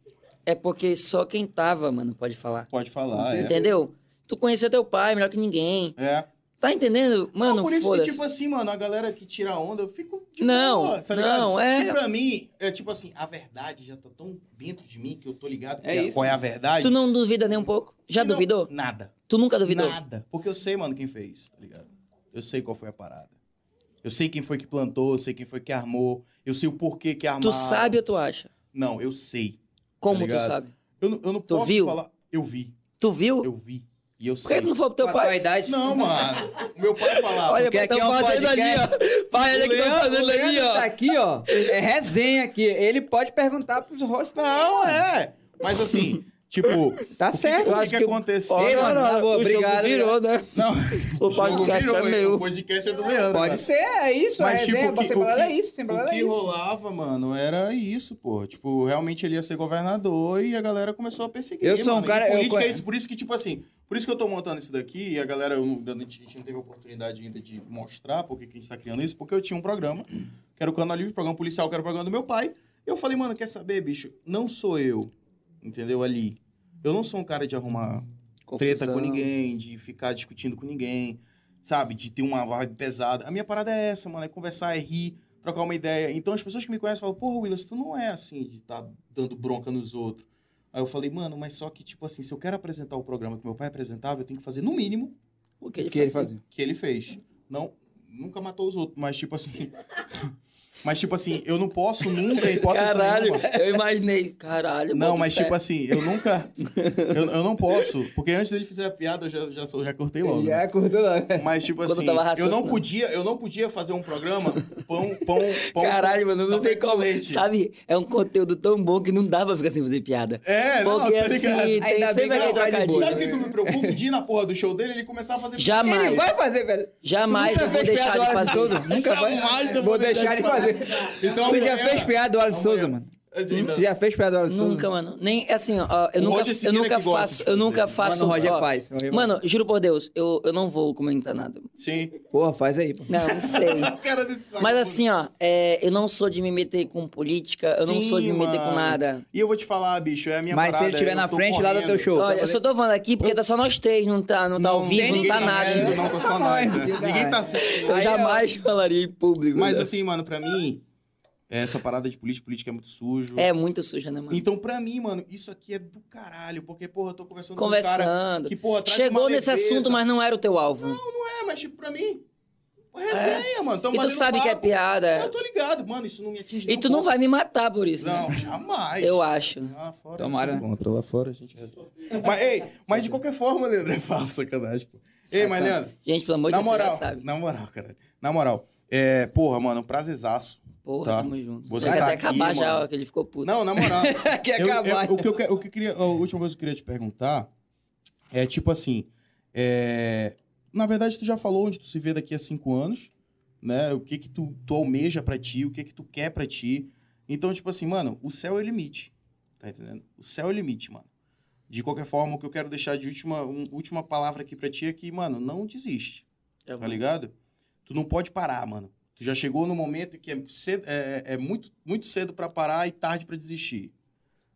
É porque só quem tava, mano, pode falar. Pode falar, é. Entendeu? Tu conhecia teu pai melhor que ninguém. É. Tá entendendo? Não, Mano, por isso que, foda-se. tipo assim, mano, a galera que tira onda, eu fico. de Não, boa, tá ligado? não, Que é. pra mim, é tipo assim, a verdade já tá tão dentro de mim que eu tô ligado É que a- isso. qual é a verdade. Tu não duvida nem um pouco? Já E não- duvidou? Nada. Tu nunca duvidou? Nada. Porque eu sei, mano, quem fez, tá ligado? Eu sei qual foi a parada. Eu sei quem foi que plantou, eu sei quem foi que armou, eu sei o porquê que armou. Tu sabe ou tu acha? Não, eu sei. Como tu ligado? sabe? Eu, não- eu não Tu posso viu? falar. Eu vi, Tu viu? eu vi. E eu Por que sei. tu não foi pro teu Com a tua pai? idade. Não, mano. O meu pai falava. tipo Olha, porque pai, aqui é tão um fazendo ali, ó. Pai, olha o que tão fazendo ali, ó. Tá aqui, ó. É resenha aqui. Ele pode perguntar pros rostos. Não, é. Mas assim, tipo, Tá certo. o Eu que, acho que, que- aconteceu? Ei, mano, na boa, o jogo obrigado, virou, né? Não, O jogo podcast é virou, O meu. podcast é do Leandro. Pode mano. ser, é isso. Mas, a tipo, resenha, o que- você o falar que- é isso, sem O falar é que isso. rolava, mano, era isso, pô. Tipo, realmente ele ia ser governador e a galera começou a perseguir. Eu sou um mano. E cara- eu política conhe- é isso, por isso que, tipo assim, por isso que eu tô montando isso daqui e a galera, eu não- a gente não teve a oportunidade ainda de mostrar por que que a gente tá criando isso, porque eu tinha um programa, que era o Canal Livre, programa policial, que era o programa do meu pai. Eu falei, mano, quer saber, bicho? Não sou eu, entendeu? Ali. Eu não sou um cara de arrumar treta com ninguém, de ficar discutindo com ninguém, sabe? De ter uma vibe pesada. A minha parada é essa, mano, é conversar, é rir, trocar uma ideia. Então as pessoas que me conhecem falam, porra, Willis, tu não é assim de estar dando bronca nos outros. Aí eu falei, mano, mas só que, tipo assim, se eu quero apresentar o programa que meu pai apresentava, eu tenho que fazer no mínimo O que ele que ele fazia? fazia? o que ele fez. Não, nunca matou os outros, mas tipo assim. mas tipo assim, eu não posso nunca, em hipótese Caralho, nenhuma- eu imaginei. Caralho, não, boto mas fé. tipo assim, eu nunca. eu, eu não posso. Porque antes dele fizer a piada, eu já, já, sou- já cortei logo. né? Já acordou lá. Mas, tipo Quando eu assim, tava eu não raciocinando. podia, eu não podia fazer um programa pão, pão, pão. Caralho, mano, não café tem com como. leite. Sabe, é um conteúdo tão bom que não dá pra ficar sem fazer piada. É, Porque não, tá assim, ligado? tem Ainda bem sempre que aquele ela vai de trocadilho. boa. Sabe o que que eu me preocupo? De ir na porra do show dele, ele começar a fazer... Jamais, Ele vai fazer, velho. jamais Tu nunca eu vou fez deixar piada de do Alisson fazer. Souza? Nunca vai. Jamais eu vou vou deixar de fazer. é. Então, Tu já amanhã- fez piada do Alisson Souza, mano. Então, Tu já fez piada do Alisson Souza? Nunca, mano. Nem assim, ó, eu O nunca, Roger eu Siqueira nunca que gosta faço, de eu nunca fazer isso. Mano, faço. o Roger ó, faz. o Roger faz. Mano, juro por Deus, eu, eu não vou comentar nada. Sim. Porra, faz aí, pô. Não, não sei. O cara desse Mas vagabundo. assim, ó, é, eu não sou de me meter com política, eu não Sim, sou de me meter com mano. nada. E eu vou te falar, bicho, é a minha Mas se parada. ele estiver eu na tô frente lá do teu correndo. show. Olha, eu só tô falando aqui porque tá só nós três, não tá, não tá ao tem vivo, não ninguém tá na nada. mesa, Não, tá só nós. né? Ninguém tá Ninguém tá certo. Eu Aí, jamais falaria em público. Mas né? assim, mano, pra mim, essa parada de política, política é muito sujo. É muito suja, né, mano? Então, pra mim, mano, isso aqui é do caralho. Porque, porra, eu tô conversando com um cara Conversando. que, porra, traz Chegou uma nesse leveza. assunto, mas não era o teu alvo. É, mas, tipo, pra mim, resenha, mano. Tamo É. e tu batendo sabe que é papo. Eu piada. tô ligado, mano, isso não me atinge. E nem tu um não pouco. vai me matar por isso, né? Não, jamais. Eu acho. né? Lá fora Tomara. se encontra, lá fora a gente resolve. mas, ei, mas de qualquer forma, Leandro, é falso, sacanagem, pô. Ei, mas, Leandro, Gente, pelo amor de na Deus, você já moral, sabe. na moral, caralho. Na moral, é, porra, mano, prazerzaço. Porra, Tá. tamo junto. Você Tem que tá até aqui, acabar já, mano. ó, que ele ficou puto. Não, na moral. Quer Eu- eu- acabar. o que eu, que- o que eu queria, a última coisa que eu queria te perguntar é tipo assim, é, na verdade tu já falou onde tu se vê daqui a cinco anos, né? O que que tu, tu almeja pra ti, o que que tu quer pra ti. Então tipo assim, mano, o céu é o limite, tá Tá entendendo? O céu é o limite, mano. De qualquer forma, o que eu quero deixar de última, um- última palavra aqui pra ti é que, mano, não desiste. É, Tá ligado? Tu não pode parar, mano. Tu já chegou no momento que é, cedo- é- é muito, muito cedo pra parar e tarde pra desistir.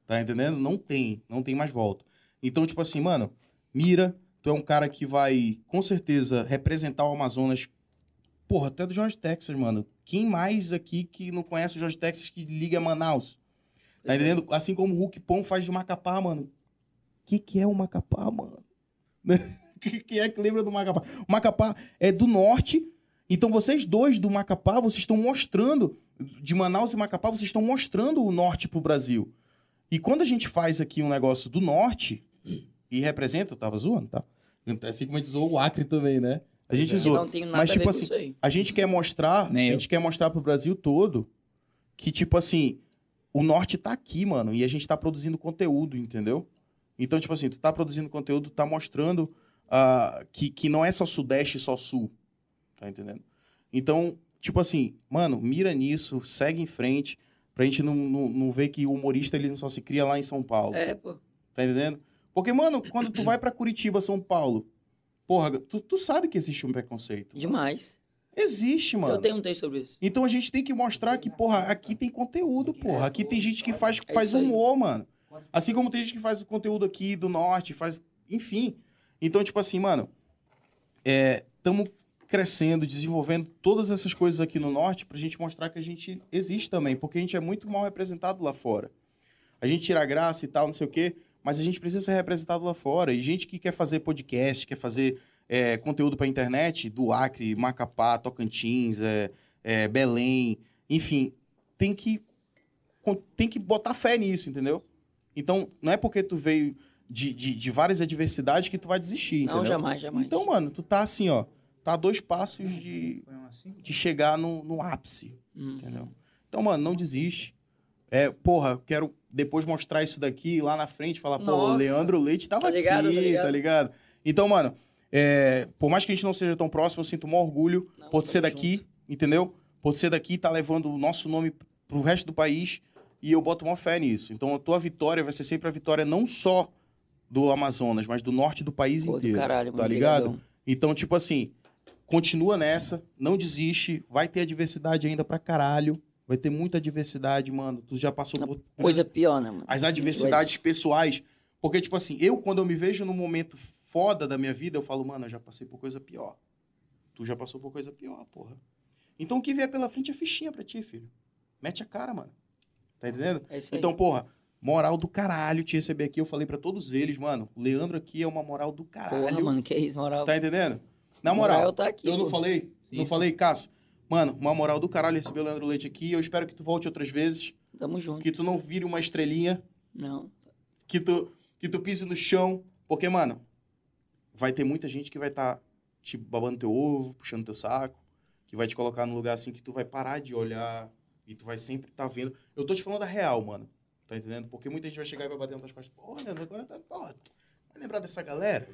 Tá entendendo? Não tem. Não tem mais volta. Então, tipo assim, mano, mira. Tu é um cara que vai, com certeza, representar o Amazonas. Porra, até do Jorge Texas, mano. Quem mais aqui que não conhece o Jorge Texas que liga a Manaus? Tá entendendo? Assim como o Hulk Pão faz de Macapá, mano. O que, que é o Macapá, mano? que, que é que lembra do Macapá? O Macapá é do norte. Então vocês dois do Macapá, vocês estão mostrando, de Manaus e Macapá, vocês estão mostrando o norte pro Brasil. E quando a gente faz aqui um negócio do norte, e representa, eu tava zoando, tá? Hum. Assim como a gente zoou o Acre também, né? A gente Eu zoou. não tenho nada Mas, a ver tipo com assim, isso aí. A gente quer mostrar, Nem a eu. gente quer mostrar pro Brasil todo que, tipo assim, o norte tá aqui, mano, e a gente tá produzindo conteúdo, entendeu? Então, tipo assim, tu tá produzindo conteúdo, tá mostrando ah, que, que não é só sudeste e só sul, tá entendendo? Então, tipo assim, mano, mira nisso, segue em frente, pra gente não, não, não ver que o humorista ele só se cria lá em São Paulo. É, pô. Tá entendendo? Porque, mano, quando tu vai pra Curitiba, São Paulo, porra, tu, tu sabe que existe um preconceito. Demais. Existe, mano. Eu tenho um texto sobre isso. Então a gente tem que mostrar que, porra, aqui tem conteúdo, porra. Aqui tem gente que faz, É faz isso aí. humor, mano. Assim como tem gente que faz o conteúdo aqui do norte, faz. Enfim. Então, tipo assim, mano, estamos crescendo, desenvolvendo todas essas coisas aqui no norte pra gente mostrar que a gente existe também, porque a gente é muito mal representado lá fora. A gente tira graça e tal, não sei o quê, mas a gente precisa ser representado lá fora. E gente que quer fazer podcast, quer fazer é, conteúdo pra internet, do Acre, Macapá, Tocantins, é, é, Belém, enfim, tem que, con- tem que botar fé nisso, entendeu? Então, não é porque tu veio de, de, de várias adversidades que tu vai desistir, Não, entendeu? jamais, jamais. Então, mano, tu tá assim, ó. Tá a dois passos de, Foi uma cinco? de chegar no, no ápice, Hum. entendeu? Então, mano, não desiste. É, porra, eu quero depois mostrar isso daqui lá na frente, falar, pô, o Nossa. Leandro Leite tava Tá ligado, aqui, tá ligado. tá ligado? Então, mano, é, por mais que a gente não seja tão próximo, eu sinto um orgulho Não, por tu ser tamo daqui, junto. entendeu? Por tu ser daqui tá levando o nosso nome pro resto do país e eu boto uma fé nisso. Então, a tua vitória vai ser sempre a vitória não só do Amazonas, mas do norte do país Pô, do inteiro. caralho, mano. tá ligado? Obrigadão. Então, tipo assim, continua nessa, não desiste, vai ter adversidade ainda pra caralho, vai ter muita adversidade, mano. Tu já passou por Coisa pior, né, mano? as adversidades pessoais, porque tipo assim, eu quando eu me vejo num momento foda da minha vida, eu falo, mano, eu já passei por coisa pior. Tu já passou por coisa pior, porra. Então o que vier pela frente é fichinha pra ti, filho. Mete a cara, mano. Tá entendendo? É isso aí. Então, porra, moral do caralho te receber aqui. Eu falei pra todos eles, mano. O Leandro aqui é uma moral do caralho. Porra, mano, que isso, moral. Tá entendendo? Na moral, tá aqui, eu não pô. falei, Sim, não sim. falei, Cássio. Mano, uma moral do caralho receber o Leandro Leite aqui. Eu espero que tu volte outras vezes, Tamo junto. que tu não vire uma estrelinha, Não. que tu que tu pise no chão, porque mano, vai ter muita gente que vai estar te babando teu ovo, puxando teu saco, que vai te colocar num lugar assim que tu vai parar de olhar e tu vai sempre estar vendo. Eu tô te falando a real, mano. Tá entendendo? Porque muita gente vai chegar e vai bater nas tuas costas. Pô, Leandro, agora tá. Porra, tu vai lembrar dessa galera?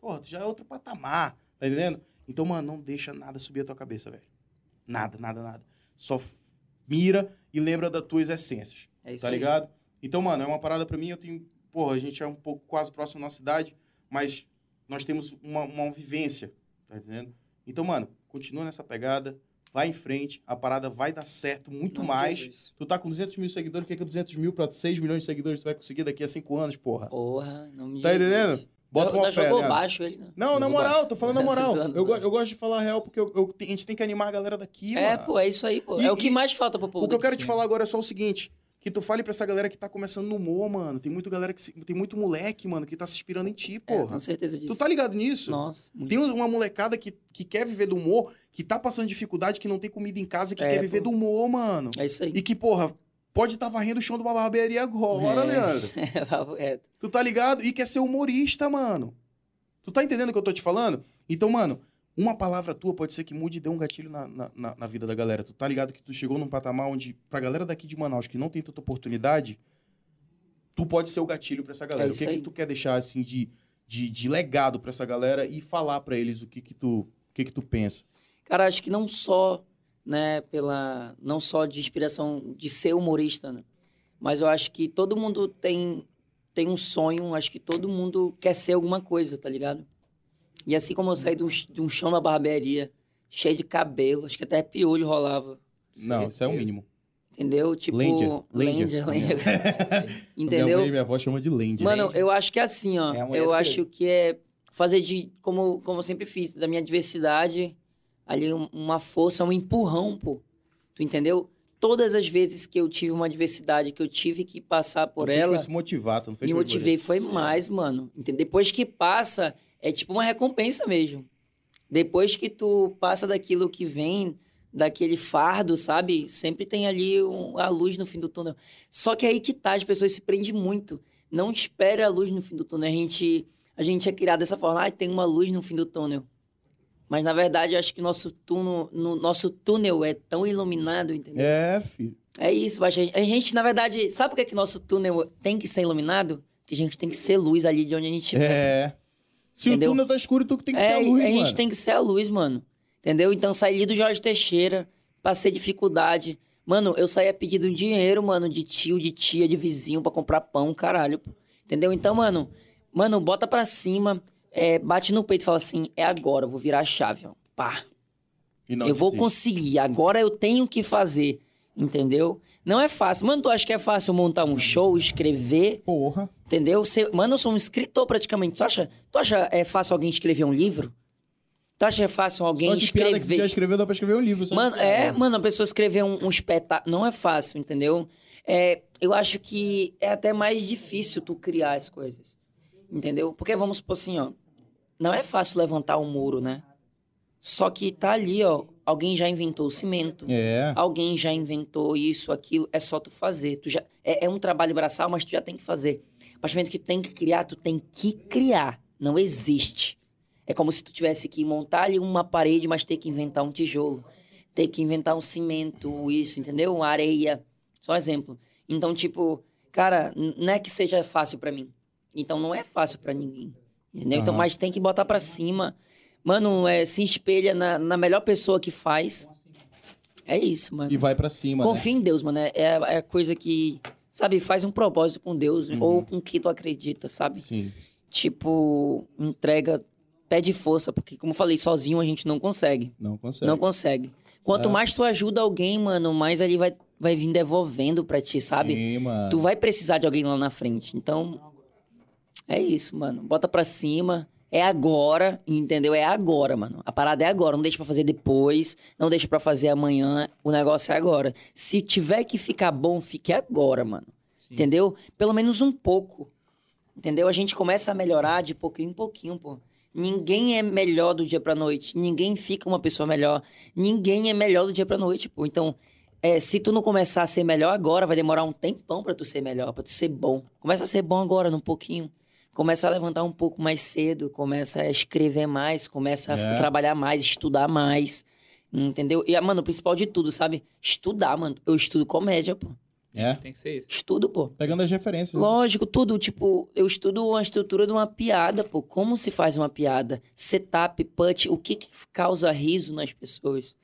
Porra, tu já é outro patamar. Tá entendendo? Então, mano, não deixa nada subir a tua cabeça, velho. Nada, nada, nada. Só f- mira e lembra das tuas essências. É isso Tá aí. ligado? Então, mano, é uma parada pra mim. Eu tenho. Porra, a gente é um pouco quase próximo da nossa idade, mas nós temos uma, uma vivência. Tá entendendo? Então, mano, continua nessa pegada. Vai em frente. A parada vai dar certo muito Não, mais. Jesus. Tu tá com 200 mil seguidores, o que é que 200 mil pra 6 milhões de seguidores tu vai conseguir daqui a 5 anos, porra? Porra, não me Tá diga entendendo? isso. Bota Não, uma não fé, jogou Leandro. baixo ele, não. Não, na Jogou moral, tô falando na Esses moral. anos, Eu, go- né? eu gosto de falar a real porque eu- eu- a gente tem que animar a galera daqui, É, mano. pô, é isso aí, pô. E- é o que e- mais falta pro né? povo. O que eu daqui. quero te falar agora é só o seguinte: que tu fale pra essa galera que tá começando no humor, mano. Tem muito galera que se- tem muito moleque, mano, que tá se inspirando em É, ti, eu porra. tenho certeza disso. tu tá ligado nisso? Nossa, muito. Tem uma molecada que, que quer viver do humor, que tá passando dificuldade, que não tem comida em casa, que É, quer viver pô. do humor, mano. É isso aí. E que, porra, pode estar tá varrendo o chão de uma barbearia agora, é. Leandro. É, papo reto. Tu tá ligado? E quer ser humorista, mano. Tu tá entendendo o que eu tô te falando? Então, mano, uma palavra tua pode ser que mude e dê um gatilho na, na, na- na vida da galera. Tu tá ligado que tu chegou num patamar onde, pra galera daqui de Manaus que não tem tanta oportunidade, tu pode ser o gatilho pra essa galera. É o isso que, que aí. tu quer deixar, assim, de, de, de legado pra essa galera e falar pra eles o que que tu, o que que tu pensa? Cara, acho que não só, né, pela. Não só de inspiração de ser humorista, né? Mas eu acho que todo mundo tem, tem um sonho, acho que todo mundo quer ser alguma coisa, tá ligado? E assim como eu saí de um, ch- de um chão na barbearia, cheio de cabelo, acho que até piolho rolava, Não, isso é o mínimo. entendeu? Tipo, Lendia, lendia. Lendia, lendia. entendeu? Minha, mãe, e minha avó chama de Lendia. né? Mano, eu acho que é assim, ó. É a mulher eu do acho que é fazer de. Como, como eu sempre fiz, da minha diversidade, ali um- uma força, um empurrão, pô. Tu entendeu? Todas as vezes que eu tive uma diversidade, que eu tive que passar por Então, Tu ela, Foi se motivar, tu não fez me por motivei, isso. foi mais, mano. Entendeu? Depois que passa, é tipo uma recompensa mesmo. Depois que tu passa daquilo que vem, daquele fardo, sabe? Sempre tem ali um- a luz no fim do túnel. Só que aí que tá, as pessoas se prendem muito. Não espere a luz no fim do túnel. A gente, a gente é criado dessa forma, ah, tem uma luz no fim do túnel. Mas na verdade, eu acho que nosso túnel, no, nosso túnel é tão iluminado, entendeu? É, filho. É isso, Baixa. A gente, na verdade, sabe por que, que nosso túnel tem que ser iluminado? Porque a gente tem que ser luz ali de onde a gente É. Se Entendeu? o túnel tá escuro, tu que tem que ser a É, luz, a gente mano. tem que ser a luz, mano. Entendeu? Então saí ali do Jorge Teixeira, passei dificuldade. Mano, eu saía pedindo dinheiro, mano, de tio, de tia, de vizinho pra comprar pão, caralho. pô. Entendeu? Então, mano, mano, bota pra cima, é, bate no peito e fala assim: é agora, eu vou virar a chave, ó. Pá E não eu vou desiste. conseguir. Agora eu tenho que fazer. Entendeu? Não é fácil. Mano, tu acha que é fácil montar um show, escrever, Porra. entendeu? Ser- mano, eu sou um escritor praticamente. Tu acha, tu acha é fácil alguém escrever um livro? Tu acha que é fácil alguém Só de piada que tu escrever? já escreveu, dá pra escrever um livro. só de Mano, piada. é, mano, a pessoa escrever um, um espetáculo não é fácil, entendeu? É, eu acho que é até mais difícil tu criar as coisas, entendeu? Porque vamos supor assim, ó, não é fácil levantar um muro, né? Só que tá ali, ó, alguém já inventou o cimento, É. alguém já inventou isso, aquilo, é só tu fazer. Tu já, é, é um trabalho braçal, mas tu já tem que fazer. A partir do momento que tu tem que criar, tu tem que criar, não existe. É como se tu tivesse que montar ali uma parede, mas ter que inventar um tijolo ter que inventar um cimento, isso, entendeu? Uma areia, só um exemplo. Então, tipo, cara, n- não é que seja fácil pra mim. Então, não é fácil pra ninguém, entendeu? Então, Aham. mas tem que botar pra cima. Mano, é, se espelha na, na melhor pessoa que faz. É isso, mano. E vai pra cima, né? Confia em Deus, mano. É, é a coisa que, sabe, faz um propósito com Deus Uhum. ou com o que tu acredita, sabe? Sim. Tipo, entrega, pede força, porque, como eu falei, sozinho a gente não consegue. Não consegue. Não consegue. Quanto É. mais tu ajuda alguém, mano, mais ele vai, vai vir devolvendo pra ti, sabe? Sim, mano. Tu vai precisar de alguém lá na frente. Então, é isso, mano. Bota pra cima. É agora, entendeu? É agora, mano. A parada é agora. Não deixa pra fazer depois. Não deixa pra fazer amanhã. O negócio é agora. Se tiver que ficar bom, fique agora, mano. Entendeu? Pelo menos um pouco. Entendeu? A gente começa a melhorar de pouquinho em pouquinho, pô. Ninguém é melhor do dia pra noite. Ninguém fica uma pessoa melhor. Ninguém é melhor do dia pra noite, pô. Então, é, se tu não começar a ser melhor agora, vai demorar um tempão pra tu ser melhor, pra tu ser bom. Começa a ser bom agora, num pouquinho. Começa a levantar um pouco mais cedo, começa a escrever mais, começa a É. trabalhar mais, estudar mais. Entendeu? E, ah, mano, o principal de tudo, sabe? Estudar, mano. Eu estudo comédia, pô. É. Tem que ser isso. Estudo, pô. Pegando as referências. né? Lógico, tudo. Tipo, eu estudo a estrutura de uma piada, pô. Como se faz uma piada? Setup, punch, o que, que causa riso nas pessoas?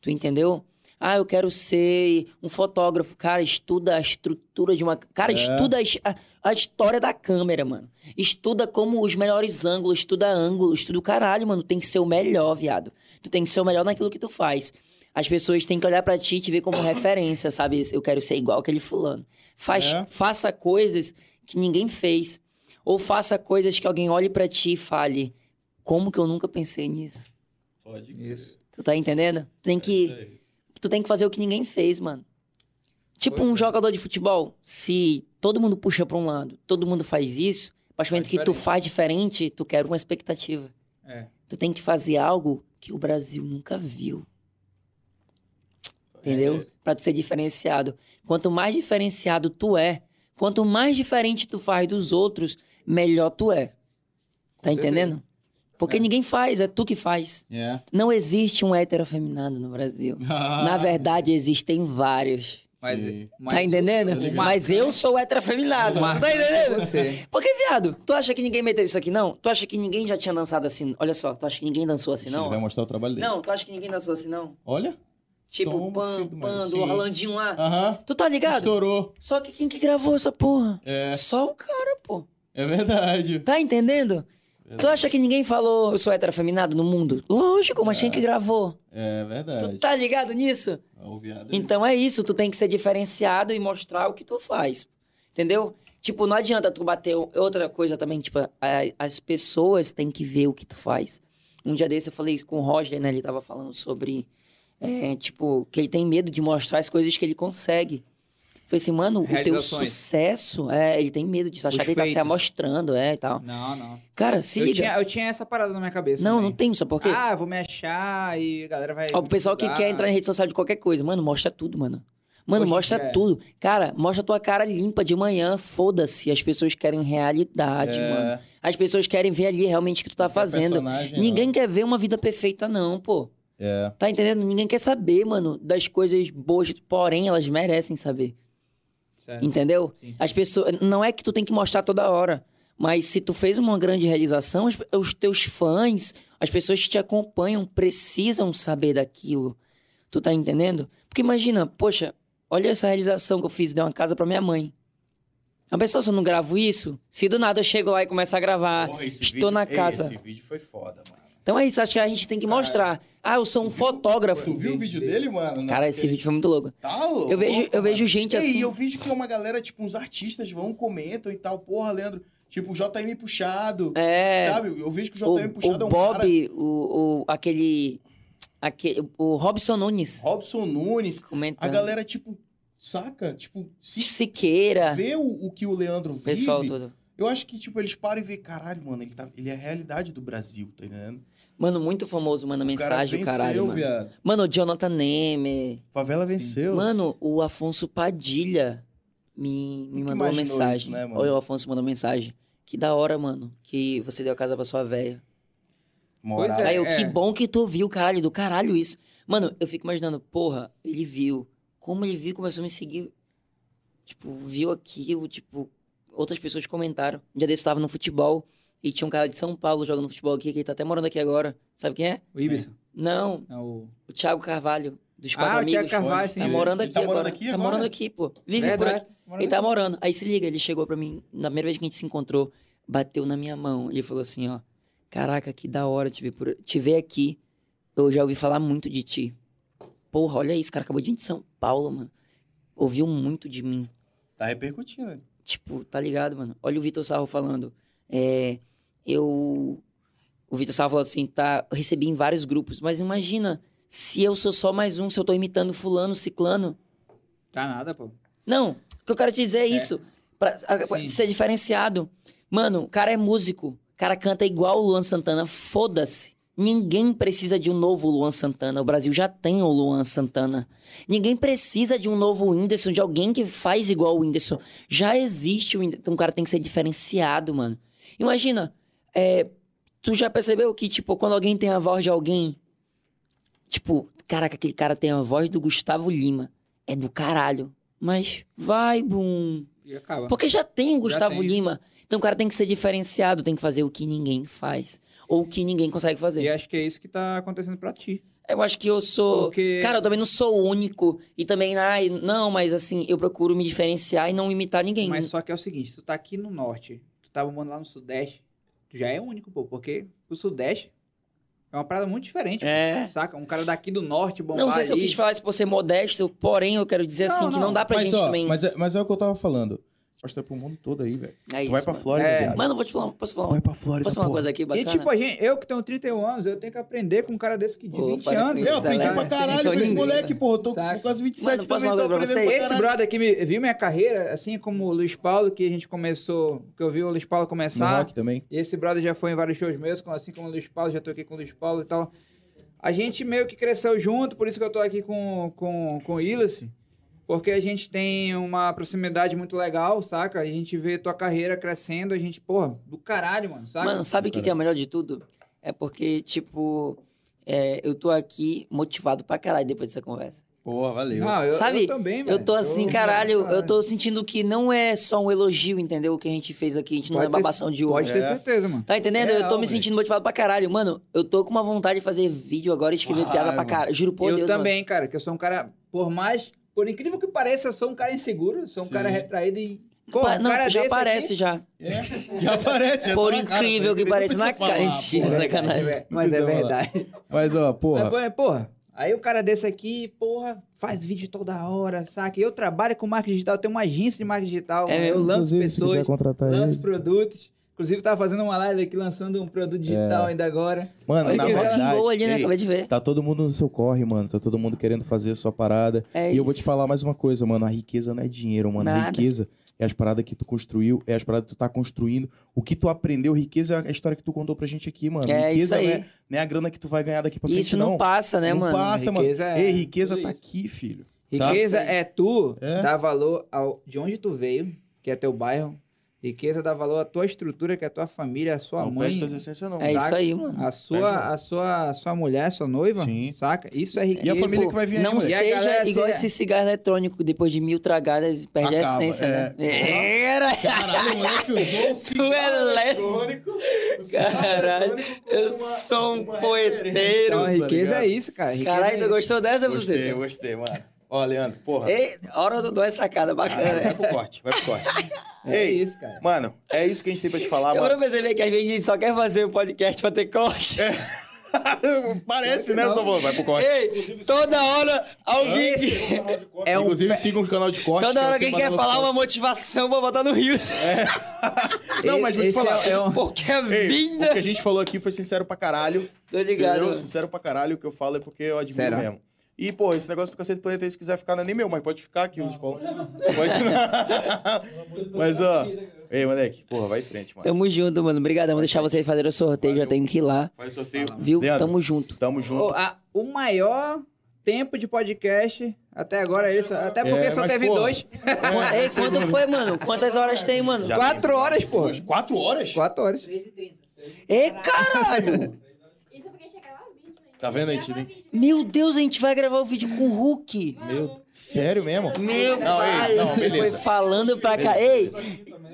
Tu entendeu? Ah, eu quero ser um fotógrafo. Cara, estuda a estrutura de uma. Cara, É. estuda a, his- a- a história da câmera, mano. Estuda como os melhores ângulos, estuda ângulo, estuda o caralho, mano. Tem que ser o melhor, viado. Tu tem que ser o melhor naquilo que tu faz. As pessoas têm que olhar pra ti e te ver como referência, sabe? Eu quero ser igual aquele fulano. Faz, É. Faça coisas que ninguém fez. Ou faça coisas que alguém olhe pra ti e fale: Como que eu nunca pensei nisso? Pode crer. Isso. Tu tá entendendo? Tem que, tu tem que fazer o que ninguém fez, mano. Tipo Pois um é. jogador de futebol. Se todo mundo puxa pra um lado, todo mundo faz isso, a partir É do momento que tu diferente. faz diferente, tu quer uma expectativa. É. Tu tem que fazer algo que o Brasil nunca viu. Entendeu? Pra tu ser diferenciado. Quanto mais diferenciado tu é, quanto mais diferente tu faz dos outros, melhor tu é. Tá certeza. entendendo? Porque ninguém faz, é tu que faz. É. Não existe um hétero afeminado no Brasil. Ah. Na verdade, existem vários. Mas, é, Sim. mas tá entendendo? Tá ligado. Mas eu sou heterofeminado. Tu tá entendendo? Você. Porque, viado, tu acha que ninguém meteu isso aqui, não? Tu acha que ninguém já tinha dançado assim? Olha só, tu acha que ninguém dançou assim, Ele vai não? mostrar o trabalho dele. Não, tu acha que ninguém dançou assim, não? Olha. Tipo, Toma, Pan, filho do Pan, mano, do sim. Ah, Orlandinho lá. Aham. Tu tá ligado? Estourou. Só que quem que gravou essa porra? É, Só o cara, pô. é verdade. Tá entendendo? Tu acha que ninguém falou eu sou heterofeminado no mundo? Lógico, mas quem que gravou? É Tu verdade. tá ligado nisso? Ó, o viado aí. Então é isso, tu tem que ser diferenciado e mostrar o que tu faz. Entendeu? Tipo, não adianta tu bater o- é outra coisa também, tipo, a- as pessoas têm que ver o que tu faz. Um dia desse eu falei isso com o Roger, né? Ele tava falando sobre, é, tipo, que ele tem medo de mostrar as coisas que ele consegue. Eu Falei assim, mano, o teu Realizações. sucesso, é, ele tem medo de achar Os que ele tá se feitos. amostrando, é, e tal. Não, não. Cara, se Eu liga. tinha, eu tinha essa parada na minha cabeça. Não, também. não tem, sabe por quê? Ah, vou me achar e a galera vai. Ó, o pessoal que julgar. quer entrar em rede social de qualquer coisa, mano, mostra tudo, mano. Mano, Poxa, mostra é. tudo. Cara, mostra tua cara limpa de manhã, foda-se. As pessoas querem realidade, mano. É, As pessoas querem ver ali realmente o que tu tá qualquer fazendo. personagem, Ninguém não. quer ver uma vida perfeita, não, pô. É, Tá entendendo? Ninguém quer saber, mano, das coisas boas, porém elas merecem saber. Certo. Entendeu? Sim, sim. As pessoas. Não é que tu tem que mostrar toda hora. Mas se tu fez uma grande realização, as- os teus fãs, as pessoas que te acompanham, precisam saber daquilo. Tu tá entendendo? Porque imagina, poxa, olha essa realização que eu fiz, dei uma casa pra minha mãe. A pessoa, se eu não gravo isso, se do nada eu chego lá e começo a gravar, Porra, esse Ah, estou vídeo- na Ei, casa. Esse vídeo foi foda, mano. Então é isso, acho que a gente tem que mostrar. Ah, eu sou um é fotógrafo. Tu viu o vídeo dele, mano? Cara, esse vídeo foi muito louco. Tá né? louco, Eu vejo, eu mano. vejo gente E aí, assim. eu vejo que é uma galera, tipo, uns artistas vão, comentam e tal. Porra, Leandro, tipo, o JM Puxado, É. sabe? Eu vejo que o o, JM Puxado o é um cara... Bob, o, o- aquele, aquele. O Robson Nunes Robson Nunes. A comentando. galera, tipo, saca? Tipo, se é. Siqueira. vê o, o que o Leandro vive, Pessoal todo. eu acho que, tipo, eles param e vê, caralho, mano, ele, tá, ele é a realidade do Brasil, tá entendendo? Mano, muito famoso, manda mensagem, o cara caralho. venceu, Mano. viado. mano, o Jonathan Neme. Favela venceu. Mano, o Afonso Padilha me, me Nunca mandou uma imaginou mensagem. isso, né, mano? Olha, o Afonso mandou mensagem. Que da hora, mano, que você deu a casa pra sua velha. Moral. Pois Aí eu, É. que bom que tu viu, caralho, do caralho isso. Mano, eu fico imaginando, porra, ele viu. Como ele viu, começou a me seguir. Tipo, viu aquilo, tipo, outras pessoas comentaram. Um dia desse eu tava no futebol e tinha um cara de São Paulo jogando futebol aqui, que ele tá até morando aqui agora. Sabe quem é? O Ibson. Não, É o. o Thiago Carvalho, dos Ah, quatro o Thiago amigos. Carvalho, sim. Tá morando Ele aqui tá morando agora. aqui tá agora? morando aqui, pô. Vive por Verdade. aqui. Ele tá morando. Aí se liga, ele chegou pra mim, na primeira vez que a gente se encontrou, bateu na minha mão. Ele falou assim, ó. Caraca, que da hora te ver, por... te ver aqui. Eu já ouvi falar muito de ti. Porra, olha isso, cara. Acabou de vir de São Paulo, mano. Ouviu muito de mim. Tá repercutindo. Tipo, tá ligado, mano? Olha o Vitor Sarro falando. É, eu. O Vitor Sarro falou assim, tá. Eu recebi em vários grupos, mas imagina se eu sou só mais um, se eu tô imitando Fulano, Ciclano. Tá nada, pô. Não, o que eu quero te dizer é isso. Pra, a- pra Sim. ser diferenciado. Mano, o cara é músico. O cara canta igual o Luan Santana. Foda-se. Ninguém precisa de um novo Luan Santana. O Brasil já tem o Luan Santana. Ninguém precisa de um novo Whindersson, de alguém que faz igual o Whindersson. Já existe o Whindersson. Então o cara tem que ser diferenciado, mano. Imagina, é, tu já percebeu que, tipo, quando alguém tem a voz de alguém. Tipo, caraca, aquele cara tem a voz do Gustavo Lima. É do caralho. Mas vai, boom. E acaba. Porque já tem o Gustavo tem. Lima. Então o cara tem que ser diferenciado, tem que fazer o que ninguém faz. Ou o que ninguém consegue E fazer. acho que é isso que tá acontecendo pra ti. Eu acho que eu sou. Porque. Cara, eu também não sou único. E também, ai, não, mas assim, eu procuro me diferenciar e não imitar ninguém. Mas só que é o seguinte, tu tá aqui no norte, tu tava morando lá no sudeste, tu já é único, pô, porque o sudeste é uma parada muito diferente, É. pô, saca? Um cara daqui do norte bombar Não sei se eu ali, quis falar isso por ser modesto, porém eu quero dizer Não, assim, que não, não dá pra mas, gente ó, também. Mas, é, mas é o que eu tava falando. Mostra pro mundo todo aí, velho. É Tu isso, vai pra mano. Flórida, É. viado. Mano, eu vou te falar, posso falar, Vai pra Flórida, posso falar uma porra. coisa aqui E bacana? tipo, a gente, eu que tenho 31 anos, eu tenho que aprender com um cara desse que de Ô, 20 para com anos. isso, Eu aprendi Galera, pra caralho atenção com esse nisso. moleque, porra. Eu Tô Saca? com quase 27 Mano, posso também, falar tô uma coisa pra aprendendo pra vocês? Esse caralho. brother aqui me, viu minha carreira, assim como o Luiz Paulo, que a gente começou, que eu vi o Luiz Paulo No começar. rock também. E esse brother já foi em vários shows meus, com- assim como o Luiz Paulo, já toquei com o Luiz Paulo e tal. A gente meio que cresceu junto, por isso que eu tô aqui com, com, com o Ilse, porque a gente tem uma proximidade muito legal, saca? A gente vê tua carreira crescendo, a gente, porra, do caralho, mano, Tá? saca? Mano, sabe o que, que é o melhor de tudo? É porque, tipo, é, eu tô aqui motivado pra caralho depois dessa conversa. Porra, valeu. Ah, Não, eu, Sabe, eu também, Eu velho. tô assim, caralho, eu tô sentindo que não é só um elogio, entendeu? O que a gente fez aqui, a gente não Pode é ter- babação de Pode olho. ter É. certeza, mano. Tá entendendo? eu tô Real, me velho. sentindo motivado pra caralho. Mano, eu tô com uma vontade de fazer vídeo agora e escrever Claro, piada pra mano. caralho. Juro por eu Deus, também, cara, que eu sou um cara, por mais, por incrível que pareça, eu sou um cara inseguro, sou um Sim. cara retraído e. mano. Porra, Pa- um não, cara já desse parece já. É, já aparece. já Por tá na cara, incrível que não pareça, precisa na cara. falar, Mentira, porra. sacanagem. aqui, mas é Não precisa verdade. Mas, ó, Mas, porra. porra, porra, aí o cara desse aqui, porra, faz vídeo toda hora, saca? Eu trabalho com marketing digital, eu tenho uma agência de marketing digital, né? É, eu lanço Inclusive, se quiser pessoas, contratar lanço ele. produtos. Inclusive, tava fazendo uma live aqui lançando um produto É. digital ainda agora. Mano, Se na quiser- é verdade, Boa ali, né? ei, Acabei de ver. tá todo mundo no seu corre, mano. Tá todo mundo querendo fazer a sua parada. É e eu vou te isso. falar mais uma coisa, mano. A riqueza não é dinheiro, mano. A Nada. riqueza é as paradas que tu construiu, é as paradas que tu tá construindo. O que tu aprendeu, riqueza é a história que tu contou pra gente aqui, mano. É isso riqueza não aí. é, não é a grana que tu vai ganhar daqui pra frente, Isso não passa, né, Não mano? passa, mano. Riqueza é Ei, riqueza tudo tá isso. aqui, filho. Tá? Riqueza é tu É. dar valor ao, de onde tu veio, que é teu bairro. Riqueza dá valor à tua estrutura, que é a tua família, a sua Não mãe, perde tuas essências, não. É isso aí, mano. a sua, a sua, a sua mulher, a sua noiva, Sim. saca? Isso é riqueza. E a família que vai vir aí, é Não mano. E a seja galera igual seja- esse cigarro eletrônico, depois de mil tragadas, perde a assim, Acaba, essência, é. né? Era! Caralho, o moleque usou o cigarro é le- eletrônico. o cigarro Caralho, eletrônico com eu uma- sou um uma Então, poeteiro. a tá riqueza ligado? é isso, cara. Riqueza Caralho, é tu gostou dessa, Gostei, Buceta? eu gostei, mano. Ó, Leandro, porra. Ei, hora do dói sacada, Caralho, bacana. vai pro corte, vai pro corte. é Ei, isso, cara. mano, é isso que a gente tem pra te falar, Eu mano. não perceber que às vezes a gente só quer fazer o podcast pra ter corte. É. Parece, né, Samuel? Vai pro corte. Ei, toda hora alguém. que- É um Inclusive, sigam o canal de corte. Toda que hora você alguém vai quer no falar corte. uma motivação pra botar no Rio. Não, mas vou te esse é- falar. é um- Porque a Ei, vinda. O que a gente falou aqui foi sincero pra caralho. Tô ligado. Entendeu? mano. Sincero pra caralho, o que eu falo é porque eu admiro Será? mesmo. E, pô, esse negócio do cacete do planeta, aí, se quiser ficar, não é nem meu, mas pode ficar aqui, o de Paulo. Pode. mas, ó. Ei, moleque, porra, vai em frente, mano. Tamo junto, mano. Obrigado. Vamos deixar vocês fazerem o sorteio, já tenho que ir lá. Faz sorteio. Viu? Leandro, Tamo junto. Tamo junto. Ô, a- o maior tempo de podcast até agora é isso. Até porque É, só mas, teve porra, dois. Qua- Ei, quanto foi, mano? Quantas horas tem, mano? Já Quatro tem- horas, porra. Quatro horas? Quatro horas. 13h30. Ei, caralho! Isso porque a gente ia gravar vídeo ainda. Tá vendo, a gente, Gravar né? vídeo, Meu Deus, a gente vai gravar o vídeo com o Hulk. Meu, sério mesmo? Meu Não, pai, ei, não, a gente beleza. foi falando pra cá. Ei,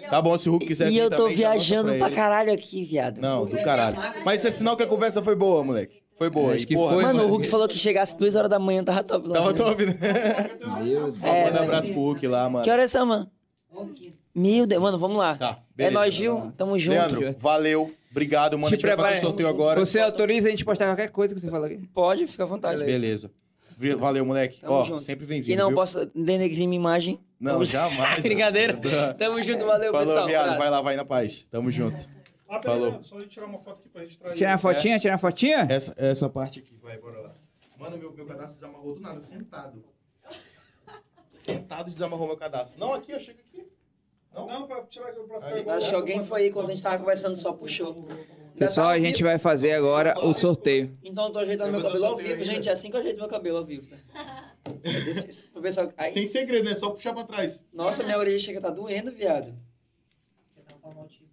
Tá bom, se o Hulk quiser e vir eu tô também, já manda viajando pra ele. caralho aqui, viado. Não, do caralho. Mas isso é sinal que a conversa foi boa, moleque. Foi boa. Acho e, que porra, foi, Mano, o mano. Hulk falou que chegasse duas horas da manhã, tava top. Tava nossa, né? top, né? É, Manda um velho. abraço pro Hulk lá, mano. Que horas são, mano? 11h15. Meu Deus, mano, vamos lá. Tá, é beleza. nóis, viu? Tamo junto. Leandro, valeu. Obrigado, mano. Te A gente vai fazer prepara. o sorteio agora. é Você autoriza a gente postar qualquer coisa que você fala aqui? Pode, fica à vontade. Beleza. Vi- Valeu, moleque. Tamo Ó, junto. sempre vem vindo. E não viu? posso denegrir minha imagem. Não, Tamo- jamais. Brincadeira. Tamo junto, valeu, Falou, pessoal. viado. Abraço. Vai lá, vai na paz. Tamo junto. Ah, peraí, Falou. Leandro, só a gente tirar uma foto aqui pra registrar. Tirar a fotinha, tirar a fotinha? Essa, Essa parte aqui, vai, bora lá. Mano, meu, meu cadastro desamarrou do nada, sentado. Sentado desamarrou meu cadastro. Não, aqui, eu chego aqui. Não, pra tirar pra Aí. ficar. Acho que alguém foi aí quando a gente tava conversando, só puxou. Pessoal, a gente vai fazer agora o sorteio. tá Então eu tô ajeitando meu Vai fazer cabelo ao sorteio vivo, ainda? gente. É assim que eu ajeito meu cabelo ao vivo, tá? É desse- Pro pessoal. Ai, Sem segredo, né? Só puxar pra trás. nossa, minha orelha chega tá doendo, viado. Já tava falando mal de ti.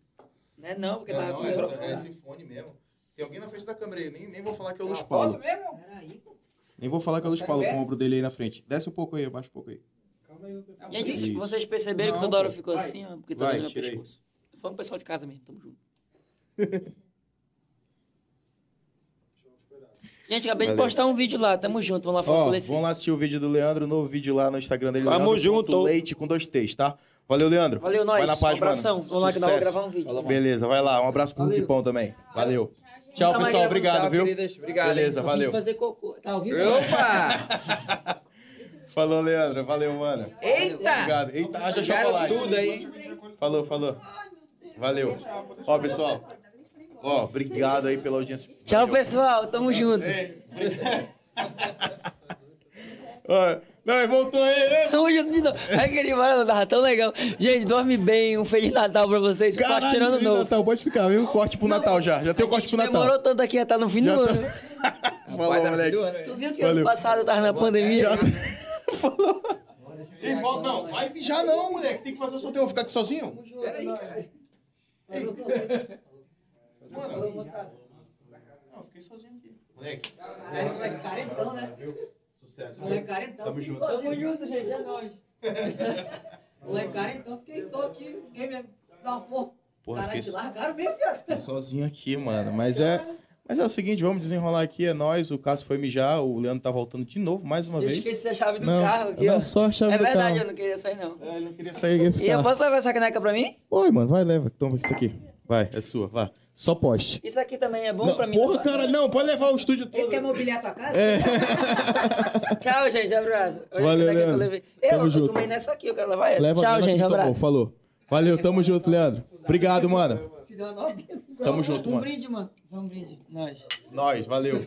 Não é não, porque É, tava não, com o é essa- assim, microfone. é esse fone mesmo. Tem alguém na frente da câmera aí, nem, nem vou falar que é o Luiz Foto Paulo. mesmo? Peraí, pô. Nem vou falar que é o Luiz Paulo com o ombro dele aí na frente. Desce um pouco aí, abaixa um pouco aí. Calma aí, eu tenho- Gente, Isso. vocês perceberam que Não, toda hora eu pô. fico Vai. assim, ó, porque tá Vai, doendo meu tira aí. pescoço. Eu falo pro pessoal de casa mesmo, tamo junto. Gente, acabei de Valeu. postar um vídeo lá, tamo junto, vamos lá Ó, falar assim. vamos lá assistir o vídeo do Leandro, novo vídeo lá no Instagram dele. Tamo Leandro. junto. ponto Leite com dois T's, tá? Valeu, Leandro. Valeu, Vai nós. na paz, um abração. mano. Vamos lá que nós vamos Sucesso. gravar um vídeo. Beleza, vai lá. Um abraço pro Hulk Pão também. Valeu. Tchau, Tá mais gravando, pessoal. Obrigado, tchau, viu? queridas. Obrigado. Beleza, valeu. fazer cocô. Tá ouvindo? Opa! Falou, Leandro. Valeu, mano. Eita! Obrigado. Eita, haja Jogaram chocolate. Tá tudo aí. hein? Falou, falou. Valeu. Ó, pessoal. Ó, obrigado aí pela audiência. Tchau, Valeu. pessoal. Tamo junto. Ó, Não, ele voltou aí. Ei, Tamo junto de novo. Ai, que animal, tava tão legal. Gente, dorme bem. Um Feliz Natal pra vocês. Caralho, Pastorando Feliz novo. Natal, pode ficar, viu? Corte pro Natal já. Já tem o corte pro Natal. Demorou tanto aqui, já tá no fim do Já tá- ano. Falou, moleque. né? Tu viu que Valeu. ano passado eu tava na pandemia? Já tá- Tem volta, não, vai mijar não, moleque. Tem que fazer o sorteio. Eu Vou ficar aqui sozinho? Peraí, cara. Mano, não, eu fiquei sozinho aqui. Moleque, Caralho, moleque, carentão, né? se Sucesso. Moleque carentão, Tamo fiquei junto. sozinho. Tamo junto, gente, é nóis. Moleque carentão, fiquei só aqui. Ninguém me dá uma força. Porra, Caralho, fiquei, largaram mesmo, viado. fiquei Tá sozinho aqui, mano. Mas é, mas é o seguinte, vamos desenrolar aqui. É nós. O Cássio foi mijar, o Leandro tá voltando de novo, mais uma Eu vez. esqueci a chave do não, carro aqui, não ó. só a chave É do verdade, eu carro. não queria sair, não. É, ele não queria sair, ia E eu ficar. posso levar essa caneca pra mim? Oi, mano, vai, leva. Toma isso aqui. Vai, é sua, vai. Só poste. Isso aqui também é bom Não, pra mim. porra, não? cara, não, pode levar o estúdio Ele todo. quer mobiliar tua casa? Tchau, gente, abraço. Olha a Valeu, caneca que eu Leandro. levei. Eu, Tamo eu junto. tomei nessa aqui, eu quero levar essa. Leva, Tchau, leva que gente, tá bom, abraço. falou. Valeu, tamo junto, Leandro. Obrigado, mano. Te deu uma novinha. Tamo junto, um mano. brinde, mano. Só um brinde. Nós. Nós, valeu.